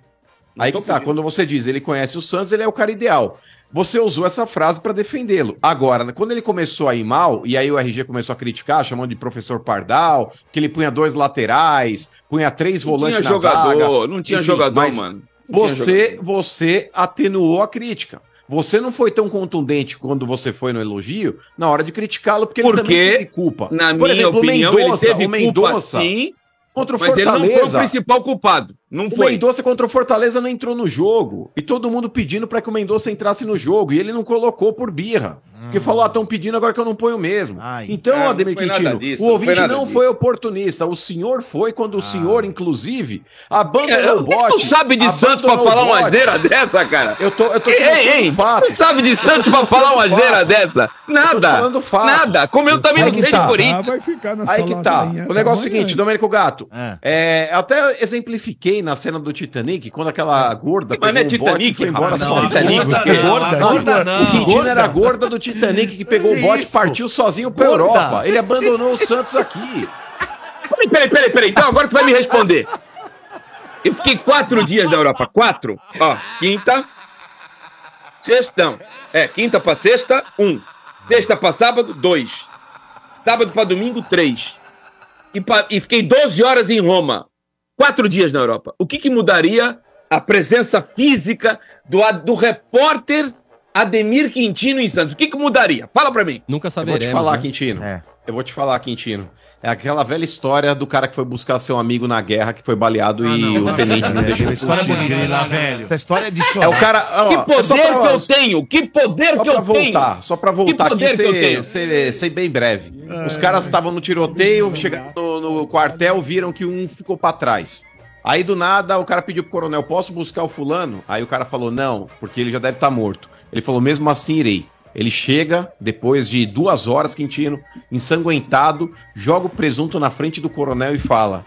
Speaker 6: Aí que tá, quando você diz ele conhece o Santos, ele é o cara ideal. Você usou essa frase pra defendê-lo. Agora, quando ele começou a ir mal, e aí o RG começou a criticar, chamando de professor Pardal, que ele punha dois laterais, punha três
Speaker 8: Não
Speaker 6: volantes
Speaker 8: tinha
Speaker 6: na
Speaker 8: jogador,
Speaker 6: zaga.
Speaker 8: não tinha jogador, mano. Não tinha
Speaker 6: Você, você atenuou a crítica. Você não foi tão contundente quando você foi no elogio na hora de criticá-lo, porque, ele também
Speaker 8: Porque,
Speaker 6: teve culpa.
Speaker 8: na
Speaker 6: Por
Speaker 8: minha
Speaker 6: exemplo, o
Speaker 8: opinião,
Speaker 6: Mendonça-
Speaker 8: ele teve
Speaker 6: o
Speaker 8: culpa
Speaker 6: Mendonça
Speaker 8: sim,
Speaker 6: contra o
Speaker 8: mas ele não foi o
Speaker 6: Fortaleza.
Speaker 8: principal culpado. Não
Speaker 6: O
Speaker 8: foi.
Speaker 6: Mendonça contra o Fortaleza não entrou no jogo. E todo mundo pedindo pra que o Mendonça entrasse no jogo. E ele não colocou por birra. Porque falou, ah, estão pedindo agora que eu não ponho mesmo. então,
Speaker 8: Hum. cara, não
Speaker 6: Ademir
Speaker 8: foi nada
Speaker 6: Quintino,
Speaker 8: disso,
Speaker 6: o
Speaker 8: não
Speaker 6: ouvinte
Speaker 8: foi
Speaker 6: não
Speaker 8: nada
Speaker 6: foi,
Speaker 8: disso. Ah.
Speaker 6: oportunista. O senhor foi quando o senhor, inclusive, abandonou
Speaker 8: É,
Speaker 6: o
Speaker 8: o que que
Speaker 6: bote.
Speaker 8: tu sabe de Santos pra
Speaker 6: abandonou
Speaker 8: falar
Speaker 6: o
Speaker 8: uma
Speaker 6: bote.
Speaker 8: asneira dessa, cara?
Speaker 6: Eu tô, eu tô
Speaker 8: ei,
Speaker 6: te mostrando
Speaker 8: ei, ei,
Speaker 6: fato.
Speaker 8: tu sabe de
Speaker 6: Eu tô
Speaker 8: Santos
Speaker 6: te
Speaker 8: pra falar uma
Speaker 6: mostrando
Speaker 8: asneira
Speaker 6: fato.
Speaker 8: dessa?
Speaker 6: Eu tô te
Speaker 8: Nada.
Speaker 6: falando fato.
Speaker 8: Nada. Como eu também
Speaker 6: Aí
Speaker 8: não
Speaker 6: que
Speaker 8: sei de
Speaker 6: tá.
Speaker 8: Corinthians.
Speaker 6: Aí que tá. O negócio é o seguinte, Domênico Gato. É, eu até exemplifiquei na cena do Titanic, quando aquela gorda
Speaker 8: Mas não é
Speaker 6: pegou um bote e
Speaker 8: Titanic,
Speaker 6: foi embora
Speaker 8: rapaz. Não, a
Speaker 6: sozinha.
Speaker 8: gorda
Speaker 6: Porque-
Speaker 8: não, a gorda não.
Speaker 6: O Quintino
Speaker 8: Gorda.
Speaker 6: era a gorda do Titanic que pegou o
Speaker 8: Olha
Speaker 6: bote e
Speaker 8: isso.
Speaker 6: partiu sozinho pra
Speaker 8: Gorda.
Speaker 6: Europa. Ele abandonou o Santos aqui.
Speaker 8: Peraí, peraí, peraí, peraí. Então agora tu vai me responder. Eu fiquei quatro dias na Europa. Quatro? Ó, quinta. Sexta. Não. É, quinta pra sexta, um. Sexta pra sábado, dois. Sábado pra domingo, três. E, pa- e fiquei 12 horas em Roma. Quatro dias na Europa. O que, que mudaria a presença física do, a- do repórter Ademir Quintino em Santos? O que, que mudaria? Fala pra mim.
Speaker 7: Nunca
Speaker 6: Eu vou te
Speaker 8: né?
Speaker 6: falar, Quintino. Eu vou te falar, Quintino. É aquela velha história do cara que foi buscar seu amigo na guerra, que foi baleado
Speaker 8: Ah,
Speaker 6: e o tenente Ah,
Speaker 8: É.
Speaker 6: não deixou.
Speaker 4: história
Speaker 6: fugir.
Speaker 4: de lá, velho. Essa história é de chorar.
Speaker 6: É o cara. ó,
Speaker 4: Que
Speaker 6: é só
Speaker 4: poder
Speaker 6: pra-
Speaker 4: que eu
Speaker 8: tenho? Que poder
Speaker 6: só
Speaker 4: que eu
Speaker 6: pra voltar,
Speaker 4: tenho?
Speaker 6: Só pra voltar
Speaker 4: Que poder
Speaker 6: aqui,
Speaker 4: que eu
Speaker 6: ser,
Speaker 4: tenho?
Speaker 6: ser, ser bem breve. Os caras estavam no tiroteio, chegaram no, no quartel, viram que um ficou pra trás. Aí do nada o cara pediu pro coronel: posso buscar o fulano? Aí o cara falou: não, porque ele já deve estar morto. Ele falou: mesmo assim irei. Ele chega, depois de duas horas, Quintino, ensanguentado, joga o presunto na frente do coronel e fala: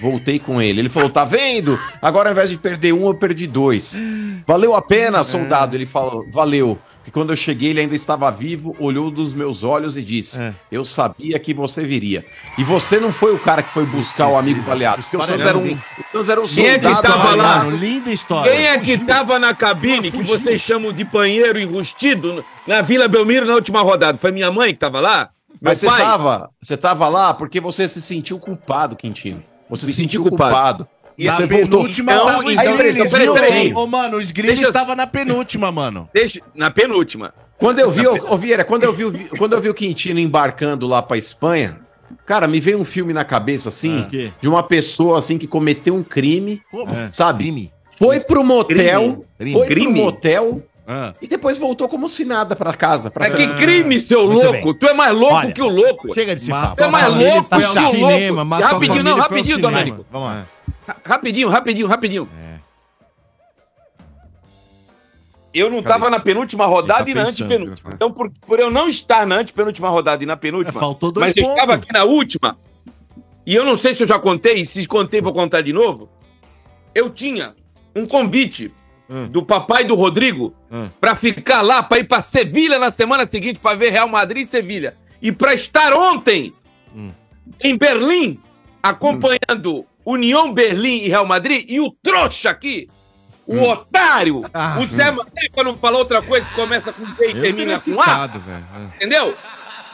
Speaker 6: Voltei com ele. Ele falou: tá vendo? Agora ao invés de perder um, eu perdi dois. Valeu a pena, soldado. Ele falou: valeu. Porque quando eu cheguei, ele ainda estava vivo, olhou dos meus olhos e disse:
Speaker 4: É.
Speaker 6: Eu sabia que você viria. E você não foi o cara que foi buscar o amigo baleado. Porque o Santos era um, o Santos era um
Speaker 8: Quem é que
Speaker 6: soldado
Speaker 8: estava lá?
Speaker 6: baleado.
Speaker 8: Linda história. Quem é que estava na cabine que vocês chamam de banheiro enrustido na Vila Belmiro na última rodada? Foi minha mãe que estava lá? Meu
Speaker 6: Mas você
Speaker 8: pai?
Speaker 6: tava, você tava lá porque você se sentiu culpado, Quintino. Você se sentiu culpado.
Speaker 4: E
Speaker 6: você
Speaker 4: a
Speaker 6: voltou.
Speaker 4: penúltima
Speaker 6: Então,
Speaker 4: tava os
Speaker 6: então,
Speaker 4: grilos,
Speaker 6: peraí,
Speaker 4: viu?
Speaker 6: peraí.
Speaker 4: Ô, mano, os grilos estavam na penúltima, mano.
Speaker 8: Deixa, na penúltima.
Speaker 6: Quando eu vi, ô, ô, Vieira, quando eu vi, o Vi- quando eu vi o Quintino embarcando lá pra Espanha, cara, me veio um filme na cabeça assim,
Speaker 13: quê?
Speaker 6: de uma pessoa assim que cometeu um crime,
Speaker 13: Como?
Speaker 8: É.
Speaker 6: sabe? Foi pro motel,
Speaker 13: Crime. Crime.
Speaker 6: foi pro
Speaker 13: Crime?
Speaker 6: motel e depois voltou como se nada pra casa. Pra
Speaker 8: Ah. Mas É que crime, seu louco! Tu é mais louco que o louco!
Speaker 6: chega desse
Speaker 8: Matou
Speaker 6: papo.
Speaker 8: Tu é mais
Speaker 6: a família,
Speaker 13: tá
Speaker 8: louco
Speaker 6: foi
Speaker 8: que
Speaker 6: ao
Speaker 8: o
Speaker 6: cinema,
Speaker 8: louco!
Speaker 6: matou a
Speaker 8: Rapidinho, não,
Speaker 6: família, foi ao
Speaker 8: rapidinho,
Speaker 6: cinema.
Speaker 8: Domênico.
Speaker 13: Vamos lá. É.
Speaker 8: Ra- Rapidinho, rapidinho, rapidinho. Eu não tava na penúltima rodada
Speaker 13: Ele
Speaker 8: e
Speaker 13: tá
Speaker 8: na
Speaker 13: pensando,
Speaker 8: antepenúltima.
Speaker 13: né?
Speaker 8: Então, por, por eu não estar na antepenúltima rodada e na penúltima,
Speaker 13: É, faltou dois
Speaker 8: mas eu
Speaker 13: pontos.
Speaker 8: estava aqui na última, e eu não sei se eu já contei, se contei, vou contar de novo. Eu tinha um convite Hum. do papai do Rodrigo pra ficar lá, pra ir pra Sevilha na semana seguinte pra ver Real Madrid e Sevilha. E pra estar ontem em Berlim, acompanhando União Berlim e Real Madrid, e o trouxa aqui, o otário,
Speaker 13: Ah,
Speaker 8: o Zé Mané, pra não falar outra coisa que começa com B e
Speaker 2: é
Speaker 8: termina com A, entendeu?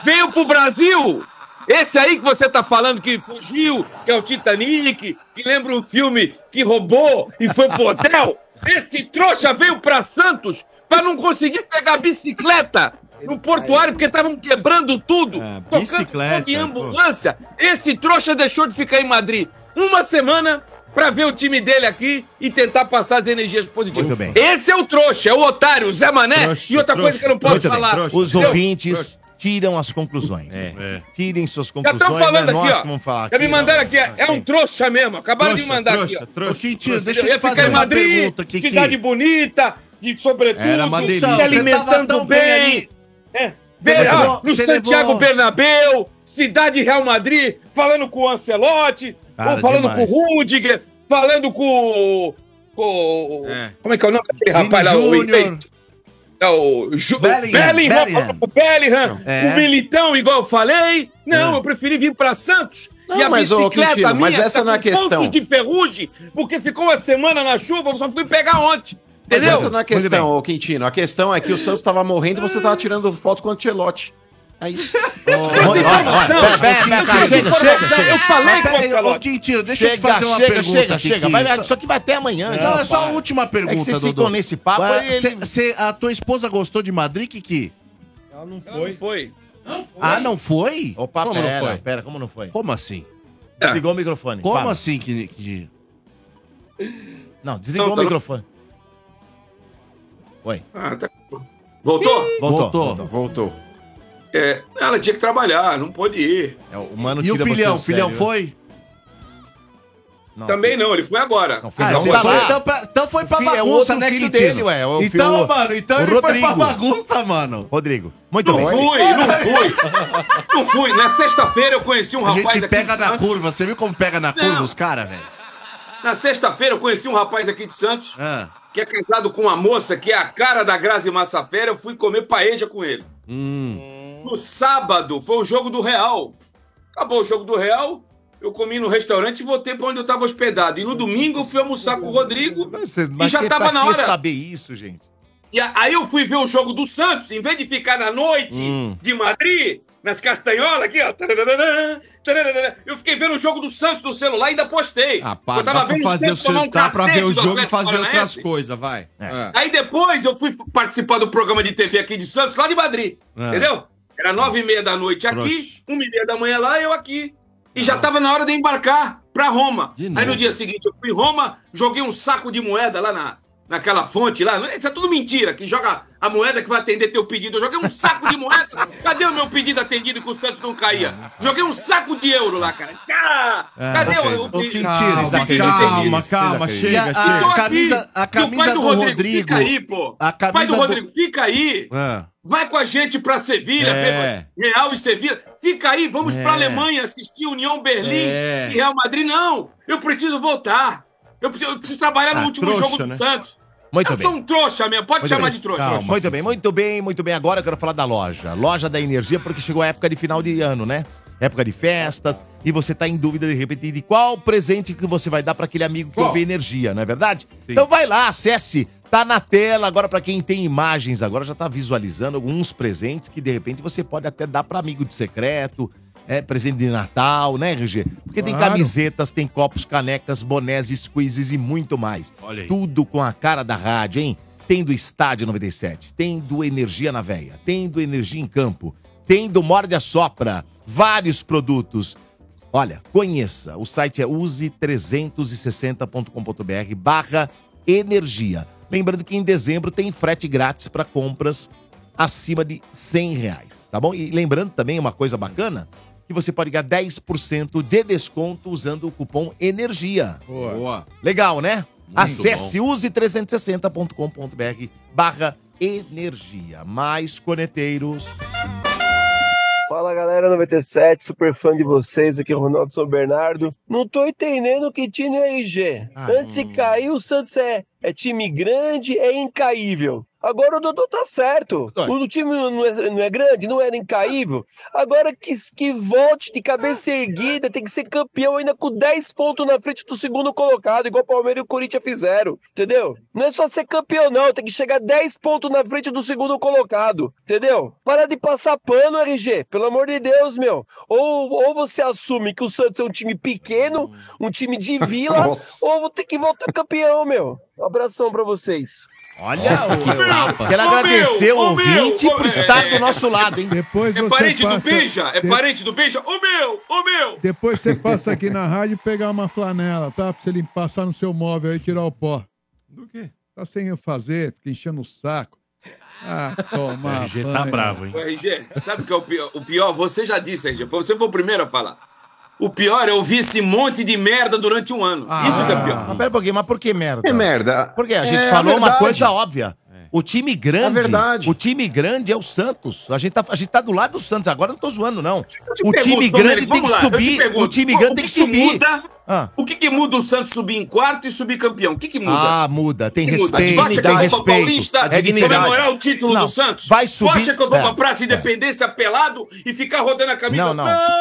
Speaker 8: Veio pro Brasil! Esse aí que você tá falando que fugiu, que é o Titanic, que lembra um filme que roubou e foi pro hotel, esse trouxa veio pra Santos pra não conseguir pegar a bicicleta no portuário, porque estavam quebrando tudo,
Speaker 2: Ah,
Speaker 13: bicicleta,
Speaker 8: tocando fogo em ambulância. Esse trouxa deixou de ficar em Madrid uma semana pra ver o time dele aqui e tentar passar as energias positivas.
Speaker 2: Muito bem.
Speaker 8: Esse é o trouxa, é o otário, o Zé Mané.
Speaker 2: Trouxa,
Speaker 8: e outra
Speaker 2: trouxa,
Speaker 8: coisa que eu não posso
Speaker 2: muito bem,
Speaker 8: falar.
Speaker 2: trouxa. Os
Speaker 8: entendeu?
Speaker 2: ouvintes tiram as conclusões.
Speaker 6: É.
Speaker 2: Tirem suas
Speaker 8: Já
Speaker 2: conclusões.
Speaker 8: estão falando
Speaker 2: não é
Speaker 8: aqui,
Speaker 2: nós
Speaker 8: ó.
Speaker 2: que vamos falar
Speaker 8: já
Speaker 2: aqui,
Speaker 8: me mandaram
Speaker 2: não.
Speaker 8: aqui, é é um trouxa mesmo. Acabaram de
Speaker 2: Trouxa,
Speaker 8: mandar
Speaker 2: trouxa,
Speaker 8: aqui. ó.
Speaker 2: trouxa. Ô, Quintino,
Speaker 4: deixa eu
Speaker 8: ia
Speaker 4: te fazer
Speaker 8: ficar em
Speaker 4: uma
Speaker 8: Madrid,
Speaker 4: pergunta, Kiki.
Speaker 8: cidade bonita, de sobretudo,
Speaker 4: Era uma delícia.
Speaker 8: se
Speaker 4: Você tava
Speaker 8: alimentando
Speaker 4: tão
Speaker 8: bem.
Speaker 4: bem ali.
Speaker 8: É.
Speaker 4: Você
Speaker 8: Vê, ó,
Speaker 4: levou-
Speaker 8: no
Speaker 4: você
Speaker 8: Santiago
Speaker 4: levou-
Speaker 8: Bernabéu, cidade Real Madrid, falando com o Ancelotti,
Speaker 4: Cara,
Speaker 8: ou falando
Speaker 4: demais.
Speaker 8: com o Rudiger, falando com o... com o- Como é que é o nome daquele
Speaker 4: Vini
Speaker 8: rapaz lá? O
Speaker 4: Júnior.
Speaker 8: inglês? É o Ju-
Speaker 4: Bellingham,
Speaker 8: Bellingham,
Speaker 4: Bellingham.
Speaker 8: falando com o Bellingham,
Speaker 6: É.
Speaker 8: o Militão, igual eu falei. Não, eu preferi vir pra Santos.
Speaker 6: Não, mas, ô, Quintino, mas essa não é a
Speaker 8: tá com pontos
Speaker 6: questão.
Speaker 8: de ferrugem, porque ficou uma semana na chuva, eu só fui pegar ontem.
Speaker 6: Mas
Speaker 8: Entendeu?
Speaker 6: essa não é a questão, ô Quintino. A questão é que o Santos tava morrendo e você tava tirando foto com o Ancelotti. É isso.
Speaker 8: Eu falei
Speaker 4: com o Ancelotti.
Speaker 2: Quintino,
Speaker 4: deixa eu te fazer uma pergunta,
Speaker 2: Chega, chega,
Speaker 4: Kiki.
Speaker 2: vai, vai, isso aqui vai até amanhã.
Speaker 4: Não,
Speaker 2: já,
Speaker 4: é só
Speaker 2: rapaz.
Speaker 4: a última pergunta,
Speaker 2: É que vocês
Speaker 4: Dodô.
Speaker 2: ficam nesse papo
Speaker 4: Vai,
Speaker 2: e ele-
Speaker 4: cê- cê- a tua esposa gostou de Madrid, Kiki?
Speaker 2: Ela não
Speaker 8: Não foi.
Speaker 4: Ah, não foi?
Speaker 2: Opa,
Speaker 4: Como não
Speaker 2: pera,
Speaker 4: foi?
Speaker 2: pera, como não foi? Ah.
Speaker 4: Como assim?
Speaker 2: Desligou o microfone.
Speaker 4: Como
Speaker 2: Fala.
Speaker 4: assim, que, que-
Speaker 2: Não, desligou
Speaker 4: Não,
Speaker 2: o
Speaker 4: tá-
Speaker 2: microfone. Oi.
Speaker 8: Ah, tá. Voltou?
Speaker 2: Voltou.
Speaker 4: Voltou.
Speaker 8: É, ela tinha que trabalhar, não pôde ir.
Speaker 2: o mano
Speaker 4: E o filhão? O filhão foi?
Speaker 8: Também não, ele foi agora.
Speaker 4: Ah,
Speaker 8: Então, você-
Speaker 4: você falou- então, pra- então foi pra
Speaker 2: O filho- é o
Speaker 4: bagunça,
Speaker 2: outro
Speaker 4: né,
Speaker 2: filho
Speaker 4: Quintino?
Speaker 2: dele, ué, o filho-
Speaker 4: Então, mano, então
Speaker 2: o
Speaker 4: ele foi pra
Speaker 2: Rodrigo.
Speaker 4: bagunça, mano.
Speaker 2: Rodrigo. Muito
Speaker 8: não
Speaker 2: bem.
Speaker 8: fui, não fui. não fui. Na sexta-feira eu conheci um
Speaker 4: A
Speaker 8: rapaz
Speaker 4: gente
Speaker 8: aqui.
Speaker 4: pega
Speaker 8: de
Speaker 4: na
Speaker 8: Santos.
Speaker 4: curva. Você viu como pega na curva os caras, velho?
Speaker 8: Na sexta-feira eu conheci um rapaz aqui de Santos
Speaker 2: Ah.
Speaker 8: que é casado com uma moça que é a cara da Grazi Massafera. Eu fui comer paeja com ele.
Speaker 2: Hum.
Speaker 8: No sábado foi o jogo do Real. Acabou o jogo do Real. Eu comi no restaurante e voltei pra onde eu tava hospedado. E no domingo eu fui almoçar com o Rodrigo.
Speaker 2: Mas
Speaker 8: e já
Speaker 2: que-
Speaker 8: tava
Speaker 2: pra
Speaker 8: na
Speaker 2: que
Speaker 8: hora.
Speaker 2: saber isso, gente.
Speaker 8: E a- aí eu fui ver o jogo do Santos, em vez de ficar na noite
Speaker 2: Hum.
Speaker 8: de Madrid, nas castanholas aqui, ó. tarararã, tarararã, Eu fiquei vendo o jogo do Santos no celular e ainda postei.
Speaker 3: Ah, Pá,
Speaker 8: eu tava
Speaker 3: dá pra
Speaker 8: vendo
Speaker 3: fazer o
Speaker 8: o Santos tomar um
Speaker 3: dá pra ver
Speaker 8: cacete do
Speaker 3: o jogo e
Speaker 8: Atlético
Speaker 3: fazer outras
Speaker 8: Paranaense.
Speaker 3: coisas, vai. É.
Speaker 8: Aí depois eu fui participar do programa de TV aqui de Santos, lá de Madrid.
Speaker 3: É.
Speaker 8: Entendeu? Era nove e meia da noite aqui, uma e meia da manhã lá, eu aqui. E
Speaker 3: Ah.
Speaker 8: já tava na hora de embarcar pra Roma. Aí no dia seguinte eu fui em Roma, joguei um saco de moeda lá na, naquela fonte lá. Isso é tudo mentira, que joga a moeda que vai atender teu pedido. Eu joguei um saco de moeda. Cadê o meu pedido atendido que o Santos não
Speaker 3: Ah,
Speaker 8: caía? Joguei um saco de euro lá, cara. Ah,
Speaker 4: É,
Speaker 8: cadê
Speaker 4: ok.
Speaker 8: o, o pedido?
Speaker 4: Calma,
Speaker 8: o pedido
Speaker 4: calma,
Speaker 8: atendido?
Speaker 4: calma,
Speaker 8: Vocês
Speaker 4: chega,
Speaker 8: acreditam?
Speaker 4: chega.
Speaker 8: Então
Speaker 4: A camisa-
Speaker 8: aqui,
Speaker 4: a
Speaker 8: e o pai
Speaker 4: camisa do
Speaker 8: Fica
Speaker 4: Rodrigo.
Speaker 8: aí, pô.
Speaker 4: A
Speaker 8: O pai
Speaker 4: camisa
Speaker 8: do
Speaker 4: do-
Speaker 8: Rodrigo, fica aí.
Speaker 4: Ah.
Speaker 8: Vai com a gente pra Sevilha,
Speaker 4: É.
Speaker 8: vê Real e Sevilha. Fica aí, vamos
Speaker 4: É.
Speaker 8: pra Alemanha assistir União Berlim
Speaker 4: É.
Speaker 8: e Real Madrid. Não, eu preciso voltar. Eu preciso, eu preciso trabalhar no
Speaker 2: Ah,
Speaker 8: último
Speaker 2: trouxa,
Speaker 8: jogo do
Speaker 2: né?
Speaker 8: Santos.
Speaker 2: Muito
Speaker 8: eu
Speaker 2: bem.
Speaker 8: sou um trouxa mesmo, pode
Speaker 2: Muito
Speaker 8: chamar
Speaker 2: bem.
Speaker 8: de trouxa.
Speaker 2: Calma, muito bem, muito bem, muito bem. Agora eu quero falar da loja. Loja da Energia, porque chegou a época de final de ano, né? Época de festas, e você tá em dúvida de repente de qual presente que você vai dar para aquele amigo que ouve energia, não é verdade? Então vai lá, acesse, tá na tela agora para quem tem imagens, agora já tá visualizando alguns presentes que de repente você pode até dar para amigo de secreto, é presente de Natal, né, RG? Porque tem
Speaker 5: Claro.
Speaker 2: camisetas, tem copos, canecas, bonés, squeezes e muito mais.
Speaker 4: Olha aí.
Speaker 2: Tudo com a cara da rádio, hein? Tem do Estádio 97, tem do Energia na Veia, tem do Energia em Campo, tem do Morde a Sopra, vários produtos. Olha, conheça. O site é use360.com.br barra energia. Lembrando que em dezembro tem frete grátis para compras acima de 100 reais, tá bom? E lembrando também uma coisa bacana, que você pode ganhar 10% de desconto usando o cupom ENERGIA.
Speaker 3: Boa.
Speaker 2: Legal, né? Acesse use360.com.br barra energia. Mais coneteiros.
Speaker 19: Fala galera 97, super fã de vocês, aqui é o Ronaldo São Bernardo. Não tô entendendo que time é IG.
Speaker 3: Ah,
Speaker 19: Antes de cair, o Santos é, é time grande, é incaível. Agora o Dodô tá certo. O time não é, não é grande, não era incaível. Agora que, que volte de cabeça erguida, tem que ser campeão ainda com 10 pontos na frente do segundo colocado, igual o Palmeiras e o Corinthians fizeram, entendeu? Não é só ser campeão, não, tem que chegar 10 pontos na frente do segundo colocado, entendeu? Para de passar pano, RG, pelo amor de Deus, meu. Ou, ou você assume que o Santos é um time pequeno, um time de vila,
Speaker 2: Nossa.
Speaker 19: ou vou ter que voltar campeão, meu. Um abração pra vocês.
Speaker 2: Olha, o, quero agradecer o ouvinte por estar do nosso lado, hein?
Speaker 5: Depois
Speaker 8: É
Speaker 5: você
Speaker 8: parente
Speaker 5: passa-
Speaker 8: do Benja? É
Speaker 5: de-
Speaker 8: parente do Benja? Ô meu, ô meu!
Speaker 5: Depois você passa aqui na rádio e pegar uma flanela, tá? Pra você limpar, passar no seu móvel aí e tirar o pó. Do quê? Tá sem eu fazer, fica enchendo o saco. Ah, toma.
Speaker 8: O RG tá
Speaker 5: banho.
Speaker 8: bravo, O RG, sabe o que é o pior? O pior, você já disse, RG. Você foi o primeiro a falar. O pior é ouvir esse monte de merda durante um ano. Isso que é pior.
Speaker 2: Mas pera um pouquinho, mas por que merda?
Speaker 6: É merda.
Speaker 2: Porque a
Speaker 6: É
Speaker 2: gente
Speaker 6: a
Speaker 2: falou uma
Speaker 6: verdade.
Speaker 2: coisa óbvia. O time grande.
Speaker 6: É verdade.
Speaker 2: O time grande é o Santos. A gente, tá, a gente tá do lado do Santos. Agora eu não tô zoando, não.
Speaker 8: te
Speaker 2: O
Speaker 8: pergunto,
Speaker 2: time
Speaker 8: Domênico,
Speaker 2: grande tem que
Speaker 8: vamos lá, eu te
Speaker 2: subir.
Speaker 8: pergunto,
Speaker 2: O time
Speaker 8: o-
Speaker 2: grande
Speaker 8: o
Speaker 2: tem que
Speaker 8: que que
Speaker 2: subir.
Speaker 8: muda?
Speaker 2: Ah.
Speaker 8: O que, que muda o Santos subir em quarto e subir campeão? O que, que muda?
Speaker 2: Ah, muda. Tem
Speaker 8: Que muda.
Speaker 2: respeito,
Speaker 8: Basta
Speaker 2: tem
Speaker 8: que o
Speaker 2: respeito.
Speaker 8: Paulista
Speaker 2: É dignidade.
Speaker 8: comemorar o título
Speaker 2: Não,
Speaker 8: do Santos.
Speaker 2: vai subir-
Speaker 8: Basta que eu vou
Speaker 2: é,
Speaker 8: pra Praça Independência pelado e ficar rodando a camisa
Speaker 2: Não, não,
Speaker 8: Santos.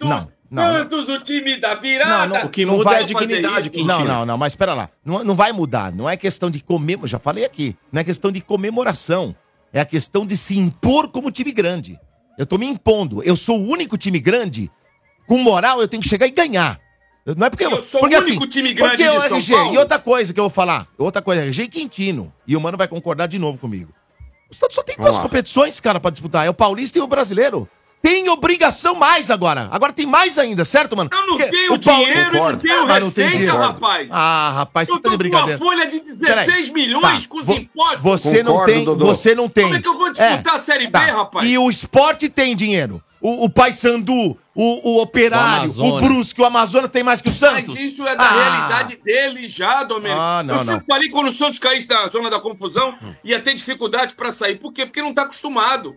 Speaker 2: não, não, não.
Speaker 8: Santos, o time da virada.
Speaker 2: Não, não,
Speaker 8: Não vai fazer isso.
Speaker 2: Não, não, não, mas espera lá. Não, não vai mudar. Não é questão de comemoração. Já falei aqui. Não é questão de comemoração. É a questão de se impor como time grande. Eu tô me impondo. Eu sou o único time grande. Com moral, eu tenho que chegar e ganhar. Eu- Não é porque eu,
Speaker 8: Eu sou o
Speaker 2: porque,
Speaker 8: único time grande
Speaker 2: porque é
Speaker 8: de
Speaker 2: o
Speaker 8: São
Speaker 2: RG,
Speaker 8: Paulo.
Speaker 2: E outra coisa que eu vou falar. Outra coisa, RG e Quintino. E o Mano vai concordar de novo comigo. O Santos só tem
Speaker 6: Vamos
Speaker 2: duas
Speaker 6: lá.
Speaker 2: competições, cara, pra disputar. É o Paulista e o Brasileiro. Tem obrigação mais agora. Agora tem mais ainda, certo, mano? Eu não
Speaker 8: tenho dinheiro e não tenho receita, rapaz.
Speaker 2: Ah, rapaz, você tá de
Speaker 8: tô com uma
Speaker 2: brincadeira. tá,
Speaker 8: folha de 16 milhões com os
Speaker 2: vo-
Speaker 8: impostos.
Speaker 2: Você não
Speaker 8: Concordo,
Speaker 2: tem,
Speaker 8: Dodô.
Speaker 2: você não tem.
Speaker 8: Como é que eu vou disputar a Série B, rapaz?
Speaker 2: Tá. E o esporte tem dinheiro. O, o Paysandu, o, o Operário,
Speaker 8: O
Speaker 2: o,
Speaker 8: Amazonas.
Speaker 2: Brusque, o Amazonas tem mais que o Santos.
Speaker 8: Mas isso é da
Speaker 2: Ah.
Speaker 8: realidade dele já, Domênico.
Speaker 2: Ah, não,
Speaker 8: eu sempre
Speaker 2: não.
Speaker 8: falei que quando o Santos caísse da zona da confusão, ia ter dificuldade pra sair. Por quê? Porque não tá acostumado.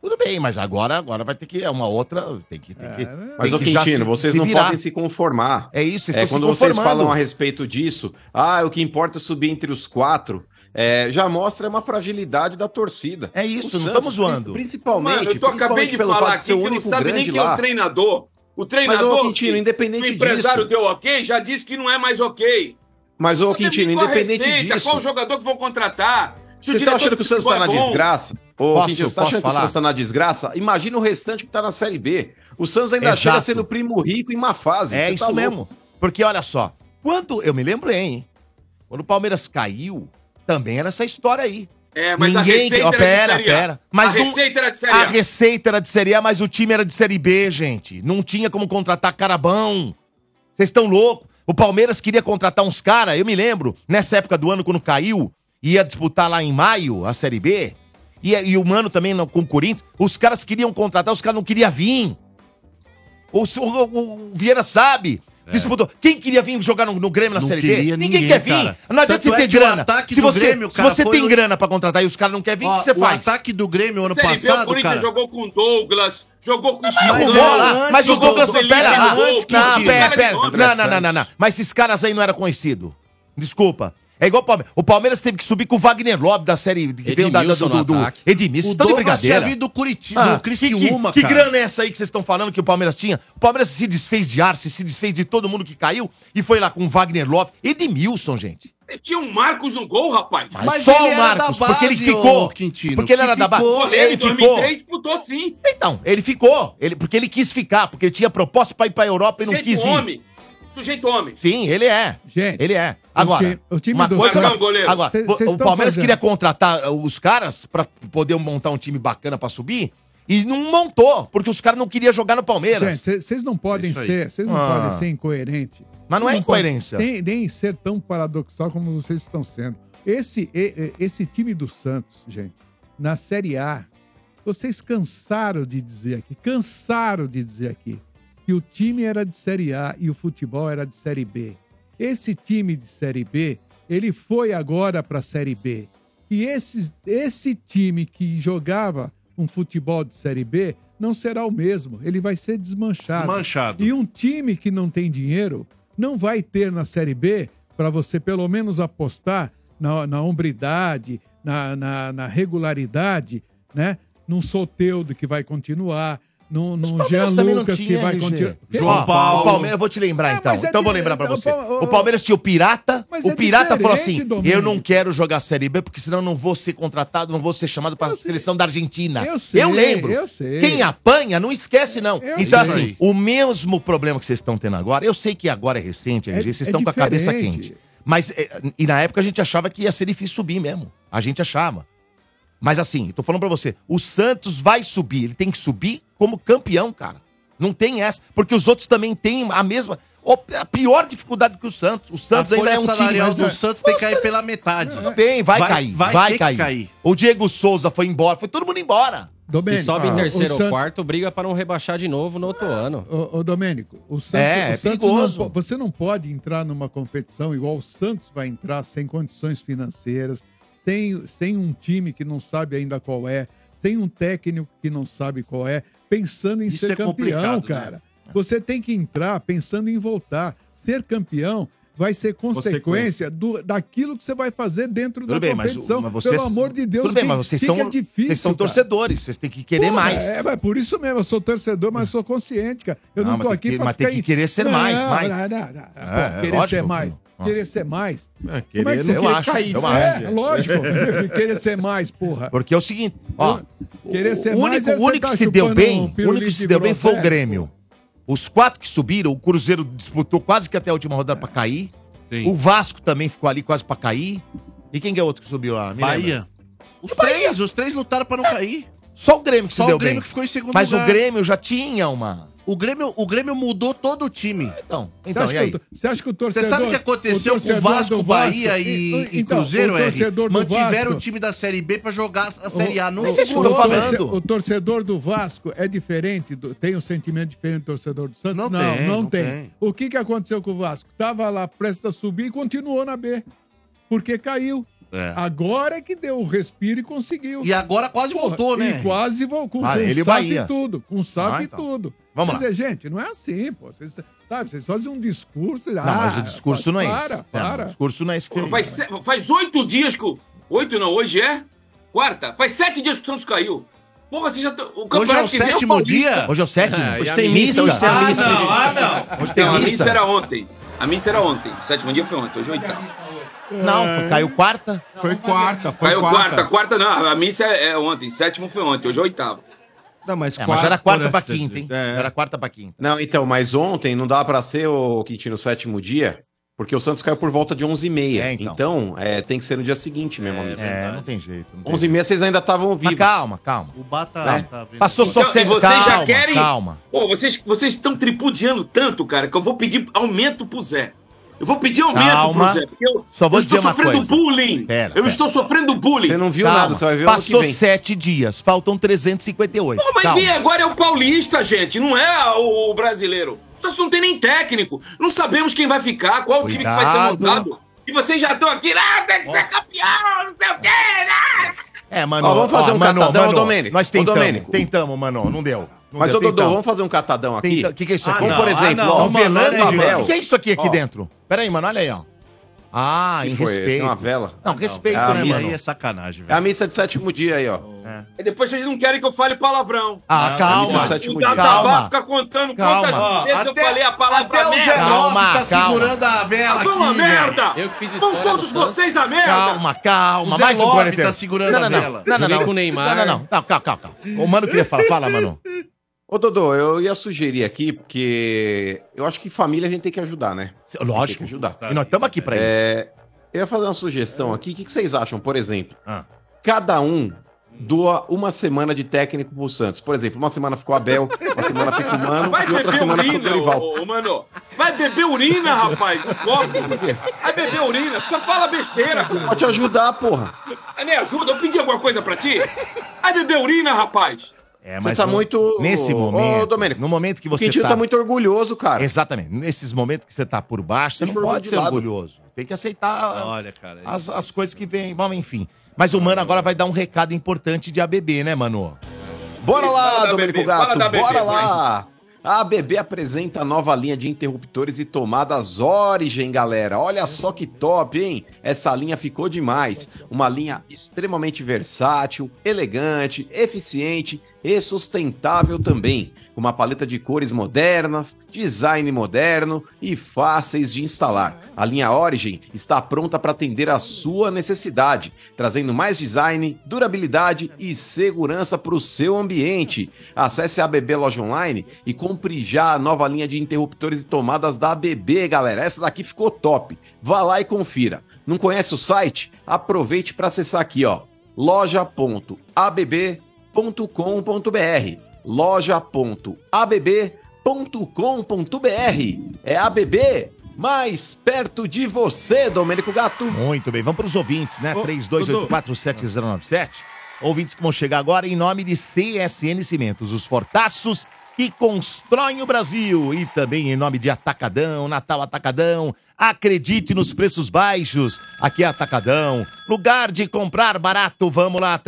Speaker 2: Tudo bem, mas agora, agora vai ter que é uma outra, tem que, tem que
Speaker 6: É, né? Mas,
Speaker 2: tem
Speaker 6: ô
Speaker 2: que já
Speaker 6: Quintino,
Speaker 2: se-
Speaker 6: vocês
Speaker 2: se
Speaker 6: não
Speaker 2: virar.
Speaker 6: podem se conformar.
Speaker 2: É isso, vocês
Speaker 6: é,
Speaker 2: estão se
Speaker 6: Quando vocês
Speaker 2: conformando.
Speaker 6: falam a respeito disso, ah, o que importa é subir entre os quatro, é, já mostra uma fragilidade da torcida.
Speaker 2: É isso,
Speaker 6: O Santos,
Speaker 2: não estamos zoando.
Speaker 6: Principalmente,
Speaker 8: Mano, eu tô acabei
Speaker 6: principalmente
Speaker 8: de
Speaker 6: pelo
Speaker 8: falar
Speaker 6: fato de
Speaker 8: aqui
Speaker 6: ser o
Speaker 8: que não
Speaker 6: único
Speaker 8: sabe nem
Speaker 6: grande
Speaker 8: quem é
Speaker 6: lá.
Speaker 8: o treinador. O treinador.
Speaker 6: ô, Quintino,
Speaker 8: que-
Speaker 6: independente
Speaker 8: que O empresário
Speaker 6: disso.
Speaker 8: deu ok, já disse que não é mais ok.
Speaker 6: Mas, ô
Speaker 8: Sabe nem
Speaker 6: Quintino,
Speaker 8: qual a
Speaker 6: independente
Speaker 8: receita,
Speaker 6: disso.
Speaker 8: Qual o jogador que vão contratar? Se
Speaker 6: Vocês estão
Speaker 8: diretor
Speaker 6: achando que o Santos
Speaker 8: futebol
Speaker 6: está na
Speaker 8: é bom,
Speaker 6: desgraça? Ô,
Speaker 2: Posso-
Speaker 6: Quintino, você tá
Speaker 2: posso
Speaker 6: achando que o
Speaker 2: falar?
Speaker 6: Santos está na desgraça? Imagina o restante que está na Série B. O Santos ainda
Speaker 2: Exato.
Speaker 6: chega sendo primo rico em má fase.
Speaker 2: É
Speaker 6: Você
Speaker 2: isso
Speaker 6: tá louco.
Speaker 2: mesmo. Porque olha só, quando eu me lembro, hein? Quando o Palmeiras caiu, também era essa história aí.
Speaker 8: É, mas a receita
Speaker 2: ó,
Speaker 8: era de
Speaker 2: pera,
Speaker 8: Série A.
Speaker 2: pera. Mas
Speaker 8: A
Speaker 2: não-
Speaker 8: receita era de Série A.
Speaker 2: A receita era de Série A, mas o time era de Série B, gente. Não tinha como contratar carabão. Vocês estão loucos. O Palmeiras queria contratar uns caras, eu me lembro, nessa época do ano quando caiu, ia disputar lá em maio a Série B, e, e o Mano também no- com o Corinthians, os caras queriam contratar, os caras não queriam vir. O, o- o- o Vieira sabe. Disputou. Quem queria vir jogar no, no Grêmio na
Speaker 4: É. Não
Speaker 2: Série B?
Speaker 4: queria
Speaker 2: Ninguém,
Speaker 4: ninguém,
Speaker 2: quer vir.
Speaker 4: cara.
Speaker 2: Não adianta
Speaker 4: Tanto
Speaker 2: você
Speaker 4: é
Speaker 2: ter
Speaker 4: que o
Speaker 2: grana.
Speaker 4: ataque
Speaker 2: Se
Speaker 4: do
Speaker 2: você,
Speaker 4: Grêmio,
Speaker 2: se
Speaker 4: cara,
Speaker 2: você
Speaker 4: foi
Speaker 2: tem
Speaker 4: no-
Speaker 2: grana pra contratar e os caras não querem vir, o
Speaker 4: Ó,
Speaker 2: que você
Speaker 4: o
Speaker 2: faz?
Speaker 4: ataque
Speaker 2: do Grêmio
Speaker 4: ano
Speaker 8: Série B, o
Speaker 4: passado,
Speaker 8: Corinthians
Speaker 4: cara.
Speaker 8: jogou com o Douglas, jogou com o
Speaker 2: Mas,
Speaker 8: Chicão,
Speaker 2: vamos lá. mas o
Speaker 8: jogou
Speaker 2: Douglas.
Speaker 8: com o
Speaker 2: Pera
Speaker 8: Felipe
Speaker 2: lá.
Speaker 8: Gol,
Speaker 2: Não,
Speaker 8: cara
Speaker 2: pera,
Speaker 8: de
Speaker 2: pera.
Speaker 8: nome.
Speaker 2: Não, não, não, não, não. Mas esses caras aí não eram conhecidos. Desculpa. É igual o Palmeiras. O Palmeiras teve que subir com o Wagner Lobby da série que veio da, da, do,
Speaker 4: Edmilson no
Speaker 2: do, do
Speaker 4: ataque.
Speaker 2: Edmilson.
Speaker 4: O
Speaker 2: Estão de
Speaker 4: Douglas
Speaker 2: brincadeira. Ah,
Speaker 4: tinha vindo do Curitiba- do Criciúma,
Speaker 2: que, que, que
Speaker 4: cara.
Speaker 2: grana é essa aí que vocês estão falando que o Palmeiras tinha? O Palmeiras se desfez de Arce, se desfez de todo mundo que caiu e foi lá com o Wagner Love. Edmilson, gente.
Speaker 8: Tinha um Marcos no gol, rapaz.
Speaker 2: Mas, só o Marcos, porque ele ficou. porque ele era da base.
Speaker 8: Ele
Speaker 2: Ele
Speaker 8: em
Speaker 2: ficou.
Speaker 8: 2003 disputou sim.
Speaker 2: Então, ele ficou. Ele, porque ele quis ficar, porque ele tinha proposta pra ir pra Europa e não
Speaker 8: Sujeito
Speaker 2: quis ir.
Speaker 8: é homem. Sujeito homem.
Speaker 2: Sim, ele é.
Speaker 5: Gente,
Speaker 2: ele é. Agora,
Speaker 5: time- o time
Speaker 2: uma
Speaker 5: do
Speaker 2: coisa,
Speaker 8: um
Speaker 5: Santos-
Speaker 2: goleiro. Agora,
Speaker 5: Cês-
Speaker 2: o-
Speaker 5: cês
Speaker 2: o
Speaker 5: tão
Speaker 2: Palmeiras
Speaker 5: fazendo.
Speaker 2: queria contratar eh, os caras pra poder montar um time bacana pra subir e não montou, porque os caras não queriam jogar no Palmeiras.
Speaker 5: Gente, cê- vocês não podem
Speaker 2: Isso aí.
Speaker 5: ser, vocês não
Speaker 2: Ah.
Speaker 5: podem ser incoerente.
Speaker 2: Mas não é
Speaker 5: Vocês podem-
Speaker 2: incoerência.
Speaker 5: Nem, nem ser tão paradoxal como vocês estão sendo. Esse, e- e- esse time do Santos, gente, na Série A, vocês cansaram de dizer aqui, cansaram de dizer aqui, que o time era de Série A e o futebol era de Série B. Esse time de Série B, ele foi agora para Série B. E esse, esse time que jogava um futebol de Série B não será o mesmo. Ele vai ser desmanchado.
Speaker 4: Desmanchado.
Speaker 5: E um time que não tem dinheiro não vai ter na Série B para você pelo menos apostar na, na hombridade, na, na- na regularidade, né? Num Soteudo que vai continuar, num, num Jean
Speaker 2: Palmeiras também não
Speaker 5: Lucas que
Speaker 2: tinha,
Speaker 5: vai
Speaker 2: RG.
Speaker 5: continuar.
Speaker 2: Ó, O Palmeiras, eu vou te lembrar então.
Speaker 5: mas é
Speaker 2: então eu vou
Speaker 5: de-
Speaker 2: lembrar pra
Speaker 5: é, o
Speaker 2: você.
Speaker 5: Palme-
Speaker 2: O Palmeiras tinha o Pirata.
Speaker 5: Mas
Speaker 2: o
Speaker 5: é
Speaker 2: Pirata falou assim:
Speaker 5: diferente,
Speaker 2: eu não
Speaker 5: Domênico.
Speaker 2: quero jogar Série B porque senão eu não vou ser contratado, não vou ser chamado pra seleção da Argentina.
Speaker 5: Eu sei,
Speaker 2: lembro.
Speaker 5: eu sei.
Speaker 2: Quem apanha, não esquece não.
Speaker 5: Eu
Speaker 2: então
Speaker 5: sei.
Speaker 2: assim, o mesmo problema que vocês estão tendo agora, eu sei que agora é recente, RG, vocês
Speaker 5: é
Speaker 2: estão com a cabeça
Speaker 5: diferente.
Speaker 2: quente. Mas é, e na época a gente achava que ia ser difícil subir mesmo. A gente achava. Mas assim, eu tô falando pra você, o Santos vai subir, ele tem que subir como campeão, cara. Não tem essa, porque os outros também têm a mesma. Ô, Ou a pior dificuldade que o Santos. O Santos
Speaker 4: A
Speaker 2: ainda
Speaker 4: folha
Speaker 2: é um time.
Speaker 4: salarial
Speaker 2: mais-
Speaker 4: do Santos tem que cair pela metade.
Speaker 2: Tudo bem, vai, cair. Vai,
Speaker 4: ter que
Speaker 2: cair. O Diego Souza foi embora, foi todo mundo embora.
Speaker 7: E sobe em
Speaker 5: ah,
Speaker 7: terceiro
Speaker 5: o
Speaker 7: ou
Speaker 5: Santos-
Speaker 7: quarto, briga pra não rebaixar de novo no outro ano.
Speaker 5: Ô, ô, Domênico, o Santos,
Speaker 7: É,
Speaker 5: o
Speaker 7: é
Speaker 5: Santos não
Speaker 7: perigoso.
Speaker 5: po- você não pode entrar numa competição igual o Santos vai entrar sem condições financeiras, sem, sem um time que não sabe ainda qual é, sem um técnico que não sabe qual é, pensando em
Speaker 4: Isso
Speaker 5: ser
Speaker 4: é
Speaker 5: campeão,
Speaker 2: né?
Speaker 4: complicado,
Speaker 5: cara. Você tem que entrar pensando em voltar. Ser campeão vai ser consequência do, daquilo que você vai fazer dentro
Speaker 2: Tudo
Speaker 5: da
Speaker 2: bem, mas,
Speaker 5: competição.
Speaker 2: mas vocês.
Speaker 5: Pelo amor de Deus,
Speaker 2: Tudo bem,
Speaker 5: que-
Speaker 2: mas vocês
Speaker 5: que
Speaker 2: são,
Speaker 5: que é difícil,
Speaker 2: vocês são
Speaker 5: cara?
Speaker 2: torcedores, vocês têm que querer
Speaker 5: Porra,
Speaker 2: mais.
Speaker 5: É, mas por isso mesmo, eu sou torcedor, mas sou consciente, cara. Eu
Speaker 2: Não,
Speaker 5: não,
Speaker 2: mas
Speaker 5: tô
Speaker 2: tem
Speaker 5: aqui
Speaker 2: que-
Speaker 5: pra
Speaker 2: mas tem
Speaker 5: ficar
Speaker 2: que
Speaker 5: em-
Speaker 2: querer ser mais,
Speaker 5: Não,
Speaker 2: mais.
Speaker 5: Não, não, não.
Speaker 2: É,
Speaker 5: Pô,
Speaker 2: é
Speaker 5: querer
Speaker 2: lógico
Speaker 5: ser
Speaker 2: que
Speaker 5: mais.
Speaker 2: não.
Speaker 5: Querer ser mais.
Speaker 2: É,
Speaker 5: é
Speaker 2: querer
Speaker 5: você
Speaker 2: não,
Speaker 5: quer
Speaker 2: eu acho,
Speaker 5: cair?
Speaker 2: eu
Speaker 5: É,
Speaker 2: acho.
Speaker 5: lógico. querer ser mais, porra.
Speaker 2: Porque é o seguinte, ó,
Speaker 5: Querer ser
Speaker 2: o
Speaker 5: mais
Speaker 2: único,
Speaker 5: é
Speaker 2: o
Speaker 5: você
Speaker 2: único
Speaker 5: tá
Speaker 2: que se deu
Speaker 5: chupando um
Speaker 2: bem, o único
Speaker 5: pirulito
Speaker 2: que se
Speaker 5: de
Speaker 2: deu bem foi o
Speaker 5: groselha.
Speaker 2: Grêmio. Os quatro que subiram, o Cruzeiro disputou quase que até a última rodada pra cair. O Vasco também ficou ali quase pra cair. E quem que é outro que subiu lá? Me
Speaker 4: Bahia. Os três, os três lutaram pra não cair.
Speaker 2: Só o Grêmio que
Speaker 4: Só
Speaker 2: se
Speaker 4: o
Speaker 2: deu
Speaker 4: Grêmio
Speaker 2: bem.
Speaker 4: que ficou em segundo
Speaker 2: Mas
Speaker 4: lugar.
Speaker 2: o Grêmio já tinha uma.
Speaker 4: O Grêmio, o Grêmio mudou todo o time.
Speaker 2: Então,
Speaker 5: Você acha que o tor- Você acha que o torcedor...
Speaker 4: Você sabe o que aconteceu
Speaker 5: o
Speaker 4: com
Speaker 5: torcedor
Speaker 4: o Vasco,
Speaker 5: do
Speaker 4: Bahia e, e
Speaker 5: Então,
Speaker 4: Cruzeiro,
Speaker 5: o
Speaker 4: R?
Speaker 5: torcedor do
Speaker 4: Mantiveram
Speaker 5: Vasco-
Speaker 4: o time da Série B pra jogar a Série A. Não
Speaker 5: O- o-
Speaker 4: segurou
Speaker 5: o
Speaker 4: falando.
Speaker 5: torce- O torcedor do Vasco é diferente, do- tem um sentimento diferente do torcedor do Santos? Não, não
Speaker 4: tem,
Speaker 5: tem.
Speaker 4: não tem.
Speaker 5: O que, que aconteceu com o Vasco? Tava lá prestes a subir e continuou na B, porque caiu.
Speaker 2: É.
Speaker 5: Agora é que deu o respiro e conseguiu.
Speaker 4: E agora quase voltou, né?
Speaker 5: E quase voltou.
Speaker 2: Ah,
Speaker 5: com
Speaker 2: ele e
Speaker 5: SAF
Speaker 2: Bahia.
Speaker 5: tudo. Com SAF
Speaker 2: Ah,
Speaker 5: e
Speaker 2: então.
Speaker 5: tudo.
Speaker 2: Vamos
Speaker 5: Quer
Speaker 2: lá.
Speaker 5: dizer, gente, não é assim, pô. Vocês, sabe, vocês fazem um discurso... ah,
Speaker 2: Não, mas o discurso não é esse. É,
Speaker 5: Para,
Speaker 2: o discurso não é esse que
Speaker 8: Faz, se- faz oito dias que. o- Oito não, hoje é? Quarta? Faz sete dias que o Santos caiu. Porra, você já. tá-
Speaker 2: é
Speaker 8: O que vem Paulista.
Speaker 2: Hoje é o sétimo.
Speaker 8: É, e
Speaker 2: hoje
Speaker 8: a
Speaker 2: tem missa.
Speaker 8: missa? Ah, não, ah,
Speaker 2: não. Hoje tem
Speaker 8: Não, a
Speaker 2: missa.
Speaker 8: missa era oitavo. ontem. A missa era ontem. O sétimo dia foi ontem, hoje é oitavo.
Speaker 2: Não,
Speaker 3: É.
Speaker 2: foi- caiu quarta.
Speaker 8: Foi quarta,
Speaker 2: foi
Speaker 8: Caiu
Speaker 2: quarta.
Speaker 8: quarta. quarta, não. A missa é, é ontem. Sétimo foi ontem, hoje é oitavo.
Speaker 20: Não, mas,
Speaker 2: É, mas era quarta É.
Speaker 8: quarta,
Speaker 2: pra quinta, hein? Era quarta pra quinta.
Speaker 6: Não, então, mas ontem não dá pra ser o Quintino o sétimo dia, porque o Santos caiu por volta de 11h30. então é, tem que ser no dia seguinte mesmo. É,
Speaker 2: É, não tem jeito.
Speaker 6: 11h30 vocês ainda estavam vivos.
Speaker 2: calma, calma.
Speaker 4: O Bata
Speaker 6: Né?
Speaker 4: tá vendo.
Speaker 2: Passou só
Speaker 8: Então, e
Speaker 2: sete.
Speaker 8: vocês já
Speaker 2: Calma,
Speaker 8: querem.
Speaker 2: calma.
Speaker 8: Pô, vocês vocês estão tripudiando tanto, cara, que eu vou pedir aumento pro Zé. Eu vou pedir aumento
Speaker 2: Calma.
Speaker 8: pro Zé, porque eu,
Speaker 2: Só vou
Speaker 8: eu
Speaker 2: dizer
Speaker 8: estou
Speaker 2: uma
Speaker 8: sofrendo
Speaker 2: coisa.
Speaker 8: bullying.
Speaker 2: Pera,
Speaker 8: eu
Speaker 2: pera.
Speaker 8: estou sofrendo bullying. Você não
Speaker 2: Calma, Passou sete dias, faltam 358.
Speaker 8: Pô, mas
Speaker 2: Calma.
Speaker 8: vem agora é o paulista, gente, não é o, o brasileiro. Só se não tem nem técnico. Não sabemos quem vai ficar, qual o time que vai ser
Speaker 2: Cuidado.
Speaker 8: montado. E vocês já estão aqui, ah, tem que ser campeão, não sei o quê. ah."
Speaker 2: É, mano.
Speaker 6: Ó, vamos fazer um
Speaker 2: Mano,
Speaker 6: catadão,
Speaker 2: Mano,
Speaker 6: Domênico.
Speaker 2: Nós
Speaker 6: Ô,
Speaker 2: tentamos,
Speaker 6: Domênico.
Speaker 2: tentamos, mano, não deu. Não
Speaker 6: Mas,
Speaker 2: deu,
Speaker 6: ô Dodô,
Speaker 2: tentamos.
Speaker 6: vamos fazer um catadão aqui? Ah,
Speaker 2: Tenta- Então, que que é isso aqui?
Speaker 6: Como, por exemplo,
Speaker 2: ó,
Speaker 6: ó,
Speaker 2: o velando
Speaker 6: Fernando
Speaker 2: Abel.
Speaker 6: Abel.
Speaker 2: O que é isso aqui aqui
Speaker 6: um Ó,
Speaker 2: dentro? Pera aí, mano, olha aí, ó. Ah,
Speaker 6: Que
Speaker 2: em
Speaker 6: foi?
Speaker 2: respeito.
Speaker 6: Tem uma vela?
Speaker 2: Não, respeito,
Speaker 6: é a
Speaker 2: né,
Speaker 6: missa.
Speaker 2: mano? É.
Speaker 6: Aí é
Speaker 4: sacanagem,
Speaker 6: É a missa de sétimo dia aí, ó.
Speaker 8: E depois vocês não querem que eu fale palavrão.
Speaker 2: Ah, calma.
Speaker 8: O
Speaker 6: Sétimo
Speaker 8: Dadá
Speaker 6: dia.
Speaker 8: vai
Speaker 6: Calma.
Speaker 8: ficar contando
Speaker 6: Calma.
Speaker 8: quantas
Speaker 6: Ó,
Speaker 8: vezes eu falei a palavra
Speaker 4: até o
Speaker 8: merda.
Speaker 4: Zé Calma, Lopes tá calma. segurando a vela
Speaker 8: Mas vão
Speaker 4: aqui,
Speaker 8: a
Speaker 4: velho.
Speaker 7: Ah,
Speaker 8: merda.
Speaker 4: Eu que fiz
Speaker 8: Vão
Speaker 4: história
Speaker 8: todos
Speaker 4: no Santos.
Speaker 8: vocês na merda.
Speaker 2: Calma, calma.
Speaker 8: O Zé
Speaker 2: mais um
Speaker 8: Lopes
Speaker 2: quarentena.
Speaker 8: tá segurando
Speaker 2: não, não,
Speaker 8: a
Speaker 2: não,
Speaker 8: vela.
Speaker 2: Não, não,
Speaker 8: Joguei
Speaker 2: não.
Speaker 8: com o Neymar.
Speaker 2: Não, não, não. Não, Calma, calma, calma. O mano queria falar. Fala, mano.
Speaker 6: Ô, Dodô, eu ia sugerir aqui, porque eu acho que família a gente tem que ajudar, né?
Speaker 2: Lógico.
Speaker 6: ajudar.
Speaker 2: E nós estamos aqui pra
Speaker 6: É, eu ia fazer uma sugestão aqui. O que, que vocês acham, por exemplo?
Speaker 2: Ah.
Speaker 6: Cada um doa uma semana de técnico pro Santos. Por exemplo, uma semana ficou Abel, uma semana fica o Mano
Speaker 8: Vai
Speaker 6: e outra
Speaker 8: beber
Speaker 6: semana ficou o
Speaker 8: urina,
Speaker 6: Dorival.
Speaker 8: ô, ô, mano. Vai beber urina, rapaz. do copo. Vai beber urina. Só fala besteira. cara.
Speaker 6: Pode te ajudar, porra.
Speaker 8: Ah, Me ajuda. Eu pedi alguma coisa pra ti. Vai beber urina, rapaz.
Speaker 2: É,
Speaker 6: Você tá
Speaker 2: no-
Speaker 6: muito-
Speaker 2: Nesse
Speaker 6: Ô,
Speaker 2: momento.
Speaker 6: ô, Domênico,
Speaker 2: no momento que
Speaker 6: o
Speaker 2: você.
Speaker 6: Quintino tá muito orgulhoso, cara.
Speaker 2: Exatamente. Nesses momentos que você tá por baixo, você não
Speaker 6: Deixa eu
Speaker 2: pode
Speaker 6: de
Speaker 2: ser
Speaker 6: lado.
Speaker 2: orgulhoso. Tem que aceitar
Speaker 4: Olha, cara. é
Speaker 2: as, as coisas que vêm. Bom, enfim. Mas o mano agora vai dar um recado importante de ABB, né, mano?
Speaker 6: Bora
Speaker 2: Fala
Speaker 6: lá,
Speaker 2: da
Speaker 6: Domênico
Speaker 2: BB, fala
Speaker 6: Gato,
Speaker 2: da BB,
Speaker 6: bora
Speaker 2: vai.
Speaker 6: lá! A ABB apresenta a nova linha de interruptores e tomadas Origem, galera. Olha só que top, hein? Essa linha ficou demais. Uma linha extremamente versátil, elegante, eficiente e sustentável também. Com uma paleta de cores modernas, design moderno e fáceis de instalar. A linha Origin está pronta para atender a sua necessidade, trazendo mais design, durabilidade e segurança para o seu ambiente. Acesse a ABB Loja Online e compre já a nova linha de interruptores e tomadas da ABB, galera. Essa daqui ficou top. Vá lá e confira. Não conhece o site? Aproveite para acessar aqui, ó. loja.abb.com.br loja.abb.com.br abb.com.br. É ABB mais perto de você, Domênico Gato.
Speaker 2: Muito bem, vamos para os ouvintes, né? 32847097. Ouvintes que vão chegar agora em nome de CSN Cimentos, os fortaços que constroem o Brasil. E também em nome de Atacadão, Natal Atacadão. Acredite nos preços baixos. Aqui é Atacadão. Lugar de comprar barato. Vamos lá,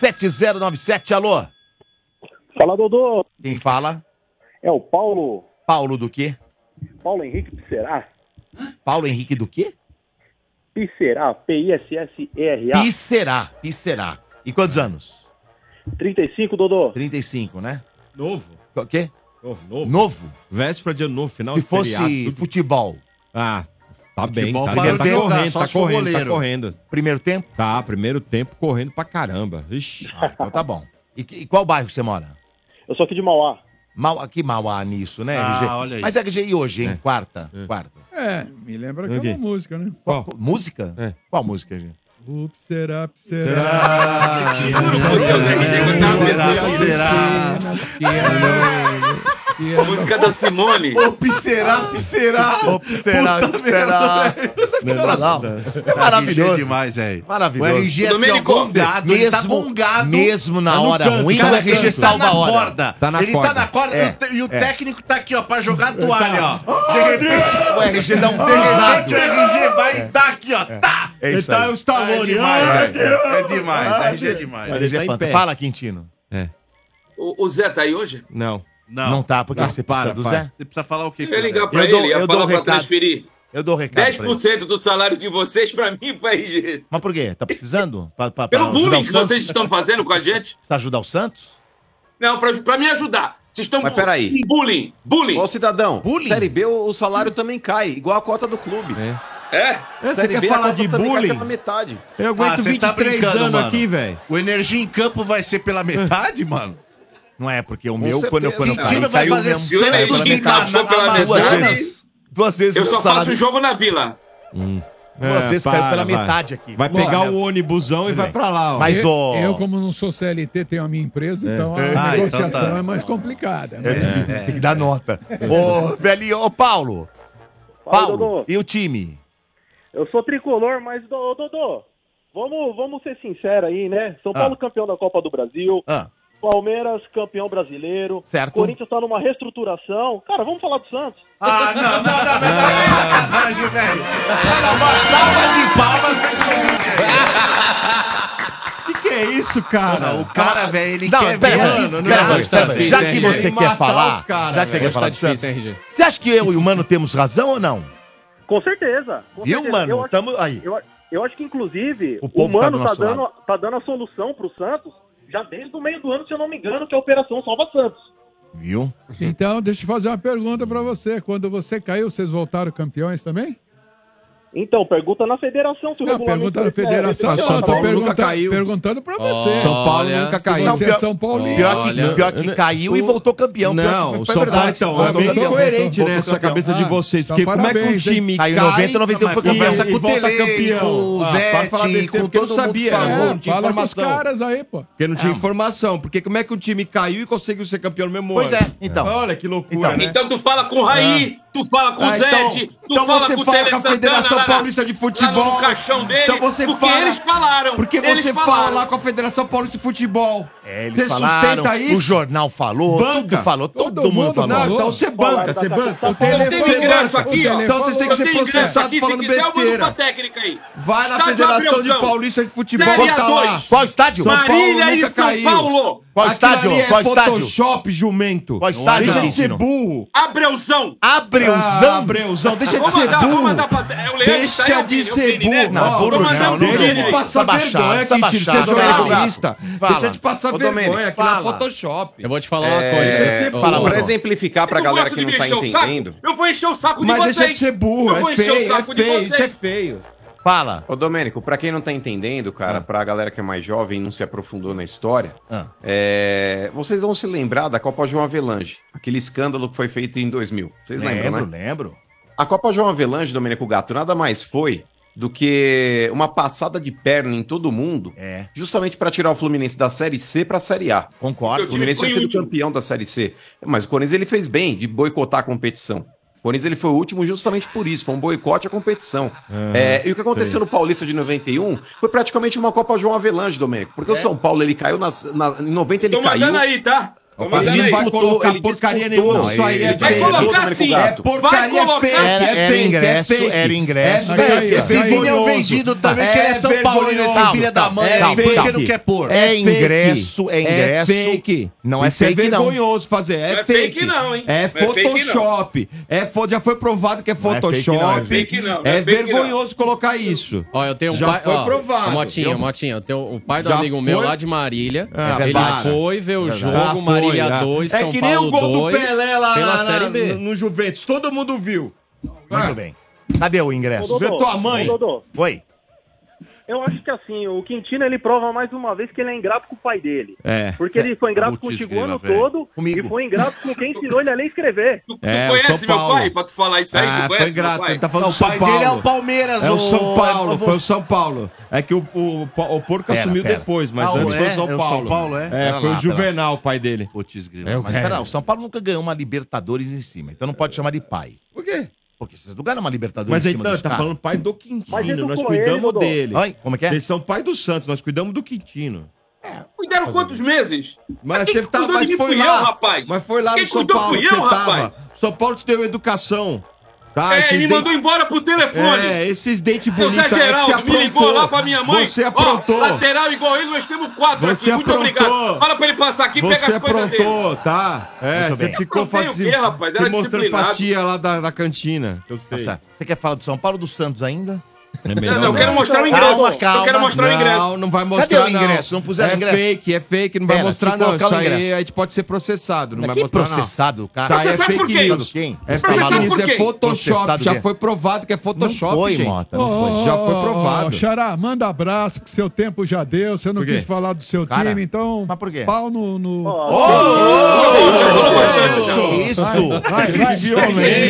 Speaker 2: 3284-7097. Alô?
Speaker 21: Fala, Dodô.
Speaker 2: Quem fala?
Speaker 21: É o Paulo.
Speaker 2: Paulo do quê?
Speaker 21: Paulo Henrique Pisserá.
Speaker 2: Paulo Henrique do quê?
Speaker 21: Pisserá, P-I-S-S-E-R-A.
Speaker 2: Pisserá, Pisserá. E quantos anos?
Speaker 21: 35, Dodô.
Speaker 2: 35, né?
Speaker 3: Novo.
Speaker 2: O quê?
Speaker 3: Novo. Novo.
Speaker 2: Novo?
Speaker 3: Véspera de ano novo, final
Speaker 2: Se
Speaker 3: de feriado,
Speaker 2: fosse
Speaker 3: tudo.
Speaker 2: futebol.
Speaker 3: Ah, tá bem.
Speaker 2: Futebol
Speaker 3: Tá,
Speaker 2: parou
Speaker 3: bem, tá
Speaker 2: de jogar,
Speaker 3: correndo,
Speaker 2: só
Speaker 3: tá
Speaker 2: se for
Speaker 3: correndo, tá
Speaker 2: goleiro.
Speaker 3: correndo.
Speaker 2: Primeiro tempo?
Speaker 3: Tá, primeiro tempo correndo pra caramba. Ixi.
Speaker 2: Então tá bom. E, que- e qual bairro você mora?
Speaker 21: Eu sou aqui de Mauá.
Speaker 2: Mauá que Mauá nisso, né,
Speaker 5: Ah,
Speaker 2: RG?
Speaker 5: olha aí.
Speaker 2: Mas RG, e hoje, hein?
Speaker 3: É.
Speaker 2: Quarta. Quarta.
Speaker 5: É, me lembra
Speaker 2: Ok.
Speaker 5: aquela música, né?
Speaker 2: Qual? Música?
Speaker 3: É.
Speaker 2: Qual música, gente?
Speaker 5: Ups, será, ups,
Speaker 2: Será?
Speaker 5: será.
Speaker 2: Juro por Deus, né, que tem que cantar mesmo.
Speaker 22: A música da Simone.
Speaker 2: Ô, Pisserá, Pisserá. Ô, Pisserá,
Speaker 4: Puta
Speaker 2: Pisserá.
Speaker 4: merda, tá
Speaker 2: Isso é sensacional. É
Speaker 4: Maravilhoso.
Speaker 2: maravilhoso.
Speaker 4: demais, velho.
Speaker 2: Maravilhoso.
Speaker 4: O RG é assim, ó,
Speaker 2: Domênico,
Speaker 4: bongado, ele tá
Speaker 2: mesmo-
Speaker 4: bongado.
Speaker 2: mesmo na
Speaker 4: Tá no
Speaker 2: hora ruim,
Speaker 4: Cara,
Speaker 2: o RG
Speaker 4: ele
Speaker 2: salva a hora.
Speaker 4: Corda.
Speaker 2: Tá na
Speaker 4: ele
Speaker 2: corda.
Speaker 4: tá na corda
Speaker 2: É,
Speaker 4: e o, e o
Speaker 2: é.
Speaker 4: técnico tá aqui, ó, pra jogar a toalha,
Speaker 2: Tá.
Speaker 4: ó. De repente,
Speaker 2: o RG dá um
Speaker 4: De repente
Speaker 2: pesado.
Speaker 4: o RG vai e dá aqui, ó. Tá!
Speaker 2: É isso
Speaker 4: Então
Speaker 2: aí.
Speaker 4: o Stallone.
Speaker 2: É demais,
Speaker 4: Ah,
Speaker 2: é.
Speaker 4: Deus. é demais,
Speaker 2: Ah,
Speaker 4: RG é demais.
Speaker 2: Mas ele
Speaker 4: Tá
Speaker 2: é
Speaker 4: em
Speaker 2: fanta.
Speaker 4: pé.
Speaker 2: Fala, Quintino.
Speaker 22: O, o Zé tá aí hoje?
Speaker 3: Não.
Speaker 2: Não, tá, porque você precisa do Zé.
Speaker 4: Você precisa falar o quê?
Speaker 22: Eu ia ligar pra
Speaker 2: Eu dou-
Speaker 22: ele, ia
Speaker 2: eu dou um
Speaker 22: falar pra
Speaker 2: recado.
Speaker 22: transferir.
Speaker 2: Eu dou o recado. pra ele.
Speaker 22: 10% do salário de vocês pra mim e pra RG.
Speaker 2: Mas por quê? Tá precisando? Pra, pra, pra
Speaker 22: Pelo
Speaker 2: ajudar
Speaker 22: bullying
Speaker 2: o
Speaker 22: que
Speaker 2: Santos?
Speaker 22: vocês estão fazendo com a gente.
Speaker 2: Precisa ajudar o Santos?
Speaker 22: Não, pra, pra me ajudar. Vocês estão
Speaker 3: Ah,
Speaker 6: Mas peraí.
Speaker 22: bullying. Bullying.
Speaker 6: Ô, cidadão, Série B o, o salário também cai, igual a cota do clube.
Speaker 22: É?
Speaker 6: Série
Speaker 3: Você quer
Speaker 6: B, a
Speaker 3: falar
Speaker 6: cota
Speaker 3: de
Speaker 6: também cai
Speaker 3: bullying?
Speaker 6: pela metade.
Speaker 3: Eu aguento
Speaker 4: Ah, cê
Speaker 3: 23
Speaker 4: tá brincando,
Speaker 3: anos
Speaker 4: mano.
Speaker 3: aqui, velho.
Speaker 4: O Energia em Campo vai ser pela metade, mano?
Speaker 2: Não é, porque o
Speaker 4: Com
Speaker 2: meu, quando eu
Speaker 4: certeza.
Speaker 2: quando eu
Speaker 4: Mentira, vai fazer
Speaker 2: mesmo.
Speaker 4: Santos
Speaker 2: Caiu pela
Speaker 4: e
Speaker 22: Tá
Speaker 2: metade.
Speaker 4: Mar-
Speaker 2: Duas
Speaker 22: Amazonas.
Speaker 2: vezes- Duas vezes
Speaker 22: Eu
Speaker 2: meu
Speaker 22: só faço
Speaker 2: salário.
Speaker 22: o jogo na vila.
Speaker 6: Hum.
Speaker 2: Vocês
Speaker 3: É, para,
Speaker 2: caiu pela
Speaker 3: vai.
Speaker 2: metade aqui.
Speaker 3: Vai
Speaker 2: Bora,
Speaker 3: pegar
Speaker 2: né?
Speaker 3: o ônibusão e vai pra lá, ó.
Speaker 2: Mas,
Speaker 5: eu,
Speaker 2: ó-
Speaker 5: eu, como não sou CLT, tenho a minha empresa, então
Speaker 2: É.
Speaker 5: a
Speaker 2: Ah, então
Speaker 5: negociação
Speaker 2: tá.
Speaker 5: é mais complicada.
Speaker 2: É,
Speaker 5: né?
Speaker 2: Tem que dar nota. Ô, velhinho, ô, Paulo.
Speaker 21: Fala,
Speaker 2: Paulo,
Speaker 21: Dodô.
Speaker 2: e o time?
Speaker 21: Eu sou tricolor, mas, Dodô, Dodô vamos, vamos ser sinceros aí, né? São Paulo campeão da Copa do Brasil.
Speaker 2: Ah.
Speaker 21: Palmeiras campeão brasileiro.
Speaker 2: Certo.
Speaker 21: Corinthians tá numa reestruturação. Cara, vamos falar do Santos.
Speaker 4: Ah, não, não, não, não, não, sacanagem, velho. Olha, Uma salva de palmas pra esse
Speaker 3: O que, que é isso, cara?
Speaker 4: O cara, velho, ele
Speaker 2: Não,
Speaker 4: quer
Speaker 2: pera,
Speaker 4: ver.
Speaker 2: pera,
Speaker 4: mano,
Speaker 2: pera,
Speaker 4: não,
Speaker 2: pera, pera,
Speaker 4: velho,
Speaker 2: já
Speaker 4: velho,
Speaker 2: que você
Speaker 4: ele
Speaker 2: quer
Speaker 4: matar
Speaker 2: falar,
Speaker 4: os caras,
Speaker 2: já que você
Speaker 4: velho.
Speaker 2: quer falar
Speaker 7: tá
Speaker 2: do Santos,
Speaker 7: difícil, hein, RG?
Speaker 2: você acha que eu e o Mano temos razão ou não?
Speaker 21: Com certeza. com
Speaker 2: Viu,
Speaker 21: certeza.
Speaker 2: mano?
Speaker 21: Eu acho-
Speaker 2: Tamo aí.
Speaker 21: Eu, eu acho que, inclusive,
Speaker 2: O
Speaker 21: o,
Speaker 2: povo tá
Speaker 21: Mano
Speaker 2: do
Speaker 21: tá,
Speaker 2: nosso
Speaker 21: dando, tá dando a solução pro Santos já desde o meio do ano, se eu não me engano, que é a Operação Salva Santos.
Speaker 2: Viu?
Speaker 5: Então, deixa eu fazer uma pergunta pra você. Quando você caiu, vocês voltaram campeões também?
Speaker 21: Então, pergunta na federação se o
Speaker 5: Não,
Speaker 21: regulamento
Speaker 5: pergunta na
Speaker 21: é-
Speaker 5: federação.
Speaker 21: é-
Speaker 5: Só tô pergunta- perguntando pra você.
Speaker 3: São Paulo nunca
Speaker 5: se
Speaker 3: caiu.
Speaker 5: Você é São Paulino.
Speaker 2: Pior que, pior que caiu e voltou campeão. Pior que
Speaker 3: Não,
Speaker 2: foi-
Speaker 3: o
Speaker 2: foi
Speaker 3: São Paulo
Speaker 2: verdade.
Speaker 3: então, é
Speaker 2: Voltou
Speaker 3: meio
Speaker 2: campeão.
Speaker 3: incoerente,
Speaker 2: Voltou
Speaker 3: né? Essa
Speaker 2: campeão.
Speaker 3: cabeça de
Speaker 2: Ah,
Speaker 3: vocês.
Speaker 2: então
Speaker 3: Porque como é que um
Speaker 2: parabéns, hein?
Speaker 3: time
Speaker 2: Caiu
Speaker 3: cai
Speaker 2: 90, 91 foi
Speaker 3: e-
Speaker 2: campeão.
Speaker 3: e volta
Speaker 4: Tele,
Speaker 3: campeão?
Speaker 4: com o
Speaker 3: Ah, para
Speaker 4: Zete,
Speaker 3: falar besteira,
Speaker 4: com
Speaker 3: porque eu não
Speaker 4: todo mundo
Speaker 3: sabia, É,
Speaker 4: falando.
Speaker 3: não tinha
Speaker 5: Fala com os
Speaker 3: informação.
Speaker 5: caras aí, pô.
Speaker 3: Porque não tinha informação. Porque como é que o time caiu e conseguiu ser campeão no mesmo
Speaker 2: Pois
Speaker 3: ano?
Speaker 2: é, então.
Speaker 3: Olha que loucura, né?
Speaker 22: Então tu fala com o Raí, tu fala com o
Speaker 3: Ah, então-
Speaker 22: Zete, tu
Speaker 3: então
Speaker 22: fala
Speaker 3: você
Speaker 22: com o
Speaker 3: fala
Speaker 22: Tele
Speaker 3: com a
Speaker 22: Santana
Speaker 3: Federação
Speaker 22: lá na-
Speaker 3: Paulista de
Speaker 22: lá
Speaker 3: Futebol.
Speaker 22: no caixão dele,
Speaker 3: Então você
Speaker 22: porque
Speaker 3: fala-
Speaker 22: eles falaram.
Speaker 3: Porque
Speaker 22: eles
Speaker 3: você
Speaker 22: falaram.
Speaker 3: fala com a Federação Paulista de Futebol.
Speaker 2: É, eles
Speaker 3: Você
Speaker 2: falaram,
Speaker 3: sustenta isso?
Speaker 2: o jornal falou, tudo falou, todo, mundo falou.
Speaker 3: Não, então você
Speaker 22: tá
Speaker 3: banca, você banca.
Speaker 21: Eu
Speaker 22: Eu tenho
Speaker 3: Você
Speaker 22: ingresso
Speaker 3: banca.
Speaker 22: aqui, ó.
Speaker 3: Então vocês têm que
Speaker 22: Eu
Speaker 3: ser
Speaker 22: tenho ingresso
Speaker 3: processados
Speaker 22: aqui,
Speaker 3: falando
Speaker 22: se quiser, eu mando pra
Speaker 3: besteira.
Speaker 22: técnica aí.
Speaker 3: Vai na
Speaker 22: Estádio
Speaker 3: Federação de
Speaker 22: Abreuzão.
Speaker 3: Paulista de Futebol,
Speaker 22: Série
Speaker 3: tá
Speaker 22: A
Speaker 3: lá.
Speaker 22: dois.
Speaker 2: Qual estádio?
Speaker 3: São Paulo
Speaker 22: Marília e
Speaker 3: nunca
Speaker 22: São
Speaker 3: caiu.
Speaker 22: Paulo.
Speaker 2: Qual
Speaker 3: Aquilo
Speaker 2: estádio?
Speaker 3: ali é
Speaker 2: Qual estádio?
Speaker 3: Photoshop, jumento. é
Speaker 2: Qual estádio,
Speaker 3: Deixa de ser
Speaker 2: Quintino?
Speaker 3: burro.
Speaker 22: Abreuzão.
Speaker 2: Abreuzão?
Speaker 3: Ah, Abreuzão, deixa de
Speaker 22: Vou
Speaker 3: ser
Speaker 22: mandar, vou mandar
Speaker 3: burro.
Speaker 22: pra... É o Leandro que tá aí,
Speaker 3: Deixa de
Speaker 22: Alpine,
Speaker 3: ser
Speaker 22: Alpine, né?
Speaker 3: burro.
Speaker 2: Não,
Speaker 3: Ó,
Speaker 2: burro
Speaker 22: Tô
Speaker 2: não,
Speaker 22: mandando
Speaker 2: não,
Speaker 22: pro
Speaker 3: Deixa
Speaker 22: Alpine
Speaker 3: de
Speaker 2: não.
Speaker 22: aí.
Speaker 3: passar
Speaker 2: Tá baixado,
Speaker 3: vergonha,
Speaker 2: tá
Speaker 3: Quintino. Você é
Speaker 2: baixado.
Speaker 3: jornalista.
Speaker 2: Fala.
Speaker 3: Deixa de passar
Speaker 2: Ô, Domênico,
Speaker 3: vergonha. Aquilo é
Speaker 2: fala.
Speaker 3: Photoshop.
Speaker 7: Eu vou te falar uma
Speaker 6: É,
Speaker 7: coisa. Ô,
Speaker 2: fala,
Speaker 7: ô,
Speaker 6: pra
Speaker 2: Bruno.
Speaker 6: exemplificar pra
Speaker 22: Eu
Speaker 6: galera
Speaker 22: gosto
Speaker 6: que
Speaker 22: de
Speaker 6: não
Speaker 22: me
Speaker 6: tá
Speaker 22: encher o saco.
Speaker 6: entendendo.
Speaker 22: Eu vou encher o saco
Speaker 3: Mas
Speaker 22: de
Speaker 3: deixa de
Speaker 22: vocês.
Speaker 3: ser burro.
Speaker 22: Eu vou
Speaker 3: É
Speaker 22: encher o
Speaker 3: feio, é
Speaker 22: saco de
Speaker 3: feio. Isso é
Speaker 22: vocês.
Speaker 3: feio. Ah.
Speaker 2: Fala.
Speaker 6: Ô, Domênico, pra quem não tá entendendo, cara, pra galera que é mais jovem e não se aprofundou na história,
Speaker 2: Ah.
Speaker 6: é, vocês vão se lembrar da Copa João Avelange, aquele escândalo que foi feito em 2000. Vocês lembram, né?
Speaker 2: lembro.
Speaker 6: A Copa João Avelange, Domênico Gato, nada mais foi do que uma passada de perna em todo mundo,
Speaker 3: É.
Speaker 6: justamente para tirar o Fluminense da Série C para a Série A.
Speaker 2: Concordo.
Speaker 6: O Fluminense
Speaker 2: Foi
Speaker 6: tinha sido
Speaker 2: último.
Speaker 6: campeão da Série C, mas o Corinthians ele fez bem de boicotar a competição. O Corinthians ele foi o último justamente por isso, foi um boicote à competição. É, e o que aconteceu
Speaker 3: sei.
Speaker 6: no Paulista de 91 foi praticamente uma Copa João Avelange, Domênico, porque o São Paulo ele caiu nas, na- em 90 ele
Speaker 8: É. Tô
Speaker 6: caiu.
Speaker 8: mandando aí, tá? Tô
Speaker 6: Ele
Speaker 8: mandando aí.
Speaker 6: vai colocar Ele porcaria disputou, nenhuma, isso aí ele é
Speaker 8: Vai
Speaker 6: perdedor,
Speaker 8: colocar
Speaker 6: Domenico
Speaker 8: sim.
Speaker 6: Gato.
Speaker 8: Vai
Speaker 6: é Porcaria
Speaker 8: colocar
Speaker 6: feia,
Speaker 8: sim.
Speaker 6: é
Speaker 2: Era ingresso, era ingresso.
Speaker 4: É fake, esse
Speaker 2: Tá
Speaker 4: Vini é um
Speaker 2: vergonhoso.
Speaker 4: vendido também, que é São
Speaker 2: vergonhoso.
Speaker 3: né,
Speaker 4: Paulino, esse
Speaker 2: Calma,
Speaker 4: filho da mãe,
Speaker 2: calma,
Speaker 4: é fake,
Speaker 2: calma.
Speaker 4: ele não quer pôr.
Speaker 2: É,
Speaker 4: É
Speaker 2: ingresso, é ingresso.
Speaker 3: fake.
Speaker 2: Não é
Speaker 3: Isso
Speaker 2: fake, não.
Speaker 3: vergonhoso fazer. É,
Speaker 2: Não é
Speaker 3: fake.
Speaker 2: fake, não, hein?
Speaker 3: É
Speaker 2: Não é fake, não.
Speaker 3: Photoshop. É fo- Já foi provado que é
Speaker 2: é fake,
Speaker 3: Photoshop.
Speaker 2: não, é
Speaker 8: fake, não, não
Speaker 3: É
Speaker 8: é fake, não.
Speaker 3: vergonhoso colocar isso.
Speaker 7: Ó, eu tenho um
Speaker 3: Já
Speaker 7: pai.
Speaker 3: foi
Speaker 7: ó,
Speaker 3: provado.
Speaker 7: Motinha,
Speaker 3: Eu-
Speaker 7: Motinha. Eu tenho o pai do
Speaker 3: Já
Speaker 7: amigo
Speaker 3: foi?
Speaker 7: meu lá de Marília.
Speaker 3: Ah,
Speaker 7: ele
Speaker 3: para.
Speaker 7: foi ver o
Speaker 3: Verdade. Já
Speaker 7: jogo
Speaker 3: foi,
Speaker 7: Marília
Speaker 3: já.
Speaker 7: 2,
Speaker 3: É
Speaker 7: São
Speaker 3: que nem
Speaker 7: Paulo
Speaker 3: o gol
Speaker 7: 2,
Speaker 3: do Pelé lá
Speaker 7: pela
Speaker 3: na-
Speaker 7: Série B.
Speaker 3: no- no Juventus. Todo mundo viu. Ah.
Speaker 2: Muito bem. Cadê o ingresso?
Speaker 21: Ô,
Speaker 3: é
Speaker 21: Dodô, ô, Dodô,
Speaker 2: Oi.
Speaker 21: eu acho que assim, o Quintino ele prova mais uma vez que ele é ingrato com o pai dele.
Speaker 3: É.
Speaker 21: Porque ele foi ingrato
Speaker 3: Putz,
Speaker 21: contigo o
Speaker 3: grila,
Speaker 21: ano
Speaker 3: velho.
Speaker 21: todo
Speaker 3: Comigo.
Speaker 21: e foi ingrato com quem ensinou ele a ler e escrever.
Speaker 3: É,
Speaker 8: Tu
Speaker 3: o
Speaker 8: conhece
Speaker 3: São
Speaker 8: meu
Speaker 3: Paulo.
Speaker 8: pai pra tu falar isso aí?
Speaker 3: Ah,
Speaker 8: tu
Speaker 3: foi
Speaker 8: conhece
Speaker 3: ingrato,
Speaker 8: meu pai?
Speaker 3: ele tá falando
Speaker 8: Não,
Speaker 3: do São Paulo. É o São Paulo,
Speaker 8: eu vou-
Speaker 3: foi o São Paulo. É que o, o, o Porco
Speaker 2: Pera,
Speaker 3: assumiu
Speaker 2: pera.
Speaker 3: depois, mas
Speaker 2: Ah,
Speaker 3: antes
Speaker 2: é?
Speaker 3: foi o São
Speaker 2: É o
Speaker 3: Paulo.
Speaker 2: São Paulo, é?
Speaker 3: É,
Speaker 2: Pera
Speaker 3: foi
Speaker 2: lá,
Speaker 3: o
Speaker 2: pera lá.
Speaker 3: Juvenal, o pai dele.
Speaker 6: Putz,
Speaker 3: É
Speaker 2: Mas pera, o São Paulo nunca ganhou uma Libertadores em cima, então não pode chamar de pai.
Speaker 3: Por quê?
Speaker 2: Porque vocês não ganham uma Libertadores
Speaker 3: Mas
Speaker 2: em
Speaker 3: ele
Speaker 2: cima
Speaker 3: tá,
Speaker 2: dos
Speaker 3: tá
Speaker 2: caras.
Speaker 3: falando pai do
Speaker 2: Mas
Speaker 3: Quintino,
Speaker 2: educou
Speaker 3: nós
Speaker 2: ele,
Speaker 3: cuidamos
Speaker 2: Dodô.
Speaker 3: dele.
Speaker 2: Ai, como é que é?
Speaker 3: Eles são pai do Santos, nós cuidamos do Quintino.
Speaker 8: Cuidaram quantos meses?
Speaker 3: Mas
Speaker 8: quem
Speaker 3: você tá,
Speaker 8: cuidou de
Speaker 3: mas
Speaker 8: mim
Speaker 3: foi
Speaker 8: fui
Speaker 3: lá,
Speaker 8: eu, rapaz.
Speaker 3: mas foi lá
Speaker 8: Quem
Speaker 3: no São
Speaker 8: cuidou
Speaker 3: Paulo
Speaker 8: fui
Speaker 3: que você
Speaker 8: eu, rapaz.
Speaker 3: tava. São Paulo te deu educação. Tá?
Speaker 8: é,
Speaker 3: Esses
Speaker 8: ele
Speaker 3: dentes-
Speaker 8: mandou embora pro telefone.
Speaker 3: É, esses dentes
Speaker 8: Seu Zé
Speaker 3: bonitos aí que você
Speaker 8: Geraldo me ligou
Speaker 3: aprontou.
Speaker 8: lá pra minha mãe.
Speaker 3: Você
Speaker 8: Ó,
Speaker 3: aprontou.
Speaker 8: lateral igual ele, nós temos quatro
Speaker 3: Você
Speaker 8: aqui. Muito
Speaker 3: aprontou.
Speaker 8: obrigado. Fala pra ele passar aqui e
Speaker 3: você
Speaker 8: pegar as coisas dele.
Speaker 3: aprontou, tá? É,
Speaker 2: Muito
Speaker 3: você
Speaker 2: bem.
Speaker 3: ficou
Speaker 8: Aprontei o
Speaker 3: fazendo.
Speaker 8: quê, rapaz? Era
Speaker 3: se mostrando
Speaker 8: disciplinado.
Speaker 3: pra tia lá da, da cantina. Eu
Speaker 2: Tá
Speaker 3: sei. É
Speaker 2: certo. Você quer falar do São Paulo ou do Santos ainda?
Speaker 3: melhor
Speaker 8: não, eu quero mostrar o ingresso. Eu quero mostrar o ingresso.
Speaker 3: Não, não vai mostrar.
Speaker 2: Cadê o ingresso?
Speaker 3: Não,
Speaker 2: Não, puseram
Speaker 3: é
Speaker 2: ingresso?
Speaker 3: fake, é fake, não vai
Speaker 2: Pera,
Speaker 3: mostrar,
Speaker 2: deixa eu
Speaker 3: não.
Speaker 2: colocar
Speaker 3: Isso
Speaker 2: o
Speaker 3: aí é
Speaker 2: ingresso.
Speaker 3: a gente pode ser processado, não
Speaker 2: Mas
Speaker 3: vai
Speaker 2: quem
Speaker 3: mostrar.
Speaker 2: processado,
Speaker 3: não.
Speaker 2: cara?
Speaker 3: Isso aí
Speaker 2: Processado por quem?
Speaker 3: news.
Speaker 2: Quem?
Speaker 3: É
Speaker 2: Processado
Speaker 3: fake news,
Speaker 2: por
Speaker 3: é
Speaker 2: quem?
Speaker 3: Photoshop.
Speaker 2: Processado
Speaker 3: Já
Speaker 2: quem?
Speaker 3: foi provado que é Photoshop.
Speaker 2: foi,
Speaker 3: gente.
Speaker 2: Mota, não foi.
Speaker 3: Já foi provado.
Speaker 5: Xará, manda abraço, porque seu tempo já deu. Você não
Speaker 3: Por quê?
Speaker 5: quis falar do seu
Speaker 2: Cara,
Speaker 5: time, então. Mas
Speaker 2: por quê?
Speaker 5: Pau no. no...
Speaker 2: Isso! Vai, vai,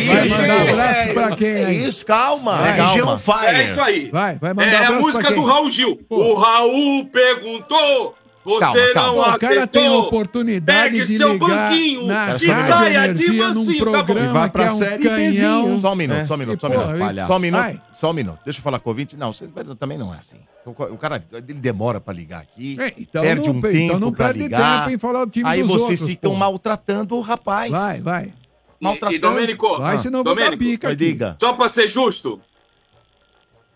Speaker 5: Vai mandar
Speaker 2: Isso.
Speaker 5: abraço pra quem
Speaker 2: É
Speaker 5: aí?
Speaker 2: Isso, calma!
Speaker 5: Vai,
Speaker 2: Legião
Speaker 5: calma.
Speaker 2: Fire!
Speaker 8: É isso aí.
Speaker 5: Vai, vai mandar um
Speaker 8: É a
Speaker 5: abraço pra
Speaker 8: música
Speaker 5: quem?
Speaker 8: do Raul Gil. O Raul perguntou, você
Speaker 5: Calma, calma.
Speaker 8: não
Speaker 5: O cara tem a
Speaker 8: aceitou.
Speaker 5: oportunidade
Speaker 8: Pegue
Speaker 5: de
Speaker 8: seu
Speaker 5: ligar
Speaker 8: banquinho
Speaker 5: na
Speaker 8: e
Speaker 5: Rádio
Speaker 8: saia de
Speaker 5: um Energia num
Speaker 8: mansinho. Tá bom.
Speaker 5: programa
Speaker 2: Vai pra
Speaker 5: que é um
Speaker 2: série
Speaker 5: canhão.
Speaker 2: Bzinho. Só um minuto,
Speaker 5: É.
Speaker 2: só um minuto, só um
Speaker 5: E, porra,
Speaker 2: minuto.
Speaker 5: aí-
Speaker 2: Só um minuto,
Speaker 5: Vai.
Speaker 2: só um minuto. Deixa eu falar com o ouvinte. Não, você, mas também não é assim. O co- o cara, ele demora pra ligar aqui,
Speaker 5: É, então
Speaker 2: perde
Speaker 5: não-
Speaker 2: um
Speaker 5: então
Speaker 2: tempo
Speaker 5: não
Speaker 2: pra
Speaker 5: perde
Speaker 2: ligar.
Speaker 5: tempo em falar do time
Speaker 2: aí
Speaker 5: dos
Speaker 2: vocês
Speaker 5: outros,
Speaker 2: ficam
Speaker 5: pô.
Speaker 2: maltratando o rapaz.
Speaker 5: Vai, vai.
Speaker 8: E, e Domênico,
Speaker 5: Vai, senão eu vou dar
Speaker 8: Domênico,
Speaker 5: bica aqui.
Speaker 2: Diga.
Speaker 8: só pra ser justo,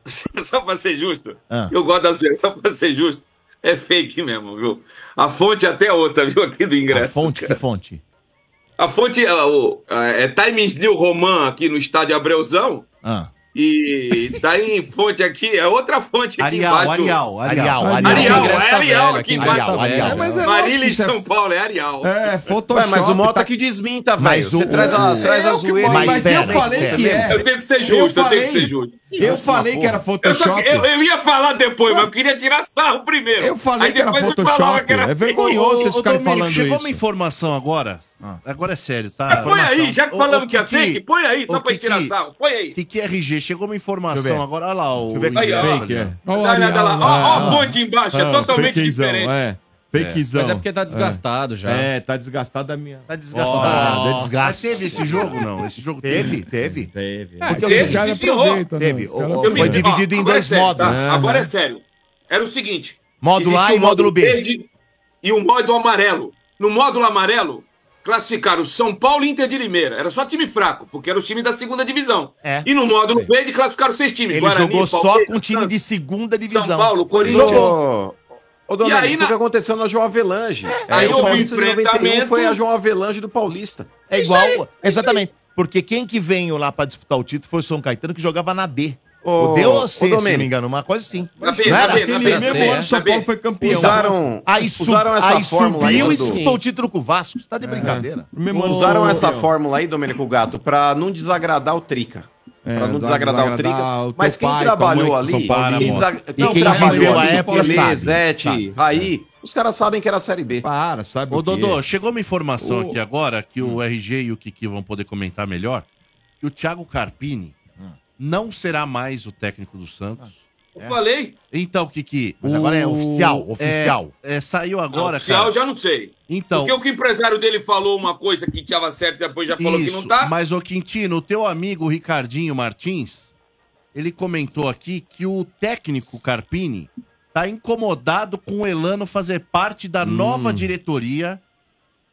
Speaker 8: só pra ser justo,
Speaker 2: Ah.
Speaker 8: eu gosto da zoeira, só pra ser justo, é fake mesmo, viu? A fonte até é outra, viu, aqui do
Speaker 2: A
Speaker 8: ingresso.
Speaker 2: É fonte, que fonte?
Speaker 8: A fonte ah, o- ah, é Times New Roman aqui no estádio Abreuzão.
Speaker 2: Ah.
Speaker 8: E tá em fonte aqui, é outra fonte aqui
Speaker 2: Arial,
Speaker 8: embaixo.
Speaker 2: Arial, Arial, Arial.
Speaker 8: Arial,
Speaker 2: Ingresso
Speaker 8: é
Speaker 2: tá
Speaker 8: Arial
Speaker 2: velho
Speaker 8: aqui
Speaker 2: aqui,
Speaker 8: embaixo.
Speaker 2: Arial, Arial.
Speaker 8: É,
Speaker 2: mas
Speaker 3: é
Speaker 8: Marília
Speaker 3: lógico
Speaker 8: e
Speaker 3: que isso é-
Speaker 8: São Paulo, é Arial.
Speaker 3: É,
Speaker 6: Ué,
Speaker 3: Photoshop.
Speaker 6: mas o Mota
Speaker 3: tá-
Speaker 6: que desminta, velho.
Speaker 2: Mas
Speaker 6: Você
Speaker 2: o-
Speaker 6: traz a,
Speaker 2: o-
Speaker 6: traz
Speaker 3: é
Speaker 6: a
Speaker 3: o que
Speaker 6: zoeira.
Speaker 2: Mas
Speaker 3: mora, Mas eu
Speaker 2: pera,
Speaker 3: falei
Speaker 2: pera,
Speaker 3: que
Speaker 2: pera.
Speaker 3: é.
Speaker 8: Eu tenho que ser justo, eu,
Speaker 3: falei-
Speaker 8: tenho que ser justo.
Speaker 3: Eu falei que era
Speaker 8: Eu, só
Speaker 3: Photoshop.
Speaker 8: que- eu, eu ia falar depois, mas eu queria tirar sarro primeiro.
Speaker 3: Eu falei
Speaker 8: Aí
Speaker 3: que era
Speaker 8: depois eu falava
Speaker 3: Photoshop.
Speaker 8: que era
Speaker 3: É
Speaker 8: fake.
Speaker 3: vergonhoso vocês
Speaker 4: Ô,
Speaker 3: ficarem
Speaker 4: Domênico,
Speaker 3: falando
Speaker 4: chegou
Speaker 3: isso.
Speaker 4: uma informação agora. Agora é sério, tá?
Speaker 8: Mas põe aí,
Speaker 4: Informação.
Speaker 8: já que
Speaker 4: Ô,
Speaker 8: falamos
Speaker 4: ô,
Speaker 8: que é
Speaker 4: Kiki,
Speaker 8: fake, põe aí,
Speaker 4: ô,
Speaker 8: só pra
Speaker 4: Kiki,
Speaker 8: tirar sarro. Põe aí.
Speaker 4: Kiki RG, chegou uma
Speaker 2: Deixa eu
Speaker 4: informação
Speaker 2: ver.
Speaker 4: agora. Olha lá o.
Speaker 2: Deixa eu
Speaker 8: Aí,
Speaker 2: ver
Speaker 8: ó.
Speaker 4: ingresso
Speaker 3: Fake,
Speaker 4: ali, ó.
Speaker 3: é.
Speaker 5: Ó, o
Speaker 8: Dá, olha,
Speaker 5: Ariel
Speaker 8: dá lá. Ó, ó,
Speaker 3: Ah,
Speaker 8: a ponte embaixo,
Speaker 3: Ah,
Speaker 8: é totalmente
Speaker 3: fakezão,
Speaker 8: diferente.
Speaker 3: É, fakezão.
Speaker 7: Mas é porque tá desgastado já.
Speaker 3: É, tá desgastado da minha.
Speaker 4: Tá desgastado.
Speaker 2: Ah, é
Speaker 4: Mas
Speaker 2: desgaste.
Speaker 4: teve esse jogo, não? Esse jogo
Speaker 2: Teve, teve.
Speaker 3: Teve.
Speaker 5: É,
Speaker 2: Porque
Speaker 5: esse
Speaker 2: é o seguinte,
Speaker 5: cara
Speaker 8: senhor,
Speaker 5: aproveita, né?
Speaker 2: teve.
Speaker 5: Esse
Speaker 2: Ô,
Speaker 5: cara
Speaker 2: ô,
Speaker 5: aproveita.
Speaker 2: foi dividido em
Speaker 8: agora
Speaker 2: dois
Speaker 8: é sério,
Speaker 2: módulos.
Speaker 4: né?
Speaker 8: tá? Agora é sério. Era o seguinte:
Speaker 2: Módulo
Speaker 8: existe um
Speaker 2: A e módulo B.
Speaker 8: verde e um módulo amarelo. No módulo amarelo, classificaram São Paulo e Inter de Limeira. Era só time fraco, porque era o time da segunda divisão.
Speaker 2: É.
Speaker 8: E no módulo verde, classificaram seis times.
Speaker 2: Ele
Speaker 8: Guarani,
Speaker 2: jogou só
Speaker 8: Palmeiras,
Speaker 2: com time de segunda divisão.
Speaker 8: São Paulo, Corinthians.
Speaker 6: Ô, ô Domênico,
Speaker 8: aí,
Speaker 6: o
Speaker 8: na- É,
Speaker 6: que aconteceu na João Avelange? É,
Speaker 8: aí
Speaker 6: o
Speaker 8: houve
Speaker 6: Paulista de 91
Speaker 8: enfrentamento.
Speaker 6: Foi a João Avelange do Paulista.
Speaker 2: É
Speaker 8: Isso
Speaker 2: igual.
Speaker 8: aí, isso
Speaker 2: exatamente. Porque quem que veio lá pra disputar o título foi o São Caetano que jogava na D.
Speaker 6: Ô,
Speaker 2: o D ou C,
Speaker 6: ô,
Speaker 2: se não
Speaker 6: Domênico.
Speaker 2: me engano, uma coisa assim.
Speaker 8: Na B,
Speaker 2: Não
Speaker 8: na
Speaker 2: era?
Speaker 8: B, na
Speaker 3: Aquele
Speaker 8: B, na
Speaker 3: mesmo
Speaker 8: B,
Speaker 3: ano,
Speaker 8: na
Speaker 3: São
Speaker 8: B.
Speaker 3: Paulo foi campeão.
Speaker 6: Usaram,
Speaker 2: Aí, su-
Speaker 6: usaram essa
Speaker 2: aí
Speaker 6: fórmula aí, É.
Speaker 2: subiu e
Speaker 6: Dudu?
Speaker 2: disputou o título com o Vasco. Você tá de brincadeira?
Speaker 3: No mesmo ano.
Speaker 6: Usaram essa fórmula aí, Domênico Gato, pra não desagradar o Trica.
Speaker 3: É,
Speaker 6: pra não
Speaker 3: usar-
Speaker 6: desagradar o Trica.
Speaker 3: desagradar o teu
Speaker 6: Mas quem
Speaker 3: pai, tua
Speaker 6: trabalhou
Speaker 3: mãe, que são
Speaker 6: ali,
Speaker 3: Paulo,
Speaker 6: quem,
Speaker 3: amor.
Speaker 6: desa-
Speaker 2: E quem
Speaker 6: trabalhou
Speaker 2: viveu a
Speaker 6: ali,
Speaker 2: época
Speaker 6: Pelé,
Speaker 2: sabe.
Speaker 6: Zete, Raí, os caras sabem que era a Série B.
Speaker 3: Para, sabe
Speaker 4: Ô,
Speaker 3: o quê?
Speaker 4: Dodô, chegou uma informação aqui
Speaker 8: Hum. Hum.
Speaker 4: agora que o RG e o Kiki vão poder comentar melhor. Que o Thiago Carpini não será mais o técnico do Santos.
Speaker 8: Eu falei.
Speaker 4: Então, Kiki.
Speaker 8: Mas agora é oficial,
Speaker 4: o-
Speaker 8: oficial.
Speaker 4: é, é, saiu agora,
Speaker 8: Não, oficial,
Speaker 4: cara.
Speaker 8: já não sei.
Speaker 4: Então-
Speaker 8: Porque o que o empresário dele falou uma coisa que estava certa e depois já falou que não
Speaker 4: Isso,
Speaker 8: tá.
Speaker 4: Mas, ô Quintino, o teu amigo o Ricardinho Martins, ele comentou aqui que o técnico Carpini tá incomodado com o Elano fazer parte
Speaker 8: Hum.
Speaker 4: da nova diretoria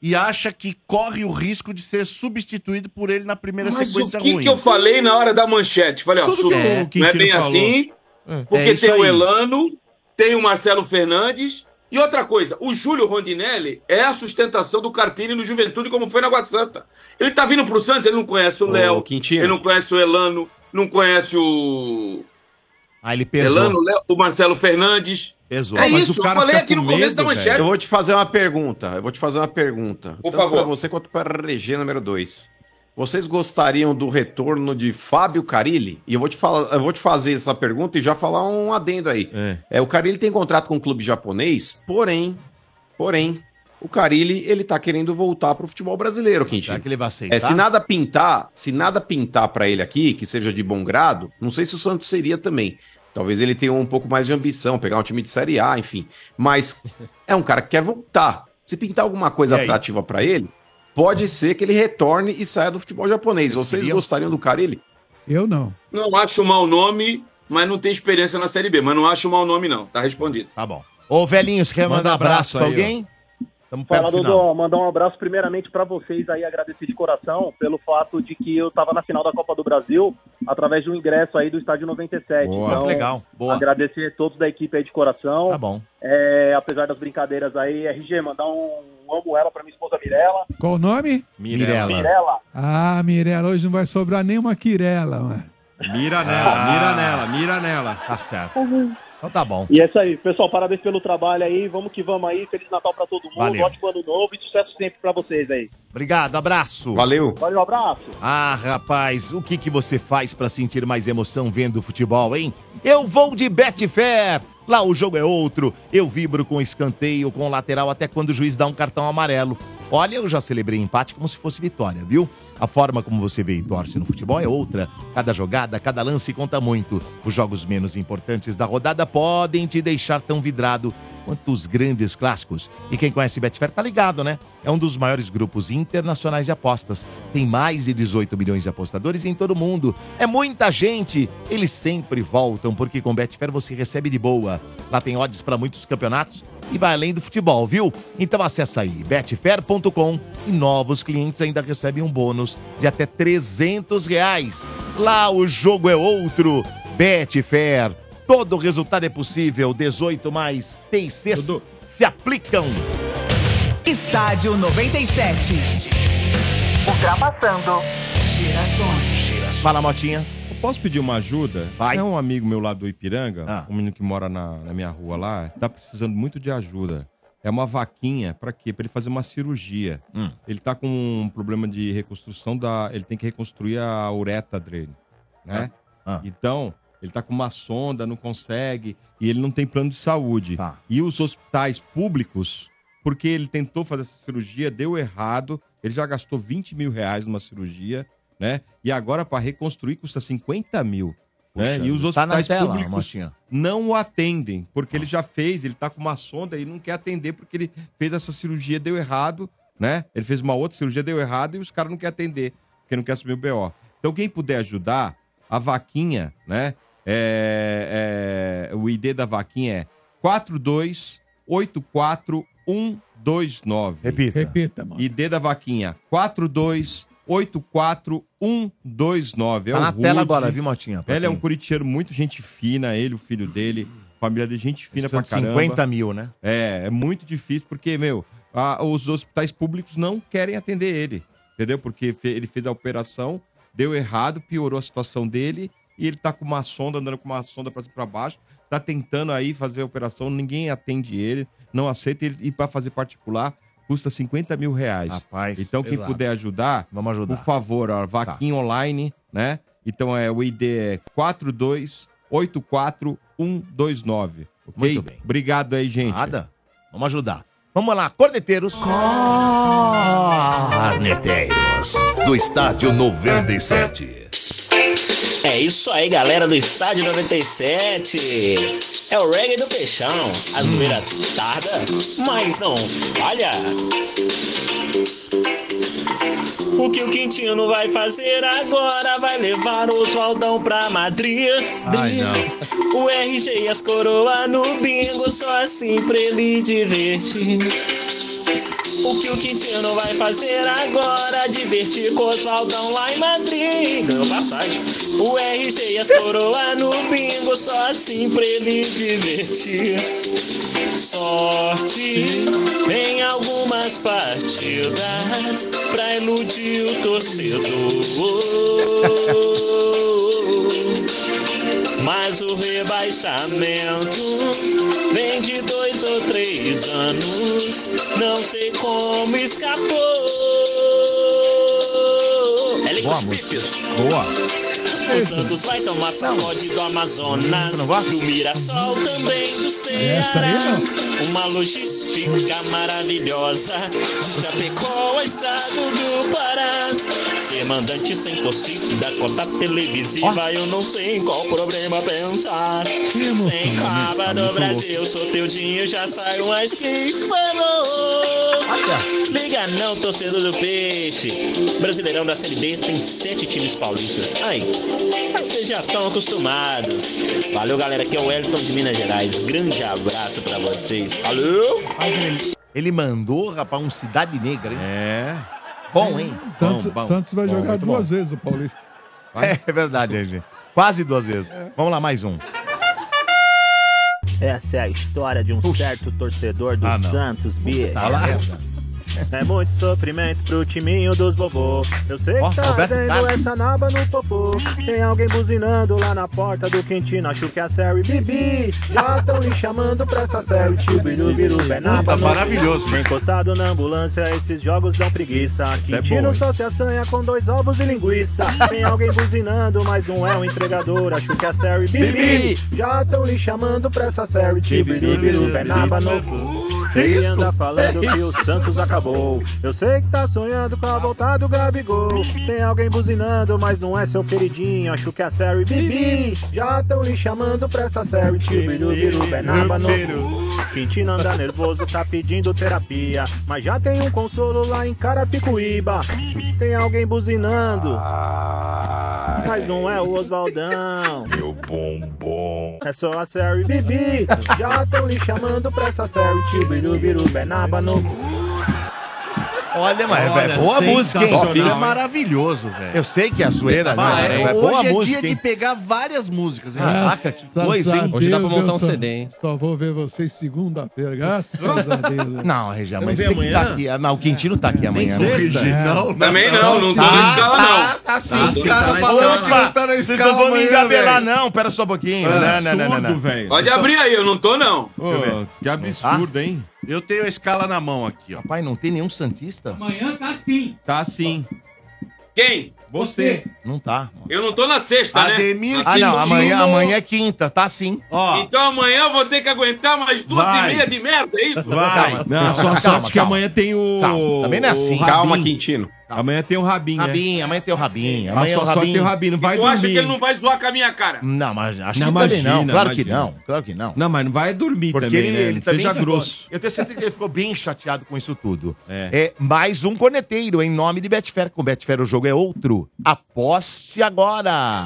Speaker 4: e acha que corre o risco de ser substituído por ele na primeira
Speaker 8: Mas o
Speaker 4: sequência
Speaker 8: que,
Speaker 4: ruim.
Speaker 8: que eu falei na hora da manchete? Falei, ó,
Speaker 4: Tudo
Speaker 8: su-
Speaker 4: que o
Speaker 8: não é
Speaker 4: Quintino
Speaker 8: bem
Speaker 4: falou.
Speaker 8: assim,
Speaker 4: É.
Speaker 8: porque
Speaker 4: É isso
Speaker 8: tem o
Speaker 4: aí.
Speaker 8: Elano, tem o Marcelo Fernandes. E outra coisa, o Júlio Rondinelli é a sustentação do Carpini no Juventude, como foi na Guarda Santa. Ele tá vindo pro Santos, ele não conhece o Léo,
Speaker 6: Quintino.
Speaker 8: ele não conhece o Elano, não conhece o
Speaker 2: Ah, ele
Speaker 6: pesou.
Speaker 8: Elano, Léo, o Marcelo Fernandes.
Speaker 4: Pesou.
Speaker 8: É isso, eu falei aqui no começo da manchete.
Speaker 6: Eu vou te fazer uma pergunta. Eu vou te fazer uma pergunta.
Speaker 8: Por favor.
Speaker 6: Para você quanto para a Regina número 2. Vocês gostariam do retorno de Fábio Carilli? E eu vou te falar, eu vou te fazer essa pergunta e já falar um adendo aí. É. o Carilli tem contrato com um clube japonês, porém, porém, o Carilli ele tá querendo voltar pro futebol brasileiro, Quintino.
Speaker 2: Tá,
Speaker 9: Será que ele vai aceitar?
Speaker 6: É, se nada pintar, se nada pintar pra ele aqui, que seja de bom grado, não sei se o Santos seria também. Talvez ele tenha um pouco mais de ambição, pegar um time de Série A, enfim. Mas é um cara que quer voltar. Se pintar alguma coisa
Speaker 9: E aí?
Speaker 6: atrativa pra ele, pode ser que ele retorne e saia do futebol japonês. Vocês gostariam do cara ele?
Speaker 5: Eu não.
Speaker 8: Não acho mau nome, mas não tem experiência na Série B. Mas não acho mau nome, não. Tá respondido.
Speaker 2: Tá bom. Ô, velhinho, você quer
Speaker 8: Manda
Speaker 2: mandar abraço
Speaker 8: abraço
Speaker 2: pra
Speaker 8: aí,
Speaker 2: alguém? Tamo perto
Speaker 11: Fala,
Speaker 2: do
Speaker 11: Dodô.
Speaker 2: final.
Speaker 11: Mandar um abraço primeiramente para vocês aí, agradecer de coração pelo fato de que eu estava na final da Copa do Brasil através de um ingresso aí do Estádio 97.
Speaker 2: Boa. Legal, boa.
Speaker 11: Então, Agradecer a todos da equipe aí de coração.
Speaker 2: Tá bom.
Speaker 11: É, apesar das brincadeiras aí, RG, mandar um, um amo ela para minha esposa Mirella.
Speaker 5: Qual o nome?
Speaker 2: Mirella.
Speaker 11: Mirella.
Speaker 5: Ah, Mirella, hoje não vai sobrar nenhuma Quirela, mano.
Speaker 3: Mira nela, mira nela, mira nela. Ah. Tá certo.
Speaker 2: Então tá bom.
Speaker 11: E é isso aí, pessoal, parabéns pelo trabalho aí, vamos que vamos aí, Feliz Natal para todo mundo,
Speaker 2: Valeu.
Speaker 11: ótimo ano novo e sucesso sempre para vocês aí.
Speaker 2: Obrigado, abraço.
Speaker 6: Valeu.
Speaker 11: Valeu, um abraço.
Speaker 2: Ah, rapaz, o que, que você faz pra sentir mais emoção vendo futebol, hein? Eu vou de Betfair. Lá o jogo é outro. Eu vibro com escanteio, com lateral, até quando o juiz dá um cartão amarelo. Olha, eu já celebrei empate como se fosse vitória, viu? A forma como você vê e torce no futebol é outra. Cada jogada, cada lance conta muito. Os jogos menos importantes da rodada podem te deixar tão vidrado quantos grandes clássicos. E quem conhece Betfair tá ligado, né? É um dos maiores grupos internacionais de apostas. Tem mais de 18 milhões de apostadores em todo o mundo. É muita gente. Eles sempre voltam, porque com Betfair você recebe de boa. Lá tem odds para muitos campeonatos e vai além do futebol, viu? Então acessa aí betfair.com e novos clientes ainda recebem um bônus de até 300 reais. Lá o jogo é outro. Betfair. Todo resultado é possível. 18 mais TICs se aplicam.
Speaker 23: Estádio 97. Ultrapassando gerações.
Speaker 2: Fala, Motinha.
Speaker 3: Eu posso pedir uma ajuda? Vai. É um amigo meu lá do Ipiranga, um menino que mora na, na minha rua lá, tá precisando muito de ajuda. É uma vaquinha, pra quê? Pra ele fazer uma cirurgia.
Speaker 2: Hum.
Speaker 3: Ele tá com um problema de reconstrução da... Ele tem que reconstruir a ureta dele, né?
Speaker 2: Ah.
Speaker 3: Então, ele tá com uma sonda, não consegue, e ele não tem plano de saúde.
Speaker 2: Tá.
Speaker 3: E os hospitais públicos, porque ele tentou fazer essa cirurgia, deu errado, ele já gastou 20 mil reais numa cirurgia, né? E agora, para reconstruir, custa 50 mil. né?
Speaker 2: Puxa,
Speaker 3: E os
Speaker 2: tá na
Speaker 3: hospitais
Speaker 2: tela,
Speaker 3: públicos
Speaker 2: Motinha.
Speaker 3: não o atendem, porque ele já fez, ele tá com uma sonda e não quer atender porque ele fez essa cirurgia, deu errado, né? Ele fez uma outra cirurgia, deu errado e os caras não querem atender, porque não quer assumir o BO. Então, quem puder ajudar, a vaquinha, né? É, é, o ID da vaquinha é 4284129.
Speaker 2: Repita.
Speaker 5: Repita, mano.
Speaker 3: ID da vaquinha 4284129.
Speaker 2: Tá
Speaker 3: É o
Speaker 2: na tela
Speaker 3: Rude.
Speaker 2: agora, viu, Motinha? Pra
Speaker 3: Ele é
Speaker 2: quem-
Speaker 3: um corintiano muito gente fina, ele, o filho dele, família dele, gente fina pra
Speaker 2: Precisando de
Speaker 3: caramba.
Speaker 2: 50 mil, né?
Speaker 3: É, é muito difícil, porque, meu, a- os hospitais públicos não querem atender ele, entendeu? Porque fe- ele fez a operação, deu errado, piorou a situação dele, e ele tá com uma sonda, andando com uma sonda pra cima e pra baixo, tá tentando aí fazer a operação, ninguém atende ele, não aceita, ele, e pra fazer particular, custa 50 mil reais.
Speaker 2: Rapaz,
Speaker 3: Então, quem
Speaker 2: pesado.
Speaker 3: puder ajudar,
Speaker 2: Vamos ajudar. Tá.
Speaker 3: por favor, ó, vaquinha online, né? Então é o ID é 4284129. ok? Muito bem. Obrigado aí, gente. Nada.
Speaker 2: Vamos ajudar. Vamos lá, corneteiros.
Speaker 24: Corneteiros do Estádio 97.
Speaker 1: É isso aí, galera do Estádio 97. É o reggae do peixão. A zoeira tarda, mas não falha. O que o Quintino vai fazer agora? Vai levar o Oswaldão pra Madrid. O RG e as coroa no bingo, só assim pra ele divertir. O que o Quintino vai fazer agora? Divertir com o Oswaldão lá em Madrid. Ganhou passagem. O RG e as coroa no bingo, só assim pra ele divertir. Sorte em algumas partidas pra iludir o torcedor. Mas o rebaixamento vem de dois ou três anos, não sei como escapou. É
Speaker 2: Boa
Speaker 1: Licos
Speaker 2: música.
Speaker 1: Pífios.
Speaker 2: Boa.
Speaker 1: O Santos vai tomar sacode do Amazonas, do Mirassol também do
Speaker 2: Essa aí
Speaker 1: Ceará. Uma logística maravilhosa de Chapecó ao estado do Pará. Ser mandante sem torcida, cota televisiva, eu não sei em qual problema pensar. Sem
Speaker 2: né?
Speaker 1: Copa do Brasil, sou teu dinho, já saiu mais quem falou. Liga não, torcedor do peixe. Brasileirão da Série B tem sete times paulistas. Ai, mas vocês já estão acostumados. Valeu, galera. Aqui é o Wellington de Minas Gerais. Grande abraço pra vocês. Valeu!
Speaker 2: Ele mandou, rapaz, um Cidade Negra, hein? É. Bom, hein?
Speaker 5: Santos,
Speaker 2: Bom, bom.
Speaker 5: Santos vai
Speaker 2: Bom,
Speaker 5: jogar
Speaker 2: muito
Speaker 5: duas
Speaker 2: bom.
Speaker 5: vezes o Paulista.
Speaker 2: É verdade, gente. Quase duas vezes. Vamos lá, mais um.
Speaker 10: Essa é a história de um certo torcedor do
Speaker 2: Ah, não.
Speaker 10: Santos, bicho.
Speaker 4: Tá
Speaker 2: Puta merda.
Speaker 10: É muito sofrimento pro timinho dos bobô. Eu sei
Speaker 2: Ó,
Speaker 10: que tá
Speaker 2: Roberto
Speaker 10: ardendo
Speaker 2: Carlos.
Speaker 10: essa naba no popô. Tem alguém buzinando lá na porta do Quintino. Acho que é a série Bibi. Já tão lhe chamando pra essa série. tipo, Tio Biru Biru Benaba.
Speaker 4: Puta, maravilhoso, gente.
Speaker 10: Encostado na ambulância, esses jogos dão preguiça. Quintino
Speaker 4: boa, hein?
Speaker 10: só se assanha com dois ovos e linguiça. Tem alguém buzinando, mas não é um entregador. Acho que é a série Bibi. Já tão lhe chamando pra essa série. tipo, Tio Biru Biru Benaba no. Ele anda falando que o Santos acabou. Eu sei que tá sonhando com a volta do Gabigol. Tem alguém buzinando, mas não é seu queridinho. Acho que é a série Bibi. Já tão lhe chamando pra essa série. Tibiru, biru, benaba, no. Quintino anda nervoso, tá pedindo terapia. Mas já tem um consolo lá em Carapicuíba. Tem alguém buzinando. Mas não é o Oswaldão.
Speaker 25: Meu bombom.
Speaker 10: É só a série Bibi. Já tão lhe chamando pra essa série. Tibiru, biru, benaba, no.
Speaker 2: Olha, mas é boa música, hein?
Speaker 4: É maravilhoso, velho.
Speaker 2: Eu sei que é a zoeira,
Speaker 4: Ah,
Speaker 2: né?
Speaker 4: é,
Speaker 2: Mas é
Speaker 4: hoje
Speaker 2: boa
Speaker 4: é
Speaker 2: música,
Speaker 4: dia
Speaker 2: hein?
Speaker 4: de pegar várias músicas, hein?
Speaker 2: Caraca, que coisa, hein? Hoje dá pra montar um CD,
Speaker 5: hein? Só vou ver vocês segunda-feira, graças a Deus.
Speaker 2: Não, Regia, mas tem que estar aqui. Não, o Quintino tá aqui amanhã. né?
Speaker 5: sexta? Não, não, Também
Speaker 8: não, não tá na escala, não.
Speaker 2: Tá, tá sim.
Speaker 8: Tá
Speaker 2: sim,
Speaker 8: sim,
Speaker 2: tá
Speaker 8: tá
Speaker 2: na
Speaker 8: na
Speaker 2: escala.
Speaker 8: escala.
Speaker 2: Opa,
Speaker 8: Tá na
Speaker 2: vocês
Speaker 8: escala
Speaker 2: não vão me
Speaker 8: amanhã,
Speaker 2: engabelar,
Speaker 8: velho.
Speaker 2: não. Pera só um pouquinho.
Speaker 4: Ah,
Speaker 2: não, não, não, não,
Speaker 4: absurdo,
Speaker 2: não.
Speaker 4: velho.
Speaker 8: Pode
Speaker 3: Então-
Speaker 8: abrir aí, eu não tô, não.
Speaker 2: que absurdo, hein?
Speaker 4: Eu tenho a escala na mão aqui, ó.
Speaker 2: Rapaz, não tem nenhum Santista?
Speaker 26: Amanhã tá sim.
Speaker 2: Tá sim.
Speaker 8: Quem?
Speaker 2: Você. Não tá.
Speaker 8: Eu não tô na sexta,
Speaker 2: Ademir
Speaker 8: né?
Speaker 2: Ah, não. Amanhã, amanhã é quinta. Tá sim. Ó.
Speaker 8: Então amanhã eu vou ter que aguentar mais duas
Speaker 2: Vai.
Speaker 8: e meia de merda, é isso?
Speaker 2: Vai.
Speaker 3: Não, só sorte que amanhã tem o.
Speaker 2: Calma, também não é assim.
Speaker 3: o Rabin.
Speaker 2: Calma, Quintino.
Speaker 3: Amanhã tem o Rabin. né?
Speaker 2: Rabinho, amanhã tem o Rabinho.
Speaker 3: Ah,
Speaker 2: Amanhã é
Speaker 3: só-
Speaker 2: o
Speaker 3: só
Speaker 2: Rabinho.
Speaker 3: tem o Rabinho, vai
Speaker 8: tu
Speaker 3: dormir.
Speaker 8: acha que ele não vai zoar com a minha cara?
Speaker 2: Não, mas acho
Speaker 3: Não,
Speaker 2: que
Speaker 3: imagina,
Speaker 2: também não. Claro que
Speaker 3: imagina.
Speaker 2: não. Claro que não.
Speaker 3: Não, mas não vai dormir
Speaker 2: Porque
Speaker 3: também,
Speaker 2: ele,
Speaker 3: né?
Speaker 2: ele
Speaker 3: Não
Speaker 2: também
Speaker 3: seja
Speaker 2: ficou-
Speaker 3: grosso.
Speaker 2: Eu tenho certeza que ele ficou bem chateado com isso tudo. É. mais um corneteiro em nome de Betfair. Com Betfair o jogo é outro. Aposte agora.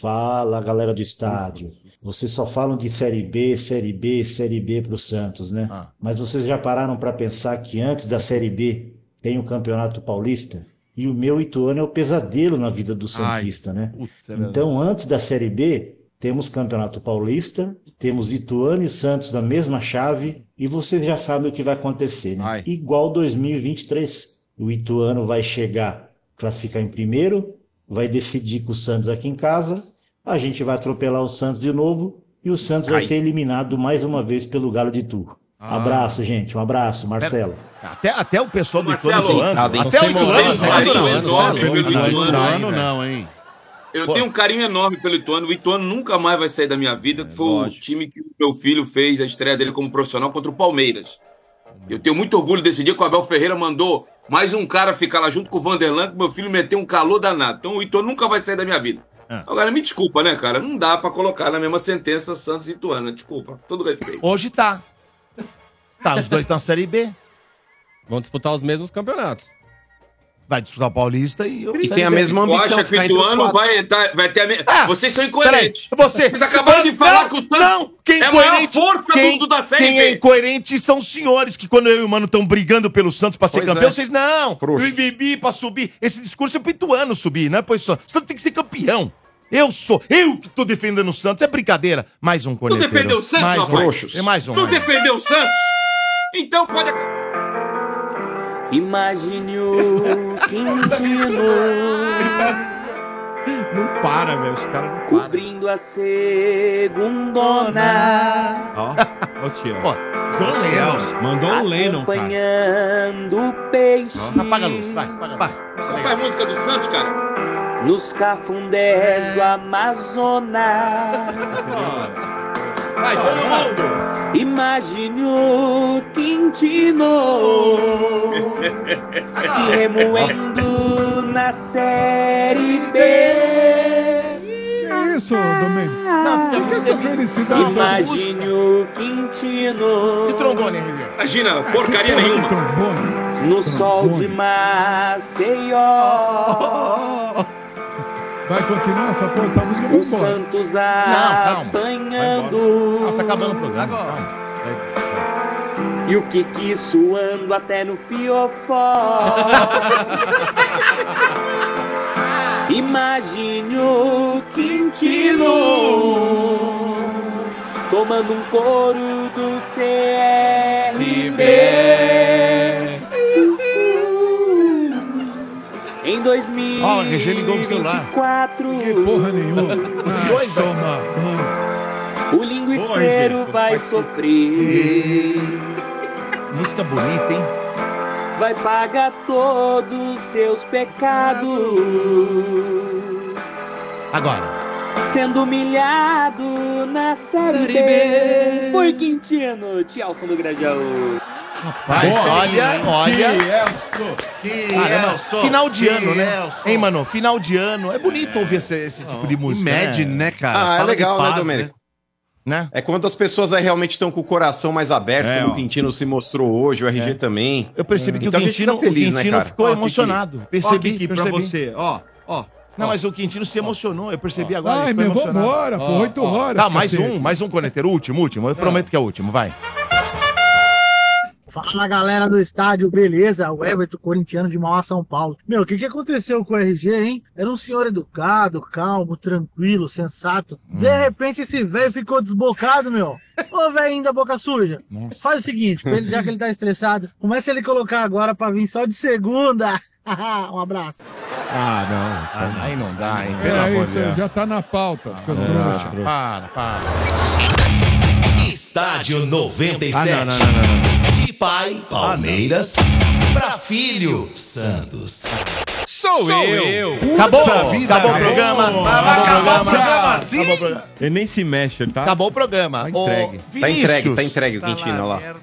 Speaker 24: Fala, galera do estádio. Vocês só falam de Série B, Série B, Série B pro Santos, né?
Speaker 2: Ah.
Speaker 24: Mas vocês já pararam para pensar que antes da Série B tem o Campeonato Paulista? E o meu Ituano é o pesadelo na vida do Santista, né?
Speaker 2: é
Speaker 27: verdade.
Speaker 24: Então, antes da Série B, temos Campeonato Paulista, temos Ituano e Santos na mesma chave, e vocês já sabem o que vai acontecer, né? Igual 2023. O Ituano vai chegar, classificar em primeiro, vai decidir com o Santos aqui em casa, a gente vai atropelar o Santos de novo, e o Santos vai
Speaker 2: Ai.
Speaker 24: ser eliminado mais uma vez pelo Galo de Tur.
Speaker 2: Ah.
Speaker 24: Abraço, gente. Um abraço, Marcelo.
Speaker 2: Até, até o pessoal do Ituano
Speaker 24: Marcelo,
Speaker 2: zoando.
Speaker 24: tá,
Speaker 2: Até o um
Speaker 24: sem
Speaker 2: Ituano
Speaker 24: moral,
Speaker 2: zoando,
Speaker 24: tá,
Speaker 2: não.
Speaker 24: hein?
Speaker 8: é Enorme
Speaker 24: Não,
Speaker 8: pelo
Speaker 24: não,
Speaker 8: Ituano.
Speaker 24: não, não,
Speaker 8: não,
Speaker 2: hein?
Speaker 8: Eu tenho um carinho enorme pelo Ituano. O Ituano nunca mais vai sair da minha vida, que foi o time que o meu filho fez a estreia dele como profissional contra o Palmeiras. Eu tenho muito orgulho desse dia que o Abel Ferreira mandou mais um cara ficar lá junto com o Vanderlan, que meu filho meteu um calor danado. Então o Ituano nunca vai sair da minha vida. Agora, me desculpa, né, cara? Não dá pra colocar na mesma sentença Santos e Ituano. né? Desculpa, todo respeito.
Speaker 2: Hoje tá. Tá, os dois estão na Série B.
Speaker 7: Vão disputar os mesmos campeonatos.
Speaker 2: Vai disputar o Paulista e...
Speaker 8: E tem a mesma ambição, Tu acha que tá o Ituano vai entrar- vai ter a me- Vocês são incoerentes.
Speaker 2: É, Ah, peraí, você-
Speaker 8: Vocês acabaram de falar
Speaker 2: Não,
Speaker 8: que o Santos
Speaker 2: não, quem
Speaker 8: é a maior
Speaker 2: coerente-
Speaker 8: força do
Speaker 2: quem-
Speaker 8: mundo da Série
Speaker 2: Quem
Speaker 8: B.
Speaker 2: é incoerente são os senhores que quando eu e o Mano estão brigando pelo Santos pra ser
Speaker 8: Pois
Speaker 2: campeão,
Speaker 8: é.
Speaker 2: vocês não. Eu e Bibi pra subir. Esse discurso é pro Ituano subir, né? Pois o Santos O Santos tem que ser campeão. Eu sou, eu que tô defendendo o Santos. É brincadeira. Mais um
Speaker 8: Tu
Speaker 2: corneteiro.
Speaker 8: defendeu o Santos,
Speaker 2: mais um.
Speaker 8: rapaz?
Speaker 2: É mais um.
Speaker 8: Tu
Speaker 2: mais um.
Speaker 8: defendeu o Santos? Então pode acabar.
Speaker 1: Imagine o Quintino.
Speaker 2: Não para, velho. Os caras não param.
Speaker 1: Cobrindo a um segundona.
Speaker 3: Ó, ó o tio.
Speaker 2: Ó, João um Leão.
Speaker 3: Mandou um Lennon, cara.
Speaker 1: Acompanhando o peixe.
Speaker 2: Apaga a luz, vai. Apaga a luz.
Speaker 8: Só faz música do Santos, cara.
Speaker 1: Nos cafundés
Speaker 2: É.
Speaker 1: do Amazonas.
Speaker 2: Vai, todo mundo.
Speaker 1: Imagine o Quintino. se remoendo na série B.
Speaker 5: Que isso, Domingo? Não, que essa felicidade?
Speaker 1: Imagine o Quintino. Que trombone,
Speaker 8: Imagina, porcaria
Speaker 5: tá
Speaker 8: nenhuma.
Speaker 1: No sol de Maceió.
Speaker 5: Vai continuar essa porra, essa música vai
Speaker 1: O
Speaker 5: embora.
Speaker 1: Santos
Speaker 5: calma. Ah,
Speaker 1: apanhando. tá acabando o programa. E o Kiki suando até no fiofó. Imagine o Quintino tomando um couro do CRB. Em 2024.
Speaker 2: Ó, a RG ligou o celular.
Speaker 1: Que porra nenhuma. O linguiceiro
Speaker 2: Boa, RG.
Speaker 1: vai sofrer.
Speaker 2: Música bonita, hein?
Speaker 1: Vai pagar todos seus pecados.
Speaker 2: Agora.
Speaker 1: Sendo humilhado na série B. Foi Quintino, Tielson do Gradião.
Speaker 2: Vai, olha, olha.
Speaker 1: é? Que
Speaker 5: é
Speaker 2: Caramba, é. final de ano, né?
Speaker 1: Nelson.
Speaker 2: Hein, mano? Final de ano. É bonito ouvir esse, esse tipo de música.
Speaker 6: mede, né, cara? Ah, é legal, né, Domênico?
Speaker 4: Né?
Speaker 6: É quando as pessoas aí realmente estão com o coração mais aberto, como o Quintino se mostrou hoje, o RG também.
Speaker 2: É,
Speaker 6: É. Então
Speaker 2: Eu percebi que o Quintino, o
Speaker 6: né,
Speaker 2: Quintino ficou emocionado. Percebi,
Speaker 6: que
Speaker 2: percebi.
Speaker 6: ó, ó.
Speaker 2: Não, mas o Quintino se emocionou, eu percebi
Speaker 6: Ó.
Speaker 2: agora.
Speaker 6: Ai,
Speaker 2: ele ficou
Speaker 6: meu,
Speaker 2: emocionado.
Speaker 6: vambora, pô,
Speaker 2: Ó,
Speaker 6: oito
Speaker 2: ó.
Speaker 6: horas,
Speaker 2: Tá, mais
Speaker 6: cacete.
Speaker 2: um, mais um corneteiro, último, último. Eu prometo que é o último, vai.
Speaker 12: Fala galera do estádio, beleza? O Everton, corintiano de Mauá, São Paulo. Meu, o que, que aconteceu com o RG, hein? Era um senhor educado, calmo, tranquilo, sensato.
Speaker 5: Hum.
Speaker 12: De repente esse velho ficou desbocado, meu. Ô, velho, ainda boca suja. Faz o seguinte, pra ele- já que ele tá estressado, começa ele colocar agora pra vir só de segunda. um abraço.
Speaker 2: Ah, não. aí não dá, hein? Pelo
Speaker 5: É
Speaker 2: amor de
Speaker 5: isso,
Speaker 2: Deus.
Speaker 5: já tá na pauta,
Speaker 2: Ah,
Speaker 5: seu trouxa. Ah,
Speaker 2: Para, para. Estádio 97.
Speaker 5: Ah, não, não, não,
Speaker 2: De pai, Palmeiras. pra filho, Santos.
Speaker 15: Sou,
Speaker 2: eu. Acabou, acabou o programa. Acabou o programa. Tá Acabou o programa.
Speaker 3: Ele nem se mexe, ele tá.
Speaker 2: Acabou o programa.
Speaker 3: Tá entregue.
Speaker 2: Ô,
Speaker 3: Tá
Speaker 2: Vinícius.
Speaker 3: entregue, tá entregue o
Speaker 2: Tá
Speaker 3: Quintino,
Speaker 2: lá,
Speaker 3: ó lá.
Speaker 2: merda.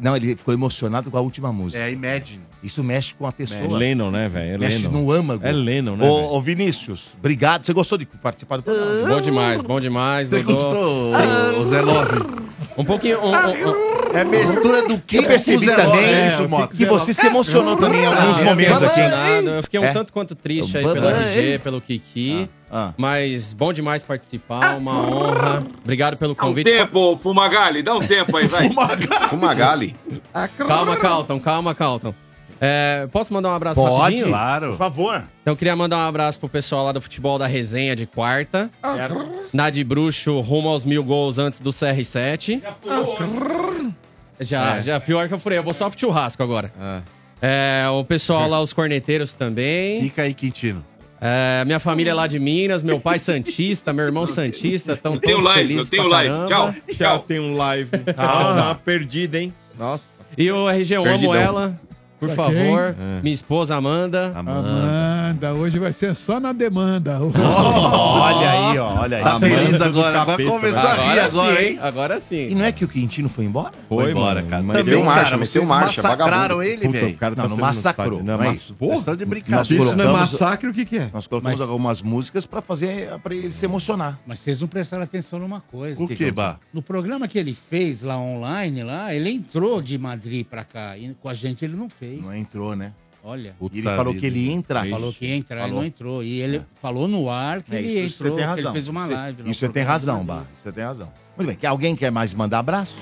Speaker 2: Não, ele ficou emocionado com a última música.
Speaker 4: É, Imagine.
Speaker 2: Isso mexe com a pessoa.
Speaker 3: É Lennon, né, velho? É
Speaker 2: mexe
Speaker 3: Lennon.
Speaker 2: no âmago.
Speaker 3: É Lennon, né, velho?
Speaker 2: Ô, ô, Vinícius, obrigado. Você gostou de participar do programa?
Speaker 7: Bom demais, bom demais,
Speaker 2: Você
Speaker 7: Dodô.
Speaker 2: gostou,
Speaker 7: Ah.
Speaker 2: ô, Zé Love?
Speaker 7: Um pouquinho... um- um- um-
Speaker 2: É mistura do
Speaker 7: que
Speaker 2: Eu percebi
Speaker 7: com o Zé
Speaker 2: também
Speaker 7: Lopes. É,
Speaker 2: isso,
Speaker 7: o
Speaker 2: Mota. É. Que
Speaker 7: que que o Zé
Speaker 2: você
Speaker 7: Lopes-
Speaker 2: se emocionou também em alguns
Speaker 7: Ah, eu
Speaker 2: momentos aqui.
Speaker 7: fiquei emocionado, Eu fiquei um
Speaker 2: É. Ah,
Speaker 7: tanto quanto triste aí
Speaker 2: Eu-
Speaker 7: pelo
Speaker 2: Ah,
Speaker 7: RG,
Speaker 2: hein?
Speaker 7: pelo Kiki. Mas bom demais participar,
Speaker 2: Ah.
Speaker 7: uma honra. Obrigado pelo
Speaker 8: Dá um
Speaker 7: convite.
Speaker 8: tempo, Fumagalli, dá um tempo aí, vai.
Speaker 6: Fumagalli.
Speaker 7: Calma, Calton, calma, Calton. É, posso mandar um abraço
Speaker 2: Pode,
Speaker 7: rapidinho?
Speaker 2: Por favor.
Speaker 7: Então, eu queria mandar um abraço pro pessoal lá do futebol da resenha de quarta. Nadi Bruxo rumo aos mil gols antes do CR7. Já,
Speaker 3: É.
Speaker 7: já, pior que eu furei. Eu vou só pro churrasco agora. É, o pessoal lá, os corneteiros também.
Speaker 4: Fica aí, Quintino.
Speaker 7: É, minha família é lá de Minas, meu pai Santista, meu irmão Santista. Estão
Speaker 8: Tem o
Speaker 7: todos
Speaker 8: live,
Speaker 7: felizes
Speaker 8: eu tenho
Speaker 7: pra
Speaker 8: live.
Speaker 7: caramba.
Speaker 8: Tchau.
Speaker 3: Tchau, tem um live. Ah, Tá, perdida, hein? Nossa.
Speaker 7: E o RG, eu
Speaker 3: Perdidão. É.
Speaker 7: amo ela. Por
Speaker 5: Pra
Speaker 7: favor,
Speaker 5: quem?
Speaker 7: minha esposa Amanda.
Speaker 5: Amanda, hoje vai ser só na demanda.
Speaker 2: Olha aí, ó, olha aí.
Speaker 5: Tá feliz
Speaker 2: agora, vai começar a rir agora, hein?
Speaker 7: Agora sim.
Speaker 2: E não é que o Quintino foi embora?
Speaker 3: Foi,
Speaker 2: embora,
Speaker 14: um
Speaker 3: mano.
Speaker 2: cara.
Speaker 3: Mas
Speaker 2: Também,
Speaker 3: deu marcha,
Speaker 2: cara,
Speaker 3: mas
Speaker 2: vocês
Speaker 3: deu marcha,
Speaker 2: massacraram
Speaker 3: vagabundo.
Speaker 2: ele,
Speaker 3: Puta,
Speaker 2: velho.
Speaker 3: o cara tá
Speaker 2: Não, não
Speaker 3: sendo
Speaker 2: massacrou.
Speaker 3: safado, né?
Speaker 2: Não é
Speaker 3: Mas,
Speaker 2: isso.
Speaker 3: pô,
Speaker 2: Vocês estão de
Speaker 3: isso
Speaker 2: brincadeira.
Speaker 3: não é
Speaker 2: colocamos-
Speaker 3: massacre, o que que é?
Speaker 2: Nós colocamos algumas músicas pra fazer, pra ele se emocionar.
Speaker 14: Mas vocês não prestaram atenção numa coisa.
Speaker 2: O que, Bah?
Speaker 14: No programa que ele fez lá online, lá, ele entrou de Madrid pra cá. E com a gente ele não fez.
Speaker 2: Não entrou, né?
Speaker 14: Olha.
Speaker 2: E ele falou que ele ia entrar.
Speaker 14: Falou que ia entrar e
Speaker 2: Falou.
Speaker 14: não entrou. E ele falou no ar que
Speaker 2: É,
Speaker 14: ele
Speaker 2: isso
Speaker 14: entrou.
Speaker 2: você tem
Speaker 14: que
Speaker 2: razão.
Speaker 14: Ele fez uma
Speaker 2: Isso-
Speaker 14: live. lá
Speaker 2: Isso você
Speaker 14: no
Speaker 2: tem
Speaker 14: programa
Speaker 2: razão,
Speaker 14: dele.
Speaker 2: Bar. Você tem razão. Muito bem. que Alguém quer mais mandar abraço?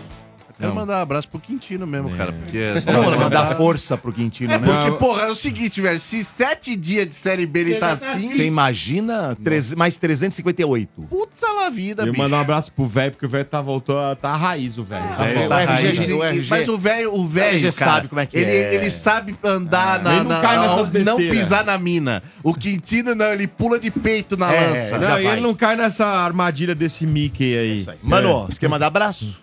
Speaker 4: Quero mandar um abraço pro Quintino mesmo, cara. Porque
Speaker 2: Mas É. Vamos mandar força pro Quintino,
Speaker 4: É
Speaker 2: né?
Speaker 4: porque, porra, é o seguinte, velho. Se sete dias de Série B ele tá assim...
Speaker 2: Você imagina? Treze- mais 358.
Speaker 4: Putz, a la vida,
Speaker 3: E eu
Speaker 4: bicho.
Speaker 3: mando um abraço pro velho, porque o velho tá voltou, a- tá a raiz, o velho. Tá
Speaker 2: velho
Speaker 3: bom.
Speaker 2: tá
Speaker 3: O
Speaker 2: raiz.
Speaker 3: RG, o RG.
Speaker 4: Mas o velho, o velho,
Speaker 2: RG
Speaker 4: cara,
Speaker 2: sabe como é que
Speaker 4: ele,
Speaker 2: é.
Speaker 4: Ele sabe andar
Speaker 2: Ah,
Speaker 4: na,
Speaker 2: ele não
Speaker 4: na-
Speaker 2: cai
Speaker 4: na-
Speaker 2: nessas
Speaker 4: não
Speaker 2: besteiras.
Speaker 4: pisar na mina. O Quintino não, ele pula de peito na
Speaker 3: É,
Speaker 4: lança.
Speaker 3: não, e ele não cai nessa armadilha desse Mickey aí.
Speaker 2: É
Speaker 5: É.
Speaker 2: Mano, você quer mandar
Speaker 3: É,
Speaker 2: abraço?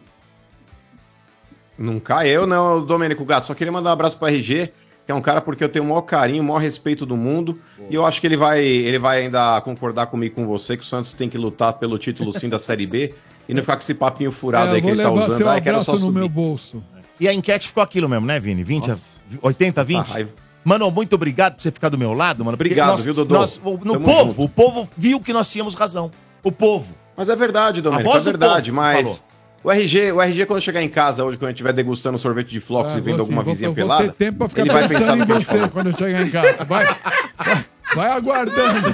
Speaker 6: Não cai eu, não, Domênico Gato. Só queria mandar um abraço para RG, que é um cara porque eu tenho o maior carinho, o maior respeito do mundo. E eu acho que ele vai, ele vai ainda concordar comigo com você que o Santos tem que lutar pelo título sim da Série B e não ficar com esse papinho furado
Speaker 5: É,
Speaker 6: aí que
Speaker 5: eu vou
Speaker 6: ele tá
Speaker 5: levar
Speaker 6: usando.
Speaker 5: seu
Speaker 6: Ai, quero
Speaker 5: abraço
Speaker 6: só
Speaker 5: no
Speaker 6: subir.
Speaker 5: meu bolso.
Speaker 2: E a enquete ficou aquilo mesmo, né, Vini? 20 a-
Speaker 6: Nossa.
Speaker 2: 80 a 20?
Speaker 6: Tá raiva.
Speaker 2: Mano, muito obrigado por você ficar do meu lado, mano. porque
Speaker 6: Obrigado,
Speaker 2: nós-
Speaker 6: viu, Dodô?
Speaker 2: nós- o- no
Speaker 6: Tamo
Speaker 2: povo,
Speaker 6: junto.
Speaker 2: o povo viu que nós tínhamos razão. O povo.
Speaker 6: Mas é verdade, Domênico,
Speaker 2: voz
Speaker 6: é
Speaker 2: do
Speaker 6: verdade,
Speaker 2: povo
Speaker 6: mas o RG, o RG quando chegar em casa hoje, quando ele estiver degustando sorvete de flocos
Speaker 5: Ah,
Speaker 6: e vendo
Speaker 5: vou
Speaker 6: alguma
Speaker 5: sim, vou-
Speaker 6: vizinha
Speaker 5: vou
Speaker 6: pelada,
Speaker 5: ter tempo pra ficar
Speaker 6: ele vai pensar
Speaker 5: pensando
Speaker 6: no
Speaker 5: em
Speaker 6: que eu te
Speaker 5: você
Speaker 6: falou.
Speaker 5: quando eu chegar em casa. Vai, vai, vai aguardando.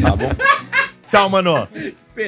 Speaker 6: Tá bom?
Speaker 2: Tchau, mano.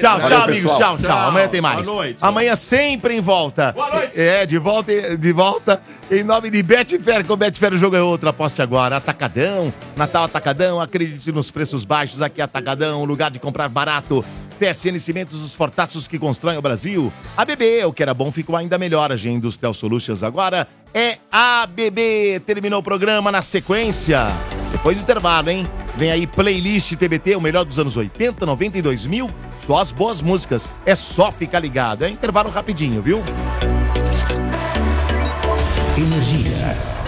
Speaker 2: Tchau,
Speaker 6: Valeu,
Speaker 2: tchau, amigos.
Speaker 6: pessoal.
Speaker 2: Tchau, tchau,
Speaker 6: Tchau.
Speaker 2: Amanhã tem mais.
Speaker 6: Boa noite.
Speaker 2: Amanhã sempre em volta. Boa noite. É, de volta, de volta em nome de Betfair. Com Betfair o jogo é outro. Aposte agora. Atacadão. Natal Atacadão. Acredite nos preços baixos aqui. Atacadão. um Lugar de comprar barato. CSN Cimentos, os fortaços que constroem o Brasil. ABB, o que era bom ficou ainda melhor. A G Industrial Solutions agora é ABB. Terminou o programa na sequência. Depois do intervalo, hein? Vem aí playlist TBT, o melhor dos anos 80, 90 e 2000. Só as boas músicas. É só ficar um ligado. É intervalo rapidinho, viu?
Speaker 23: Energia.